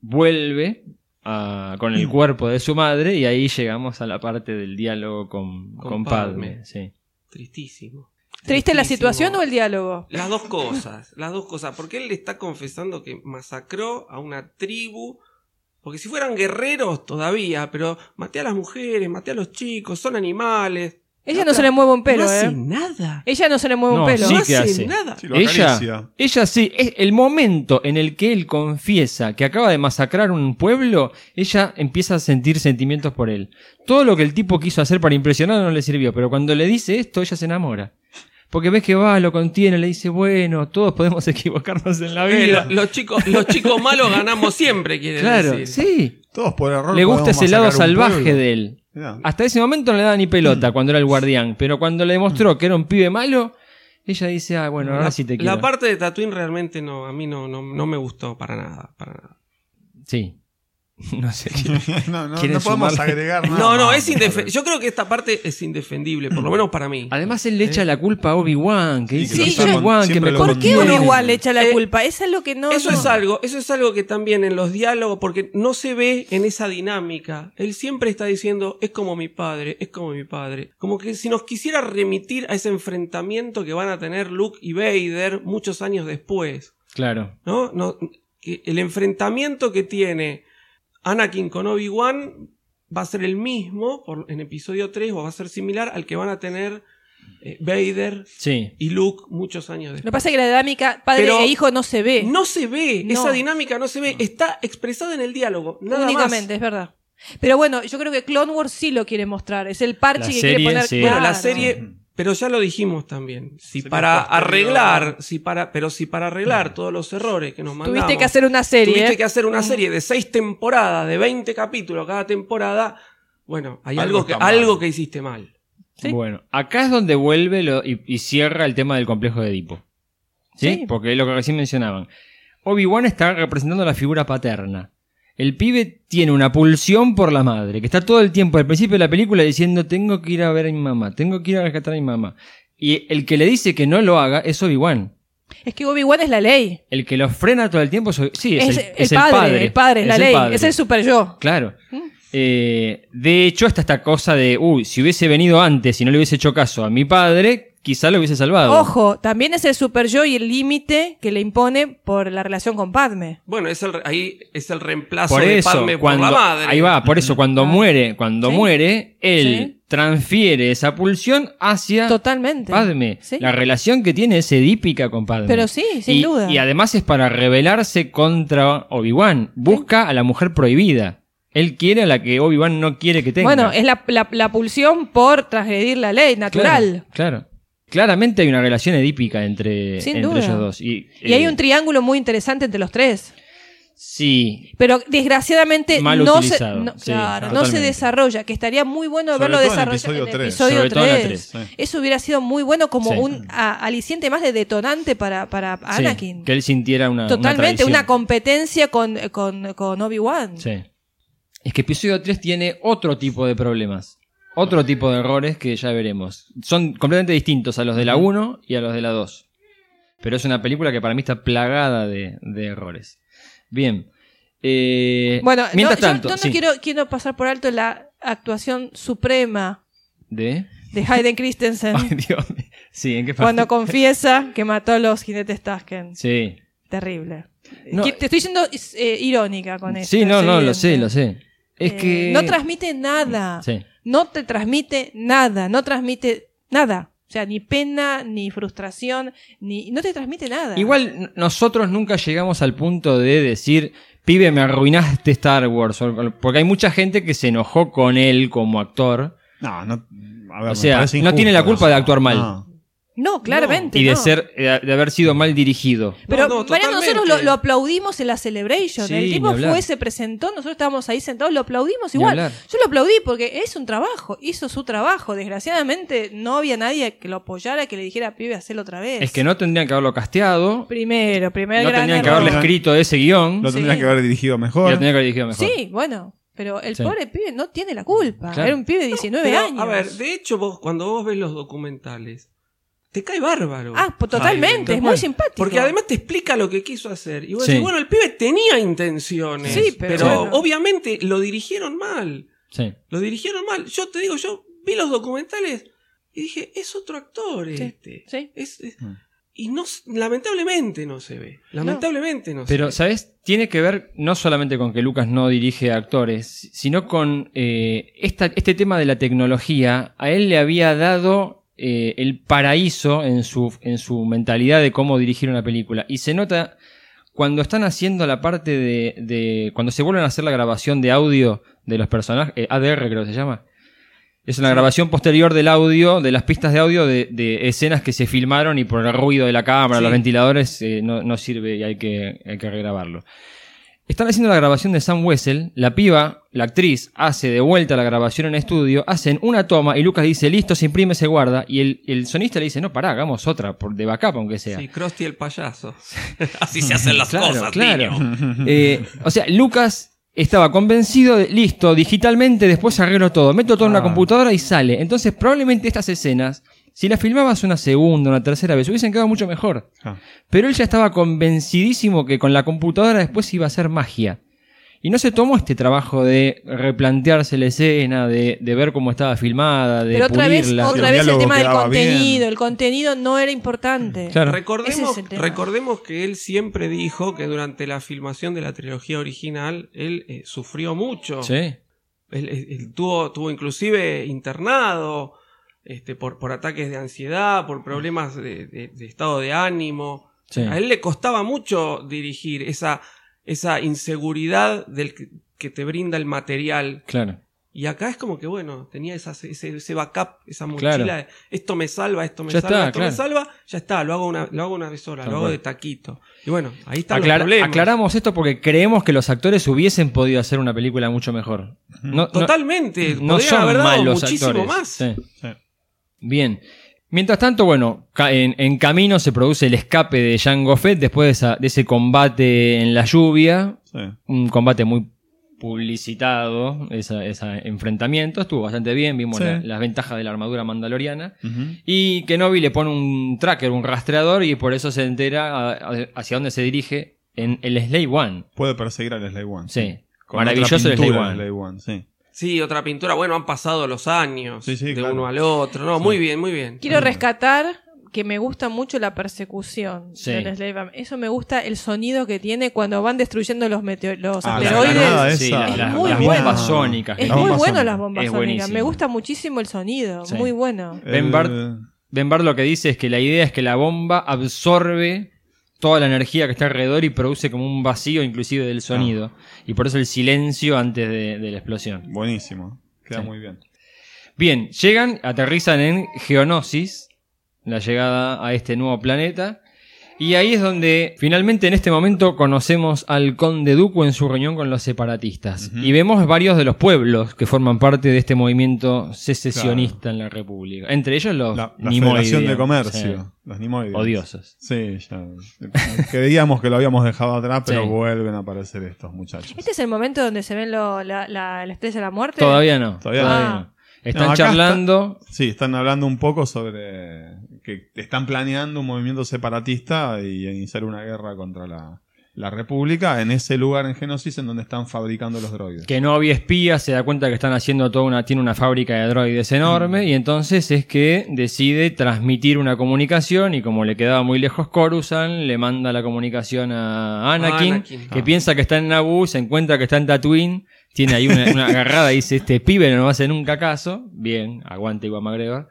[SPEAKER 3] Vuelve a- con
[SPEAKER 4] Mm.
[SPEAKER 3] el cuerpo de su madre y ahí llegamos a la parte del diálogo con,
[SPEAKER 6] Con
[SPEAKER 3] con Padme.
[SPEAKER 6] Padme.
[SPEAKER 3] sí.
[SPEAKER 6] Tristísimo.
[SPEAKER 4] ¿Triste la
[SPEAKER 6] Tristísimo.
[SPEAKER 4] situación o el diálogo?
[SPEAKER 6] Las dos cosas, las dos cosas. Porque él le está confesando que masacró a una tribu. Porque si fueran guerreros todavía, pero maté a las mujeres, maté a los chicos, son animales.
[SPEAKER 4] Ella no se le mueve un pelo,
[SPEAKER 6] no hace
[SPEAKER 4] ¿eh?
[SPEAKER 6] nada.
[SPEAKER 4] Ella no se le mueve
[SPEAKER 3] No,
[SPEAKER 4] un pelo.
[SPEAKER 3] Sí
[SPEAKER 6] no
[SPEAKER 3] que
[SPEAKER 6] hace,
[SPEAKER 3] hace.
[SPEAKER 6] nada.
[SPEAKER 5] Sí, lo
[SPEAKER 3] Ella,
[SPEAKER 5] acaricia.
[SPEAKER 3] ella sí, es el momento en el que él confiesa que acaba de masacrar un pueblo, ella empieza a sentir sentimientos por él. Todo lo que el tipo quiso hacer para impresionar no le sirvió, pero cuando le dice esto, ella se enamora. Porque ves que va, lo contiene, le dice, bueno, todos podemos equivocarnos en la
[SPEAKER 6] Eh,
[SPEAKER 3] vida.
[SPEAKER 6] lo- los, chicos, los chicos malos ganamos siempre, quiere
[SPEAKER 3] claro,
[SPEAKER 6] decir.
[SPEAKER 3] sí.
[SPEAKER 5] Todos por error.
[SPEAKER 3] Le gusta
[SPEAKER 5] podemos
[SPEAKER 3] ese lado
[SPEAKER 5] masacrar un
[SPEAKER 3] salvaje
[SPEAKER 5] pueblo. Mm.
[SPEAKER 3] de él.
[SPEAKER 5] Mirá,
[SPEAKER 3] Hasta ese momento no le daba ni pelota cuando era el guardián, pero cuando le
[SPEAKER 5] Mm.
[SPEAKER 3] demostró que era un pibe malo, ella dice, ah, bueno, ahora
[SPEAKER 6] la,
[SPEAKER 3] sí te
[SPEAKER 6] la
[SPEAKER 3] quiero.
[SPEAKER 6] parte de Tatooine realmente no, a mí no, no, no me gustó para nada, para nada.
[SPEAKER 3] Sí. No sé.
[SPEAKER 5] no, no,
[SPEAKER 3] ¿Quieren
[SPEAKER 5] no podemos
[SPEAKER 3] sumarle?
[SPEAKER 5] agregar nada.
[SPEAKER 6] No, no,
[SPEAKER 5] más.
[SPEAKER 6] es indefendible. Yo creo que esta parte es indefendible, por lo menos para mí.
[SPEAKER 3] Además, él le echa la culpa a Obi-Wan. Que
[SPEAKER 5] Sí,
[SPEAKER 3] dice
[SPEAKER 4] que
[SPEAKER 3] que es
[SPEAKER 4] lo llaman-
[SPEAKER 3] Obi-Wan, que
[SPEAKER 5] siempre
[SPEAKER 3] me
[SPEAKER 5] lo
[SPEAKER 4] ¿Por qué
[SPEAKER 5] Bueno.
[SPEAKER 3] contiene.
[SPEAKER 4] Obi-Wan le echa la
[SPEAKER 6] Eh,
[SPEAKER 4] culpa? Eso es lo que no.
[SPEAKER 6] Eso
[SPEAKER 4] no.
[SPEAKER 6] es algo, eso es algo que también en los diálogos, porque no se ve en esa dinámica. Él siempre está diciendo, es como mi padre, es como mi padre. Como que si nos quisiera remitir a ese enfrentamiento que van a tener Luke y Vader muchos años después.
[SPEAKER 3] Claro.
[SPEAKER 6] ¿no? No, que el enfrentamiento que tiene Anakin con Obi-Wan va a ser el mismo por- en episodio 3 o va a ser similar al que van a tener eh, Vader
[SPEAKER 3] Sí.
[SPEAKER 6] y Luke muchos años después.
[SPEAKER 4] Lo que pasa es que la dinámica padre
[SPEAKER 6] Pero-
[SPEAKER 4] e hijo no se ve.
[SPEAKER 6] No se ve,
[SPEAKER 4] No.
[SPEAKER 6] esa dinámica no se ve, está expresada en el diálogo, nada
[SPEAKER 4] únicamente,
[SPEAKER 6] más.
[SPEAKER 4] es verdad. Pero bueno, yo creo que Clone Wars sí lo quiere mostrar. Es el parche
[SPEAKER 3] La
[SPEAKER 4] que
[SPEAKER 3] serie,
[SPEAKER 4] quiere poner.
[SPEAKER 3] sí.
[SPEAKER 6] Bueno, la
[SPEAKER 4] Claro.
[SPEAKER 6] serie, pero ya lo dijimos también, si
[SPEAKER 5] Sería
[SPEAKER 6] para
[SPEAKER 5] posterior.
[SPEAKER 6] arreglar, si para, pero si para arreglar todos los errores que nos mandamos.
[SPEAKER 4] Tuviste que hacer una serie.
[SPEAKER 6] Tuviste
[SPEAKER 4] ¿eh?
[SPEAKER 6] que hacer una serie de seis temporadas, de 20 capítulos cada temporada. Bueno, hay
[SPEAKER 5] Algo
[SPEAKER 6] algo, que,
[SPEAKER 5] está mal.
[SPEAKER 6] algo que hiciste mal.
[SPEAKER 4] Sí.
[SPEAKER 3] Bueno, acá es donde vuelve lo- y, y cierra el tema del complejo de Edipo. ¿Sí?
[SPEAKER 4] Sí.
[SPEAKER 3] Porque es lo que recién mencionaban. Obi-Wan está representando la figura paterna. El pibe tiene una pulsión por la madre, que está todo el tiempo al principio de la película diciendo tengo que ir a ver a mi mamá, tengo que ir a rescatar a mi mamá. Y el que le dice que no lo haga es Obi-Wan.
[SPEAKER 4] Es que Obi-Wan es la ley.
[SPEAKER 3] El que lo frena todo el tiempo es Obi- Sí, es,
[SPEAKER 4] Es,
[SPEAKER 3] el,
[SPEAKER 4] el,
[SPEAKER 3] es
[SPEAKER 4] padre, El padre es la
[SPEAKER 3] el
[SPEAKER 4] ley.
[SPEAKER 3] padre.
[SPEAKER 4] Es el super yo.
[SPEAKER 3] Claro.
[SPEAKER 4] Mm.
[SPEAKER 3] Eh, de hecho, hasta esta cosa de, uy, si hubiese venido antes y no le hubiese hecho caso a mi padre, quizá lo hubiese salvado.
[SPEAKER 4] Ojo, también es el super yo y el límite que le impone por la relación con Padme.
[SPEAKER 6] Bueno, es el, ahí es el reemplazo
[SPEAKER 3] por
[SPEAKER 6] de
[SPEAKER 3] eso,
[SPEAKER 6] Padme
[SPEAKER 3] cuando,
[SPEAKER 6] por la madre.
[SPEAKER 3] ahí va, por eso, cuando
[SPEAKER 4] Ah.
[SPEAKER 3] muere, cuando
[SPEAKER 4] Sí.
[SPEAKER 3] muere, él
[SPEAKER 4] Sí.
[SPEAKER 3] transfiere esa pulsión
[SPEAKER 6] Ah.
[SPEAKER 3] hacia
[SPEAKER 4] Totalmente.
[SPEAKER 3] Padme.
[SPEAKER 4] Sí.
[SPEAKER 3] La relación que tiene es edípica con Padme.
[SPEAKER 4] Pero sí, sin
[SPEAKER 3] Y-
[SPEAKER 4] duda.
[SPEAKER 3] Y además es para rebelarse contra Obi-Wan. Busca a la mujer prohibida. Él quiere a la que Obi-Wan no quiere que tenga.
[SPEAKER 4] Bueno, es la, la- la pulsión por transgredir la ley natural.
[SPEAKER 3] Claro. claro. Claramente hay una relación edípica entre,
[SPEAKER 4] Sin
[SPEAKER 3] entre
[SPEAKER 4] duda.
[SPEAKER 3] ellos dos. Y,
[SPEAKER 4] Y
[SPEAKER 3] eh,
[SPEAKER 4] hay un triángulo muy interesante entre los tres.
[SPEAKER 3] Sí,
[SPEAKER 4] Pero desgraciadamente
[SPEAKER 3] Mal
[SPEAKER 4] no, se,
[SPEAKER 3] utilizado,
[SPEAKER 4] no-
[SPEAKER 3] sí,
[SPEAKER 4] claro, no
[SPEAKER 3] totalmente.
[SPEAKER 4] se desarrolla, que estaría muy bueno
[SPEAKER 5] Sobre
[SPEAKER 4] verlo
[SPEAKER 5] todo en
[SPEAKER 4] desarrollado en
[SPEAKER 5] episodio
[SPEAKER 4] el
[SPEAKER 5] tres.
[SPEAKER 4] episodio
[SPEAKER 3] Sobre todo en el
[SPEAKER 4] 3.
[SPEAKER 5] tres. Sí.
[SPEAKER 4] Eso hubiera sido muy bueno como
[SPEAKER 3] Sí.
[SPEAKER 4] un a- aliciente más de detonante para, para
[SPEAKER 3] sí,
[SPEAKER 4] Anakin.
[SPEAKER 3] que él sintiera una.
[SPEAKER 4] Totalmente, una,
[SPEAKER 3] una, traición.
[SPEAKER 4] competencia con, con, con Obi-Wan.
[SPEAKER 3] Sí. Es que episodio 3 tiene otro tipo de problemas. Otro tipo de errores que ya veremos. Son completamente distintos a los de la 1 y a los de la 2. Pero es una película que para mí está plagada de, de errores. Bien. Eh,
[SPEAKER 4] Bueno,
[SPEAKER 3] mientras
[SPEAKER 4] no, yo-
[SPEAKER 3] tanto.
[SPEAKER 4] yo, no
[SPEAKER 3] sí.
[SPEAKER 4] quiero, quiero pasar por alto la actuación suprema
[SPEAKER 3] ¿De?
[SPEAKER 4] de Hayden Christensen
[SPEAKER 3] Ay, Dios mío. Sí, ¿en qué parte?
[SPEAKER 4] cuando confiesa que mató a los jinetes Tusken.
[SPEAKER 3] Sí.
[SPEAKER 4] Terrible.
[SPEAKER 3] No,
[SPEAKER 4] Que- te estoy siendo eh, irónica con esto.
[SPEAKER 3] Sí, no,
[SPEAKER 4] es
[SPEAKER 3] no, lo
[SPEAKER 4] evidente.
[SPEAKER 3] sé, lo sé. Es
[SPEAKER 4] Eh,
[SPEAKER 3] que.
[SPEAKER 4] No transmite nada.
[SPEAKER 3] Sí.
[SPEAKER 4] No te transmite nada. No transmite nada. O sea, ni pena, ni frustración, ni. No te transmite nada.
[SPEAKER 3] Igual n- nosotros nunca llegamos al punto de decir, pibe, me arruinaste Star Wars. o- Porque hay mucha gente que se enojó con él como actor.
[SPEAKER 5] No, no. a ver,
[SPEAKER 3] O
[SPEAKER 5] me
[SPEAKER 3] sea,
[SPEAKER 5] parece
[SPEAKER 3] no
[SPEAKER 5] injusto
[SPEAKER 3] tiene la culpa de
[SPEAKER 5] eso.
[SPEAKER 3] actuar mal.
[SPEAKER 5] No.
[SPEAKER 4] No, claramente.
[SPEAKER 3] Y de
[SPEAKER 4] no. Pues
[SPEAKER 3] ser eh, de haber sido mal dirigido.
[SPEAKER 4] Pero
[SPEAKER 6] No, no,
[SPEAKER 4] Mariano, nosotros
[SPEAKER 6] totalmente.
[SPEAKER 4] lo, lo aplaudimos en la celebration.
[SPEAKER 3] Sí,
[SPEAKER 4] el
[SPEAKER 3] ni
[SPEAKER 4] tipo
[SPEAKER 3] hablar.
[SPEAKER 4] fue, se presentó, nosotros estábamos ahí sentados, lo aplaudimos
[SPEAKER 3] Ni
[SPEAKER 4] igual.
[SPEAKER 3] hablar.
[SPEAKER 4] Yo lo aplaudí porque es un trabajo, hizo su trabajo. Desgraciadamente no había nadie que lo apoyara, que le dijera, pibe, hacelo otra vez.
[SPEAKER 3] Es que no tendrían que haberlo casteado.
[SPEAKER 4] Primero, primer
[SPEAKER 3] No
[SPEAKER 4] gran
[SPEAKER 3] tendrían que
[SPEAKER 4] error.
[SPEAKER 3] haberle escrito ese guión.
[SPEAKER 5] Lo
[SPEAKER 4] Sí.
[SPEAKER 5] tendría que haber
[SPEAKER 3] Y
[SPEAKER 5] dirigido
[SPEAKER 3] lo
[SPEAKER 5] mejor.
[SPEAKER 3] tendrían que haber dirigido mejor.
[SPEAKER 4] Sí, bueno, pero el
[SPEAKER 3] Sí.
[SPEAKER 4] pobre pibe no tiene la culpa.
[SPEAKER 3] Claro.
[SPEAKER 4] Era un pibe de 19
[SPEAKER 6] Pero,
[SPEAKER 4] años.
[SPEAKER 6] A ver, de hecho, vos, cuando vos ves los documentales, te cae bárbaro.
[SPEAKER 4] ah, pues, totalmente, es muy simpático.
[SPEAKER 6] Porque además te explica lo que quiso hacer. Y vos
[SPEAKER 3] Sí.
[SPEAKER 6] decís, bueno, el pibe tenía intenciones.
[SPEAKER 4] Sí, pero
[SPEAKER 6] pero
[SPEAKER 4] bueno.
[SPEAKER 6] obviamente lo dirigieron mal.
[SPEAKER 3] Sí.
[SPEAKER 6] Lo dirigieron mal. Yo te digo, yo vi los documentales y dije, es otro actor este.
[SPEAKER 4] sí.
[SPEAKER 6] Es- es- Y no, s- lamentablemente no se ve. Lamentablemente no, se
[SPEAKER 3] Pero,
[SPEAKER 6] ve.
[SPEAKER 3] ¿sabes? Tiene que ver no solamente con que Lucas no dirige a actores, sino con eh, esta- este tema de la tecnología. A él le había dado eh, el paraíso en su, en su mentalidad de cómo dirigir una película. Y se nota cuando están haciendo la parte de. de- cuando se vuelven a hacer la grabación de audio de los personajes. eh, ADR creo que se llama. Es una grabación posterior del audio, de las pistas de audio de, de escenas que se filmaron y por el ruido de la cámara,
[SPEAKER 6] Sí.
[SPEAKER 3] los ventiladores, eh, no, no sirve y hay que, hay que regrabarlo. Están haciendo la grabación de Sam Wessel, la piba, la actriz, hace de vuelta la grabación en estudio, hacen una toma y Lucas dice, listo, se imprime, se guarda, y el, el sonista le dice, no, pará, hagamos otra, por, de backup aunque sea.
[SPEAKER 6] Sí, Krusty el payaso. Así se hacen las
[SPEAKER 3] Claro,
[SPEAKER 6] cosas,
[SPEAKER 3] claro.
[SPEAKER 6] niño.
[SPEAKER 3] Eh, o sea, Lucas estaba convencido, de, listo, digitalmente, después arreglo todo, meto todo en
[SPEAKER 5] Ah.
[SPEAKER 3] una computadora y sale. Entonces, probablemente estas escenas, si las filmabas una segunda, una tercera vez, hubiesen quedado mucho mejor.
[SPEAKER 5] Ah.
[SPEAKER 3] Pero él ya estaba convencidísimo que con la computadora después iba a ser magia. Y no se tomó este trabajo de replantearse la escena, de, de ver cómo estaba filmada, de
[SPEAKER 4] Pero otra vez,
[SPEAKER 3] pulirla.
[SPEAKER 5] El
[SPEAKER 4] otra vez el
[SPEAKER 5] diálogo
[SPEAKER 4] tema del
[SPEAKER 5] quedaba
[SPEAKER 4] contenido.
[SPEAKER 5] bien.
[SPEAKER 4] El contenido no era importante.
[SPEAKER 3] Claro.
[SPEAKER 4] Ese es
[SPEAKER 6] Recordemos,
[SPEAKER 4] el tema.
[SPEAKER 6] recordemos que él siempre dijo que durante la filmación de la trilogía original él eh, sufrió mucho.
[SPEAKER 3] Sí.
[SPEAKER 6] Él, él- él tuvo, tuvo inclusive internado este, por, por ataques de ansiedad, por problemas de, de- de estado de ánimo.
[SPEAKER 3] Sí.
[SPEAKER 6] A él le costaba mucho dirigir esa, esa inseguridad del que- que te brinda el material.
[SPEAKER 3] Claro.
[SPEAKER 6] Y acá es como que, bueno, tenía esas- ese, ese backup, esa mochila.
[SPEAKER 3] Claro.
[SPEAKER 6] de, Esto me salva, esto me
[SPEAKER 3] Ya
[SPEAKER 6] salva,
[SPEAKER 3] está,
[SPEAKER 6] esto me
[SPEAKER 3] claro.
[SPEAKER 6] salva. Ya está, lo hago una, lo hago una vez sola,
[SPEAKER 3] Tal
[SPEAKER 6] lo hago
[SPEAKER 3] cual.
[SPEAKER 6] de taquito. Y bueno, ahí está
[SPEAKER 3] Aclara-
[SPEAKER 6] los problemas.
[SPEAKER 3] aclaramos esto porque creemos que los actores hubiesen podido hacer una película mucho mejor. No, no-
[SPEAKER 6] Totalmente,
[SPEAKER 3] no
[SPEAKER 6] podrían
[SPEAKER 3] son
[SPEAKER 6] haber dado
[SPEAKER 3] malos
[SPEAKER 6] muchísimo
[SPEAKER 3] actores.
[SPEAKER 6] más.
[SPEAKER 3] Sí.
[SPEAKER 5] Sí.
[SPEAKER 3] Bien. Mientras tanto, bueno, ca- en, en camino se produce el escape de Jango Fett después de, esa- de ese combate en la lluvia.
[SPEAKER 5] Sí.
[SPEAKER 3] Un combate muy publicitado, esa- ese enfrentamiento. Estuvo bastante bien, vimos
[SPEAKER 5] Sí.
[SPEAKER 3] la- las ventajas de la armadura mandaloriana.
[SPEAKER 5] Ujú.
[SPEAKER 3] Y Kenobi le pone un tracker, un rastreador, y por eso se entera a- a- hacia dónde se dirige en el Slave One.
[SPEAKER 5] Puede perseguir al Slave One.
[SPEAKER 3] Sí.
[SPEAKER 5] Con
[SPEAKER 3] Maravilloso
[SPEAKER 5] otra
[SPEAKER 3] el Slave
[SPEAKER 5] pintura
[SPEAKER 3] One.
[SPEAKER 5] del Slave One, sí.
[SPEAKER 6] Sí, otra pintura. Bueno, han pasado los años
[SPEAKER 5] Sí, sí,
[SPEAKER 6] de
[SPEAKER 5] claro.
[SPEAKER 6] uno al otro. No, muy bien, muy bien.
[SPEAKER 4] Quiero rescatar que me gusta mucho la persecución
[SPEAKER 3] Sí.
[SPEAKER 4] del Slave Am- Eso me gusta el sonido que tiene cuando van destruyendo los, meteo- los
[SPEAKER 5] Ah, la
[SPEAKER 4] asteroides.
[SPEAKER 5] granada
[SPEAKER 3] Sí,
[SPEAKER 5] esa.
[SPEAKER 3] la-
[SPEAKER 4] la- Muy
[SPEAKER 5] mina-
[SPEAKER 4] las bombas
[SPEAKER 3] sónicas,
[SPEAKER 4] Es
[SPEAKER 5] La
[SPEAKER 4] muy
[SPEAKER 5] bomba
[SPEAKER 4] bueno
[SPEAKER 5] sónica.
[SPEAKER 4] las bombas
[SPEAKER 3] Es
[SPEAKER 4] sónicas. Me
[SPEAKER 3] buenísimo.
[SPEAKER 4] gusta muchísimo el sonido.
[SPEAKER 3] Sí.
[SPEAKER 4] Muy bueno.
[SPEAKER 5] Eh,
[SPEAKER 3] Ben Bart- Ben Bard lo que dice es que la idea es que la bomba absorbe toda la energía que está alrededor y produce como un vacío inclusive del sonido.
[SPEAKER 5] Ah.
[SPEAKER 3] Y por eso el silencio antes de, de la explosión.
[SPEAKER 5] Buenísimo. Queda
[SPEAKER 3] Sí.
[SPEAKER 5] muy bien.
[SPEAKER 3] Bien, llegan, aterrizan en Geonosis, la llegada a este nuevo planeta. Y ahí es donde finalmente en este momento conocemos al conde Duco en su reunión con los separatistas.
[SPEAKER 5] Ujú.
[SPEAKER 3] Y vemos varios de los pueblos que forman parte de este movimiento secesionista en la República. Entre ellos los
[SPEAKER 5] La, la
[SPEAKER 3] Nimoidians.
[SPEAKER 5] Federación de Comercio.
[SPEAKER 3] Oh, Sí.
[SPEAKER 5] Los Nimoides.
[SPEAKER 3] Odiosos.
[SPEAKER 5] Sí, ya. Creíamos que lo habíamos dejado atrás, pero
[SPEAKER 3] Sí.
[SPEAKER 5] vuelven a aparecer estos muchachos.
[SPEAKER 4] Este es el momento donde se ven lo- la, la- la estrella de la muerte.
[SPEAKER 3] Todavía no.
[SPEAKER 5] Todavía
[SPEAKER 3] Todavía,
[SPEAKER 5] no.
[SPEAKER 3] no. Están
[SPEAKER 5] No, acá
[SPEAKER 3] charlando.
[SPEAKER 5] Sí, están hablando un poco sobre que están planeando un movimiento separatista y iniciar una guerra contra la, la República en ese lugar en Genosis en donde están fabricando los droides.
[SPEAKER 3] Que no había espías, se da cuenta que están haciendo toda una, tiene una fábrica de droides enorme, y entonces es que decide transmitir una comunicación, y como le quedaba muy lejos Coruscant, le manda la comunicación a Anakin,
[SPEAKER 6] Anakin.
[SPEAKER 3] que
[SPEAKER 5] Ah.
[SPEAKER 3] piensa que está en Naboo, se encuentra que está en Tatooine, tiene ahí una, una agarrada y dice, este pibe no hace nunca caso, bien, aguante Iwan McGregor,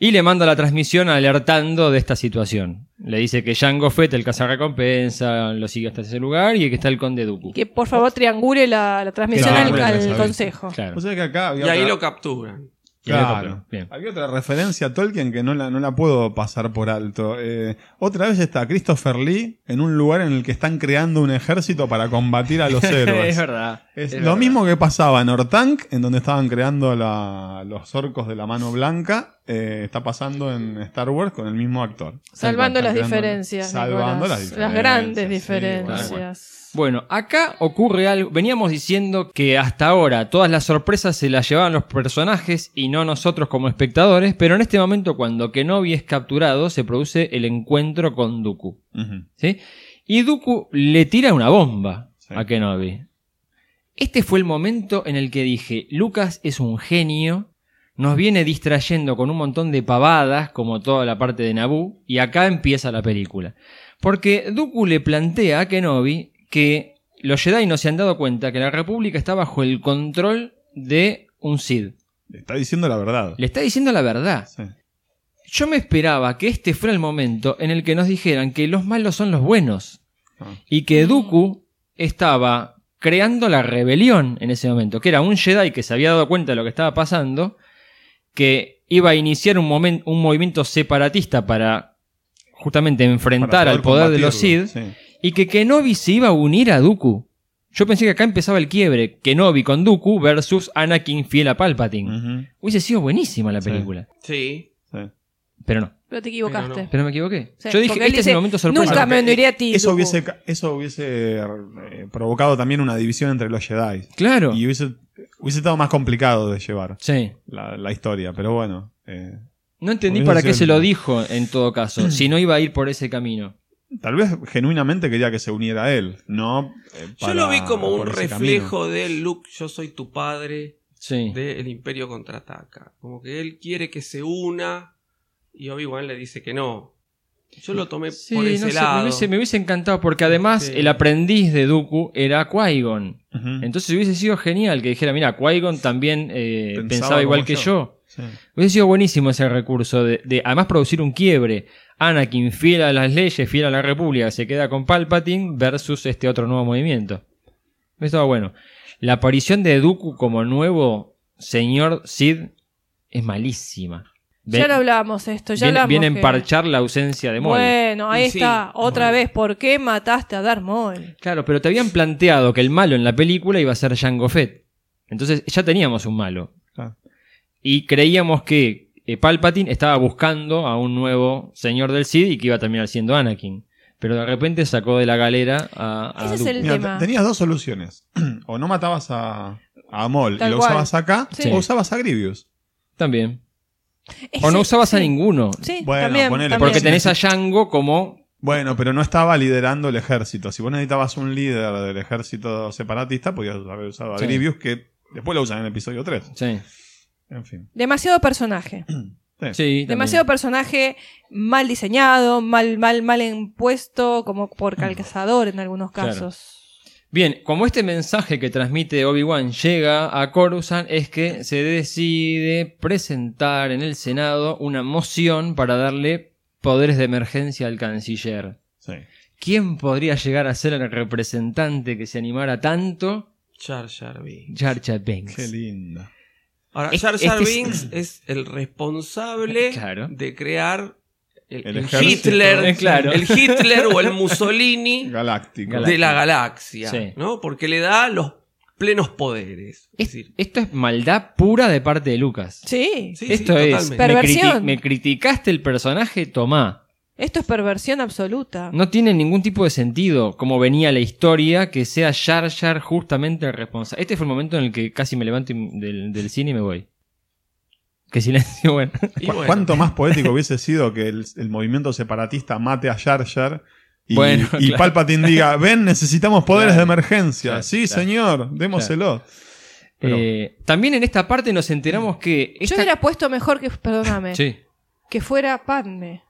[SPEAKER 3] y le manda la transmisión alertando de esta situación. Le dice que Jango Fett, el cazarrecompensa, lo sigue hasta ese lugar, y que está el conde Dooku.
[SPEAKER 4] Que por favor triangule la, la transmisión
[SPEAKER 5] Claro,
[SPEAKER 4] al-
[SPEAKER 5] bueno,
[SPEAKER 4] al,
[SPEAKER 5] sabés.
[SPEAKER 4] consejo.
[SPEAKER 3] Claro.
[SPEAKER 5] O sea que acá
[SPEAKER 6] Y
[SPEAKER 5] había
[SPEAKER 6] ahí
[SPEAKER 5] otra-
[SPEAKER 6] lo capturan.
[SPEAKER 3] Y ahí lo
[SPEAKER 5] Claro.
[SPEAKER 3] capturan. Bien.
[SPEAKER 5] Había otra referencia a Tolkien que no la, no la puedo pasar por alto. Eh, otra vez está Christopher Lee en un lugar en el que están creando un ejército para combatir a los héroes.
[SPEAKER 3] es verdad.
[SPEAKER 5] Es
[SPEAKER 3] es
[SPEAKER 5] lo
[SPEAKER 3] verdad.
[SPEAKER 5] mismo que pasaba en Ortank, en donde estaban creando la- los orcos de la mano blanca, eh, está pasando en Star Wars con el mismo actor.
[SPEAKER 4] Salvando
[SPEAKER 5] Están
[SPEAKER 4] las
[SPEAKER 5] creando-
[SPEAKER 4] diferencias.
[SPEAKER 5] Salvando
[SPEAKER 4] Nicolás.
[SPEAKER 5] las diferencias.
[SPEAKER 4] grandes
[SPEAKER 5] sí,
[SPEAKER 4] diferencias.
[SPEAKER 5] bueno, bueno.
[SPEAKER 3] Bueno, acá ocurre algo. Veníamos diciendo que hasta ahora todas las sorpresas se las llevaban los personajes y no nosotros como espectadores, pero en este momento cuando Kenobi es capturado se produce el encuentro con Dooku.
[SPEAKER 5] Ujú.
[SPEAKER 3] ¿sí? Y Dooku le tira una bomba
[SPEAKER 5] Sí.
[SPEAKER 3] a Kenobi. Este fue el momento en el que dije, Lucas es un genio, nos viene distrayendo con un montón de pavadas, como toda la parte de Naboo, y acá empieza la película. Porque Dooku le plantea a Kenobi que los Jedi no se han dado cuenta que la República está bajo el control de un Sith.
[SPEAKER 5] Le Está diciendo la verdad.
[SPEAKER 3] Le está diciendo la verdad.
[SPEAKER 5] Sí.
[SPEAKER 3] Yo me esperaba que este fuera el momento en el que nos dijeran que los malos son los buenos
[SPEAKER 5] Ah.
[SPEAKER 3] y que Dooku estaba creando la rebelión en ese momento, que era un Jedi que se había dado cuenta de lo que estaba pasando, que iba a iniciar un, momen- un movimiento separatista para justamente enfrentar
[SPEAKER 5] Para
[SPEAKER 3] al poder de los
[SPEAKER 5] combatirlo,
[SPEAKER 3] Sith
[SPEAKER 5] sí.
[SPEAKER 3] y que Kenobi se iba a unir a Dooku. Yo pensé que acá empezaba el quiebre, Kenobi con Dooku versus Anakin fiel a Palpatine.
[SPEAKER 5] Ujú,
[SPEAKER 3] Hubiese sido buenísima la
[SPEAKER 5] Mm. Sí.
[SPEAKER 3] película.
[SPEAKER 6] Sí.
[SPEAKER 5] sí.
[SPEAKER 3] Pero no.
[SPEAKER 4] Pero te equivocaste.
[SPEAKER 6] Pero no.
[SPEAKER 3] Pero me equivoqué.
[SPEAKER 4] Sí,
[SPEAKER 3] Yo dije, este
[SPEAKER 4] porque él
[SPEAKER 3] es
[SPEAKER 4] dice,
[SPEAKER 3] el momento sorpresa.
[SPEAKER 4] Nunca me uniré a ti.
[SPEAKER 5] eh, Eso
[SPEAKER 4] Dooku".
[SPEAKER 5] hubiese, ca- eso hubiese eh, provocado también una división entre los Jedi.
[SPEAKER 3] Claro.
[SPEAKER 5] Y hubiese, hubiese estado más complicado de llevar
[SPEAKER 3] Sí.
[SPEAKER 5] la, la historia, pero bueno. eh,
[SPEAKER 3] No entendí
[SPEAKER 5] Podría
[SPEAKER 3] para qué
[SPEAKER 5] ser.
[SPEAKER 3] se lo dijo en todo caso, si no iba a ir por ese camino.
[SPEAKER 5] tal vez genuinamente quería que se uniera a él, ¿no? eh,
[SPEAKER 6] Yo
[SPEAKER 5] para-
[SPEAKER 6] lo vi como un
[SPEAKER 5] por ese
[SPEAKER 6] reflejo de Luke, yo soy tu padre,
[SPEAKER 3] Sí.
[SPEAKER 6] de El Imperio Contraataca. Como que él quiere que se una y Obi-Wan le dice que no. Yo lo tomé
[SPEAKER 3] Sí,
[SPEAKER 6] por
[SPEAKER 3] no
[SPEAKER 6] ese
[SPEAKER 3] sé, me,
[SPEAKER 6] lado.
[SPEAKER 3] hubiese, me hubiese encantado porque además
[SPEAKER 6] Sí.
[SPEAKER 3] el aprendiz de Dooku era Qui-Gon.
[SPEAKER 5] camino. Ujú.
[SPEAKER 3] Entonces hubiese sido genial que dijera, mira, Qui-Gon también eh,
[SPEAKER 5] Pensaba
[SPEAKER 3] pensaba,
[SPEAKER 5] como
[SPEAKER 3] igual que
[SPEAKER 5] yo".
[SPEAKER 3] yo.
[SPEAKER 5] Sí.
[SPEAKER 3] Hubiese sido buenísimo ese recurso de, de, además producir un quiebre. Anakin fiel a las leyes, fiel a la República, se queda con Palpatine versus este otro nuevo movimiento. Estaba bueno. La aparición de Dooku como nuevo señor Sid es malísima. Ven-
[SPEAKER 4] Ya lo hablábamos esto, ya
[SPEAKER 3] viene,
[SPEAKER 4] hablamos.
[SPEAKER 3] viene a
[SPEAKER 4] que-
[SPEAKER 3] emparchar la ausencia de Maul.
[SPEAKER 4] Bueno, ahí
[SPEAKER 6] Y sí,
[SPEAKER 4] está, otra
[SPEAKER 6] Maul.
[SPEAKER 4] vez, ¿por qué mataste a Darth Maul?
[SPEAKER 3] Claro, pero te habían planteado que el malo en la película iba a ser Jango Fett. Entonces ya teníamos un malo.
[SPEAKER 5] Claro.
[SPEAKER 3] Y creíamos que eh, Palpatine estaba buscando a un nuevo señor del Cid y que iba a terminar siendo Anakin. Pero de repente sacó de la galera a. a
[SPEAKER 4] Ese es
[SPEAKER 3] Dooku.
[SPEAKER 4] el-
[SPEAKER 5] Mira, te-
[SPEAKER 4] tema.
[SPEAKER 5] tenías dos soluciones. o no matabas a, a Mol y
[SPEAKER 4] Tal
[SPEAKER 5] lo
[SPEAKER 4] cual.
[SPEAKER 5] usabas acá,
[SPEAKER 4] Sí.
[SPEAKER 5] o usabas a Grievous.
[SPEAKER 3] También. O no usabas a
[SPEAKER 4] Sí,
[SPEAKER 3] ninguno.
[SPEAKER 4] Sí,
[SPEAKER 5] Bueno,
[SPEAKER 4] también,
[SPEAKER 5] ponele,
[SPEAKER 4] también.
[SPEAKER 3] Porque tenés a Jango como.
[SPEAKER 5] Bueno, pero no estaba liderando el ejército. Si vos necesitabas un líder del ejército separatista, podías haber usado a
[SPEAKER 3] Sí.
[SPEAKER 5] Grievous, que después lo usan en el episodio 3.
[SPEAKER 3] Sí.
[SPEAKER 5] En fin.
[SPEAKER 4] Demasiado personaje.
[SPEAKER 3] sí también.
[SPEAKER 4] Demasiado personaje mal diseñado, mal, mal, mal impuesto, como por calzador en algunos
[SPEAKER 3] Claro.
[SPEAKER 4] casos.
[SPEAKER 3] Bien, como este mensaje que transmite Obi-Wan llega a Coruscant es que se decide presentar en el Senado una moción para darle poderes de emergencia al canciller.
[SPEAKER 5] Sí.
[SPEAKER 3] ¿Quién podría llegar a ser el representante que se animara tanto?
[SPEAKER 6] Jar Jar Binks.
[SPEAKER 3] Jar Jar
[SPEAKER 5] Qué
[SPEAKER 3] Binks.
[SPEAKER 5] linda.
[SPEAKER 6] Ahora,
[SPEAKER 3] Es-
[SPEAKER 6] Jar Jar
[SPEAKER 3] este es-
[SPEAKER 6] Binks es... el responsable
[SPEAKER 3] Claro.
[SPEAKER 6] de crear el,
[SPEAKER 5] El
[SPEAKER 6] el
[SPEAKER 5] ejército.
[SPEAKER 6] Hitler,
[SPEAKER 3] Eh, claro.
[SPEAKER 6] el Hitler o el Mussolini
[SPEAKER 5] Galáctico.
[SPEAKER 3] Galá-
[SPEAKER 6] de la galaxia,
[SPEAKER 3] Sí.
[SPEAKER 6] ¿no? Porque le da los plenos poderes.
[SPEAKER 3] Es-
[SPEAKER 6] Es decir,
[SPEAKER 3] esto es maldad pura de parte de Lucas.
[SPEAKER 4] Sí,
[SPEAKER 6] sí,
[SPEAKER 3] esto
[SPEAKER 6] sí,
[SPEAKER 3] es,
[SPEAKER 6] totalmente.
[SPEAKER 3] me,
[SPEAKER 4] Perversión.
[SPEAKER 3] me criticaste el personaje, tomá.
[SPEAKER 4] esto es perversión absoluta.
[SPEAKER 3] No tiene ningún tipo de sentido como venía la historia que sea Jar Jar justamente el responsable. Este fue el momento en el que casi me levanto y- del, del cine y me voy. Qué silencio, bueno.
[SPEAKER 6] Y
[SPEAKER 5] ¿Cu-
[SPEAKER 6] bueno,
[SPEAKER 5] ¿Cuánto más poético hubiese sido que el, el movimiento separatista mate a Jar Jar y,
[SPEAKER 3] Bueno,
[SPEAKER 5] y
[SPEAKER 3] claro.
[SPEAKER 5] Palpatine diga, ven, necesitamos poderes
[SPEAKER 3] Claro,
[SPEAKER 5] de emergencia.
[SPEAKER 3] claro,
[SPEAKER 5] sí,
[SPEAKER 3] claro.
[SPEAKER 5] señor, démoselo. Pero-
[SPEAKER 3] Eh, también en esta parte nos enteramos que...
[SPEAKER 4] Yo
[SPEAKER 3] esta-
[SPEAKER 4] hubiera puesto mejor que, perdóname,
[SPEAKER 3] Sí.
[SPEAKER 4] que fuera Padme.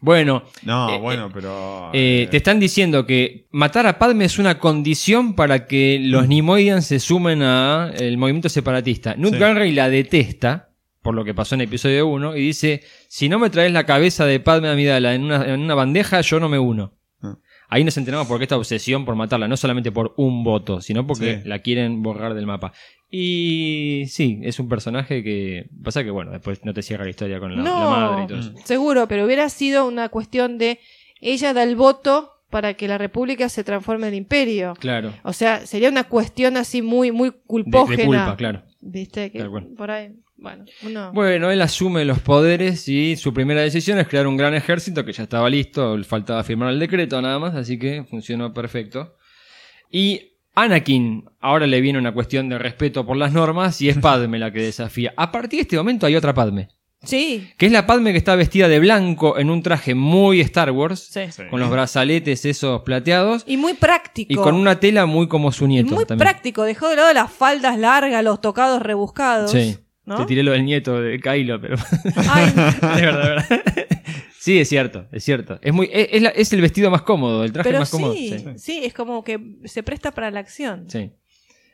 [SPEAKER 3] Bueno,
[SPEAKER 5] No,
[SPEAKER 3] Eh,
[SPEAKER 5] bueno, pero...
[SPEAKER 3] eh,
[SPEAKER 5] eh,
[SPEAKER 3] te están diciendo que matar a Padme es una condición para que los
[SPEAKER 5] Mm.
[SPEAKER 3] Nimoidians se sumen a el movimiento separatista. Newt
[SPEAKER 5] Sí.
[SPEAKER 3] Gunray la detesta, por lo que pasó en episodio 1, y dice, si no me traes la cabeza de Padme Amidala en una, en una bandeja, yo no me uno.
[SPEAKER 5] Ah.
[SPEAKER 3] Ahí nos enteramos por qué esta obsesión por matarla, no solamente por un voto, sino porque
[SPEAKER 5] Sí.
[SPEAKER 3] la quieren borrar del mapa. Y sí, es un personaje que pasa que, bueno, después no te cierra la historia con la, la
[SPEAKER 4] No.
[SPEAKER 3] madre y todo
[SPEAKER 5] Mm.
[SPEAKER 3] eso.
[SPEAKER 4] Seguro, pero hubiera sido una cuestión de ella da el voto para que la república se transforme en imperio.
[SPEAKER 3] Claro.
[SPEAKER 4] O sea, sería una cuestión así muy, muy
[SPEAKER 3] De-
[SPEAKER 4] culpógena.
[SPEAKER 3] de culpa, claro.
[SPEAKER 4] Viste que
[SPEAKER 3] Tal cual.
[SPEAKER 4] por ahí, bueno, uno
[SPEAKER 3] Bueno, él asume los poderes y su primera decisión es crear un gran ejército que ya estaba listo, faltaba firmar el decreto nada más, así que funcionó perfecto. Y Anakin, ahora le viene una cuestión de respeto por las normas y es Padme la que desafía. A partir de este momento hay otra Padme,
[SPEAKER 4] Sí,
[SPEAKER 3] que es la Padme que está vestida de blanco en un traje muy Star Wars,
[SPEAKER 4] sí.
[SPEAKER 5] sí.
[SPEAKER 3] con los brazaletes esos plateados
[SPEAKER 4] Y muy práctico.
[SPEAKER 3] y con una tela muy como su
[SPEAKER 4] Y
[SPEAKER 3] nieto.
[SPEAKER 4] muy
[SPEAKER 3] también.
[SPEAKER 4] práctico, dejó de lado las faldas largas, los tocados rebuscados.
[SPEAKER 3] Sí.
[SPEAKER 4] ¿no?
[SPEAKER 3] Te tiré lo del nieto de Kylo, pero
[SPEAKER 4] Ay,
[SPEAKER 3] De verdad, de verdad. Sí, es cierto, es cierto. Es, muy, es, es la- es el vestido más cómodo, el traje
[SPEAKER 4] pero
[SPEAKER 3] más
[SPEAKER 4] sí,
[SPEAKER 3] cómodo.
[SPEAKER 4] sí, es como que se presta para la acción.
[SPEAKER 3] sí.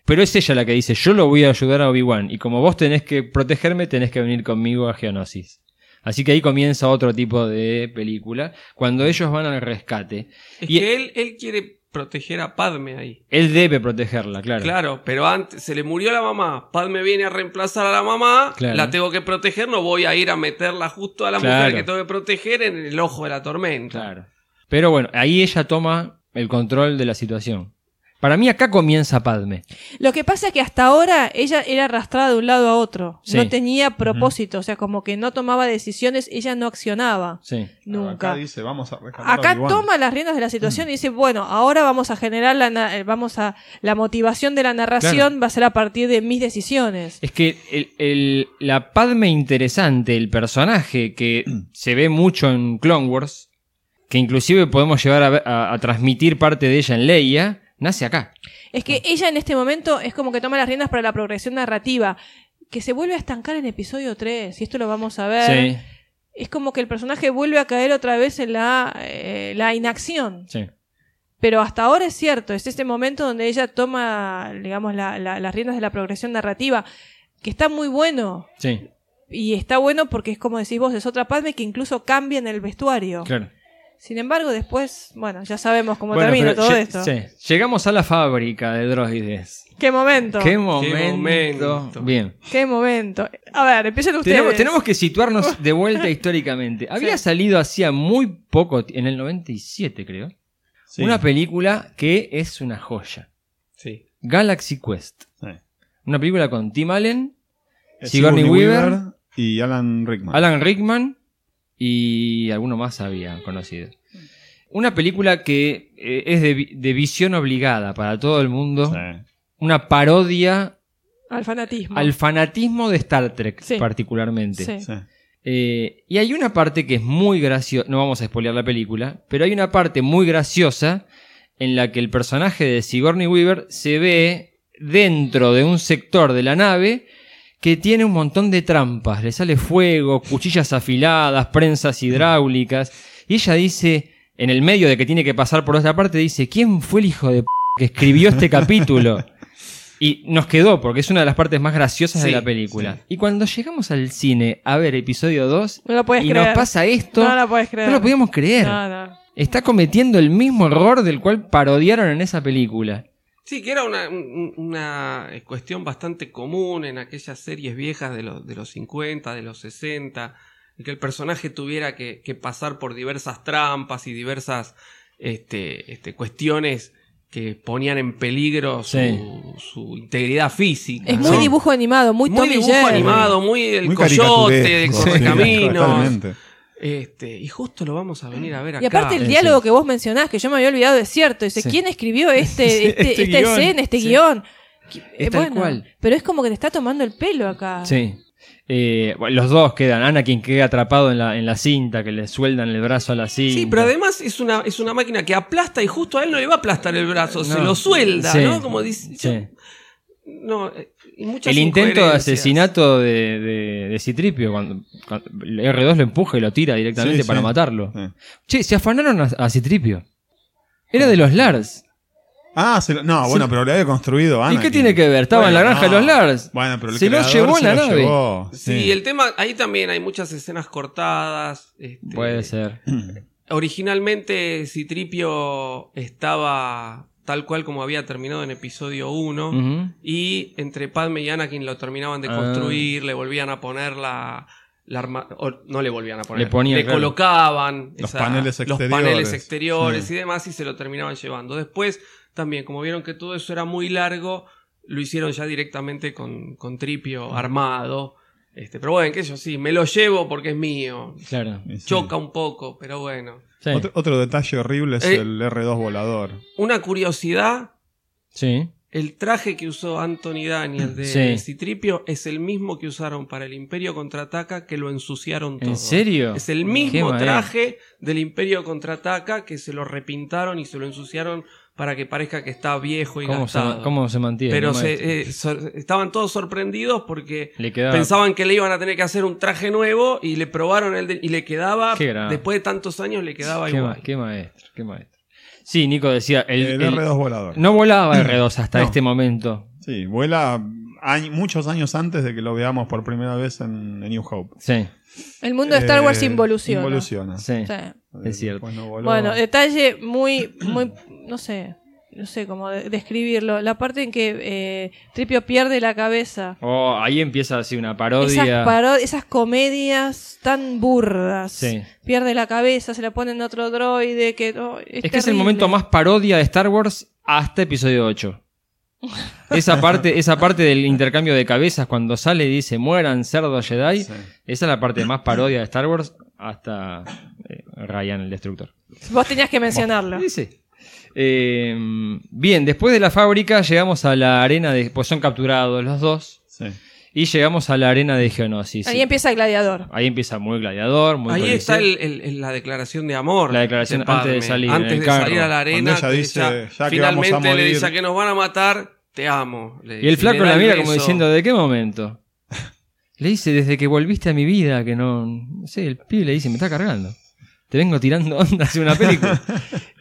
[SPEAKER 3] Pero es ella la que dice, yo lo voy a ayudar a Obi-Wan y como vos tenés que protegerme, tenés que venir conmigo a Geonosis. Así que ahí comienza otro tipo de película, cuando ellos van al rescate.
[SPEAKER 6] es
[SPEAKER 3] y-
[SPEAKER 6] que él, él quiere proteger a Padme ahí.
[SPEAKER 3] Él debe protegerla, claro.
[SPEAKER 6] Claro, pero antes se le murió la mamá. Padme viene a reemplazar a la mamá.
[SPEAKER 3] Claro.
[SPEAKER 6] La tengo que proteger. No voy a ir a meterla justo a la
[SPEAKER 3] Claro.
[SPEAKER 6] mujer que tengo que proteger en el ojo de la tormenta.
[SPEAKER 3] Claro. Pero bueno, ahí ella toma el control de la situación. Para mí acá comienza Padme.
[SPEAKER 4] Lo que pasa es que hasta ahora ella era arrastrada de un lado a otro.
[SPEAKER 3] Sí.
[SPEAKER 4] No tenía propósito, o sea, como que no tomaba decisiones, ella no accionaba
[SPEAKER 3] Sí.
[SPEAKER 4] nunca.
[SPEAKER 5] Acá dice, vamos a rescatar a
[SPEAKER 4] Acá
[SPEAKER 5] Obi-Wan.
[SPEAKER 4] toma las riendas de la
[SPEAKER 3] Mm.
[SPEAKER 4] situación y dice, bueno, ahora vamos a generar la, na- eh, vamos a, la motivación de la narración
[SPEAKER 3] Claro.
[SPEAKER 4] va a ser a partir de mis decisiones.
[SPEAKER 3] Es que el- el- la Padme interesante, el personaje que se ve mucho en Clone Wars, que inclusive podemos llevar a, ver- a- a transmitir parte de ella en Leia, nace acá.
[SPEAKER 4] Es
[SPEAKER 3] Ah.
[SPEAKER 4] que ella en este momento es como que toma las riendas para la progresión narrativa, que se vuelve a estancar en episodio 3, y esto lo vamos a ver.
[SPEAKER 3] Sí,
[SPEAKER 4] Es como que el personaje vuelve a caer otra vez en la, eh, la inacción.
[SPEAKER 3] sí.
[SPEAKER 4] Pero hasta ahora es cierto, es este momento donde ella toma, digamos, la- la- las riendas de la progresión narrativa, que está muy bueno.
[SPEAKER 3] Sí,
[SPEAKER 4] Y está bueno porque es como decís vos, es otra Padme que incluso cambia en el vestuario.
[SPEAKER 3] claro.
[SPEAKER 4] Sin embargo, después, bueno, ya sabemos cómo
[SPEAKER 3] Bueno,
[SPEAKER 4] termina
[SPEAKER 3] pero
[SPEAKER 4] todo
[SPEAKER 3] lle-
[SPEAKER 4] esto.
[SPEAKER 3] sí. Llegamos a la fábrica de droides.
[SPEAKER 4] ¿Qué momento?
[SPEAKER 3] ¿Qué
[SPEAKER 4] ¿Qué?
[SPEAKER 3] momento?
[SPEAKER 6] momento.
[SPEAKER 3] Bien.
[SPEAKER 4] momento? A ver, empiecen ustedes.
[SPEAKER 3] Tenemos, tenemos que situarnos de vuelta históricamente. Había salido hacía muy poco, ti- en el 97 creo,
[SPEAKER 5] Sí.
[SPEAKER 3] una película que es una joya.
[SPEAKER 6] Sí.
[SPEAKER 3] Galaxy Quest.
[SPEAKER 5] Sí.
[SPEAKER 3] Una película con Tim Allen,
[SPEAKER 5] Eh,
[SPEAKER 3] Sigourney Weaver,
[SPEAKER 5] y Alan Rickman.
[SPEAKER 3] Alan Rickman y alguno más había conocido. Una película que eh, es de, vi- de visión obligada para todo el mundo.
[SPEAKER 5] Sí.
[SPEAKER 3] Una parodia
[SPEAKER 4] Al fanatismo.
[SPEAKER 3] al fanatismo de Star Trek,
[SPEAKER 4] Sí.
[SPEAKER 3] particularmente.
[SPEAKER 4] Sí.
[SPEAKER 5] Sí.
[SPEAKER 3] Eh, y hay una parte que es muy graciosa, no vamos a spoilear la película, pero hay una parte muy graciosa en la que el personaje de Sigourney Weaver se ve dentro de un sector de la nave que tiene un montón de trampas, le sale fuego, cuchillas afiladas, prensas hidráulicas, y ella dice, en el medio de que tiene que pasar por otra parte, dice, ¿quién fue el hijo de p que escribió este capítulo? Y nos quedó, porque es una de las partes más graciosas de
[SPEAKER 6] Sí,
[SPEAKER 3] la película. Y cuando llegamos al cine a ver episodio 2,
[SPEAKER 4] No lo puedes
[SPEAKER 3] y
[SPEAKER 4] creer.
[SPEAKER 3] nos pasa esto,
[SPEAKER 4] no
[SPEAKER 3] no,
[SPEAKER 4] lo puedes creer.
[SPEAKER 3] lo podíamos creer.
[SPEAKER 4] No, no.
[SPEAKER 3] Está cometiendo el mismo error del cual parodiaron en esa película.
[SPEAKER 6] Sí, que era una, un- una eh, cuestión bastante común en aquellas series viejas de los, de los 50, de los 60, que el personaje tuviera que, que pasar por diversas trampas y diversas este, este, cuestiones que ponían en peligro su,
[SPEAKER 3] Sí.
[SPEAKER 6] su integridad física.
[SPEAKER 4] Es
[SPEAKER 6] ¿no?
[SPEAKER 4] muy dibujo animado, muy,
[SPEAKER 6] Muy
[SPEAKER 4] Tommy
[SPEAKER 6] dibujo
[SPEAKER 4] Jerry.
[SPEAKER 6] animado, muy el
[SPEAKER 5] Muy
[SPEAKER 6] coyote, de
[SPEAKER 5] caricaturesco. Sí,
[SPEAKER 6] correcaminos.
[SPEAKER 5] totalmente.
[SPEAKER 6] Este, y justo lo vamos a venir a ver acá.
[SPEAKER 4] Y aparte el
[SPEAKER 3] Sí,
[SPEAKER 4] diálogo
[SPEAKER 3] sí.
[SPEAKER 4] que vos mencionás, que yo me había olvidado de cierto, dice,
[SPEAKER 3] Sí.
[SPEAKER 4] ¿quién escribió este,
[SPEAKER 3] Sí,
[SPEAKER 4] este,
[SPEAKER 3] este
[SPEAKER 4] esta
[SPEAKER 3] guión.
[SPEAKER 4] escena, este
[SPEAKER 3] Sí.
[SPEAKER 4] guión? Eh,
[SPEAKER 3] Es tal cual.
[SPEAKER 4] Pero es como que te está tomando el pelo acá.
[SPEAKER 3] Sí. Eh, bueno, los dos quedan. Anakin queda atrapado en la, en la cinta, que le sueldan el brazo a la cinta.
[SPEAKER 6] Sí, pero además es una, es una máquina que aplasta y justo a él no le va a aplastar el brazo, se
[SPEAKER 3] No.
[SPEAKER 6] lo suelda,
[SPEAKER 3] Sí.
[SPEAKER 6] ¿no? Como dice.
[SPEAKER 3] Sí.
[SPEAKER 6] No, eh, y muchas
[SPEAKER 3] El intento de
[SPEAKER 6] incoherencias.
[SPEAKER 3] asesinato de, de, de Citripio, cuando, cuando R2 lo empuja y lo tira directamente
[SPEAKER 5] Sí,
[SPEAKER 3] para
[SPEAKER 5] sí.
[SPEAKER 3] matarlo.
[SPEAKER 5] Sí.
[SPEAKER 3] Che, se afanaron a, a Citripio. Era de los Lars.
[SPEAKER 5] Ah, se lo- no, bueno, pero lo había construido
[SPEAKER 3] ¿Y
[SPEAKER 5] Anakin.
[SPEAKER 3] qué tiene que ver? Estaba
[SPEAKER 5] Bueno,
[SPEAKER 3] en la granja
[SPEAKER 5] no.
[SPEAKER 3] de los Lars.
[SPEAKER 5] Bueno, pero el
[SPEAKER 3] se lo
[SPEAKER 5] creador
[SPEAKER 3] llevó
[SPEAKER 5] se
[SPEAKER 3] en la
[SPEAKER 5] lo
[SPEAKER 3] nave.
[SPEAKER 5] llevó,
[SPEAKER 6] Sí,
[SPEAKER 5] sí.
[SPEAKER 6] el tema, ahí también hay muchas escenas cortadas. este,
[SPEAKER 3] Puede ser.
[SPEAKER 6] Originalmente Citripio estaba tal cual como había terminado en episodio 1.
[SPEAKER 3] Ujú.
[SPEAKER 6] Y entre Padme y Anakin lo terminaban de
[SPEAKER 3] Ah.
[SPEAKER 6] construir, le volvían a poner la, la arma- o no le volvían a poner,
[SPEAKER 3] Le ponían, claro.
[SPEAKER 6] colocaban
[SPEAKER 5] Los paneles
[SPEAKER 6] los
[SPEAKER 5] exteriores.
[SPEAKER 6] paneles
[SPEAKER 3] Mm.
[SPEAKER 6] exteriores
[SPEAKER 5] Sí.
[SPEAKER 6] y demás y se lo terminaban llevando. Después también, como vieron que todo eso era muy largo, lo hicieron ya directamente con, con
[SPEAKER 3] Mm.
[SPEAKER 6] tripio armado. Este, pero bueno, que yo sí, me lo llevo porque es mío.
[SPEAKER 3] Claro.
[SPEAKER 5] Y sí.
[SPEAKER 6] Choca un poco, pero bueno.
[SPEAKER 3] Sí.
[SPEAKER 5] Otro, otro detalle horrible es
[SPEAKER 6] Eh.
[SPEAKER 5] el R2 volador.
[SPEAKER 6] Una curiosidad
[SPEAKER 3] Sí.
[SPEAKER 6] El traje que usó Anthony Daniel de
[SPEAKER 3] Sí.
[SPEAKER 6] Citripio es el mismo que usaron para el Imperio Contraataca que lo ensuciaron todo.
[SPEAKER 3] ¿En serio?
[SPEAKER 6] Es el
[SPEAKER 3] Qué
[SPEAKER 6] mismo
[SPEAKER 3] madera.
[SPEAKER 6] traje del Imperio Contraataca que se lo repintaron y se lo ensuciaron para que parezca que está viejo y
[SPEAKER 3] ¿Cómo se,
[SPEAKER 6] gastado.
[SPEAKER 3] cómo se mantiene?
[SPEAKER 6] Pero
[SPEAKER 3] ¿Cómo
[SPEAKER 6] se-
[SPEAKER 3] es?
[SPEAKER 6] eh, sor- estaban todos sorprendidos porque
[SPEAKER 3] Le quedaba-
[SPEAKER 6] pensaban que le iban a tener que hacer un traje nuevo y le probaron el de- y le quedaba,
[SPEAKER 3] Qué grave.
[SPEAKER 6] después de tantos años le quedaba
[SPEAKER 3] qué,
[SPEAKER 6] igual.
[SPEAKER 3] ma- qué maestro, qué maestro. Sí, Nico decía, el,
[SPEAKER 5] El,
[SPEAKER 3] el-
[SPEAKER 5] R2 volador.
[SPEAKER 3] no volaba R2 hasta
[SPEAKER 5] No.
[SPEAKER 3] este momento.
[SPEAKER 5] Sí, vuela añ- muchos años antes de que lo veamos por primera vez en, en New Hope.
[SPEAKER 3] Sí,
[SPEAKER 4] El mundo de Star Wars
[SPEAKER 5] Eh,
[SPEAKER 4] involuciona.
[SPEAKER 5] Involuciona.
[SPEAKER 3] sí.
[SPEAKER 4] Sí.
[SPEAKER 3] Es cierto.
[SPEAKER 5] Después no voló.
[SPEAKER 4] Bueno, eh, detalle muy, muy, no sé, no sé cómo de- describirlo. La parte en que eh, Tripio pierde la cabeza.
[SPEAKER 3] Oh, ahí empieza así una parodia.
[SPEAKER 4] Esas, paro- esas comedias tan burdas.
[SPEAKER 3] Sí.
[SPEAKER 4] Pierde la cabeza, se la pone en otro droide. Que, oh,
[SPEAKER 3] es que es el momento más parodia de Star Wars hasta episodio 8. Esa parte, esa parte del intercambio de cabezas cuando sale y dice mueran cerdos Jedi,
[SPEAKER 5] Sí.
[SPEAKER 3] esa es la parte más parodia de Star Wars hasta eh, Ryan el Destructor.
[SPEAKER 4] Vos tenías que mencionarlo.
[SPEAKER 3] Sí, sí. Eh, bien, después de la fábrica llegamos a la arena de... Pues son capturados los dos
[SPEAKER 5] Sí.
[SPEAKER 3] y llegamos a la arena de Geonosis.
[SPEAKER 4] Ahí empieza el gladiador.
[SPEAKER 3] Ahí empieza muy gladiador, muy
[SPEAKER 6] Ahí
[SPEAKER 3] Coliseo.
[SPEAKER 6] está el- el- el- la declaración de amor.
[SPEAKER 3] La declaración
[SPEAKER 6] Padme,
[SPEAKER 3] antes de salir, en
[SPEAKER 6] Antes
[SPEAKER 3] el
[SPEAKER 6] de
[SPEAKER 3] carro.
[SPEAKER 6] salir a la arena.
[SPEAKER 5] Cuando ella
[SPEAKER 6] que
[SPEAKER 5] dice,
[SPEAKER 6] ella
[SPEAKER 5] "Ya que vamos a
[SPEAKER 6] finalmente le
[SPEAKER 5] morir".
[SPEAKER 6] dice que nos van a matar, te amo. le
[SPEAKER 3] Y el
[SPEAKER 6] dice,
[SPEAKER 3] flaco
[SPEAKER 6] le da
[SPEAKER 3] la
[SPEAKER 6] el
[SPEAKER 3] mira como
[SPEAKER 6] beso.
[SPEAKER 3] diciendo, ¿de qué momento? Le dice, desde que volviste a mi vida, que no... No sé, el pibe le dice, me está cargando. Te vengo tirando onda hace una película.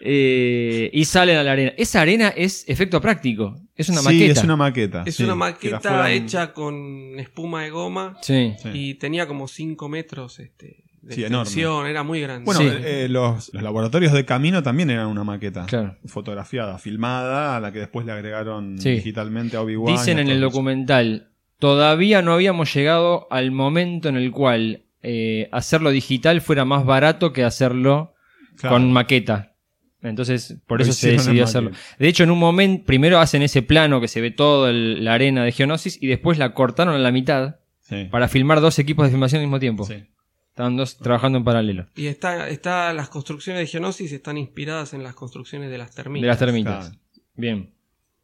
[SPEAKER 3] Eh, y salen a la arena. Esa arena es efecto práctico. Es una
[SPEAKER 5] Sí,
[SPEAKER 3] maqueta.
[SPEAKER 5] es una maqueta.
[SPEAKER 6] Es
[SPEAKER 5] sí, que
[SPEAKER 6] una
[SPEAKER 5] la
[SPEAKER 6] maqueta
[SPEAKER 5] fueron-
[SPEAKER 6] hecha con espuma de goma
[SPEAKER 3] Sí.
[SPEAKER 5] Sí.
[SPEAKER 6] y tenía como 5 metros este, de
[SPEAKER 5] Sí, enorme.
[SPEAKER 6] extensión, era muy grande.
[SPEAKER 5] Bueno,
[SPEAKER 3] Sí.
[SPEAKER 5] eh, los, los laboratorios de camino también eran una maqueta.
[SPEAKER 3] Claro.
[SPEAKER 5] Fotografiada, filmada, a la que después le agregaron
[SPEAKER 3] Sí.
[SPEAKER 5] digitalmente a Obi-Wan.
[SPEAKER 3] Dicen
[SPEAKER 5] y a
[SPEAKER 3] en el
[SPEAKER 5] todos.
[SPEAKER 3] documental, todavía no habíamos llegado al momento en el cual eh, hacerlo digital fuera más barato que hacerlo
[SPEAKER 5] Claro.
[SPEAKER 3] con maqueta. Entonces, por
[SPEAKER 5] Lo
[SPEAKER 3] eso se
[SPEAKER 5] hicieron en
[SPEAKER 3] decidió hacerlo.
[SPEAKER 5] maqueta.
[SPEAKER 3] De hecho, en un momento, primero hacen ese plano que se ve toda el- la arena de Geonosis y después la cortaron a la mitad
[SPEAKER 5] Sí.
[SPEAKER 3] para filmar dos equipos de filmación al mismo tiempo.
[SPEAKER 5] Sí.
[SPEAKER 3] Estaban dos trabajando en paralelo.
[SPEAKER 6] y está, está, las construcciones de Genosis están inspiradas en las construcciones de las termitas.
[SPEAKER 3] De las termitas.
[SPEAKER 5] Claro.
[SPEAKER 3] Bien.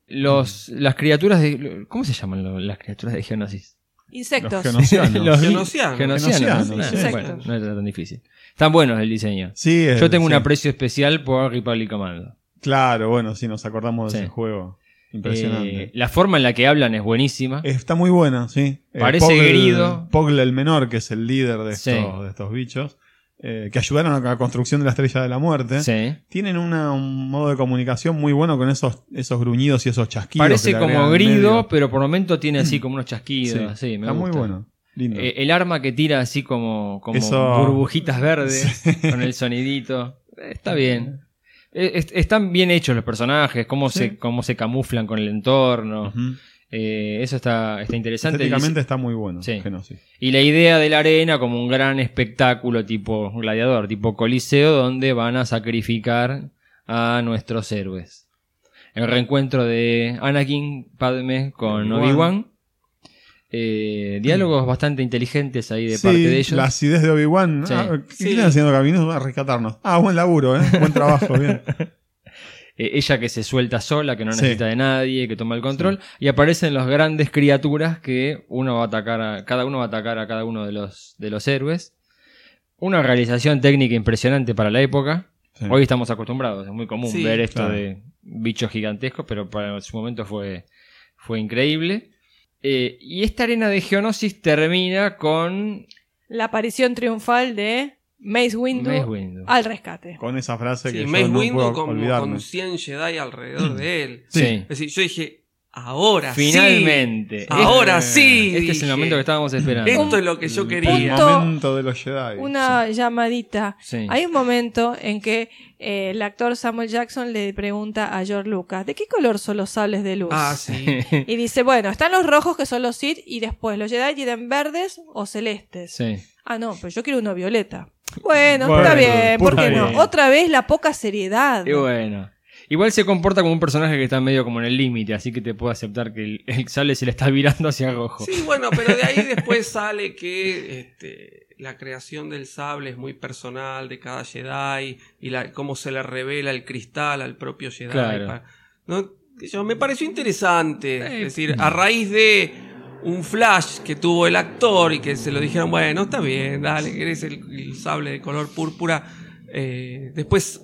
[SPEAKER 3] Los, las criaturas de... ¿Cómo se llaman lo- las criaturas de Geonosis?
[SPEAKER 5] Los
[SPEAKER 4] Insectos.
[SPEAKER 5] genocianos.
[SPEAKER 3] Los-
[SPEAKER 6] Genocianos.
[SPEAKER 3] Genocianos.
[SPEAKER 5] Genocianos,
[SPEAKER 3] Ah,
[SPEAKER 5] sí.
[SPEAKER 3] bueno,
[SPEAKER 4] Exacto.
[SPEAKER 3] no era tan difícil. Tan buenos el diseño.
[SPEAKER 5] Sí, el-
[SPEAKER 3] Yo tengo un
[SPEAKER 5] Eh, sí.
[SPEAKER 3] aprecio especial por Republic Commando.
[SPEAKER 5] Claro, bueno, sí, nos acordamos de
[SPEAKER 3] Sí.
[SPEAKER 5] ese juego.
[SPEAKER 3] Eh,
[SPEAKER 5] Impresionante. Este,
[SPEAKER 3] la forma en la que hablan es buenísima.
[SPEAKER 5] Está muy buena, sí. Eh,
[SPEAKER 3] Parece
[SPEAKER 5] Pogl-
[SPEAKER 3] grido.
[SPEAKER 5] Pogl el menor, que es el líder de
[SPEAKER 3] Sí.
[SPEAKER 5] estos, de estos bichos, eh, que ayudaron a la construcción de la Estrella de la Muerte.
[SPEAKER 3] Sí.
[SPEAKER 5] Tienen una- un modo de comunicación muy bueno con esos, esos gruñidos y esos chasquidos. que
[SPEAKER 3] Parece
[SPEAKER 5] le
[SPEAKER 3] como
[SPEAKER 5] agregan
[SPEAKER 3] grido,
[SPEAKER 5] medio. Mm.
[SPEAKER 3] pero por momento tiene así como unos
[SPEAKER 5] Sí.
[SPEAKER 3] chasquidos. así, me
[SPEAKER 5] Está muy
[SPEAKER 3] gusta.
[SPEAKER 5] bueno. Lindo.
[SPEAKER 3] Eh, el arma que tira así como, como
[SPEAKER 5] Eso-
[SPEAKER 3] burbujitas verdes con el sonidito. Eh, Está bien. Eh, est- están bien hechos los personajes, cómo, se, cómo se camuflan con el entorno.
[SPEAKER 5] Ujú.
[SPEAKER 3] Eh, eso está, está interesante. El
[SPEAKER 5] Estéticamente está muy bueno.
[SPEAKER 3] Sí.
[SPEAKER 5] Genosis.
[SPEAKER 3] Y la idea de la arena como un gran espectáculo tipo gladiador, tipo coliseo, donde van a sacrificar a nuestros héroes. El reencuentro de Anakin Padme con
[SPEAKER 5] Obi-Wan.
[SPEAKER 3] Obi-Wan. Eh, diálogos bastante inteligentes ahí de
[SPEAKER 5] Sí,
[SPEAKER 3] parte de ellos.
[SPEAKER 5] La acidez de Obi-Wan.
[SPEAKER 3] Sí.
[SPEAKER 5] Ah, ¿Qué
[SPEAKER 6] Sí.
[SPEAKER 5] están haciendo caminos? Van a rescatarnos. Ah, buen laburo, ¿eh? Buen trabajo, bien.
[SPEAKER 3] Eh, ella que se suelta sola, que no
[SPEAKER 5] Sí.
[SPEAKER 3] necesita de nadie, que toma el control. Y aparecen las grandes criaturas que uno va a atacar a, cada uno va a atacar a cada uno de los, de los héroes. Una realización técnica impresionante para la época.
[SPEAKER 5] Sí.
[SPEAKER 3] Hoy estamos acostumbrados, es muy común
[SPEAKER 6] Sí,
[SPEAKER 3] ver esto
[SPEAKER 5] claro.
[SPEAKER 3] de bichos gigantescos, pero para su momento fue, fue increíble. Eh, y esta arena de Geonosis termina con
[SPEAKER 4] La aparición triunfal de Mace Windu
[SPEAKER 3] Mace Windu.
[SPEAKER 4] al rescate.
[SPEAKER 5] Con esa frase
[SPEAKER 6] Sí,
[SPEAKER 5] que
[SPEAKER 6] Mace
[SPEAKER 5] yo no
[SPEAKER 6] Windu
[SPEAKER 5] puedo
[SPEAKER 6] con,
[SPEAKER 5] olvidarme.
[SPEAKER 6] con 100 Jedi alrededor de él.
[SPEAKER 3] Sí.
[SPEAKER 6] Es decir, yo dije, ahora sí.
[SPEAKER 3] Finalmente.
[SPEAKER 6] Ahora
[SPEAKER 5] Este-
[SPEAKER 6] sí.
[SPEAKER 3] Este es el
[SPEAKER 6] dije.
[SPEAKER 3] momento que estábamos esperando.
[SPEAKER 6] Esto es lo que yo
[SPEAKER 5] El
[SPEAKER 6] quería.
[SPEAKER 4] Punto.
[SPEAKER 5] momento de los Jedi.
[SPEAKER 4] Una llamadita.
[SPEAKER 3] Sí.
[SPEAKER 4] Hay un momento en que eh, el actor Samuel Jackson le pregunta a George Lucas, ¿de qué color son los sables de luz?
[SPEAKER 6] Ah, sí.
[SPEAKER 4] Y dice, bueno, están los rojos que son los Sith y después los Jedi tienen verdes o celestes.
[SPEAKER 3] Sí.
[SPEAKER 4] Ah, no, pero yo quiero uno violeta. Bueno,
[SPEAKER 3] Bueno,
[SPEAKER 4] está bien, ¿por
[SPEAKER 3] está
[SPEAKER 4] qué no?
[SPEAKER 3] bien.
[SPEAKER 4] Otra vez la poca seriedad.
[SPEAKER 3] Y bueno. Igual se comporta como un personaje que está medio como en el límite, así que te puedo aceptar que el, el sable se le está virando hacia rojo.
[SPEAKER 6] Sí, bueno, pero de ahí después sale que este, la creación del sable es muy personal de cada Jedi y la, cómo se le revela el cristal al propio Jedi.
[SPEAKER 3] Claro.
[SPEAKER 6] Pa- ¿no? Qué sé yo, me pareció interesante.
[SPEAKER 3] Eh,
[SPEAKER 6] Es decir, a raíz de un flash que tuvo el actor y que se lo dijeron, bueno, está bien, dale, querés el, el sable de color púrpura. eh, después.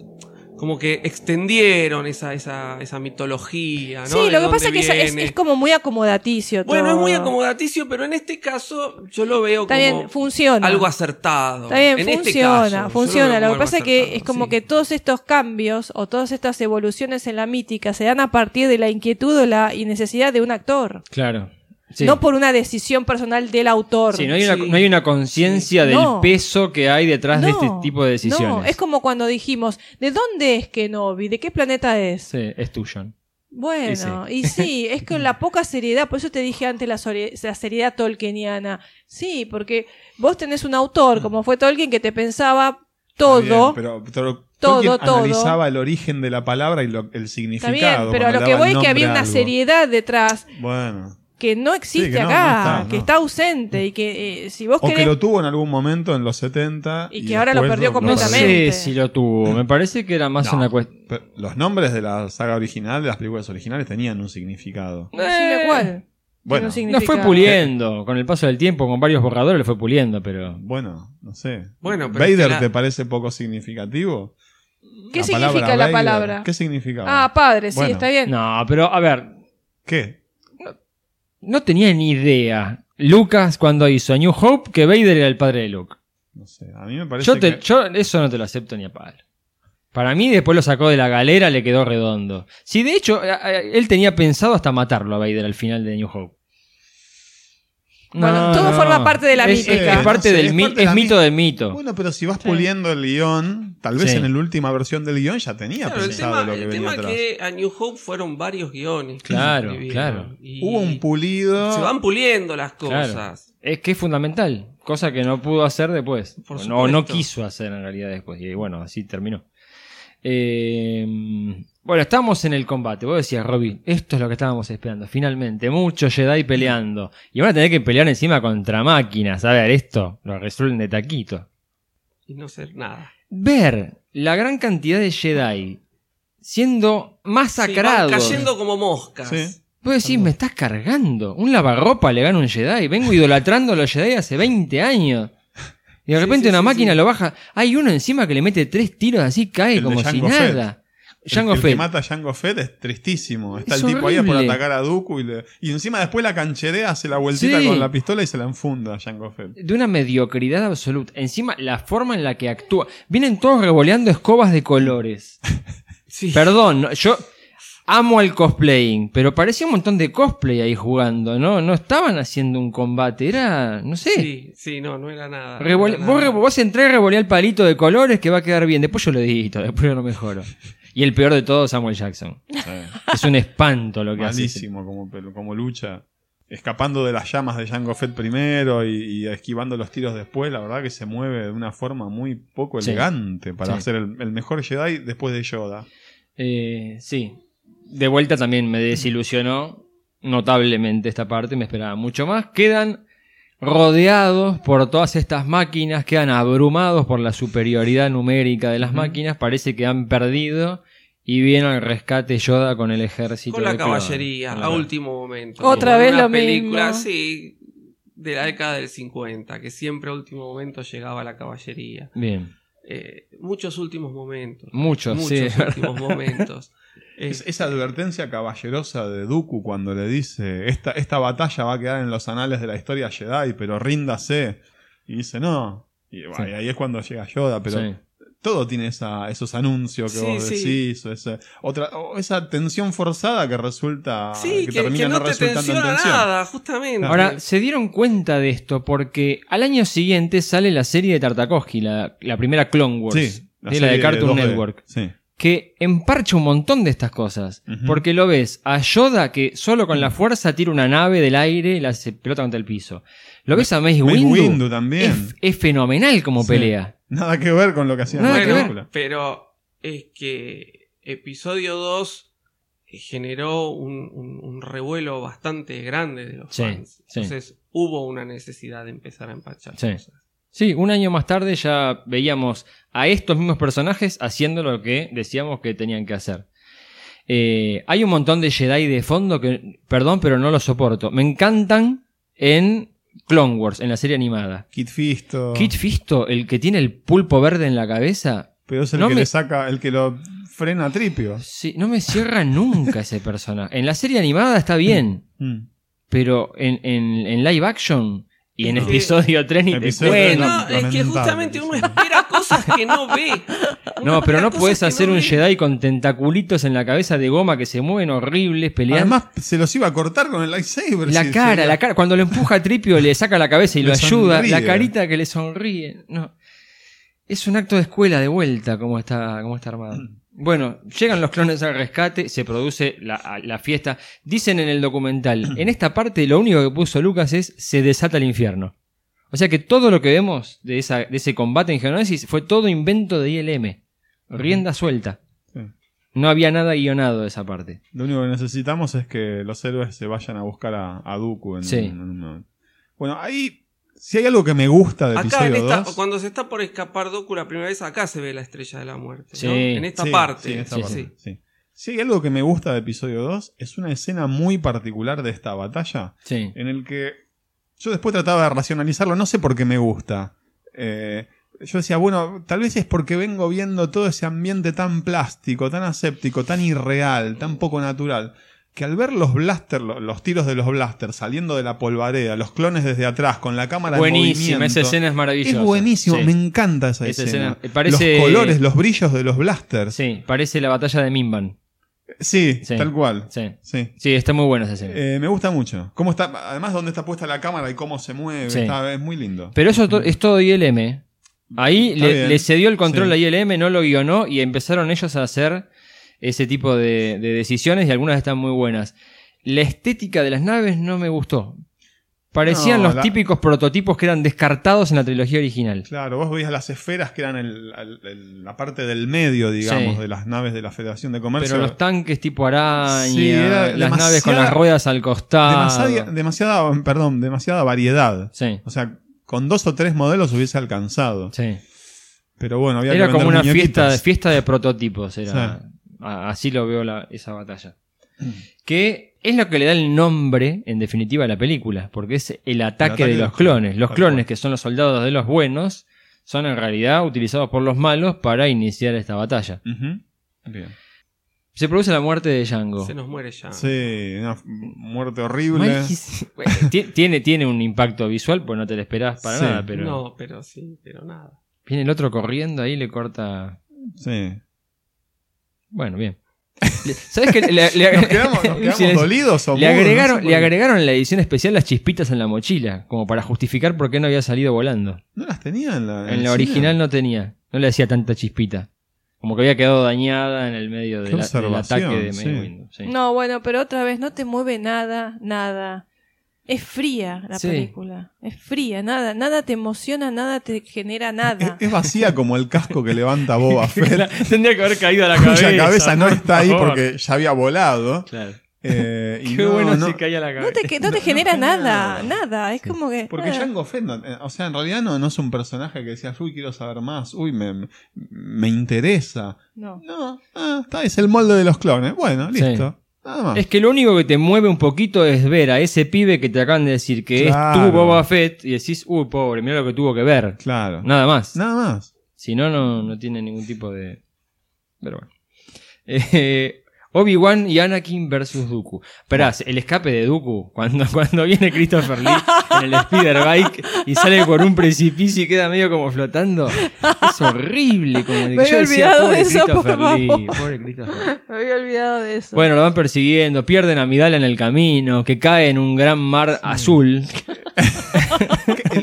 [SPEAKER 6] Como que extendieron esa, esa, esa mitología, ¿no?
[SPEAKER 4] sí,
[SPEAKER 6] De
[SPEAKER 4] lo que
[SPEAKER 6] dónde
[SPEAKER 4] pasa es que es- es,
[SPEAKER 6] viene.
[SPEAKER 4] es como muy acomodaticio.
[SPEAKER 6] Bueno, es
[SPEAKER 4] todo.
[SPEAKER 6] muy acomodaticio, pero en este caso yo lo veo
[SPEAKER 4] Está
[SPEAKER 6] como
[SPEAKER 4] bien, funciona.
[SPEAKER 6] algo acertado.
[SPEAKER 4] Está bien,
[SPEAKER 6] En este
[SPEAKER 4] funciona,
[SPEAKER 6] caso, yo
[SPEAKER 4] funciona.
[SPEAKER 6] veo
[SPEAKER 4] Lo
[SPEAKER 6] como
[SPEAKER 4] que
[SPEAKER 6] algo
[SPEAKER 4] pasa es que
[SPEAKER 6] acertado,
[SPEAKER 4] es como
[SPEAKER 6] sí.
[SPEAKER 4] que todos estos cambios o todas estas evoluciones en la mítica se dan a partir de la inquietud o la innecesidad de un actor.
[SPEAKER 3] Claro. Sí.
[SPEAKER 4] No por una decisión personal del autor.
[SPEAKER 3] Sí, no hay una,
[SPEAKER 6] Sí.
[SPEAKER 3] no hay una conciencia
[SPEAKER 4] Sí.
[SPEAKER 3] del
[SPEAKER 4] No.
[SPEAKER 3] peso que hay detrás de este
[SPEAKER 4] No,
[SPEAKER 3] tipo de decisiones.
[SPEAKER 4] No, es como cuando dijimos, ¿de dónde es Kenobi? ¿De qué planeta es?
[SPEAKER 3] Sí, es tuyo.
[SPEAKER 4] Bueno, y sí. es con la poca seriedad, por eso te dije antes la, sori- la seriedad
[SPEAKER 3] Mm.
[SPEAKER 4] tolkieniana. Sí, porque vos tenés un autor, como fue Tolkien, que te pensaba todo.
[SPEAKER 5] Bien, pero, pero
[SPEAKER 4] todo,
[SPEAKER 5] Tolkien
[SPEAKER 4] todo.
[SPEAKER 5] analizaba el origen de la palabra y lo- el
[SPEAKER 4] Está
[SPEAKER 5] significado.
[SPEAKER 4] bien, pero a lo
[SPEAKER 5] cuando le
[SPEAKER 4] que
[SPEAKER 5] daba
[SPEAKER 4] voy
[SPEAKER 5] el
[SPEAKER 4] es que había
[SPEAKER 5] nombre
[SPEAKER 4] una
[SPEAKER 5] a algo.
[SPEAKER 4] seriedad detrás
[SPEAKER 5] Bueno.
[SPEAKER 4] que no existe
[SPEAKER 5] que no,
[SPEAKER 4] acá,
[SPEAKER 5] no está, no.
[SPEAKER 4] que está ausente y que eh, si vos
[SPEAKER 5] O que
[SPEAKER 4] querés...
[SPEAKER 5] lo tuvo en algún momento en los 70.
[SPEAKER 4] Y que ahora lo
[SPEAKER 5] después
[SPEAKER 4] perdió
[SPEAKER 3] No
[SPEAKER 4] Completamente.
[SPEAKER 3] sé si lo tuvo. Me parece que era más
[SPEAKER 5] No.
[SPEAKER 3] una cuestión.
[SPEAKER 5] Pero Los nombres de la saga original, de las películas originales, tenían un significado.
[SPEAKER 4] Decime cuál.
[SPEAKER 5] Bueno,
[SPEAKER 4] No significa-
[SPEAKER 3] Lo fue puliendo. Con el paso del tiempo, con varios borradores, lo fue puliendo, pero.
[SPEAKER 5] bueno, no sé.
[SPEAKER 6] Bueno, pero es
[SPEAKER 5] ¿Vader
[SPEAKER 6] que la-
[SPEAKER 5] te parece poco significativo?
[SPEAKER 4] ¿Qué
[SPEAKER 5] La palabra
[SPEAKER 4] significa la
[SPEAKER 5] Vader,
[SPEAKER 4] palabra?
[SPEAKER 5] ¿Qué significaba?
[SPEAKER 4] Ah, padre, sí,
[SPEAKER 5] Bueno.
[SPEAKER 4] está bien.
[SPEAKER 3] No, pero a ver,
[SPEAKER 5] ¿Qué?
[SPEAKER 3] no tenía ni idea. Lucas cuando hizo A New Hope que Vader era el padre de Luke.
[SPEAKER 5] No sé. A mí me parece
[SPEAKER 3] Yo, te-
[SPEAKER 5] que.
[SPEAKER 3] yo eso no te lo acepto ni a palo. Para mí después lo sacó de la galera, le quedó redondo. Si de hecho eh, eh, él tenía pensado hasta matarlo a Vader al final de New Hope.
[SPEAKER 4] Bueno, todo forma parte de la
[SPEAKER 3] Es-
[SPEAKER 4] mítica.
[SPEAKER 3] Es, parte
[SPEAKER 5] No sé,
[SPEAKER 3] del
[SPEAKER 5] es
[SPEAKER 3] mi-
[SPEAKER 5] parte de
[SPEAKER 3] es
[SPEAKER 5] la
[SPEAKER 3] mito
[SPEAKER 5] mi-
[SPEAKER 3] del mito.
[SPEAKER 5] Bueno, pero si vas
[SPEAKER 4] Sí.
[SPEAKER 5] puliendo el guión, tal vez
[SPEAKER 3] Sí.
[SPEAKER 5] en la última versión del guión ya tenía
[SPEAKER 6] Claro, el
[SPEAKER 5] pensado
[SPEAKER 6] tema,
[SPEAKER 5] lo que
[SPEAKER 6] el
[SPEAKER 5] venía
[SPEAKER 6] tema
[SPEAKER 5] atrás.
[SPEAKER 6] que a New Hope fueron varios guiones. que
[SPEAKER 3] Claro,
[SPEAKER 6] se escribieron.
[SPEAKER 3] claro.
[SPEAKER 6] Y
[SPEAKER 5] Hubo un pulido.
[SPEAKER 6] Se van puliendo las
[SPEAKER 3] Claro.
[SPEAKER 6] cosas.
[SPEAKER 3] Es que es fundamental, cosa que no pudo hacer después.
[SPEAKER 6] Por
[SPEAKER 3] O no, o no
[SPEAKER 6] supuesto.
[SPEAKER 3] quiso hacer en realidad después. Y bueno, así terminó. Eh, bueno, estamos en el combate. Vos decías, Robbie, esto es lo que estábamos esperando. Finalmente, muchos Jedi peleando. Y van a tener que pelear encima contra máquinas. A ver, esto lo resuelven de taquito.
[SPEAKER 6] Y no ser nada.
[SPEAKER 3] Ver la gran cantidad de Jedi siendo
[SPEAKER 6] Sí, van
[SPEAKER 3] masacrados.
[SPEAKER 6] cayendo como moscas.
[SPEAKER 5] Sí.
[SPEAKER 3] Vos decís, me estás cargando. Un lavarropa le gana un Jedi. Vengo idolatrando a los Jedi hace 20 años. Y de
[SPEAKER 6] Sí,
[SPEAKER 3] repente
[SPEAKER 6] sí,
[SPEAKER 3] una
[SPEAKER 6] sí,
[SPEAKER 3] máquina
[SPEAKER 6] sí.
[SPEAKER 3] lo baja. Hay uno encima que le mete tres tiros así, cae
[SPEAKER 5] El de
[SPEAKER 3] como si
[SPEAKER 5] Jango Fett.
[SPEAKER 3] nada.
[SPEAKER 5] El-
[SPEAKER 3] Jango
[SPEAKER 5] el, que
[SPEAKER 3] Fett.
[SPEAKER 5] mata a Jango Fett es tristísimo. Está
[SPEAKER 3] Es
[SPEAKER 5] el tipo ahí por
[SPEAKER 3] horrible.
[SPEAKER 5] atacar a Dooku y, le- y encima después la cancherea, hace la vueltita
[SPEAKER 3] Sí.
[SPEAKER 5] con la pistola y se la enfunda a Jango Fett.
[SPEAKER 3] De una mediocridad absoluta. Encima, la forma en la que actúa. Vienen todos revoleando escobas de colores.
[SPEAKER 6] Sí.
[SPEAKER 3] Perdón, no, yo amo el cosplaying, pero parecía un montón de cosplay ahí jugando, ¿no? No estaban haciendo un combate, era, no sé.
[SPEAKER 6] Sí, sí, no, no era nada. no
[SPEAKER 3] Ah, Revol-
[SPEAKER 6] era nada.
[SPEAKER 3] vos, re- vos entré y revoleá el palito de colores que va a quedar bien. Después yo lo edito, después yo lo mejoro. Y el peor de todo, Samuel Jackson. Es un espanto lo que hace.
[SPEAKER 5] Malísimo como, pel- como lucha. Escapando de las llamas de Jango Fett primero y, y esquivando los tiros después, la verdad que se mueve de una forma muy poco
[SPEAKER 3] Sí.
[SPEAKER 5] elegante para
[SPEAKER 3] Sí.
[SPEAKER 5] ser el, el mejor Jedi después de Yoda.
[SPEAKER 3] Eh, sí. De vuelta también me desilusionó notablemente esta parte, me esperaba mucho más. Quedan rodeados por todas estas máquinas, quedan abrumados por la superioridad numérica de las máquinas, parece que han perdido y viene al rescate Yoda con el ejército.
[SPEAKER 6] Con la
[SPEAKER 3] de clones.
[SPEAKER 6] caballería,
[SPEAKER 3] Con
[SPEAKER 6] a
[SPEAKER 3] la-
[SPEAKER 6] último momento.
[SPEAKER 4] Otra
[SPEAKER 6] Como
[SPEAKER 4] vez
[SPEAKER 6] una
[SPEAKER 4] lo
[SPEAKER 6] película,
[SPEAKER 4] mismo.
[SPEAKER 6] sí, de la década del 50, que siempre a último momento llegaba la caballería.
[SPEAKER 3] Bien.
[SPEAKER 6] Eh, muchos últimos momentos.
[SPEAKER 3] Muchos,
[SPEAKER 6] muchos
[SPEAKER 3] sí.
[SPEAKER 6] últimos momentos. Eh,
[SPEAKER 3] Este
[SPEAKER 5] Es- esa advertencia caballerosa de Dooku cuando le dice esta, esta batalla va a quedar en los anales de la historia Jedi, pero ríndase. Y dice no. Y, bueno,
[SPEAKER 3] Sí.
[SPEAKER 5] y ahí es cuando llega Yoda, pero
[SPEAKER 3] Sí.
[SPEAKER 5] todo tiene esa, esos anuncios que
[SPEAKER 6] Sí,
[SPEAKER 5] vos
[SPEAKER 6] sí.
[SPEAKER 5] decís, o, ese- otra, o esa tensión forzada Ah, que resulta
[SPEAKER 6] sí, que,
[SPEAKER 5] termina
[SPEAKER 6] que no, te
[SPEAKER 5] resultando en
[SPEAKER 6] tensiona
[SPEAKER 5] tensión.
[SPEAKER 6] nada, justamente.
[SPEAKER 3] Ahora, se dieron cuenta de esto porque al año siguiente sale la serie de Tartakovsky, la, la primera Clone Wars,
[SPEAKER 5] Sí,
[SPEAKER 3] de la
[SPEAKER 5] serie
[SPEAKER 3] de Cartoon
[SPEAKER 5] 2D.
[SPEAKER 3] Network,
[SPEAKER 5] Sí.
[SPEAKER 3] que emparcha un montón de estas cosas.
[SPEAKER 5] Ujú.
[SPEAKER 3] Porque lo ves a Yoda que solo con la fuerza tira una nave del aire y la se pelota contra el piso. Lo ves a Mace
[SPEAKER 5] Mace
[SPEAKER 3] Windu.
[SPEAKER 5] Windu también.
[SPEAKER 3] Es, es fenomenal como
[SPEAKER 5] Sí.
[SPEAKER 3] pelea.
[SPEAKER 5] Nada que ver con lo que hacía en
[SPEAKER 3] Nada
[SPEAKER 5] la
[SPEAKER 3] que ver.
[SPEAKER 5] película.
[SPEAKER 6] Pero es que episodio 2 generó un, un- un revuelo bastante grande de los
[SPEAKER 3] Sí,
[SPEAKER 6] fans.
[SPEAKER 3] sí.
[SPEAKER 6] Entonces hubo una necesidad de empezar a empachar
[SPEAKER 3] Sí.
[SPEAKER 6] cosas.
[SPEAKER 3] Sí, un año más tarde ya veíamos a estos mismos personajes haciendo lo que decíamos que tenían que hacer. Eh, hay un montón de Jedi de fondo que, perdón, pero no los soporto. Me encantan en Clone Wars, en la serie animada.
[SPEAKER 5] Kit Fisto.
[SPEAKER 3] Kit Fisto, el que tiene el pulpo verde en la cabeza,
[SPEAKER 5] pero es el
[SPEAKER 3] no
[SPEAKER 5] que
[SPEAKER 3] me-
[SPEAKER 5] le saca, el que lo frena a tripio.
[SPEAKER 3] sí, no me cierra nunca ese personaje. En la serie animada está bien,
[SPEAKER 5] Mm.
[SPEAKER 3] pero en, en- en live action y en
[SPEAKER 6] No.
[SPEAKER 3] episodio 3 ni te
[SPEAKER 5] Episodio tres
[SPEAKER 3] cuento.
[SPEAKER 6] No, es que
[SPEAKER 5] lamentable.
[SPEAKER 6] justamente uno espera cosas que no ve. Uno
[SPEAKER 3] No, pero
[SPEAKER 6] espera
[SPEAKER 3] no
[SPEAKER 6] cosas
[SPEAKER 3] puedes
[SPEAKER 6] que
[SPEAKER 3] hacer
[SPEAKER 6] no
[SPEAKER 3] un
[SPEAKER 6] ve.
[SPEAKER 3] Jedi con tentaculitos en la cabeza de goma que se mueven horribles peleando.
[SPEAKER 5] Además, se los iba a cortar con el lightsaber.
[SPEAKER 3] la
[SPEAKER 5] sí,
[SPEAKER 3] cara,
[SPEAKER 5] sí.
[SPEAKER 3] la cara. Cuando lo empuja a Tripio, le saca la cabeza y
[SPEAKER 5] Le
[SPEAKER 3] lo ayuda.
[SPEAKER 5] sonríe.
[SPEAKER 3] La carita que le sonríe. No. Es un acto de escuela de vuelta, como está, como está armado.
[SPEAKER 5] Mm.
[SPEAKER 3] Bueno, llegan los clones al rescate, se produce la, la fiesta. Dicen en el documental, en esta parte lo único que puso Lucas es se desata el infierno. O sea que todo lo que vemos de, esa, de ese combate en Geonosis fue todo invento de ILM.
[SPEAKER 5] Ajá.
[SPEAKER 3] Rienda suelta.
[SPEAKER 5] Sí.
[SPEAKER 3] No había nada guionado de esa parte.
[SPEAKER 5] Lo único que necesitamos es que los héroes se vayan a buscar a, a Dooku en,
[SPEAKER 3] Sí.
[SPEAKER 5] en un momento. Bueno, ahí. Si hay algo que me gusta de
[SPEAKER 6] Acá, en
[SPEAKER 5] episodio
[SPEAKER 6] esta,
[SPEAKER 5] 2,
[SPEAKER 6] cuando se está por escapar Doku la primera vez, acá se ve la estrella de la muerte. ¿no?
[SPEAKER 3] Sí.
[SPEAKER 6] En esta
[SPEAKER 5] Sí,
[SPEAKER 6] parte.
[SPEAKER 5] sí, en esta
[SPEAKER 3] sí,
[SPEAKER 5] parte,
[SPEAKER 6] sí.
[SPEAKER 5] sí. Si hay algo que me gusta de episodio 2, es una escena muy particular de esta batalla.
[SPEAKER 3] Sí.
[SPEAKER 5] en el que yo después trataba de racionalizarlo, no sé por qué me gusta. Eh, yo decía, bueno, tal vez es porque vengo viendo todo ese ambiente tan plástico, tan aséptico, tan irreal, tan poco natural, que al ver los blasters, lo- los tiros de los blasters saliendo de la polvareda, los clones desde atrás con la cámara en
[SPEAKER 3] Buenísima,
[SPEAKER 5] movimiento,
[SPEAKER 3] esa escena es maravillosa.
[SPEAKER 5] es buenísimo,
[SPEAKER 3] Sí.
[SPEAKER 5] me encanta esa,
[SPEAKER 3] Esa
[SPEAKER 5] escena.
[SPEAKER 3] escena, eh, parece-
[SPEAKER 5] Los colores, los brillos de los blasters.
[SPEAKER 3] Sí, parece la batalla de Mimban.
[SPEAKER 5] Sí,
[SPEAKER 3] Sí.
[SPEAKER 5] tal cual.
[SPEAKER 3] Sí.
[SPEAKER 5] Sí.
[SPEAKER 3] Sí, está muy buena esa escena.
[SPEAKER 5] Eh, me gusta mucho. Cómo está, además, dónde está puesta la cámara y cómo se mueve.
[SPEAKER 3] Sí.
[SPEAKER 5] está- es muy lindo.
[SPEAKER 3] Pero eso to- es todo ILM. Ahí
[SPEAKER 5] Está
[SPEAKER 3] le,
[SPEAKER 5] bien.
[SPEAKER 3] le cedió el control
[SPEAKER 5] Sí.
[SPEAKER 3] a ILM, no lo guionó y empezaron ellos a hacer ese tipo de, de decisiones y algunas están muy buenas. La estética de las naves no me gustó. Parecían
[SPEAKER 5] No,
[SPEAKER 3] los
[SPEAKER 5] la-
[SPEAKER 3] típicos prototipos que eran descartados en la trilogía original.
[SPEAKER 5] Claro, vos veías las esferas que eran el- el- el- la parte del medio, digamos,
[SPEAKER 3] Sí.
[SPEAKER 5] de las naves de la Federación de Comercio.
[SPEAKER 3] Pero los tanques tipo araña,
[SPEAKER 5] Sí, era
[SPEAKER 3] las naves con
[SPEAKER 5] demasiada-
[SPEAKER 3] las ruedas al costado.
[SPEAKER 5] demasiada, demasiada- perdón, demasiada variedad.
[SPEAKER 3] Sí,
[SPEAKER 5] O sea, con dos o tres modelos hubiese alcanzado.
[SPEAKER 3] sí.
[SPEAKER 5] Pero bueno, había
[SPEAKER 3] Era
[SPEAKER 5] que
[SPEAKER 3] como una
[SPEAKER 5] vender
[SPEAKER 3] fiesta,
[SPEAKER 5] muñequitas.
[SPEAKER 3] fiesta de prototipos. Era. A- Así lo veo la- esa batalla. Que es lo que le da el nombre, en definitiva, a la película. Porque es el ataque,
[SPEAKER 5] ataque
[SPEAKER 3] de
[SPEAKER 5] de
[SPEAKER 3] los
[SPEAKER 5] los clones,
[SPEAKER 3] clones. Los
[SPEAKER 5] tal
[SPEAKER 3] clones,
[SPEAKER 5] cual.
[SPEAKER 3] que son los soldados de los buenos, son en realidad utilizados por los malos para iniciar esta batalla.
[SPEAKER 5] Ujú. Bien.
[SPEAKER 3] Se produce la muerte de Django.
[SPEAKER 6] Se nos muere ya.
[SPEAKER 5] Sí, una f- muerte horrible.
[SPEAKER 3] Ah. Mal- Ti- tiene, tiene un impacto visual, pues no te lo esperás para
[SPEAKER 5] Sí.
[SPEAKER 3] nada. Pero
[SPEAKER 6] No, pero sí, pero nada.
[SPEAKER 3] viene el otro corriendo ahí, le corta.
[SPEAKER 5] Sí.
[SPEAKER 3] Bueno, bien. Le- ¿Sabes qué? Le- le-
[SPEAKER 5] ¿Nos quedamos, nos quedamos
[SPEAKER 3] Sí, le-
[SPEAKER 5] dolidos o
[SPEAKER 3] Le
[SPEAKER 5] mudos? No sé
[SPEAKER 3] agregaron,
[SPEAKER 5] por
[SPEAKER 3] le
[SPEAKER 5] qué.
[SPEAKER 3] agregaron en la edición especial las chispitas en la mochila, como para justificar por qué no había salido volando.
[SPEAKER 5] ¿No las tenía en la,
[SPEAKER 3] En
[SPEAKER 5] el
[SPEAKER 3] la
[SPEAKER 5] cine?
[SPEAKER 3] original no tenía, no le hacía tanta chispita. Como que había quedado dañada en el medio de
[SPEAKER 5] Qué
[SPEAKER 3] la- del
[SPEAKER 5] observación,
[SPEAKER 3] ataque de
[SPEAKER 5] sí.
[SPEAKER 3] Main sí.
[SPEAKER 4] No, bueno, pero otra vez no te mueve nada, nada. Es fría la
[SPEAKER 3] Sí.
[SPEAKER 4] película. Es fría, nada, nada te emociona, nada te genera
[SPEAKER 5] Es,
[SPEAKER 4] nada.
[SPEAKER 5] es vacía como el casco que levanta Boba Fett.
[SPEAKER 3] Tendría que haber caído a la cabeza.
[SPEAKER 5] cuya cabeza no
[SPEAKER 3] por
[SPEAKER 5] está ahí
[SPEAKER 3] favor.
[SPEAKER 5] porque ya había volado.
[SPEAKER 3] Claro.
[SPEAKER 5] Eh, y
[SPEAKER 3] Qué
[SPEAKER 5] no,
[SPEAKER 3] bueno
[SPEAKER 5] no,
[SPEAKER 3] si caía a la
[SPEAKER 4] No
[SPEAKER 3] cabeza.
[SPEAKER 4] te, que- no te genera nada, nada. Es como que.
[SPEAKER 5] Porque
[SPEAKER 4] nada.
[SPEAKER 5] Jango Fett, no- eh, o sea, en realidad no, no es un personaje que decías, uy, quiero saber más, uy, me, me interesa.
[SPEAKER 4] No.
[SPEAKER 5] No, ah, está, es el molde de los clones. Bueno,
[SPEAKER 3] Sí.
[SPEAKER 5] listo. Nada más.
[SPEAKER 3] Es que lo único que te mueve un poquito es ver a ese pibe que te acaban de decir que es
[SPEAKER 5] Claro.
[SPEAKER 3] tu Boba Fett y decís, uy, pobre, mira lo que tuvo que ver.
[SPEAKER 5] Claro.
[SPEAKER 3] Nada más.
[SPEAKER 5] Nada más.
[SPEAKER 3] Si no, no, no tiene ningún tipo de. Pero bueno. Eh, Obi-Wan y Anakin versus Dooku. Esperá, el escape de Dooku, cuando, cuando viene Christopher Lee en el Spider-Bike y sale por un precipicio y queda medio como flotando. Es horrible. Como de
[SPEAKER 4] Me había olvidado
[SPEAKER 3] pobre
[SPEAKER 4] de eso, por
[SPEAKER 3] Christopher Lee,
[SPEAKER 4] favor".
[SPEAKER 3] pobre Christopher.
[SPEAKER 4] Me había olvidado de eso.
[SPEAKER 3] Bueno, lo van persiguiendo, pierden a Midala en el camino, que cae en un gran mar azul.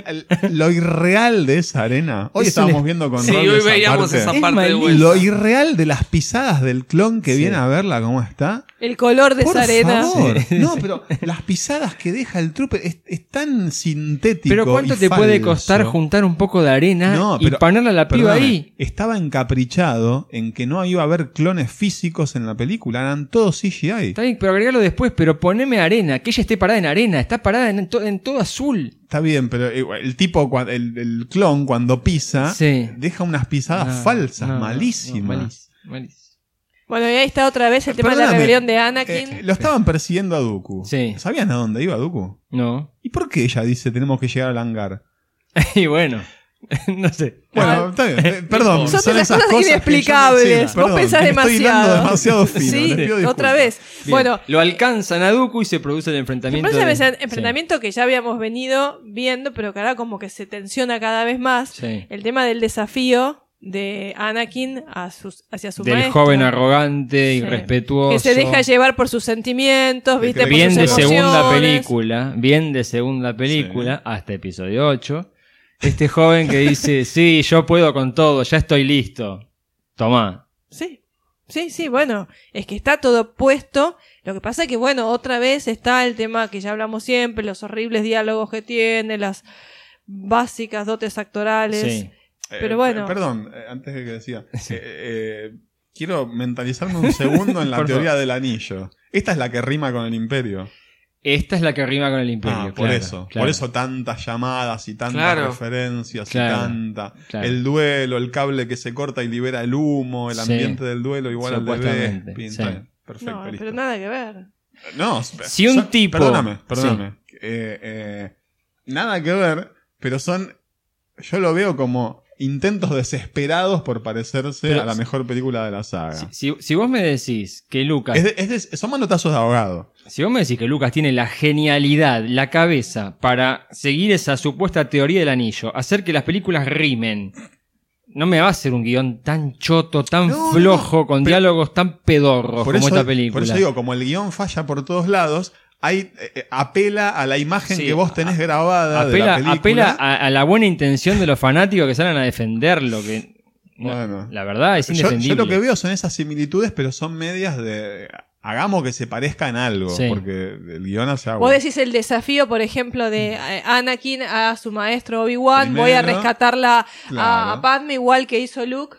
[SPEAKER 5] El- el- lo irreal de esa arena. Hoy
[SPEAKER 3] Es
[SPEAKER 5] estábamos
[SPEAKER 3] un-
[SPEAKER 5] viendo con
[SPEAKER 6] Sí,
[SPEAKER 5] Rolly
[SPEAKER 6] hoy
[SPEAKER 5] esa
[SPEAKER 6] veíamos
[SPEAKER 5] parte.
[SPEAKER 6] esa
[SPEAKER 3] Es
[SPEAKER 6] parte de
[SPEAKER 3] malísimo.
[SPEAKER 6] vuelta.
[SPEAKER 5] Lo irreal de las pisadas del clon que
[SPEAKER 3] Sí.
[SPEAKER 5] viene a verla, ¿cómo está?
[SPEAKER 4] El color de
[SPEAKER 5] Por
[SPEAKER 4] esa arena.
[SPEAKER 5] favor. No, pero las pisadas que deja el trooper es, es tan sintético.
[SPEAKER 3] Pero ¿cuánto
[SPEAKER 5] y
[SPEAKER 3] te puede
[SPEAKER 5] falso.
[SPEAKER 3] costar juntar un poco de arena
[SPEAKER 5] No,
[SPEAKER 3] y
[SPEAKER 5] pero-
[SPEAKER 3] ponerle a la piba
[SPEAKER 5] Perdóname,
[SPEAKER 3] ahí?
[SPEAKER 5] Estaba encaprichado en que no iba a haber clones físicos en la película, eran todos CGI.
[SPEAKER 3] Está bien, pero agregalo después, pero poneme arena, que ella esté parada en arena, está parada en, to- en todo azul.
[SPEAKER 5] Está bien, pero igual, el tipo, cua- el, el clon cuando pisa,
[SPEAKER 3] Sí.
[SPEAKER 5] deja unas pisadas
[SPEAKER 3] No,
[SPEAKER 5] falsas,
[SPEAKER 3] no, no,
[SPEAKER 5] malísimas.
[SPEAKER 3] no, malís- malís.
[SPEAKER 4] Bueno, y ahí está otra vez el tema de la
[SPEAKER 5] Perdóname,
[SPEAKER 4] rebelión de
[SPEAKER 5] Eh,
[SPEAKER 4] Anakin.
[SPEAKER 5] lo estaban persiguiendo a Dooku.
[SPEAKER 3] Sí.
[SPEAKER 5] ¿Sabían a dónde iba Dooku?
[SPEAKER 3] No.
[SPEAKER 5] ¿Y por qué ella dice tenemos que llegar al hangar?
[SPEAKER 3] y bueno, no sé.
[SPEAKER 5] Bueno, está bien, eh, perdón.
[SPEAKER 4] Ah. Son esas cosas
[SPEAKER 5] esas cosas que yo no-
[SPEAKER 4] inexplicables.
[SPEAKER 5] sí,
[SPEAKER 4] Vos
[SPEAKER 5] perdón,
[SPEAKER 4] pensás
[SPEAKER 5] estoy hilando
[SPEAKER 4] demasiado.
[SPEAKER 5] demasiado fino,
[SPEAKER 4] sí,
[SPEAKER 5] les pido disculpas.
[SPEAKER 4] otra vez.
[SPEAKER 3] Bien,
[SPEAKER 4] Bueno,
[SPEAKER 3] lo alcanzan a Dooku y se produce el
[SPEAKER 4] Me
[SPEAKER 3] enfrentamiento.
[SPEAKER 4] parece
[SPEAKER 3] de-
[SPEAKER 4] ese enfrentamiento que ya habíamos venido viendo, pero que ahora como que se tensiona cada vez más.
[SPEAKER 3] Sí.
[SPEAKER 4] El tema del desafío de Anakin a sus- hacia su
[SPEAKER 3] Del
[SPEAKER 4] maestro.
[SPEAKER 3] joven arrogante,
[SPEAKER 4] Sí.
[SPEAKER 3] irrespetuoso.
[SPEAKER 4] Que se deja llevar por sus sentimientos,
[SPEAKER 5] Que
[SPEAKER 4] viste, por
[SPEAKER 3] Bien
[SPEAKER 4] sus
[SPEAKER 3] de
[SPEAKER 4] emociones.
[SPEAKER 3] segunda película, bien de segunda película, hasta episodio 8. Este joven que dice, sí, yo puedo con todo, ya estoy listo. Tomá.
[SPEAKER 4] Sí, sí, sí, bueno, es que está todo puesto. Lo que pasa que, bueno, otra vez está el tema que ya hablamos siempre, los horribles diálogos que tiene, las básicas dotes actorales.
[SPEAKER 3] Sí.
[SPEAKER 4] Pero bueno.
[SPEAKER 5] perdón, eh, antes de que decía. eh, eh, quiero mentalizarme un segundo en la
[SPEAKER 3] Por
[SPEAKER 5] teoría del anillo. Esta es la que rima con el imperio.
[SPEAKER 3] Esta es la que rima con el imperio.
[SPEAKER 5] Ah, por
[SPEAKER 3] claro,
[SPEAKER 5] eso.
[SPEAKER 3] claro.
[SPEAKER 5] Por eso tantas llamadas y tantas
[SPEAKER 6] Claro.
[SPEAKER 5] referencias
[SPEAKER 3] Claro,
[SPEAKER 5] y tanta.
[SPEAKER 3] claro.
[SPEAKER 5] El duelo, el cable que se corta y libera el humo, el
[SPEAKER 3] Sí.
[SPEAKER 5] ambiente del duelo, igual al de
[SPEAKER 3] Supuestamente,
[SPEAKER 5] Bespin, está
[SPEAKER 3] sí.
[SPEAKER 5] bien. Perfecto,
[SPEAKER 4] No,
[SPEAKER 5] listo.
[SPEAKER 4] pero nada que ver.
[SPEAKER 5] No,
[SPEAKER 3] Si un
[SPEAKER 5] son-
[SPEAKER 3] tipo-
[SPEAKER 5] Perdóname, perdóname. Eh, eh, nada que ver, pero son. Yo lo veo como intentos desesperados por parecerse
[SPEAKER 3] Pero-
[SPEAKER 5] a la mejor película de la saga.
[SPEAKER 3] Si, si- si vos me decís que Lucas.
[SPEAKER 5] Es de- es de- son manotazos de ahogado.
[SPEAKER 3] Si vos me decís que Lucas tiene la genialidad, la cabeza, para seguir esa supuesta teoría del anillo, hacer que las películas rimen. No me va a hacer un guión tan choto, tan
[SPEAKER 5] No, no,
[SPEAKER 3] flojo, con
[SPEAKER 5] pero-
[SPEAKER 3] diálogos tan pedorros como esta película.
[SPEAKER 5] por eso digo, como el guión falla por todos lados, hay, eh, eh, apela a la imagen
[SPEAKER 3] Sí,
[SPEAKER 5] que vos tenés
[SPEAKER 3] a-
[SPEAKER 5] grabada de la
[SPEAKER 3] apela,
[SPEAKER 5] película.
[SPEAKER 3] apela a, a la buena intención de los fanáticos que salen a defenderlo. Que, no,
[SPEAKER 5] Bueno.
[SPEAKER 3] la verdad es
[SPEAKER 5] yo,
[SPEAKER 3] indefendible.
[SPEAKER 5] yo lo que veo son esas similitudes, pero son medias de. Hagamos que se parezcan a algo,
[SPEAKER 3] Sí.
[SPEAKER 5] porque el guión hace agua.
[SPEAKER 4] Vos decís el desafío, por ejemplo, de eh, Anakin a su maestro Obi-Wan, voy a
[SPEAKER 5] Mm. Primero,
[SPEAKER 4] rescatarla a- a,
[SPEAKER 5] claro. Mm.
[SPEAKER 4] Padme igual que hizo Luke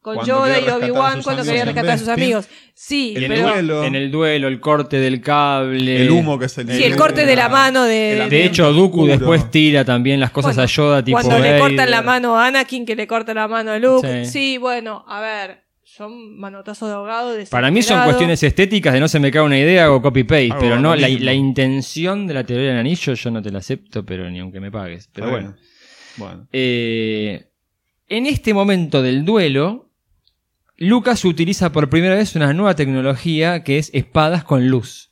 [SPEAKER 4] con
[SPEAKER 5] Cuando
[SPEAKER 4] Yoda
[SPEAKER 5] quería
[SPEAKER 4] y
[SPEAKER 5] rescatar a
[SPEAKER 4] Obi-Wan
[SPEAKER 5] sus
[SPEAKER 4] cuando
[SPEAKER 5] amigos
[SPEAKER 4] quería
[SPEAKER 5] en
[SPEAKER 4] rescatar a sus
[SPEAKER 5] Bespin.
[SPEAKER 4] amigos. Sí,
[SPEAKER 5] El
[SPEAKER 3] en,
[SPEAKER 4] pero
[SPEAKER 3] el
[SPEAKER 5] duelo.
[SPEAKER 3] en el duelo, el corte del cable.
[SPEAKER 5] el humo que se
[SPEAKER 4] sí, el corte de la mano
[SPEAKER 5] el
[SPEAKER 4] de...
[SPEAKER 3] De hecho, Dooku
[SPEAKER 5] Oscuro.
[SPEAKER 3] después tira también las cosas
[SPEAKER 4] Bueno,
[SPEAKER 3] a Yoda tipo.
[SPEAKER 4] cuando le
[SPEAKER 3] Vader.
[SPEAKER 4] cortan la mano a Anakin, que le corta la mano a Luke. Sí,
[SPEAKER 3] Sí.
[SPEAKER 4] bueno, a ver, son manotazos de ahogado.
[SPEAKER 3] Para mí son
[SPEAKER 4] desesperado.
[SPEAKER 3] cuestiones estéticas de no se me cae una idea o copy paste,
[SPEAKER 5] Hago
[SPEAKER 3] pero
[SPEAKER 5] lo
[SPEAKER 3] no, la,
[SPEAKER 5] mismo.
[SPEAKER 3] la intención de la teoría del anillo yo no te la acepto, pero ni aunque me pagues.
[SPEAKER 5] Ah,
[SPEAKER 3] Pero bueno.
[SPEAKER 5] Bueno.
[SPEAKER 3] Eh, en este momento del duelo, Lucas utiliza por primera vez una nueva tecnología que es espadas con luz.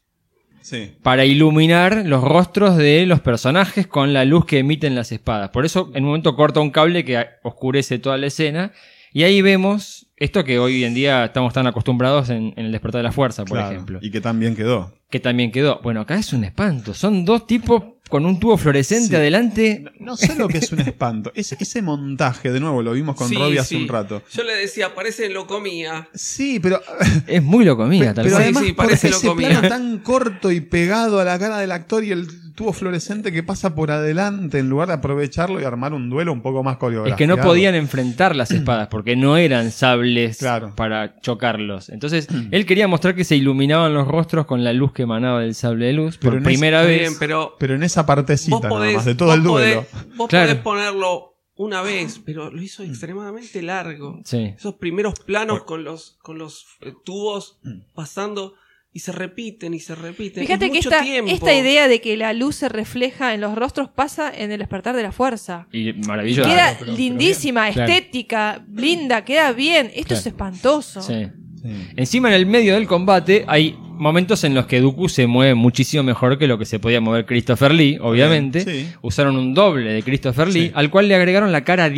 [SPEAKER 5] Sí.
[SPEAKER 3] Para iluminar los rostros de los personajes con la luz que emiten las espadas. Por eso, en un momento corta un cable que a- oscurece toda la escena. Y ahí vemos esto que hoy en día estamos tan acostumbrados en, en el despertar de la fuerza, por
[SPEAKER 5] claro.
[SPEAKER 3] ejemplo
[SPEAKER 5] Y que también quedó.
[SPEAKER 3] que también quedó. Bueno, acá es un espanto. Son dos tipos con un tubo fluorescente
[SPEAKER 5] Sí.
[SPEAKER 3] adelante.
[SPEAKER 5] No, no sé lo que es un espanto. Es, ese montaje, de nuevo, lo vimos con
[SPEAKER 6] Sí,
[SPEAKER 5] Robbie hace
[SPEAKER 6] sí.
[SPEAKER 5] un rato.
[SPEAKER 6] Yo le decía, parece lo comía.
[SPEAKER 5] Sí, pero,
[SPEAKER 3] Es muy locomía,
[SPEAKER 5] pero,
[SPEAKER 3] tal cual.
[SPEAKER 5] además
[SPEAKER 6] Sí, sí,
[SPEAKER 5] ¿por qué
[SPEAKER 6] parece lo
[SPEAKER 5] ese
[SPEAKER 6] comía.
[SPEAKER 5] plano tan corto y pegado a la cara del actor y el tubo fluorescente que pasa por adelante en lugar de aprovecharlo y armar un duelo un poco más
[SPEAKER 3] Es
[SPEAKER 5] coreográfico.
[SPEAKER 3] que no podían enfrentar las espadas porque no eran sables
[SPEAKER 5] Claro. Mm.
[SPEAKER 3] para chocarlos. Entonces, él quería mostrar que se iluminaban los rostros con la luz que emanaba del sable de luz
[SPEAKER 5] Pero
[SPEAKER 3] por
[SPEAKER 5] en ese-
[SPEAKER 3] primera
[SPEAKER 6] Está
[SPEAKER 3] vez.
[SPEAKER 6] bien, pero
[SPEAKER 5] Pero en esa partecita
[SPEAKER 6] vos
[SPEAKER 5] nada
[SPEAKER 6] podés,
[SPEAKER 5] más, de todo
[SPEAKER 6] vos
[SPEAKER 5] el duelo.
[SPEAKER 6] podés- vos
[SPEAKER 3] Claro.
[SPEAKER 6] podés ponerlo una vez, pero lo
[SPEAKER 5] Mm.
[SPEAKER 6] hizo extremadamente largo.
[SPEAKER 3] Sí.
[SPEAKER 6] Esos primeros planos con los, con los eh, tubos pasando y se repiten y se repiten.
[SPEAKER 4] Fíjate
[SPEAKER 6] Es
[SPEAKER 4] que
[SPEAKER 6] mucho
[SPEAKER 4] esta,
[SPEAKER 6] tiempo.
[SPEAKER 4] esta idea de que la luz se refleja en los rostros pasa en el despertar de la fuerza.
[SPEAKER 3] Y
[SPEAKER 4] Y
[SPEAKER 3] maravilloso.
[SPEAKER 4] queda
[SPEAKER 5] pero- pero
[SPEAKER 4] lindísima,
[SPEAKER 3] bien. Claro.
[SPEAKER 4] estética, linda, queda bien. Esto
[SPEAKER 3] Claro.
[SPEAKER 4] es espantoso.
[SPEAKER 3] Sí.
[SPEAKER 5] Sí.
[SPEAKER 3] Encima en el medio del combate hay momentos en los que Dooku se mueve muchísimo mejor que lo que se podía mover Christopher Lee, obviamente.
[SPEAKER 5] Sí.
[SPEAKER 3] Usaron un doble de Christopher Lee,
[SPEAKER 5] Sí.
[SPEAKER 3] al cual le agregaron la cara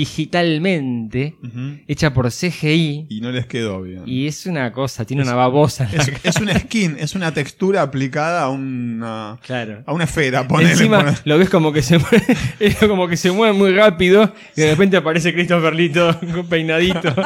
[SPEAKER 3] digitalmente,
[SPEAKER 5] Ujú.
[SPEAKER 3] hecha por CGI,
[SPEAKER 5] Y no les quedó bien.
[SPEAKER 3] y es una cosa, tiene una babosa en la
[SPEAKER 5] Es,
[SPEAKER 3] cara.
[SPEAKER 5] es una skin, es una textura aplicada a una,
[SPEAKER 3] Claro.
[SPEAKER 5] a una esfera, ponele.
[SPEAKER 3] Encima
[SPEAKER 5] ponele.
[SPEAKER 3] lo ves como que se mueve, es como que se mueve muy rápido y de repente aparece Christopher Lee todo con peinadito.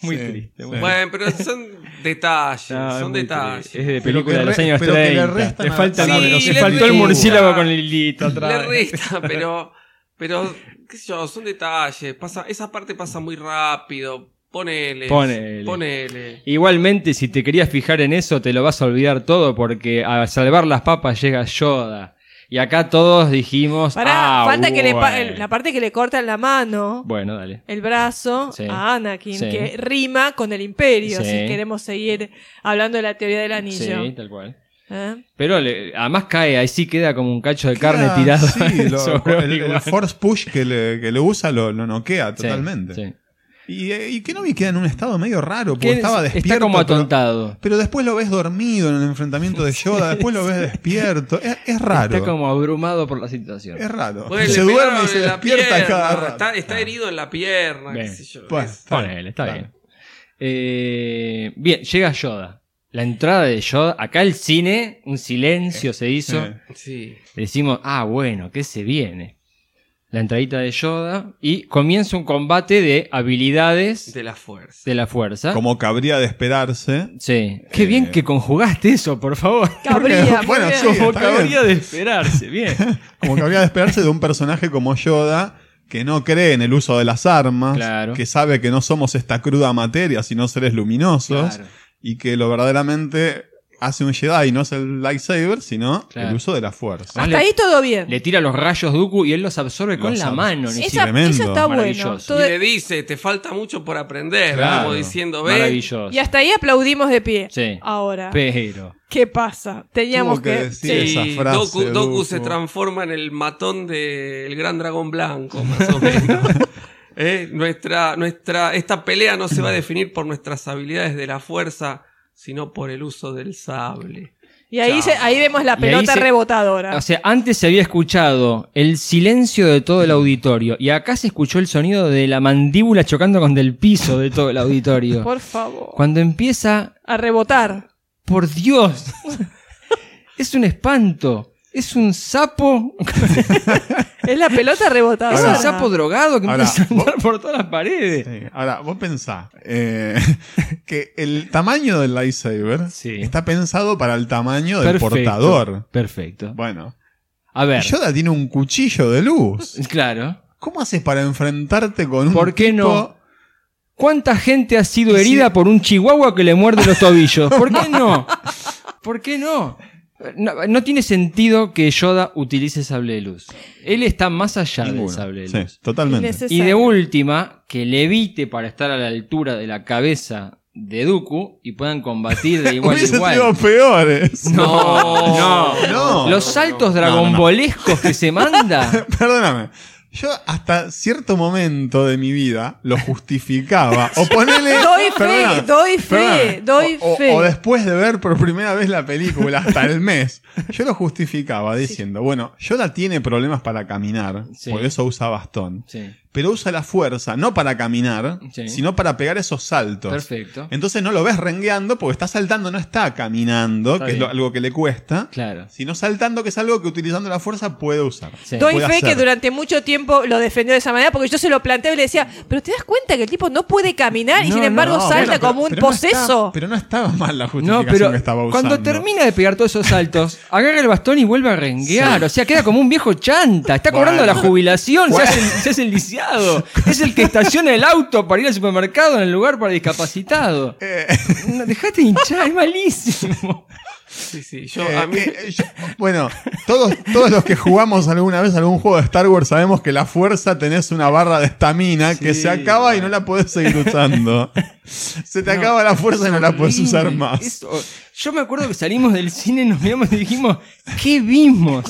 [SPEAKER 3] Muy
[SPEAKER 5] Sí,
[SPEAKER 3] triste. muy
[SPEAKER 5] sí.
[SPEAKER 6] Bueno, pero son detalles,
[SPEAKER 3] No, Ah, es
[SPEAKER 6] son
[SPEAKER 3] muy
[SPEAKER 6] detalles.
[SPEAKER 3] triste. Es de
[SPEAKER 5] Pero
[SPEAKER 3] película
[SPEAKER 5] que
[SPEAKER 3] de los
[SPEAKER 5] re-
[SPEAKER 3] años
[SPEAKER 5] pero que le
[SPEAKER 3] 30.
[SPEAKER 5] restan
[SPEAKER 3] Le,
[SPEAKER 5] a-
[SPEAKER 3] falta,
[SPEAKER 5] a la
[SPEAKER 3] le
[SPEAKER 5] velocidad.
[SPEAKER 3] faltó el
[SPEAKER 6] Sí,
[SPEAKER 3] murciélago
[SPEAKER 6] la-
[SPEAKER 3] con el hilito
[SPEAKER 6] Le
[SPEAKER 3] atrás.
[SPEAKER 6] resta, pero, pero, qué sé yo, son detalles. Pasa, esa parte pasa muy rápido. Ponele.
[SPEAKER 3] Ponele.
[SPEAKER 6] Ponele.
[SPEAKER 3] Igualmente, si te querías fijar en eso, te lo vas a olvidar todo porque a salvar las papas llega Yoda. Y acá todos dijimos.
[SPEAKER 4] Pará,
[SPEAKER 3] "Ah,
[SPEAKER 4] falta que le pa-
[SPEAKER 3] bueno".
[SPEAKER 4] la parte que le cortan la mano,
[SPEAKER 3] Bueno, dale.
[SPEAKER 4] el brazo
[SPEAKER 3] Sí.
[SPEAKER 4] a Anakin,
[SPEAKER 3] Sí.
[SPEAKER 4] que rima con el imperio,
[SPEAKER 3] Sí.
[SPEAKER 4] si queremos seguir hablando de la teoría del anillo.
[SPEAKER 3] Sí, tal cual.
[SPEAKER 4] ¿Eh?
[SPEAKER 3] Pero le- además cae, ahí sí queda como un cacho de
[SPEAKER 5] Queda-
[SPEAKER 3] carne tirado.
[SPEAKER 5] sí, lo-
[SPEAKER 3] sobre
[SPEAKER 5] el, el
[SPEAKER 3] Obi-Wan.
[SPEAKER 5] force push que, le, que lo usa lo, lo noquea
[SPEAKER 3] Sí,
[SPEAKER 5] totalmente.
[SPEAKER 3] sí.
[SPEAKER 5] Y, eh, y Kenobi queda en un estado medio raro, porque
[SPEAKER 3] Que
[SPEAKER 5] estaba despierto.
[SPEAKER 3] Está como
[SPEAKER 5] pero-
[SPEAKER 3] atontado.
[SPEAKER 5] Pero, después lo ves dormido en el enfrentamiento de Yoda, después lo ves despierto. Es, es raro.
[SPEAKER 3] Está como abrumado por la situación.
[SPEAKER 5] Es raro.
[SPEAKER 6] Bueno,
[SPEAKER 5] se
[SPEAKER 6] le
[SPEAKER 5] duerme
[SPEAKER 6] pegaron
[SPEAKER 5] y se
[SPEAKER 6] en la
[SPEAKER 5] despierta
[SPEAKER 6] pierna,
[SPEAKER 5] cada rato.
[SPEAKER 6] Está, está herido en la pierna.
[SPEAKER 3] Bien.
[SPEAKER 6] Qué sé yo.
[SPEAKER 5] Bueno,
[SPEAKER 6] Es-
[SPEAKER 5] está bien.
[SPEAKER 3] Ponele, está
[SPEAKER 5] está
[SPEAKER 3] bien. Eh, bien, llega Yoda. La entrada de Yoda. Acá el cine, un silencio se hizo.
[SPEAKER 5] Eh,
[SPEAKER 6] sí.
[SPEAKER 3] Decimos, ah, bueno, ¿qué se viene? la entradita de Yoda y comienza un combate de habilidades
[SPEAKER 6] de la fuerza.
[SPEAKER 3] de la fuerza.
[SPEAKER 5] Como cabría de esperarse.
[SPEAKER 3] Sí. Qué bien que conjugaste eso, por favor.
[SPEAKER 4] Cabría,
[SPEAKER 5] Bueno,
[SPEAKER 4] muy bien.
[SPEAKER 5] sí.
[SPEAKER 3] Como
[SPEAKER 5] está bien.
[SPEAKER 3] cabría de esperarse, bien.
[SPEAKER 5] Como que habría de esperarse de un personaje como Yoda que no cree en el uso de las armas,
[SPEAKER 3] Claro.
[SPEAKER 5] que sabe que no somos esta cruda materia, sino seres luminosos,
[SPEAKER 3] Claro.
[SPEAKER 5] y que lo verdaderamente hace un Jedi no es el lightsaber, sino
[SPEAKER 3] Claro.
[SPEAKER 5] el uso de la fuerza.
[SPEAKER 3] Ah,
[SPEAKER 4] Hasta ahí todo bien.
[SPEAKER 3] Le tira los rayos Dooku y él los absorbe con
[SPEAKER 5] Los
[SPEAKER 3] la
[SPEAKER 5] abs-
[SPEAKER 3] mano. ni
[SPEAKER 5] es
[SPEAKER 4] Esa,
[SPEAKER 3] siquiera.
[SPEAKER 5] tremendo.
[SPEAKER 4] eso está bueno.
[SPEAKER 3] Maravilloso.
[SPEAKER 6] Y
[SPEAKER 4] Todo-
[SPEAKER 6] le dice, te falta mucho por aprender.
[SPEAKER 5] Claro.
[SPEAKER 6] Como diciendo, ve,
[SPEAKER 3] Maravilloso.
[SPEAKER 4] y hasta ahí aplaudimos de pie.
[SPEAKER 3] Sí.
[SPEAKER 4] Ahora,
[SPEAKER 3] Pero.
[SPEAKER 4] ¿qué pasa? Teníamos
[SPEAKER 5] Tuvo que
[SPEAKER 4] que.
[SPEAKER 5] decir
[SPEAKER 4] sí.
[SPEAKER 5] esa
[SPEAKER 6] Y
[SPEAKER 5] frase,
[SPEAKER 6] Doku, Doku
[SPEAKER 5] Doku.
[SPEAKER 6] se transforma en el matón del gran dragón blanco, más o menos. Eh, Nuestra, nuestra, esta pelea no se va a definir por nuestras habilidades de la fuerza, sino por el uso del sable.
[SPEAKER 4] Y ahí, se- ahí vemos la
[SPEAKER 3] Y ahí
[SPEAKER 4] pelota
[SPEAKER 3] se- Ah,
[SPEAKER 4] rebotadora.
[SPEAKER 3] O sea, antes se había escuchado el silencio de todo el auditorio y acá se escuchó el sonido de la mandíbula chocando con el piso de todo el auditorio.
[SPEAKER 4] Por favor.
[SPEAKER 3] Cuando empieza,
[SPEAKER 4] A rebotar.
[SPEAKER 3] por Dios, es un espanto. Es un sapo,
[SPEAKER 4] Es la pelota
[SPEAKER 3] es
[SPEAKER 4] rebotadora.
[SPEAKER 3] un sapo drogado que
[SPEAKER 5] Ahora,
[SPEAKER 3] empieza a
[SPEAKER 5] vos-
[SPEAKER 3] andar por todas las paredes.
[SPEAKER 5] Sí. Ahora, vos pensá eh, que el tamaño del lightsaber
[SPEAKER 3] Sí.
[SPEAKER 5] está pensado para el tamaño del
[SPEAKER 3] Perfecto.
[SPEAKER 5] portador.
[SPEAKER 3] Perfecto.
[SPEAKER 5] Bueno,
[SPEAKER 3] A ver,
[SPEAKER 5] Yoda tiene un cuchillo de luz.
[SPEAKER 3] claro.
[SPEAKER 5] ¿Cómo haces para enfrentarte con un
[SPEAKER 3] ¿Por qué
[SPEAKER 5] tipo-
[SPEAKER 3] no? ¿Cuánta gente ha sido
[SPEAKER 5] Y si-
[SPEAKER 3] herida por un chihuahua que le muerde los tobillos? ¿Por qué no? ¿Por qué no? No, no tiene sentido que Yoda utilice sable de luz. Él está más allá del
[SPEAKER 5] Ninguno.
[SPEAKER 3] sable de
[SPEAKER 5] Sí,
[SPEAKER 3] luz. Y
[SPEAKER 5] totalmente.
[SPEAKER 4] Innecesario.
[SPEAKER 3] de última, que levite para estar a la altura de la cabeza de Dooku y puedan combatir de igual a
[SPEAKER 5] Hubiese
[SPEAKER 3] igual.
[SPEAKER 5] sido ¿eh? peores.
[SPEAKER 3] No, no.
[SPEAKER 5] No.
[SPEAKER 3] Los saltos dragonbolescos que se manda.
[SPEAKER 5] Perdóname. Yo hasta cierto momento de mi vida lo justificaba. O ponele.
[SPEAKER 4] Doy fe,
[SPEAKER 5] perdóname,
[SPEAKER 4] doy fe,
[SPEAKER 5] perdóname.
[SPEAKER 4] doy
[SPEAKER 5] O- o-
[SPEAKER 4] fe.
[SPEAKER 5] O, después de ver por primera vez la película, hasta el mes, yo lo justificaba diciendo: bueno, Yoda tiene problemas para caminar,
[SPEAKER 3] Sí.
[SPEAKER 5] por eso usa bastón.
[SPEAKER 3] Sí,
[SPEAKER 5] Pero usa la fuerza, no para caminar,
[SPEAKER 3] Sí.
[SPEAKER 5] sino para pegar esos saltos.
[SPEAKER 3] perfecto.
[SPEAKER 5] Entonces no lo ves rengueando porque está saltando, no está caminando,
[SPEAKER 3] Está
[SPEAKER 5] que es
[SPEAKER 3] bien.
[SPEAKER 5] lo- algo que le cuesta.
[SPEAKER 3] Claro.
[SPEAKER 5] Sino saltando, que es algo que utilizando la fuerza puede usar.
[SPEAKER 3] Sí.
[SPEAKER 4] Doy
[SPEAKER 5] puede
[SPEAKER 4] fe
[SPEAKER 5] hacer.
[SPEAKER 4] que durante mucho tiempo lo defendió de esa manera porque yo se lo planteaba y le decía, pero te das cuenta que el tipo no puede caminar y
[SPEAKER 5] No,
[SPEAKER 4] sin
[SPEAKER 5] no,
[SPEAKER 4] embargo
[SPEAKER 5] no,
[SPEAKER 4] salta
[SPEAKER 5] bueno, pero-
[SPEAKER 4] como un
[SPEAKER 5] pero no está-
[SPEAKER 4] poseso.
[SPEAKER 5] pero no estaba mal la
[SPEAKER 3] No,
[SPEAKER 5] justificación
[SPEAKER 3] pero
[SPEAKER 5] que estaba usando.
[SPEAKER 3] cuando termina de pegar todos esos saltos, agarra el bastón y vuelve a renguear.
[SPEAKER 5] Sí.
[SPEAKER 3] O sea, queda como un viejo chanta. Está cobrando
[SPEAKER 5] Bueno.
[SPEAKER 3] la jubilación, se, hace el, se hace el lisiado. Es el que estaciona el auto para ir al supermercado en el lugar para discapacitado.
[SPEAKER 5] Eh,
[SPEAKER 3] No, dejate de hinchar, es malísimo.
[SPEAKER 6] Sí, sí, yo a mí...
[SPEAKER 5] eh, eh, yo- bueno, todos, todos los que jugamos alguna vez algún juego de Star Wars sabemos que la fuerza tenés una barra de estamina que
[SPEAKER 3] Sí,
[SPEAKER 5] se acaba y no la podés seguir usando. Se te acaba la fuerza y no la podés usar
[SPEAKER 3] Horrible.
[SPEAKER 5] más.
[SPEAKER 3] Es hor- yo me acuerdo que salimos del cine, nos miramos y dijimos, ¿qué vimos?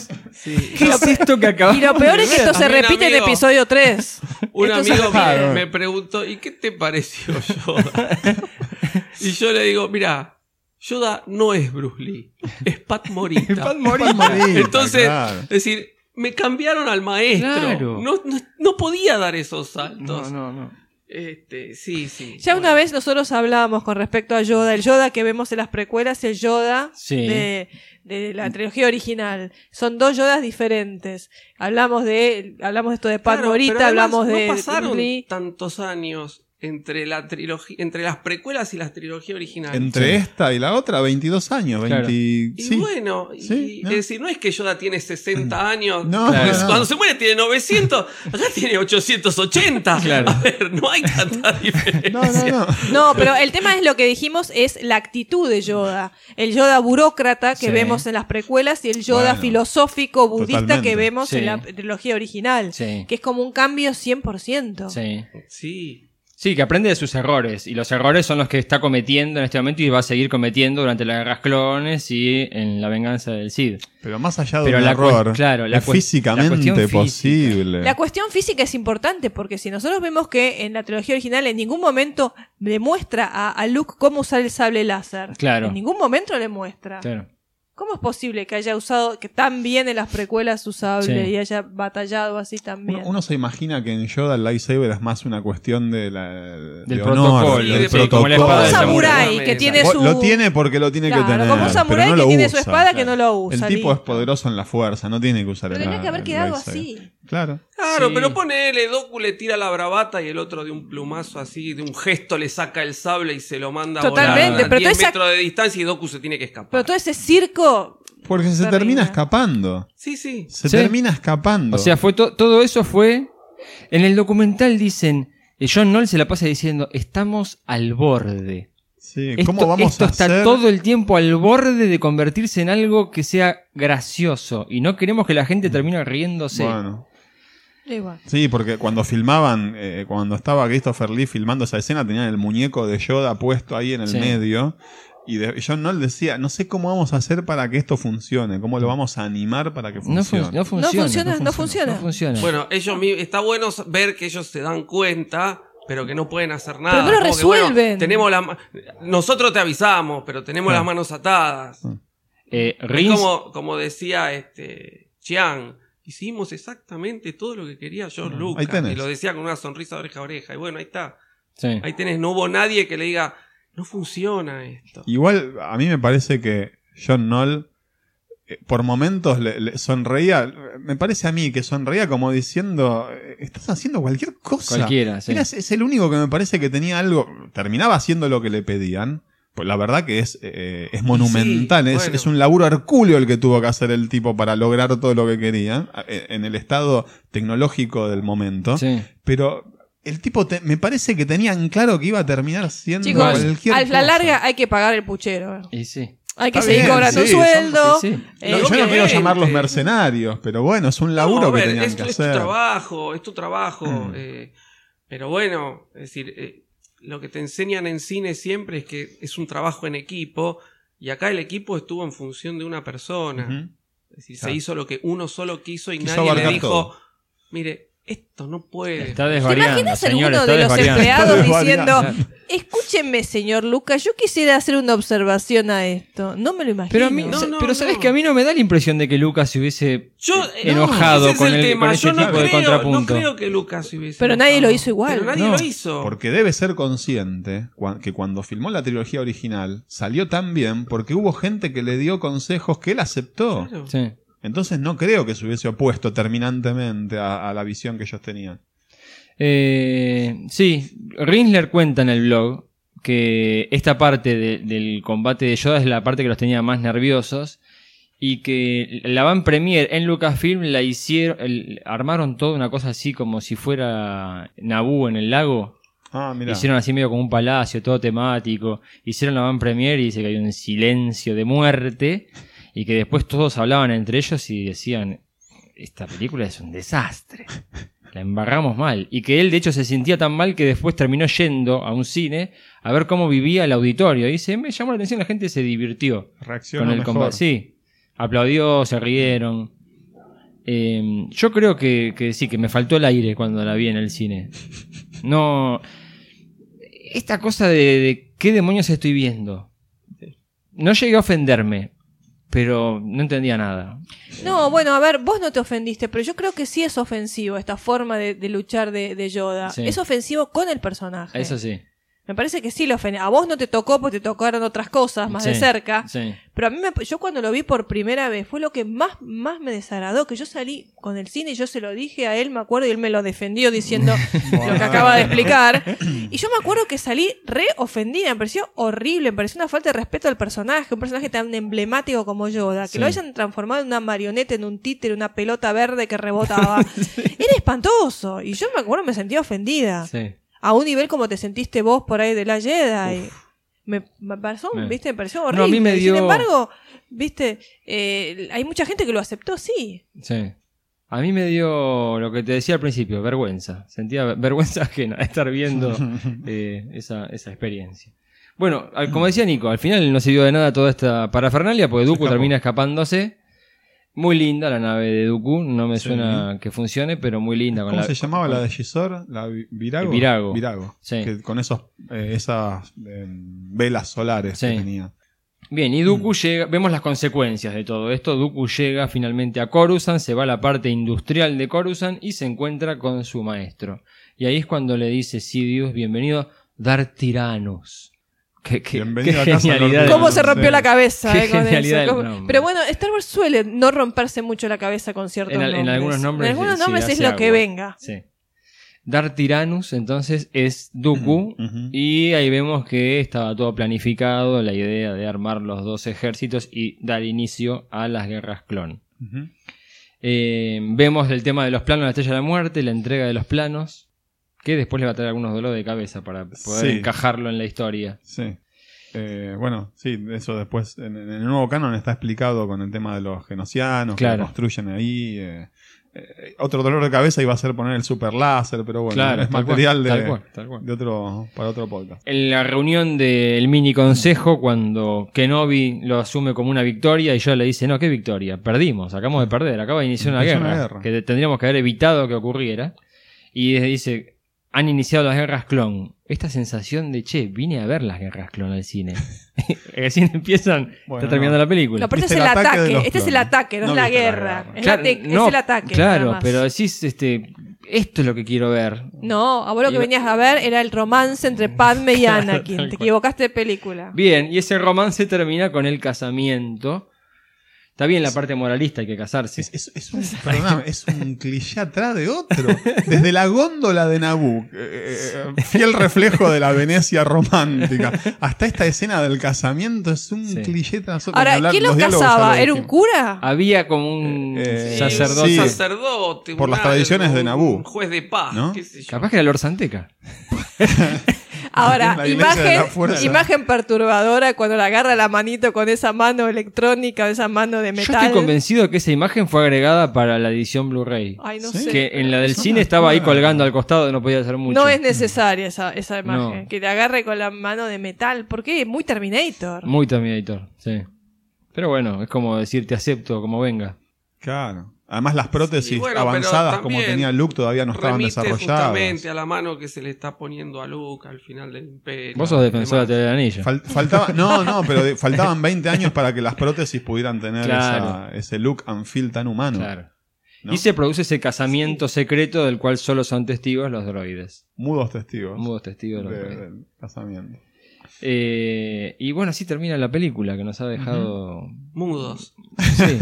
[SPEAKER 3] ¿Qué es esto que acabamos
[SPEAKER 4] Y lo peor
[SPEAKER 3] de
[SPEAKER 4] es que
[SPEAKER 3] ver?"
[SPEAKER 4] esto se
[SPEAKER 6] También,
[SPEAKER 4] repite en
[SPEAKER 6] amigo.
[SPEAKER 4] episodio 3.
[SPEAKER 6] Un
[SPEAKER 4] Esto se
[SPEAKER 6] amigo
[SPEAKER 4] repite.
[SPEAKER 6] me, me preguntó, ¿y qué te pareció Yoda? y yo le digo, mira, Yoda no es Bruce Lee, es Pat Morita.
[SPEAKER 3] Pat Morita.
[SPEAKER 5] Marita,
[SPEAKER 6] Entonces,
[SPEAKER 5] claro.
[SPEAKER 6] es decir, me cambiaron al maestro.
[SPEAKER 3] Claro.
[SPEAKER 6] No, no- no podía dar esos
[SPEAKER 3] No,
[SPEAKER 6] saltos.
[SPEAKER 3] no, no.
[SPEAKER 6] Este, sí, sí.
[SPEAKER 4] Ya
[SPEAKER 6] Bueno,
[SPEAKER 4] una vez nosotros hablábamos con respecto a Yoda, el Yoda que vemos en las precuelas, el Yoda
[SPEAKER 3] Sí.
[SPEAKER 4] de, de la trilogía original. Son dos Yodas diferentes. Hablamos de, hablamos de esto de Pat
[SPEAKER 6] claro, pero
[SPEAKER 4] Morita,
[SPEAKER 6] además
[SPEAKER 4] hablamos de
[SPEAKER 6] No pasaron
[SPEAKER 4] Lee.
[SPEAKER 6] tantos años entre la trilogía, entre las precuelas y la trilogía original.
[SPEAKER 5] Entre esta y la otra, 22 años.
[SPEAKER 3] Claro.
[SPEAKER 5] 20...
[SPEAKER 6] Y
[SPEAKER 5] sí.
[SPEAKER 6] bueno, y-
[SPEAKER 5] Sí, no.
[SPEAKER 6] es decir, no es que Yoda tiene 60 años.
[SPEAKER 5] No,
[SPEAKER 6] porque
[SPEAKER 5] no, no.
[SPEAKER 6] Cuando se muere tiene 900, acá tiene 880.
[SPEAKER 3] Claro.
[SPEAKER 6] A ver, no hay tanta diferencia.
[SPEAKER 5] No, no, no.
[SPEAKER 4] No, pero el tema es lo que dijimos, es la actitud de Yoda. El Yoda burócrata que
[SPEAKER 3] Sí.
[SPEAKER 4] vemos en las precuelas y el Yoda
[SPEAKER 5] Bueno,
[SPEAKER 4] filosófico budista
[SPEAKER 5] totalmente.
[SPEAKER 4] que vemos
[SPEAKER 3] Sí.
[SPEAKER 4] en la trilogía original.
[SPEAKER 3] Sí.
[SPEAKER 4] Que es como un cambio 100%.
[SPEAKER 3] Sí.
[SPEAKER 6] Sí.
[SPEAKER 3] Sí, que aprende de sus errores. Y los errores son los que está cometiendo en este momento y va a seguir cometiendo durante las guerras clones y en la venganza del Cid.
[SPEAKER 5] Pero más allá de
[SPEAKER 3] Pero
[SPEAKER 5] un
[SPEAKER 3] la cues-
[SPEAKER 5] error,
[SPEAKER 3] claro, la
[SPEAKER 5] es
[SPEAKER 3] cues- la
[SPEAKER 5] físicamente
[SPEAKER 3] cuestión física.
[SPEAKER 5] posible.
[SPEAKER 4] La cuestión física es importante porque si nosotros vemos que en la trilogía original en ningún momento le muestra a, a Luke cómo usar el sable láser.
[SPEAKER 3] Claro.
[SPEAKER 4] En ningún momento le muestra.
[SPEAKER 3] Claro.
[SPEAKER 4] ¿Cómo es posible que haya usado, que tan bien en las precuelas usable
[SPEAKER 3] Sí.
[SPEAKER 4] y haya batallado así también?
[SPEAKER 5] Uno, uno se imagina que en Yoda el lightsaber es más una cuestión de la, del
[SPEAKER 3] protocolo,
[SPEAKER 6] Sí,
[SPEAKER 3] el
[SPEAKER 6] de-
[SPEAKER 5] protocolo.
[SPEAKER 3] como la espada
[SPEAKER 4] Como un
[SPEAKER 3] de
[SPEAKER 4] samurái
[SPEAKER 6] samurái.
[SPEAKER 4] que tiene
[SPEAKER 5] Vos-
[SPEAKER 4] su...
[SPEAKER 5] Lo tiene porque lo tiene
[SPEAKER 4] Claro,
[SPEAKER 5] que tener.
[SPEAKER 4] como un samurái
[SPEAKER 5] pero no
[SPEAKER 4] que
[SPEAKER 5] lo
[SPEAKER 4] tiene su
[SPEAKER 5] usa.
[SPEAKER 4] espada que no lo usa,
[SPEAKER 5] El tipo
[SPEAKER 4] listo.
[SPEAKER 5] es poderoso en la fuerza, no tiene que usar
[SPEAKER 4] Pero
[SPEAKER 5] el
[SPEAKER 4] tenía que haber
[SPEAKER 5] el
[SPEAKER 4] quedado
[SPEAKER 5] lightsaber.
[SPEAKER 4] así.
[SPEAKER 5] Claro.
[SPEAKER 6] Claro,
[SPEAKER 3] Sí.
[SPEAKER 6] pero ponele, Doku le tira la bravata y el otro de un plumazo así, de un gesto le saca el sable y se lo manda a
[SPEAKER 4] Totalmente,
[SPEAKER 6] volar a
[SPEAKER 4] pero toda
[SPEAKER 6] 10
[SPEAKER 4] esa-
[SPEAKER 6] metros de distancia y Doku se tiene que escapar.
[SPEAKER 4] Pero todo ese circo...
[SPEAKER 5] Porque se
[SPEAKER 4] Terrible.
[SPEAKER 5] termina escapando.
[SPEAKER 6] Sí, sí.
[SPEAKER 5] Se
[SPEAKER 3] Sí.
[SPEAKER 5] termina escapando.
[SPEAKER 3] O sea, fue to- todo eso fue. En el documental dicen. eh, John Knoll se la pasa diciendo: Estamos al borde.
[SPEAKER 5] Sí,
[SPEAKER 3] Esto,
[SPEAKER 5] ¿cómo vamos
[SPEAKER 3] esto
[SPEAKER 5] a
[SPEAKER 3] está
[SPEAKER 5] hacer?
[SPEAKER 3] todo el tiempo al borde de convertirse en algo que sea gracioso. Y no queremos que la gente termine riéndose.
[SPEAKER 5] Bueno.
[SPEAKER 4] Igual.
[SPEAKER 5] Sí, porque cuando filmaban, eh, cuando estaba Christopher Lee filmando esa escena, tenían el muñeco de Yoda puesto ahí en el
[SPEAKER 3] Sí.
[SPEAKER 5] medio. Y de- John Knoll decía, no sé cómo vamos a hacer para que esto funcione, cómo lo vamos a animar para que
[SPEAKER 3] no,
[SPEAKER 5] funcione.
[SPEAKER 3] fun- no funciona.
[SPEAKER 4] No funciona, no funciona.
[SPEAKER 3] No funciona.
[SPEAKER 6] Bueno, ellos mi- está bueno ver que ellos se dan cuenta, pero que no pueden hacer nada.
[SPEAKER 4] Pero no lo
[SPEAKER 6] Como que, bueno,
[SPEAKER 4] resuelven.
[SPEAKER 6] tenemos la ma- nosotros te avisamos, pero tenemos
[SPEAKER 5] Claro.
[SPEAKER 6] las manos atadas.
[SPEAKER 3] Eh,
[SPEAKER 6] Es
[SPEAKER 3] Rins-
[SPEAKER 6] como, como decía este Chiang, hicimos exactamente todo lo que quería George
[SPEAKER 5] Ah, ahí
[SPEAKER 6] Lucas.
[SPEAKER 5] tenés.
[SPEAKER 6] Y lo decía con una sonrisa de oreja a oreja. Y bueno, ahí está.
[SPEAKER 3] sí.
[SPEAKER 6] Ahí tenés, no hubo nadie que le diga, no funciona esto.
[SPEAKER 5] Igual a mí me parece que John Knoll eh, por momentos le, le sonreía, me parece a mí que sonreía como diciendo, eh, estás haciendo cualquier cosa.
[SPEAKER 3] Cualquiera, sí.
[SPEAKER 5] Era- es el único que me parece que tenía algo, terminaba haciendo lo que le pedían. Pues la verdad que es, eh, es monumental,
[SPEAKER 6] sí,
[SPEAKER 5] es,
[SPEAKER 6] bueno.
[SPEAKER 5] es un laburo hercúleo el que tuvo que hacer el tipo para lograr todo lo que quería, eh, en el estado tecnológico del momento.
[SPEAKER 3] Sí.
[SPEAKER 5] Pero el tipo te- me parece que tenían claro que iba a terminar siendo
[SPEAKER 4] Em, Chicos,
[SPEAKER 5] cualquier
[SPEAKER 4] a la
[SPEAKER 5] cosa.
[SPEAKER 4] larga hay que pagar el puchero. eh.
[SPEAKER 3] Y sí.
[SPEAKER 4] Hay que
[SPEAKER 5] Está
[SPEAKER 4] seguir
[SPEAKER 5] bien,
[SPEAKER 4] cobrando
[SPEAKER 5] sí,
[SPEAKER 4] un sueldo.
[SPEAKER 3] sí, sí.
[SPEAKER 4] eh,
[SPEAKER 5] No,
[SPEAKER 6] Lo
[SPEAKER 5] yo no
[SPEAKER 6] que
[SPEAKER 5] quiero
[SPEAKER 6] vende.
[SPEAKER 5] llamarlos mercenarios, pero bueno, es un laburo
[SPEAKER 6] No, a ver,
[SPEAKER 5] que tenían
[SPEAKER 6] es,
[SPEAKER 5] que
[SPEAKER 6] es
[SPEAKER 5] hacer.
[SPEAKER 6] tu trabajo, es tu trabajo.
[SPEAKER 5] Mm.
[SPEAKER 6] eh, pero bueno, es decir, eh, lo que te enseñan en cine siempre es que es un trabajo en equipo. Y acá el equipo estuvo en función de una persona.
[SPEAKER 5] Ujú.
[SPEAKER 6] Es decir,
[SPEAKER 5] Claro.
[SPEAKER 6] se hizo lo que uno solo quiso y
[SPEAKER 5] Quiso
[SPEAKER 6] nadie le
[SPEAKER 5] abarcar
[SPEAKER 6] dijo,
[SPEAKER 5] todo.
[SPEAKER 6] mire, esto no puede.
[SPEAKER 3] Está
[SPEAKER 4] ¿Te
[SPEAKER 3] desvariando.
[SPEAKER 4] imaginas en
[SPEAKER 3] señor,
[SPEAKER 4] uno
[SPEAKER 3] está
[SPEAKER 4] de los
[SPEAKER 3] desvariando.
[SPEAKER 4] empleados
[SPEAKER 5] Está
[SPEAKER 4] diciendo,
[SPEAKER 5] desvariando.
[SPEAKER 4] escúcheme señor Lucas, yo quisiera hacer una observación a esto? No me lo imagino.
[SPEAKER 3] Pero, a mí,
[SPEAKER 6] No,
[SPEAKER 3] sa-
[SPEAKER 6] no,
[SPEAKER 3] pero sabes
[SPEAKER 6] no.
[SPEAKER 3] que a mí no me da la impresión de que Lucas se hubiese
[SPEAKER 6] Yo, eh, no,
[SPEAKER 3] enojado
[SPEAKER 6] ese es
[SPEAKER 3] con
[SPEAKER 6] el
[SPEAKER 3] el-
[SPEAKER 6] tema.
[SPEAKER 3] con ese
[SPEAKER 6] Yo no
[SPEAKER 3] tipo de
[SPEAKER 6] creo-
[SPEAKER 3] contrapunto.
[SPEAKER 6] No creo que Lucas hubiese
[SPEAKER 4] Pero nadie
[SPEAKER 6] enojado.
[SPEAKER 4] lo hizo igual.
[SPEAKER 6] Pero nadie
[SPEAKER 3] No.
[SPEAKER 6] lo hizo.
[SPEAKER 5] Porque debe ser consciente cua- que cuando filmó la trilogía original salió tan bien porque hubo gente que le dio consejos que él aceptó.
[SPEAKER 6] Claro.
[SPEAKER 3] Sí.
[SPEAKER 5] Entonces no creo que se hubiese opuesto terminantemente a, a la visión que ellos tenían.
[SPEAKER 3] Eh, sí, Rinsler cuenta en el blog que esta parte de- del combate de Yoda es la parte que los tenía más nerviosos y que la van premier en Lucasfilm la hicieron, el- armaron toda una cosa así como si fuera Naboo en el lago.
[SPEAKER 5] Ah, mira.
[SPEAKER 3] Hicieron así medio como un palacio, todo temático. Hicieron la van premier y dice que hay un silencio de muerte y que después todos hablaban entre ellos y decían, esta película es un desastre. La embarramos mal. Y que él, de hecho, se sentía tan mal que después terminó yendo a un cine a ver cómo vivía el auditorio. Y dice, me llamó la atención, la gente se divirtió con el combate. Sí, aplaudió, se rieron. Eh, yo creo que, que sí, que me faltó el aire cuando la vi en el cine. No. Esta cosa de, de qué demonios estoy viendo. No llegué a ofenderme, pero no entendía nada.
[SPEAKER 4] No, bueno, a ver, vos no te ofendiste, pero yo creo que sí es ofensivo esta forma de, de luchar de, de Yoda.
[SPEAKER 3] Sí.
[SPEAKER 4] Es ofensivo con el personaje.
[SPEAKER 3] Eso sí.
[SPEAKER 4] Me parece que sí lo ofende. A vos no te tocó porque te tocaron otras cosas más de
[SPEAKER 3] Sí,
[SPEAKER 4] cerca.
[SPEAKER 3] Sí.
[SPEAKER 4] Pero a mí, me- yo cuando lo vi por primera vez, fue lo que más, más me desagradó. Que yo salí con el cine y yo se lo dije a él, me acuerdo, y él me lo defendió diciendo lo que acaba de explicar. Y yo me acuerdo que salí re ofendida, me pareció horrible, me pareció una falta de respeto al personaje, un personaje tan emblemático como Yoda. Que
[SPEAKER 3] Sí.
[SPEAKER 4] lo hayan transformado en una marioneta, en un títere, una pelota verde que rebotaba. Era espantoso. Y yo me acuerdo, me sentía ofendida
[SPEAKER 3] Sí.
[SPEAKER 4] a un nivel como te sentiste vos por ahí de la Jedi. Me, me pareció,
[SPEAKER 3] Me-
[SPEAKER 4] viste, me pareció
[SPEAKER 3] a
[SPEAKER 4] horrible.
[SPEAKER 3] mí me dio-
[SPEAKER 4] Sin embargo, viste, eh, hay mucha gente que lo aceptó, sí.
[SPEAKER 3] Sí. A mí me dio lo que te decía al principio, vergüenza. Sentía ver- vergüenza ajena de estar viendo eh, esa, esa experiencia. Bueno, al- como decía Nico, al final no sirvió de nada toda esta parafernalia porque Dooku
[SPEAKER 5] escapó.
[SPEAKER 3] termina escapándose. Muy linda la nave de Dooku, no me
[SPEAKER 5] Sí.
[SPEAKER 3] suena que funcione, pero muy linda. con
[SPEAKER 5] ¿Cómo
[SPEAKER 3] la-
[SPEAKER 5] se llamaba
[SPEAKER 3] con-
[SPEAKER 5] la de Gisor? ¿La vi- Virago?
[SPEAKER 3] Virago. Sí.
[SPEAKER 5] Que con esos, eh, esas eh, velas solares
[SPEAKER 3] Sí.
[SPEAKER 5] que tenía.
[SPEAKER 3] Bien, y Dooku llega, vemos las consecuencias de todo esto. Dooku llega finalmente a Coruscant, se va a la parte industrial de Coruscant y se encuentra con su maestro. Y ahí es cuando le dice Sidious, bienvenido, Dar Tiranos. Qué, qué-
[SPEAKER 5] Bienvenido
[SPEAKER 3] qué
[SPEAKER 5] a casa,
[SPEAKER 3] genialidad.
[SPEAKER 5] Lord
[SPEAKER 3] de
[SPEAKER 5] Tiranos.
[SPEAKER 4] ¿Cómo
[SPEAKER 3] nombre.
[SPEAKER 4] se rompió la cabeza?
[SPEAKER 3] Qué
[SPEAKER 4] eh, con
[SPEAKER 3] genialidad
[SPEAKER 4] eso?
[SPEAKER 3] del
[SPEAKER 4] ¿Cómo?
[SPEAKER 3] nombre.
[SPEAKER 4] Pero bueno, Star Wars suele no romperse mucho la cabeza con ciertos
[SPEAKER 3] En al- en
[SPEAKER 4] nombres.
[SPEAKER 3] algunos nombres,
[SPEAKER 4] En algunos
[SPEAKER 3] sí,
[SPEAKER 4] nombres
[SPEAKER 3] hace
[SPEAKER 4] es lo que
[SPEAKER 3] agua.
[SPEAKER 4] venga.
[SPEAKER 3] Sí. Dar Tyrannus, entonces, es Dooku.
[SPEAKER 5] Ujú.
[SPEAKER 3] Y ahí vemos que estaba todo planificado, la idea de armar los dos ejércitos y dar inicio a las guerras clon.
[SPEAKER 5] Ujú.
[SPEAKER 3] Eh, vemos el tema de los planos de la Estrella de la Muerte, la entrega de los planos, que después le va a traer algunos dolores de cabeza para poder
[SPEAKER 5] Sí.
[SPEAKER 3] encajarlo en la historia.
[SPEAKER 5] Sí. Eh, bueno, sí, eso después en, en el nuevo canon está explicado con el tema de los genocianos que
[SPEAKER 3] Claro.
[SPEAKER 5] construyen ahí. eh, eh, otro dolor de cabeza iba a ser poner el super láser, pero bueno, es
[SPEAKER 3] tal cual,
[SPEAKER 5] material de,
[SPEAKER 3] tal cual, tal cual.
[SPEAKER 5] de otro para otro podcast.
[SPEAKER 3] En la reunión del mini consejo, cuando Kenobi lo asume como una victoria y yo le dice, no, ¿qué victoria? Perdimos, acabamos de perder, acaba de iniciar una
[SPEAKER 5] Empezó
[SPEAKER 3] guerra,
[SPEAKER 5] una guerra.
[SPEAKER 3] que tendríamos que haber evitado que ocurriera. Y él dice, han iniciado las guerras clon. Esta sensación de, che, vine a ver las guerras clon al cine. Recién empiezan,
[SPEAKER 5] Bueno,
[SPEAKER 3] está terminando
[SPEAKER 5] no.
[SPEAKER 3] la película.
[SPEAKER 4] No, pero este
[SPEAKER 5] Viste
[SPEAKER 4] es el
[SPEAKER 5] el ataque de
[SPEAKER 4] ataque.
[SPEAKER 5] los
[SPEAKER 4] Este es el
[SPEAKER 5] clones.
[SPEAKER 4] ataque, no,
[SPEAKER 5] No
[SPEAKER 4] es la
[SPEAKER 5] viste la
[SPEAKER 4] guerra.
[SPEAKER 5] guerra.
[SPEAKER 4] Es, la te-
[SPEAKER 3] no,
[SPEAKER 4] es el ataque. nada
[SPEAKER 3] Claro,
[SPEAKER 4] más.
[SPEAKER 3] pero decís, este, esto es lo que quiero ver.
[SPEAKER 4] No, a vos lo que
[SPEAKER 3] Iba-
[SPEAKER 4] venías a ver era el romance entre Padme y
[SPEAKER 3] Claro, tal
[SPEAKER 4] Anakin. Te
[SPEAKER 3] cual.
[SPEAKER 4] equivocaste de película.
[SPEAKER 3] Bien, y ese romance termina con el casamiento. Está bien la parte moralista, hay que casarse.
[SPEAKER 5] Es, es- es un, perdóname, es un cliché atrás de otro. Desde la góndola de Naboo, eh, fiel reflejo de la Venecia romántica, hasta esta escena del casamiento es un
[SPEAKER 3] Sí.
[SPEAKER 5] cliché tras otro. Ni
[SPEAKER 4] Ahora,
[SPEAKER 5] hablar-
[SPEAKER 4] ¿quién los
[SPEAKER 5] diálogos ya
[SPEAKER 4] casaba?
[SPEAKER 5] lo
[SPEAKER 4] ¿Era un
[SPEAKER 5] dijimos.
[SPEAKER 4] cura?
[SPEAKER 3] Había como un
[SPEAKER 5] Eh,
[SPEAKER 6] Sí,
[SPEAKER 3] sacerdote.
[SPEAKER 5] sí.
[SPEAKER 6] un sacerdote.
[SPEAKER 5] Por
[SPEAKER 6] un
[SPEAKER 5] las tradiciones de
[SPEAKER 6] un
[SPEAKER 5] Nabú.
[SPEAKER 6] juez de paz,
[SPEAKER 5] ¿No?
[SPEAKER 6] qué sé yo.
[SPEAKER 3] Capaz que era Lord Santeca.
[SPEAKER 4] Ahora,
[SPEAKER 5] La iglesia de la
[SPEAKER 4] imagen,
[SPEAKER 5] fuerza.
[SPEAKER 4] imagen perturbadora cuando le agarra la manito con esa mano electrónica, esa mano de
[SPEAKER 3] Yo
[SPEAKER 4] metal.
[SPEAKER 3] estoy convencido que esa imagen fue agregada para la edición Blu-ray.
[SPEAKER 4] Ay, no
[SPEAKER 5] Sí.
[SPEAKER 4] sé.
[SPEAKER 3] Que en la del
[SPEAKER 5] Es una
[SPEAKER 3] cine estaba ahí
[SPEAKER 5] locura.
[SPEAKER 3] colgando al costado, no podía hacer mucho.
[SPEAKER 4] No es necesaria esa, esa imagen.
[SPEAKER 3] No.
[SPEAKER 4] Que te agarre con la mano de metal. Porque es muy Terminator.
[SPEAKER 3] Muy Terminator, sí. Pero bueno, es como decir te acepto como venga.
[SPEAKER 5] Claro. Además las prótesis
[SPEAKER 6] Sí, bueno,
[SPEAKER 5] avanzadas
[SPEAKER 6] pero
[SPEAKER 5] como
[SPEAKER 6] también
[SPEAKER 5] tenía Luke todavía no estaban
[SPEAKER 6] Remite
[SPEAKER 5] desarrolladas.
[SPEAKER 6] justamente a la mano que se le está poniendo a Luke al final del imperio.
[SPEAKER 3] Vos sos defensor de la
[SPEAKER 6] Además,
[SPEAKER 3] teoría del anillo.
[SPEAKER 5] Fal- faltaba- no, no, pero de- faltaban 20 años para que las prótesis pudieran tener
[SPEAKER 3] Claro.
[SPEAKER 5] esa- ese look and feel tan humano.
[SPEAKER 3] Claro.
[SPEAKER 5] ¿no?
[SPEAKER 3] Y se produce ese casamiento secreto del cual solo son testigos los droides.
[SPEAKER 5] Mudos testigos.
[SPEAKER 3] Mudos testigos de los
[SPEAKER 5] de-
[SPEAKER 3] droides.
[SPEAKER 5] del casamiento.
[SPEAKER 3] Eh, y bueno, así termina la película que nos ha dejado.
[SPEAKER 6] Mudos.
[SPEAKER 3] Sí.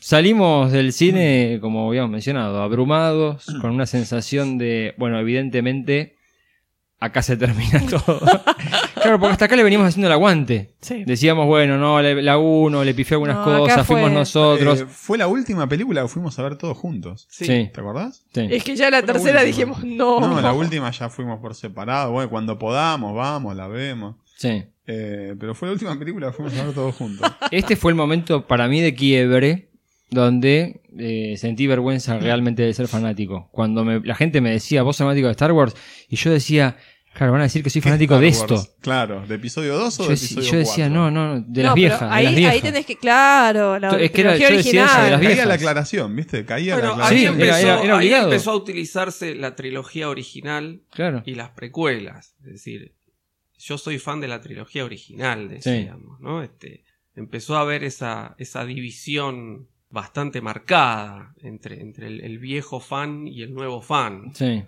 [SPEAKER 3] Salimos del cine, como habíamos mencionado, abrumados, con una sensación de, bueno, evidentemente, acá se termina todo. claro, porque hasta acá le veníamos haciendo el aguante.
[SPEAKER 4] Sí.
[SPEAKER 3] Decíamos, bueno, no, la- la uno, le pifié algunas
[SPEAKER 4] No, acá
[SPEAKER 3] cosas,
[SPEAKER 4] fue.
[SPEAKER 3] fuimos nosotros.
[SPEAKER 5] Eh, fue la última película que fuimos a ver todos juntos.
[SPEAKER 6] Sí.
[SPEAKER 3] Sí,
[SPEAKER 5] ¿Te acordás?
[SPEAKER 3] sí.
[SPEAKER 4] Es que ya la
[SPEAKER 5] Fue la
[SPEAKER 4] tercera
[SPEAKER 5] última.
[SPEAKER 4] dijimos
[SPEAKER 3] Oh,
[SPEAKER 4] no.
[SPEAKER 5] No, la última ya fuimos por separado. Bueno, cuando podamos, vamos, la vemos.
[SPEAKER 3] sí.
[SPEAKER 5] Eh, pero fue la última película que fuimos a ver todos juntos.
[SPEAKER 3] Este fue el momento para mí de quiebre donde eh, sentí vergüenza realmente de ser fanático. Cuando me- la gente me decía, vos sos fanático de Star Wars, y yo decía, claro, van a decir que soy fanático de
[SPEAKER 5] Star
[SPEAKER 3] esto.
[SPEAKER 5] Wars. Claro, de episodio 2 o
[SPEAKER 3] Yo,
[SPEAKER 5] de
[SPEAKER 3] decí-
[SPEAKER 5] episodio
[SPEAKER 3] yo decía,
[SPEAKER 5] 4.
[SPEAKER 3] no, no, de
[SPEAKER 4] No,
[SPEAKER 3] las
[SPEAKER 4] pero
[SPEAKER 3] viejas. de
[SPEAKER 4] ahí,
[SPEAKER 3] las viejas.
[SPEAKER 4] ahí tenés que, claro, la
[SPEAKER 3] Es que era-
[SPEAKER 4] trilogía
[SPEAKER 3] yo decía eso,
[SPEAKER 4] original.
[SPEAKER 3] de las viejas.
[SPEAKER 5] Caía la aclaración, ¿viste? Caía
[SPEAKER 6] Bueno,
[SPEAKER 5] la
[SPEAKER 6] ahí,
[SPEAKER 3] Sí,
[SPEAKER 5] aclaración.
[SPEAKER 6] empezó,
[SPEAKER 3] era- era
[SPEAKER 6] ahí
[SPEAKER 3] obligado.
[SPEAKER 6] empezó a utilizarse la trilogía original
[SPEAKER 3] Claro.
[SPEAKER 6] y las precuelas. Es decir, yo soy fan de la trilogía original, decíamos, ¿no? Este, empezó a haber esa, esa división bastante marcada entre, entre el, el viejo fan y el nuevo fan.
[SPEAKER 3] Sí,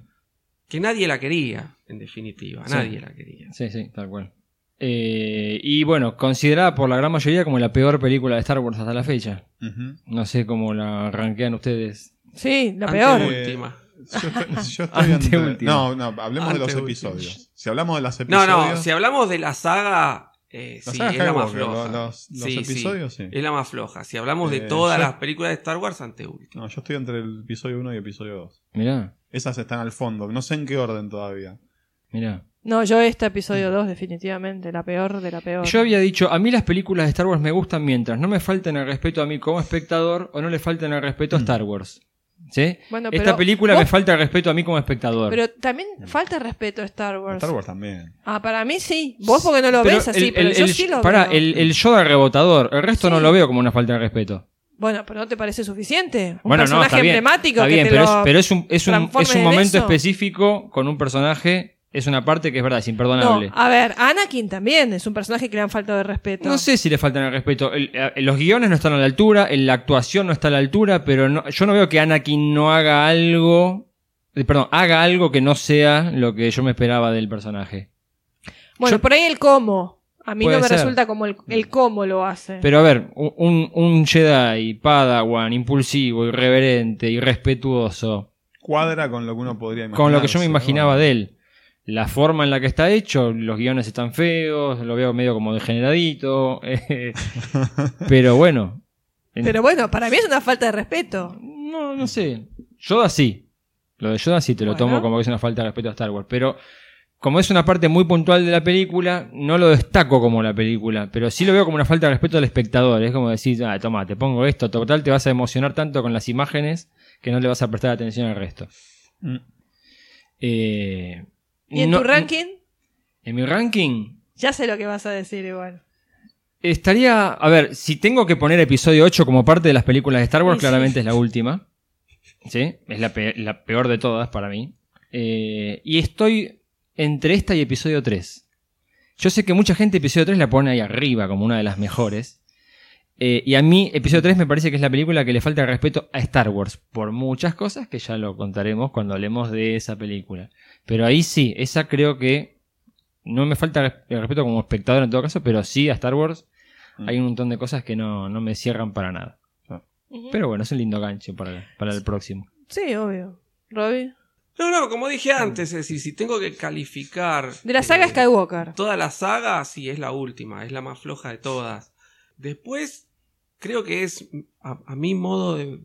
[SPEAKER 6] Que nadie la quería, en definitiva,
[SPEAKER 3] Sí.
[SPEAKER 6] nadie la quería.
[SPEAKER 3] sí, sí, tal cual. Eh, y bueno, considerada por la gran mayoría como la peor película de Star Wars hasta la fecha.
[SPEAKER 5] Ujú.
[SPEAKER 3] No sé cómo la rankean ustedes.
[SPEAKER 4] Sí, la
[SPEAKER 6] Ante
[SPEAKER 4] peor. Eh,
[SPEAKER 6] última.
[SPEAKER 5] Yo estoy, yo estoy entre-
[SPEAKER 3] Anteúltima.
[SPEAKER 5] No, no, hablemos de los
[SPEAKER 6] Anteúltima.
[SPEAKER 5] episodios. Si hablamos de las
[SPEAKER 6] No,
[SPEAKER 5] episodios.
[SPEAKER 6] no, si hablamos de la saga, eh,
[SPEAKER 5] La
[SPEAKER 6] sí,
[SPEAKER 5] saga
[SPEAKER 6] es la más
[SPEAKER 5] Skywalker,
[SPEAKER 6] floja.
[SPEAKER 5] lo- los- los
[SPEAKER 6] Sí, sí,
[SPEAKER 5] episodios, sí.
[SPEAKER 3] Eh.
[SPEAKER 6] Es la más floja. Si hablamos de
[SPEAKER 5] Eh,
[SPEAKER 6] todas
[SPEAKER 5] yo-
[SPEAKER 6] las películas de Star Wars, ante última.
[SPEAKER 5] No, yo estoy entre el episodio 1 y episodio 2.
[SPEAKER 3] Mirá,
[SPEAKER 5] Esas están al fondo, no sé en qué orden todavía.
[SPEAKER 3] mirá.
[SPEAKER 4] No, yo este episodio 2 definitivamente, la peor de la peor.
[SPEAKER 3] Yo había dicho, a mí las películas de Star Wars me gustan mientras no me falten el respeto a mí como espectador o no le falten el respeto a Star Wars. ¿Sí?
[SPEAKER 4] Bueno, pero
[SPEAKER 3] Esta película
[SPEAKER 4] vos-
[SPEAKER 3] me falta el respeto a mí como espectador.
[SPEAKER 4] Pero también falta respeto a Star Wars.
[SPEAKER 5] Star Wars también.
[SPEAKER 4] Ah, para mí sí. Vos porque no lo
[SPEAKER 3] Pero
[SPEAKER 4] ves así,
[SPEAKER 3] el-
[SPEAKER 4] pero
[SPEAKER 3] el-
[SPEAKER 4] yo
[SPEAKER 3] el-
[SPEAKER 4] sí lo
[SPEAKER 3] pará,
[SPEAKER 4] veo.
[SPEAKER 3] el, el Yoda rebotador, el resto no
[SPEAKER 4] Sí.
[SPEAKER 3] lo veo como una falta de respeto.
[SPEAKER 4] Bueno, pero no te parece suficiente. Un
[SPEAKER 3] bueno, no,
[SPEAKER 4] personaje
[SPEAKER 3] está bien,
[SPEAKER 4] emblemático
[SPEAKER 3] está
[SPEAKER 4] que
[SPEAKER 3] bien,
[SPEAKER 4] te
[SPEAKER 3] pero,
[SPEAKER 4] lo
[SPEAKER 3] es, pero es un, es un,
[SPEAKER 4] transformen
[SPEAKER 3] es un
[SPEAKER 4] en
[SPEAKER 3] momento
[SPEAKER 4] eso.
[SPEAKER 3] específico con un personaje es una parte que es verdad, es imperdonable.
[SPEAKER 4] No, a ver, Anakin también es un personaje que le han faltado de respeto.
[SPEAKER 3] No sé si le faltan el respeto. El- eh, los guiones no están a la altura, el- la actuación no está a la altura, pero no- yo no veo que Anakin no haga algo. eh, Perdón, haga algo que no sea lo que yo me esperaba del personaje.
[SPEAKER 4] Bueno,
[SPEAKER 3] Yo-
[SPEAKER 4] por ahí el cómo. A mí
[SPEAKER 3] Puede
[SPEAKER 4] no me
[SPEAKER 3] ser.
[SPEAKER 4] resulta como el, el cómo lo hace.
[SPEAKER 3] Pero a ver, u- un, un Jedi, Padawan, impulsivo, irreverente, irrespetuoso,
[SPEAKER 5] Cuadra con lo que uno podría imaginar.
[SPEAKER 3] con lo que yo me imaginaba de él. La forma en la que está hecho, los guiones están feos, lo veo medio como degeneradito. eh, pero bueno,
[SPEAKER 4] Pero bueno, para mí es una falta de respeto.
[SPEAKER 3] No, no sé. Yoda sí. Lo de Yoda sí te lo
[SPEAKER 4] Bueno.
[SPEAKER 3] tomo como que es una falta de respeto a Star Wars. Pero como es una parte muy puntual de la película, no lo destaco como la película. Pero sí lo veo como una falta de respeto al espectador. Es como decir, ah, toma, te pongo esto. Total, te vas a emocionar tanto con las imágenes que no le vas a prestar atención al resto.
[SPEAKER 5] Mm.
[SPEAKER 3] Eh,
[SPEAKER 4] ¿Y en
[SPEAKER 3] no-
[SPEAKER 4] tu ranking?
[SPEAKER 3] En mi ranking.
[SPEAKER 4] Ya sé lo que vas a decir igual.
[SPEAKER 3] Estaría. A ver, si tengo que poner episodio 8 como parte de las películas de Star Wars,
[SPEAKER 4] Y sí.
[SPEAKER 3] claramente es la última. ¿Sí? Es la, pe- la peor de todas para mí. Eh, y estoy entre esta y episodio 3. Yo sé que mucha gente episodio 3 la pone ahí arriba como una de las mejores. Eh, y a mí, episodio 3 me parece que es la película que le falta el respeto a Star Wars por muchas cosas que ya lo contaremos cuando hablemos de esa película. Pero ahí sí, esa creo que no me falta res- el respeto como espectador en todo caso, pero sí a Star Wars
[SPEAKER 5] Mm.
[SPEAKER 3] hay un montón de cosas que no, no me cierran para nada. Pero bueno, es un lindo gancho para, para el próximo.
[SPEAKER 4] Sí, obvio. Robbie.
[SPEAKER 6] No, no, como dije antes, es decir, si tengo que calificar.
[SPEAKER 4] De la saga
[SPEAKER 6] eh,
[SPEAKER 4] Skywalker.
[SPEAKER 6] Toda la saga, sí, es la última, es la más floja de todas. Después, creo que es, a, a mi modo de.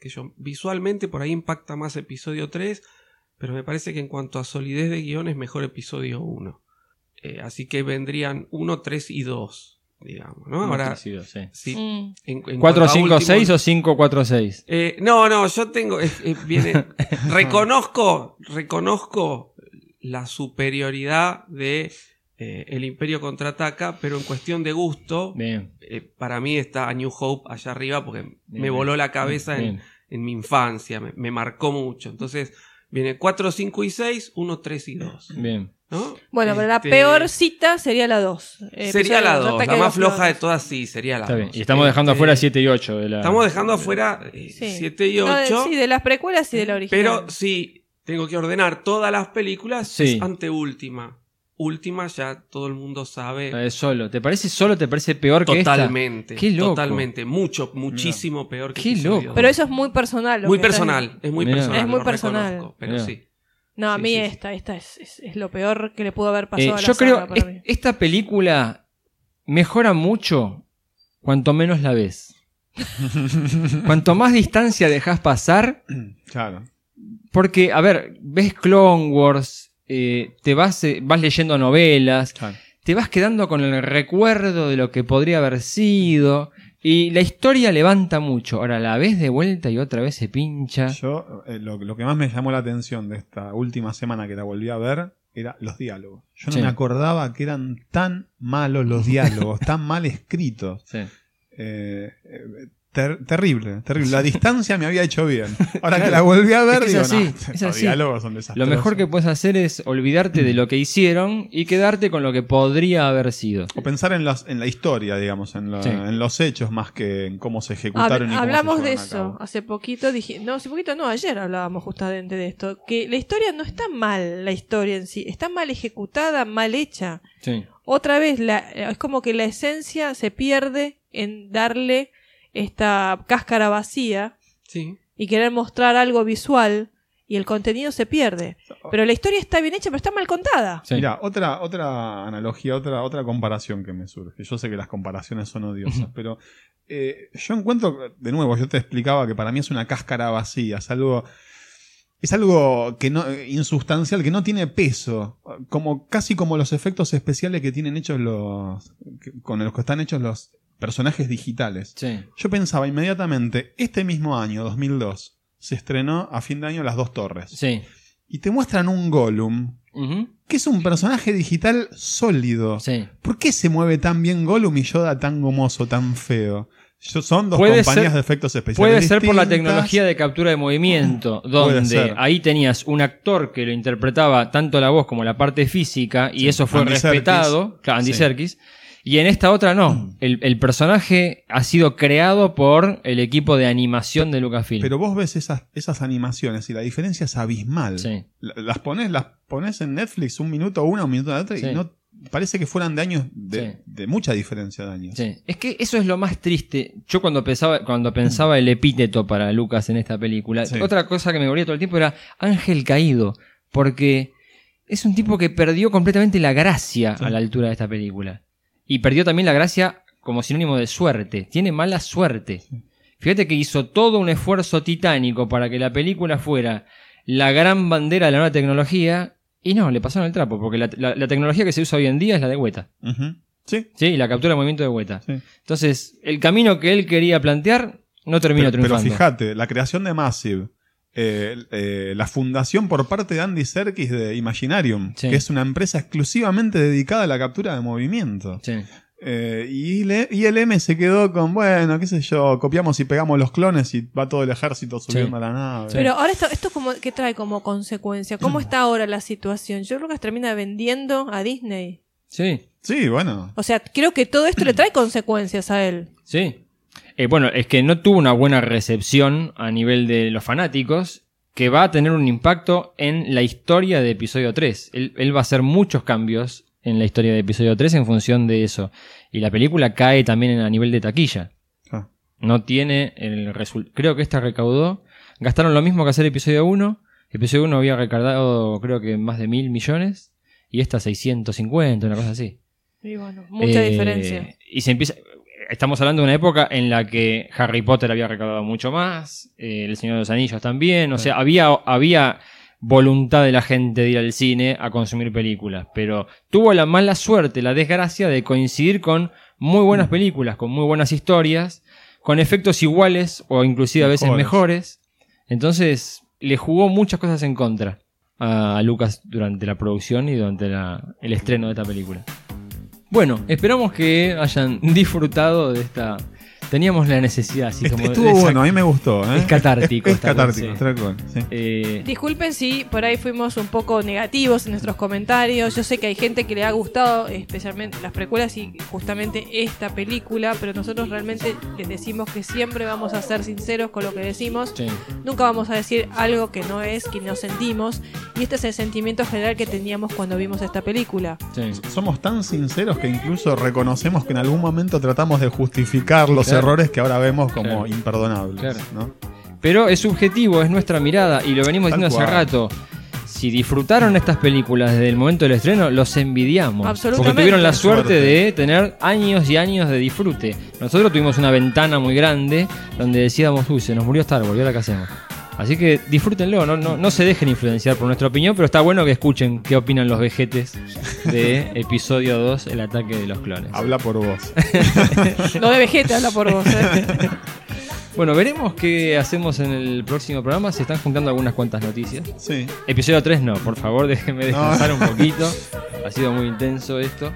[SPEAKER 6] que yo visualmente por ahí impacta más episodio 3, pero me parece que en cuanto a solidez de guión es mejor episodio 1. Eh, así que vendrían 1, 3 y 2, digamos, ¿no? Ah, Ahora,
[SPEAKER 3] Sí, sí.
[SPEAKER 6] sí,
[SPEAKER 4] Mm.
[SPEAKER 6] en- en cuanto
[SPEAKER 3] 4,
[SPEAKER 6] a
[SPEAKER 3] 5,
[SPEAKER 6] último-
[SPEAKER 3] 6 o 5, 4, 6.
[SPEAKER 6] eh, no, no, yo tengo. eh, eh, viene- reconozco, reconozco la superioridad de eh, el Imperio contraataca, pero en cuestión de gusto,
[SPEAKER 3] Bien.
[SPEAKER 6] eh, para mí está A New Hope allá arriba porque me
[SPEAKER 3] bien,
[SPEAKER 6] voló la cabeza en,
[SPEAKER 3] bien.
[SPEAKER 6] en mi infancia, me, me marcó mucho. Entonces, viene 4, 5 y 6, 1, 3 y 2.
[SPEAKER 3] Bien.
[SPEAKER 6] ¿no?
[SPEAKER 4] Bueno, pero la
[SPEAKER 6] Este,
[SPEAKER 4] peor eh, cita sería la eh, 2.
[SPEAKER 6] Sería la 2, la más floja de todas, sí, sería la
[SPEAKER 3] Está bien.
[SPEAKER 6] dos.
[SPEAKER 3] Y estamos dejando
[SPEAKER 6] Este,
[SPEAKER 3] afuera 7 y 8 de la.
[SPEAKER 6] Estamos dejando afuera 7 y 8.
[SPEAKER 4] sí, de las precuelas y de la original.
[SPEAKER 6] Pero si tengo que ordenar todas las películas,
[SPEAKER 3] Sí.
[SPEAKER 6] es anteúltima. Última ya todo el mundo
[SPEAKER 3] La
[SPEAKER 6] sabe
[SPEAKER 3] de solo. ¿Te parece solo? ¿Te parece peor que Eh, esta?
[SPEAKER 6] totalmente.
[SPEAKER 3] Qué loco.
[SPEAKER 6] Totalmente. Mucho, muchísimo peor que
[SPEAKER 3] Qué
[SPEAKER 6] episodio
[SPEAKER 3] loco.
[SPEAKER 6] dos.
[SPEAKER 4] Pero eso es muy personal. lo
[SPEAKER 6] muy
[SPEAKER 4] que estás
[SPEAKER 6] personal, es muy
[SPEAKER 3] Mirá.
[SPEAKER 6] personal.
[SPEAKER 4] Es muy
[SPEAKER 6] lo
[SPEAKER 4] personal.
[SPEAKER 6] reconozco, Pero
[SPEAKER 3] Mirá.
[SPEAKER 6] sí.
[SPEAKER 4] diciendo. No, a
[SPEAKER 6] Sí,
[SPEAKER 4] mí
[SPEAKER 6] sí, sí.
[SPEAKER 4] esta, esta es, es- es lo peor que le pudo haber
[SPEAKER 3] Eh,
[SPEAKER 4] pasado a la
[SPEAKER 3] yo
[SPEAKER 4] saga
[SPEAKER 3] creo
[SPEAKER 4] para
[SPEAKER 3] es-
[SPEAKER 4] mí.
[SPEAKER 3] esta película mejora mucho cuanto menos la ves. cuanto más distancia dejas pasar,
[SPEAKER 5] Claro.
[SPEAKER 3] porque, a ver, ves Clone Wars, eh, te vas, eh, vas leyendo novelas,
[SPEAKER 5] claro.
[SPEAKER 3] te vas quedando con el recuerdo de lo que podría haber sido, y la historia levanta mucho. Ahora la ves de vuelta y otra vez se pincha.
[SPEAKER 5] Yo, eh, lo, lo que más me llamó la atención de esta última semana que la volví a ver era los diálogos. Yo no
[SPEAKER 3] Sí.
[SPEAKER 5] me acordaba que eran tan malos los diálogos, tan mal escritos.
[SPEAKER 3] Sí.
[SPEAKER 5] Eh, eh, ter- terrible, terrible. La distancia me había hecho bien. Ahora que la volví a ver,
[SPEAKER 3] Es que es
[SPEAKER 5] digo,
[SPEAKER 3] así,
[SPEAKER 5] no,
[SPEAKER 3] es
[SPEAKER 5] estos
[SPEAKER 3] así.
[SPEAKER 5] diálogos son desastrosos.
[SPEAKER 3] Lo mejor que puedes hacer es olvidarte de lo que hicieron y quedarte con lo que podría haber sido.
[SPEAKER 5] O pensar en, las- en la historia, digamos, en, la-
[SPEAKER 3] Sí.
[SPEAKER 5] en los hechos más que en cómo se ejecutaron y
[SPEAKER 4] Hab-
[SPEAKER 5] cómo se
[SPEAKER 4] hablamos de
[SPEAKER 5] llevaron a
[SPEAKER 4] eso
[SPEAKER 5] cabo.
[SPEAKER 4] hace poquito dije no hace poquito no ayer hablábamos justamente de esto que la historia no está mal la historia en sí está mal ejecutada mal hecha
[SPEAKER 3] Sí.
[SPEAKER 4] otra vez la, es como que la esencia se pierde en darle esta cáscara vacía
[SPEAKER 6] Sí.
[SPEAKER 4] y querer mostrar algo visual y el contenido se pierde pero la historia está bien hecha pero está mal contada
[SPEAKER 3] Sí.
[SPEAKER 5] Mira, otra, otra analogía, otra, otra comparación que me surge. Yo sé que las comparaciones son odiosas, pero eh, yo encuentro, de nuevo, yo te explicaba que para mí es una cáscara vacía, es algo, es algo que no, eh, insustancial, que no tiene peso, como, casi como los efectos especiales que tienen hechos los, que- con los que están hechos los personajes digitales.
[SPEAKER 3] Sí.
[SPEAKER 5] Yo pensaba inmediatamente, este mismo año, 2002, se estrenó a fin de año Las Dos Torres.
[SPEAKER 3] Sí.
[SPEAKER 5] Y te muestran un Gollum
[SPEAKER 3] Ujú.
[SPEAKER 5] que es un personaje digital sólido.
[SPEAKER 3] Sí.
[SPEAKER 5] ¿Por qué se mueve tan bien Gollum y Yoda tan gomoso, tan feo? Son dos
[SPEAKER 3] Puede
[SPEAKER 5] compañías
[SPEAKER 3] ser-
[SPEAKER 5] de efectos especiales.
[SPEAKER 3] Puede ser por la
[SPEAKER 5] distintas.
[SPEAKER 3] tecnología de captura de movimiento,
[SPEAKER 5] Puede
[SPEAKER 3] donde
[SPEAKER 5] ser.
[SPEAKER 3] ahí tenías un actor que lo interpretaba tanto la voz como la parte física, y eso fue
[SPEAKER 5] Andy
[SPEAKER 3] respetado,
[SPEAKER 5] Serkis.
[SPEAKER 3] claro, Andy
[SPEAKER 5] Sí. Mm.
[SPEAKER 3] Serkis. Y en esta otra no, el, el personaje ha sido creado por el equipo de animación de Lucasfilm.
[SPEAKER 5] Pero vos ves esas, esas animaciones y la diferencia es abismal.
[SPEAKER 3] Sí.
[SPEAKER 5] La- Las pones, las pones en Netflix un minuto una, un minuto la otra
[SPEAKER 3] Sí.
[SPEAKER 5] y no parece que fueran de años de,
[SPEAKER 3] Sí.
[SPEAKER 5] de mucha diferencia de años.
[SPEAKER 3] Sí. Es que eso es lo más triste. Yo cuando pensaba, cuando pensaba el epíteto para Lucas en esta película,
[SPEAKER 5] Sí.
[SPEAKER 3] otra cosa que me volvía todo el tiempo era Ángel Caído, porque es un tipo que perdió completamente la gracia
[SPEAKER 5] Sí.
[SPEAKER 3] a la altura de esta película. Y perdió también la gracia como sinónimo de suerte. Tiene mala suerte. Fíjate que hizo todo un esfuerzo titánico para que la película fuera la gran bandera de la nueva tecnología. Y no, le pasaron el trapo, porque la, la- la tecnología que se usa hoy en día es la de Hueta.
[SPEAKER 5] Ujú. Sí.
[SPEAKER 3] Sí, y la captura de movimiento de Hueta.
[SPEAKER 5] sí.
[SPEAKER 3] Entonces, el camino que él quería plantear no terminó
[SPEAKER 5] Pero, pero
[SPEAKER 3] triunfando.
[SPEAKER 5] fíjate, la creación de Massive, eh, eh, la fundación por parte de Andy Serkis de Imaginarium,
[SPEAKER 3] Sí.
[SPEAKER 5] que es una empresa exclusivamente dedicada a la captura de movimiento.
[SPEAKER 3] Sí.
[SPEAKER 5] Eh, y le- ILM se quedó con, bueno, qué sé yo, copiamos y pegamos los clones y va todo el ejército subiendo a la nave.
[SPEAKER 3] Sí.
[SPEAKER 4] Pero ahora esto, esto como, ¿qué trae como consecuencia? ¿Cómo está ahora la situación? Yo creo que termina vendiendo a Disney.
[SPEAKER 3] Sí,
[SPEAKER 5] Sí, bueno.
[SPEAKER 4] O sea, creo que todo esto le trae consecuencias a él.
[SPEAKER 3] sí. Eh, bueno, es que no tuvo una buena recepción a nivel de los fanáticos, que va a tener un impacto en la historia de episodio 3. Él, él va a hacer muchos cambios en la historia de episodio 3 en función de eso. Y la película cae también en- a nivel de taquilla.
[SPEAKER 5] Ah.
[SPEAKER 3] No tiene el resultado. Creo que esta recaudó. Gastaron lo mismo que hacer episodio 1. Episodio 1 había recaudado, creo que más de mil millones. Y esta 650, una cosa así.
[SPEAKER 4] Y bueno, mucha
[SPEAKER 3] Eh,
[SPEAKER 4] diferencia.
[SPEAKER 3] Y se empieza. Estamos hablando de una época en la que Harry Potter había recaudado mucho más. eh, El Señor de los Anillos también. O sea, había, había voluntad de la gente de ir al cine a consumir películas. Pero tuvo la mala suerte, la desgracia de coincidir con muy buenas películas, con muy buenas historias, con efectos iguales o inclusive a veces mejores.
[SPEAKER 5] Mejores.
[SPEAKER 3] Entonces, le jugó muchas cosas en contra a Lucas durante la producción y durante la- el estreno de esta película. Bueno, esperamos que hayan disfrutado de esta. Teníamos la necesidad, así
[SPEAKER 5] Est-
[SPEAKER 3] como de-
[SPEAKER 5] Estuvo
[SPEAKER 3] de sac-
[SPEAKER 5] bueno, a mí me gustó. ¿eh?
[SPEAKER 3] Es catártico
[SPEAKER 5] Es,
[SPEAKER 3] esta
[SPEAKER 5] catártico,
[SPEAKER 3] cosa,
[SPEAKER 5] tal cual, sí.
[SPEAKER 3] eh,
[SPEAKER 4] Disculpen si por ahí fuimos un poco negativos en nuestros comentarios. Yo sé que hay gente que le ha gustado especialmente las precuelas y justamente esta película, pero nosotros realmente les decimos que siempre vamos a ser sinceros con lo que decimos.
[SPEAKER 3] sí.
[SPEAKER 4] Nunca vamos a decir algo que no es, que no sentimos. Y este es el sentimiento general que teníamos cuando vimos esta película.
[SPEAKER 3] sí.
[SPEAKER 5] Somos tan sinceros que incluso reconocemos que en algún momento tratamos de justificar los
[SPEAKER 3] Claro.
[SPEAKER 5] errores que ahora vemos como
[SPEAKER 3] Claro.
[SPEAKER 5] imperdonables.
[SPEAKER 3] Claro.
[SPEAKER 5] ¿no?
[SPEAKER 3] Pero es subjetivo, es nuestra mirada y lo venimos
[SPEAKER 5] Tal
[SPEAKER 3] diciendo hace
[SPEAKER 5] cual.
[SPEAKER 3] rato. Si disfrutaron estas películas desde el momento del estreno, los envidiamos.
[SPEAKER 4] Absolutamente.
[SPEAKER 3] Porque tuvieron la suerte
[SPEAKER 5] Suerte.
[SPEAKER 3] de tener años y años de disfrute. Nosotros tuvimos una ventana muy grande donde decíamos, uy, se nos murió Star Wars, ¿y ahora qué hacemos? Así que disfrútenlo, no, no, no se dejen influenciar por nuestra opinión, pero está bueno que escuchen qué opinan los vejetes de episodio 2, el ataque de los clones.
[SPEAKER 5] Habla por vos.
[SPEAKER 4] Lo de Vegeta habla por vos. ¿eh?
[SPEAKER 3] Bueno, veremos qué hacemos en el próximo programa. Se están juntando algunas cuantas noticias.
[SPEAKER 5] Sí.
[SPEAKER 3] Episodio 3 no, por favor, déjenme
[SPEAKER 5] No.
[SPEAKER 3] descansar un poquito. Ha sido muy intenso esto.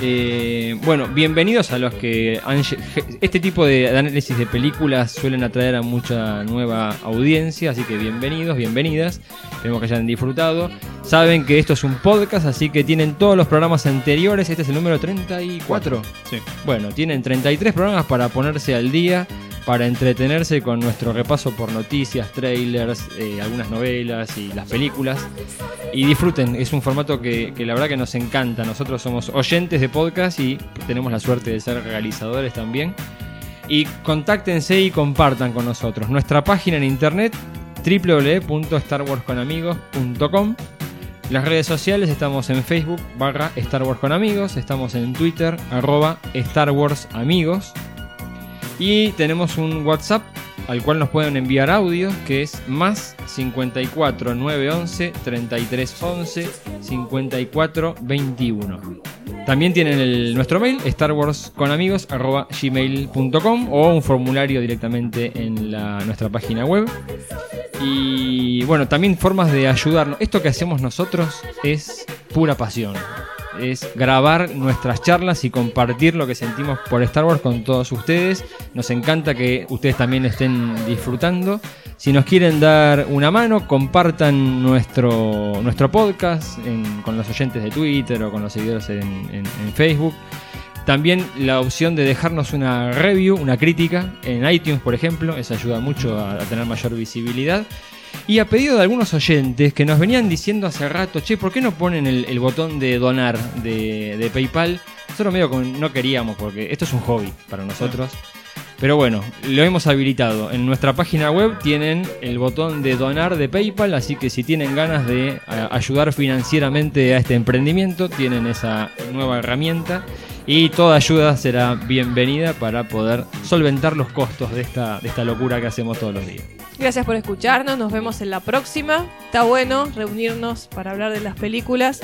[SPEAKER 3] Eh, bueno, bienvenidos a los que han lle- je- este tipo de análisis de películas suelen atraer a mucha nueva audiencia, así que bienvenidos, bienvenidas. Esperemos que hayan disfrutado. Saben que esto es un podcast, así que tienen todos los programas anteriores. Este es el número 34.
[SPEAKER 5] Sí.
[SPEAKER 3] Bueno, tienen 33 programas para ponerse al día, para entretenerse con nuestro repaso por noticias, trailers, eh, algunas novelas y las películas. Y disfruten, es un formato que, que la verdad que nos encanta. Nosotros somos oyentes de podcast y tenemos la suerte de ser realizadores también. Y contáctense y compartan con nosotros. Nuestra página en internet www.starwarsconamigos.com las redes sociales estamos en Facebook barra Star Wars con amigos, estamos en Twitter arroba Star Wars amigos y tenemos un WhatsApp al cual nos pueden enviar audios que es más 54 911 33 11 54 21. También tienen el- nuestro mail starwarsconamigos arroba gmail.com o un formulario directamente en la- nuestra página web. Y bueno, también formas de ayudarnos. Esto que hacemos nosotros es pura pasión. es grabar nuestras charlas y compartir lo que sentimos por Star Wars con todos ustedes. Nos encanta que ustedes también estén disfrutando. Si nos quieren dar una mano, compartan nuestro, nuestro podcast en- con los oyentes de Twitter o con los seguidores en, en- en Facebook. También la opción de dejarnos una review, una crítica en iTunes, por ejemplo. Eso ayuda mucho a- a tener mayor visibilidad. Y a pedido de algunos oyentes que nos venían diciendo hace rato, che, ¿por qué no ponen el, el botón de donar de, de PayPal? Nosotros medio como no queríamos, porque esto es un hobby para nosotros. Pero bueno, lo hemos habilitado. En nuestra página web tienen el botón de donar de PayPal, así que si tienen ganas de a, ayudar financieramente a este emprendimiento, tienen esa nueva herramienta. Y toda ayuda será bienvenida para poder solventar los costos de esta, de esta locura que hacemos todos los días.
[SPEAKER 4] Gracias por escucharnos, nos vemos en la próxima. Está bueno reunirnos para hablar de las películas.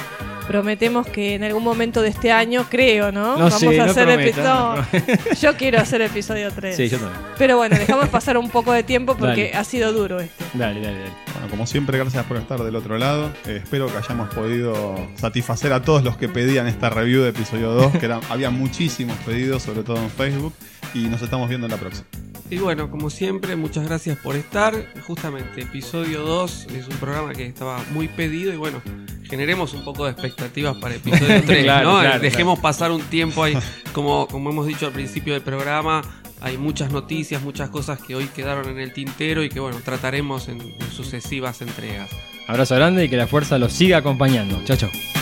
[SPEAKER 4] Prometemos que en algún momento de este año, creo, ¿no?
[SPEAKER 3] No
[SPEAKER 4] Vamos
[SPEAKER 3] sé,
[SPEAKER 4] a
[SPEAKER 3] no
[SPEAKER 4] hacer
[SPEAKER 3] prometas, no
[SPEAKER 4] episodio. Yo quiero hacer episodio 3.
[SPEAKER 3] Sí, yo también.
[SPEAKER 4] Pero bueno, dejamos pasar un poco de tiempo porque
[SPEAKER 3] Dale.
[SPEAKER 4] ha sido duro este.
[SPEAKER 3] Dale, dale, dale.
[SPEAKER 5] Bueno, como siempre, gracias por estar del otro lado. Eh, espero que hayamos podido satisfacer a todos los que pedían esta review de episodio 2, que era- había muchísimos pedidos, sobre todo en Facebook. Y nos estamos viendo en la próxima.
[SPEAKER 6] Y bueno, como siempre, muchas gracias por estar. Justamente, episodio 2 es un programa que estaba muy pedido y bueno, generemos un poco de expectativas para episodio 3,
[SPEAKER 3] Claro,
[SPEAKER 6] ¿no?
[SPEAKER 3] claro,
[SPEAKER 6] Dejemos pasar un tiempo ahí, como, como hemos dicho al principio del programa, hay muchas noticias, muchas cosas que hoy quedaron en el tintero y que bueno, trataremos en- en sucesivas entregas.
[SPEAKER 3] Abrazo grande y que la fuerza los siga acompañando. Chao, chao.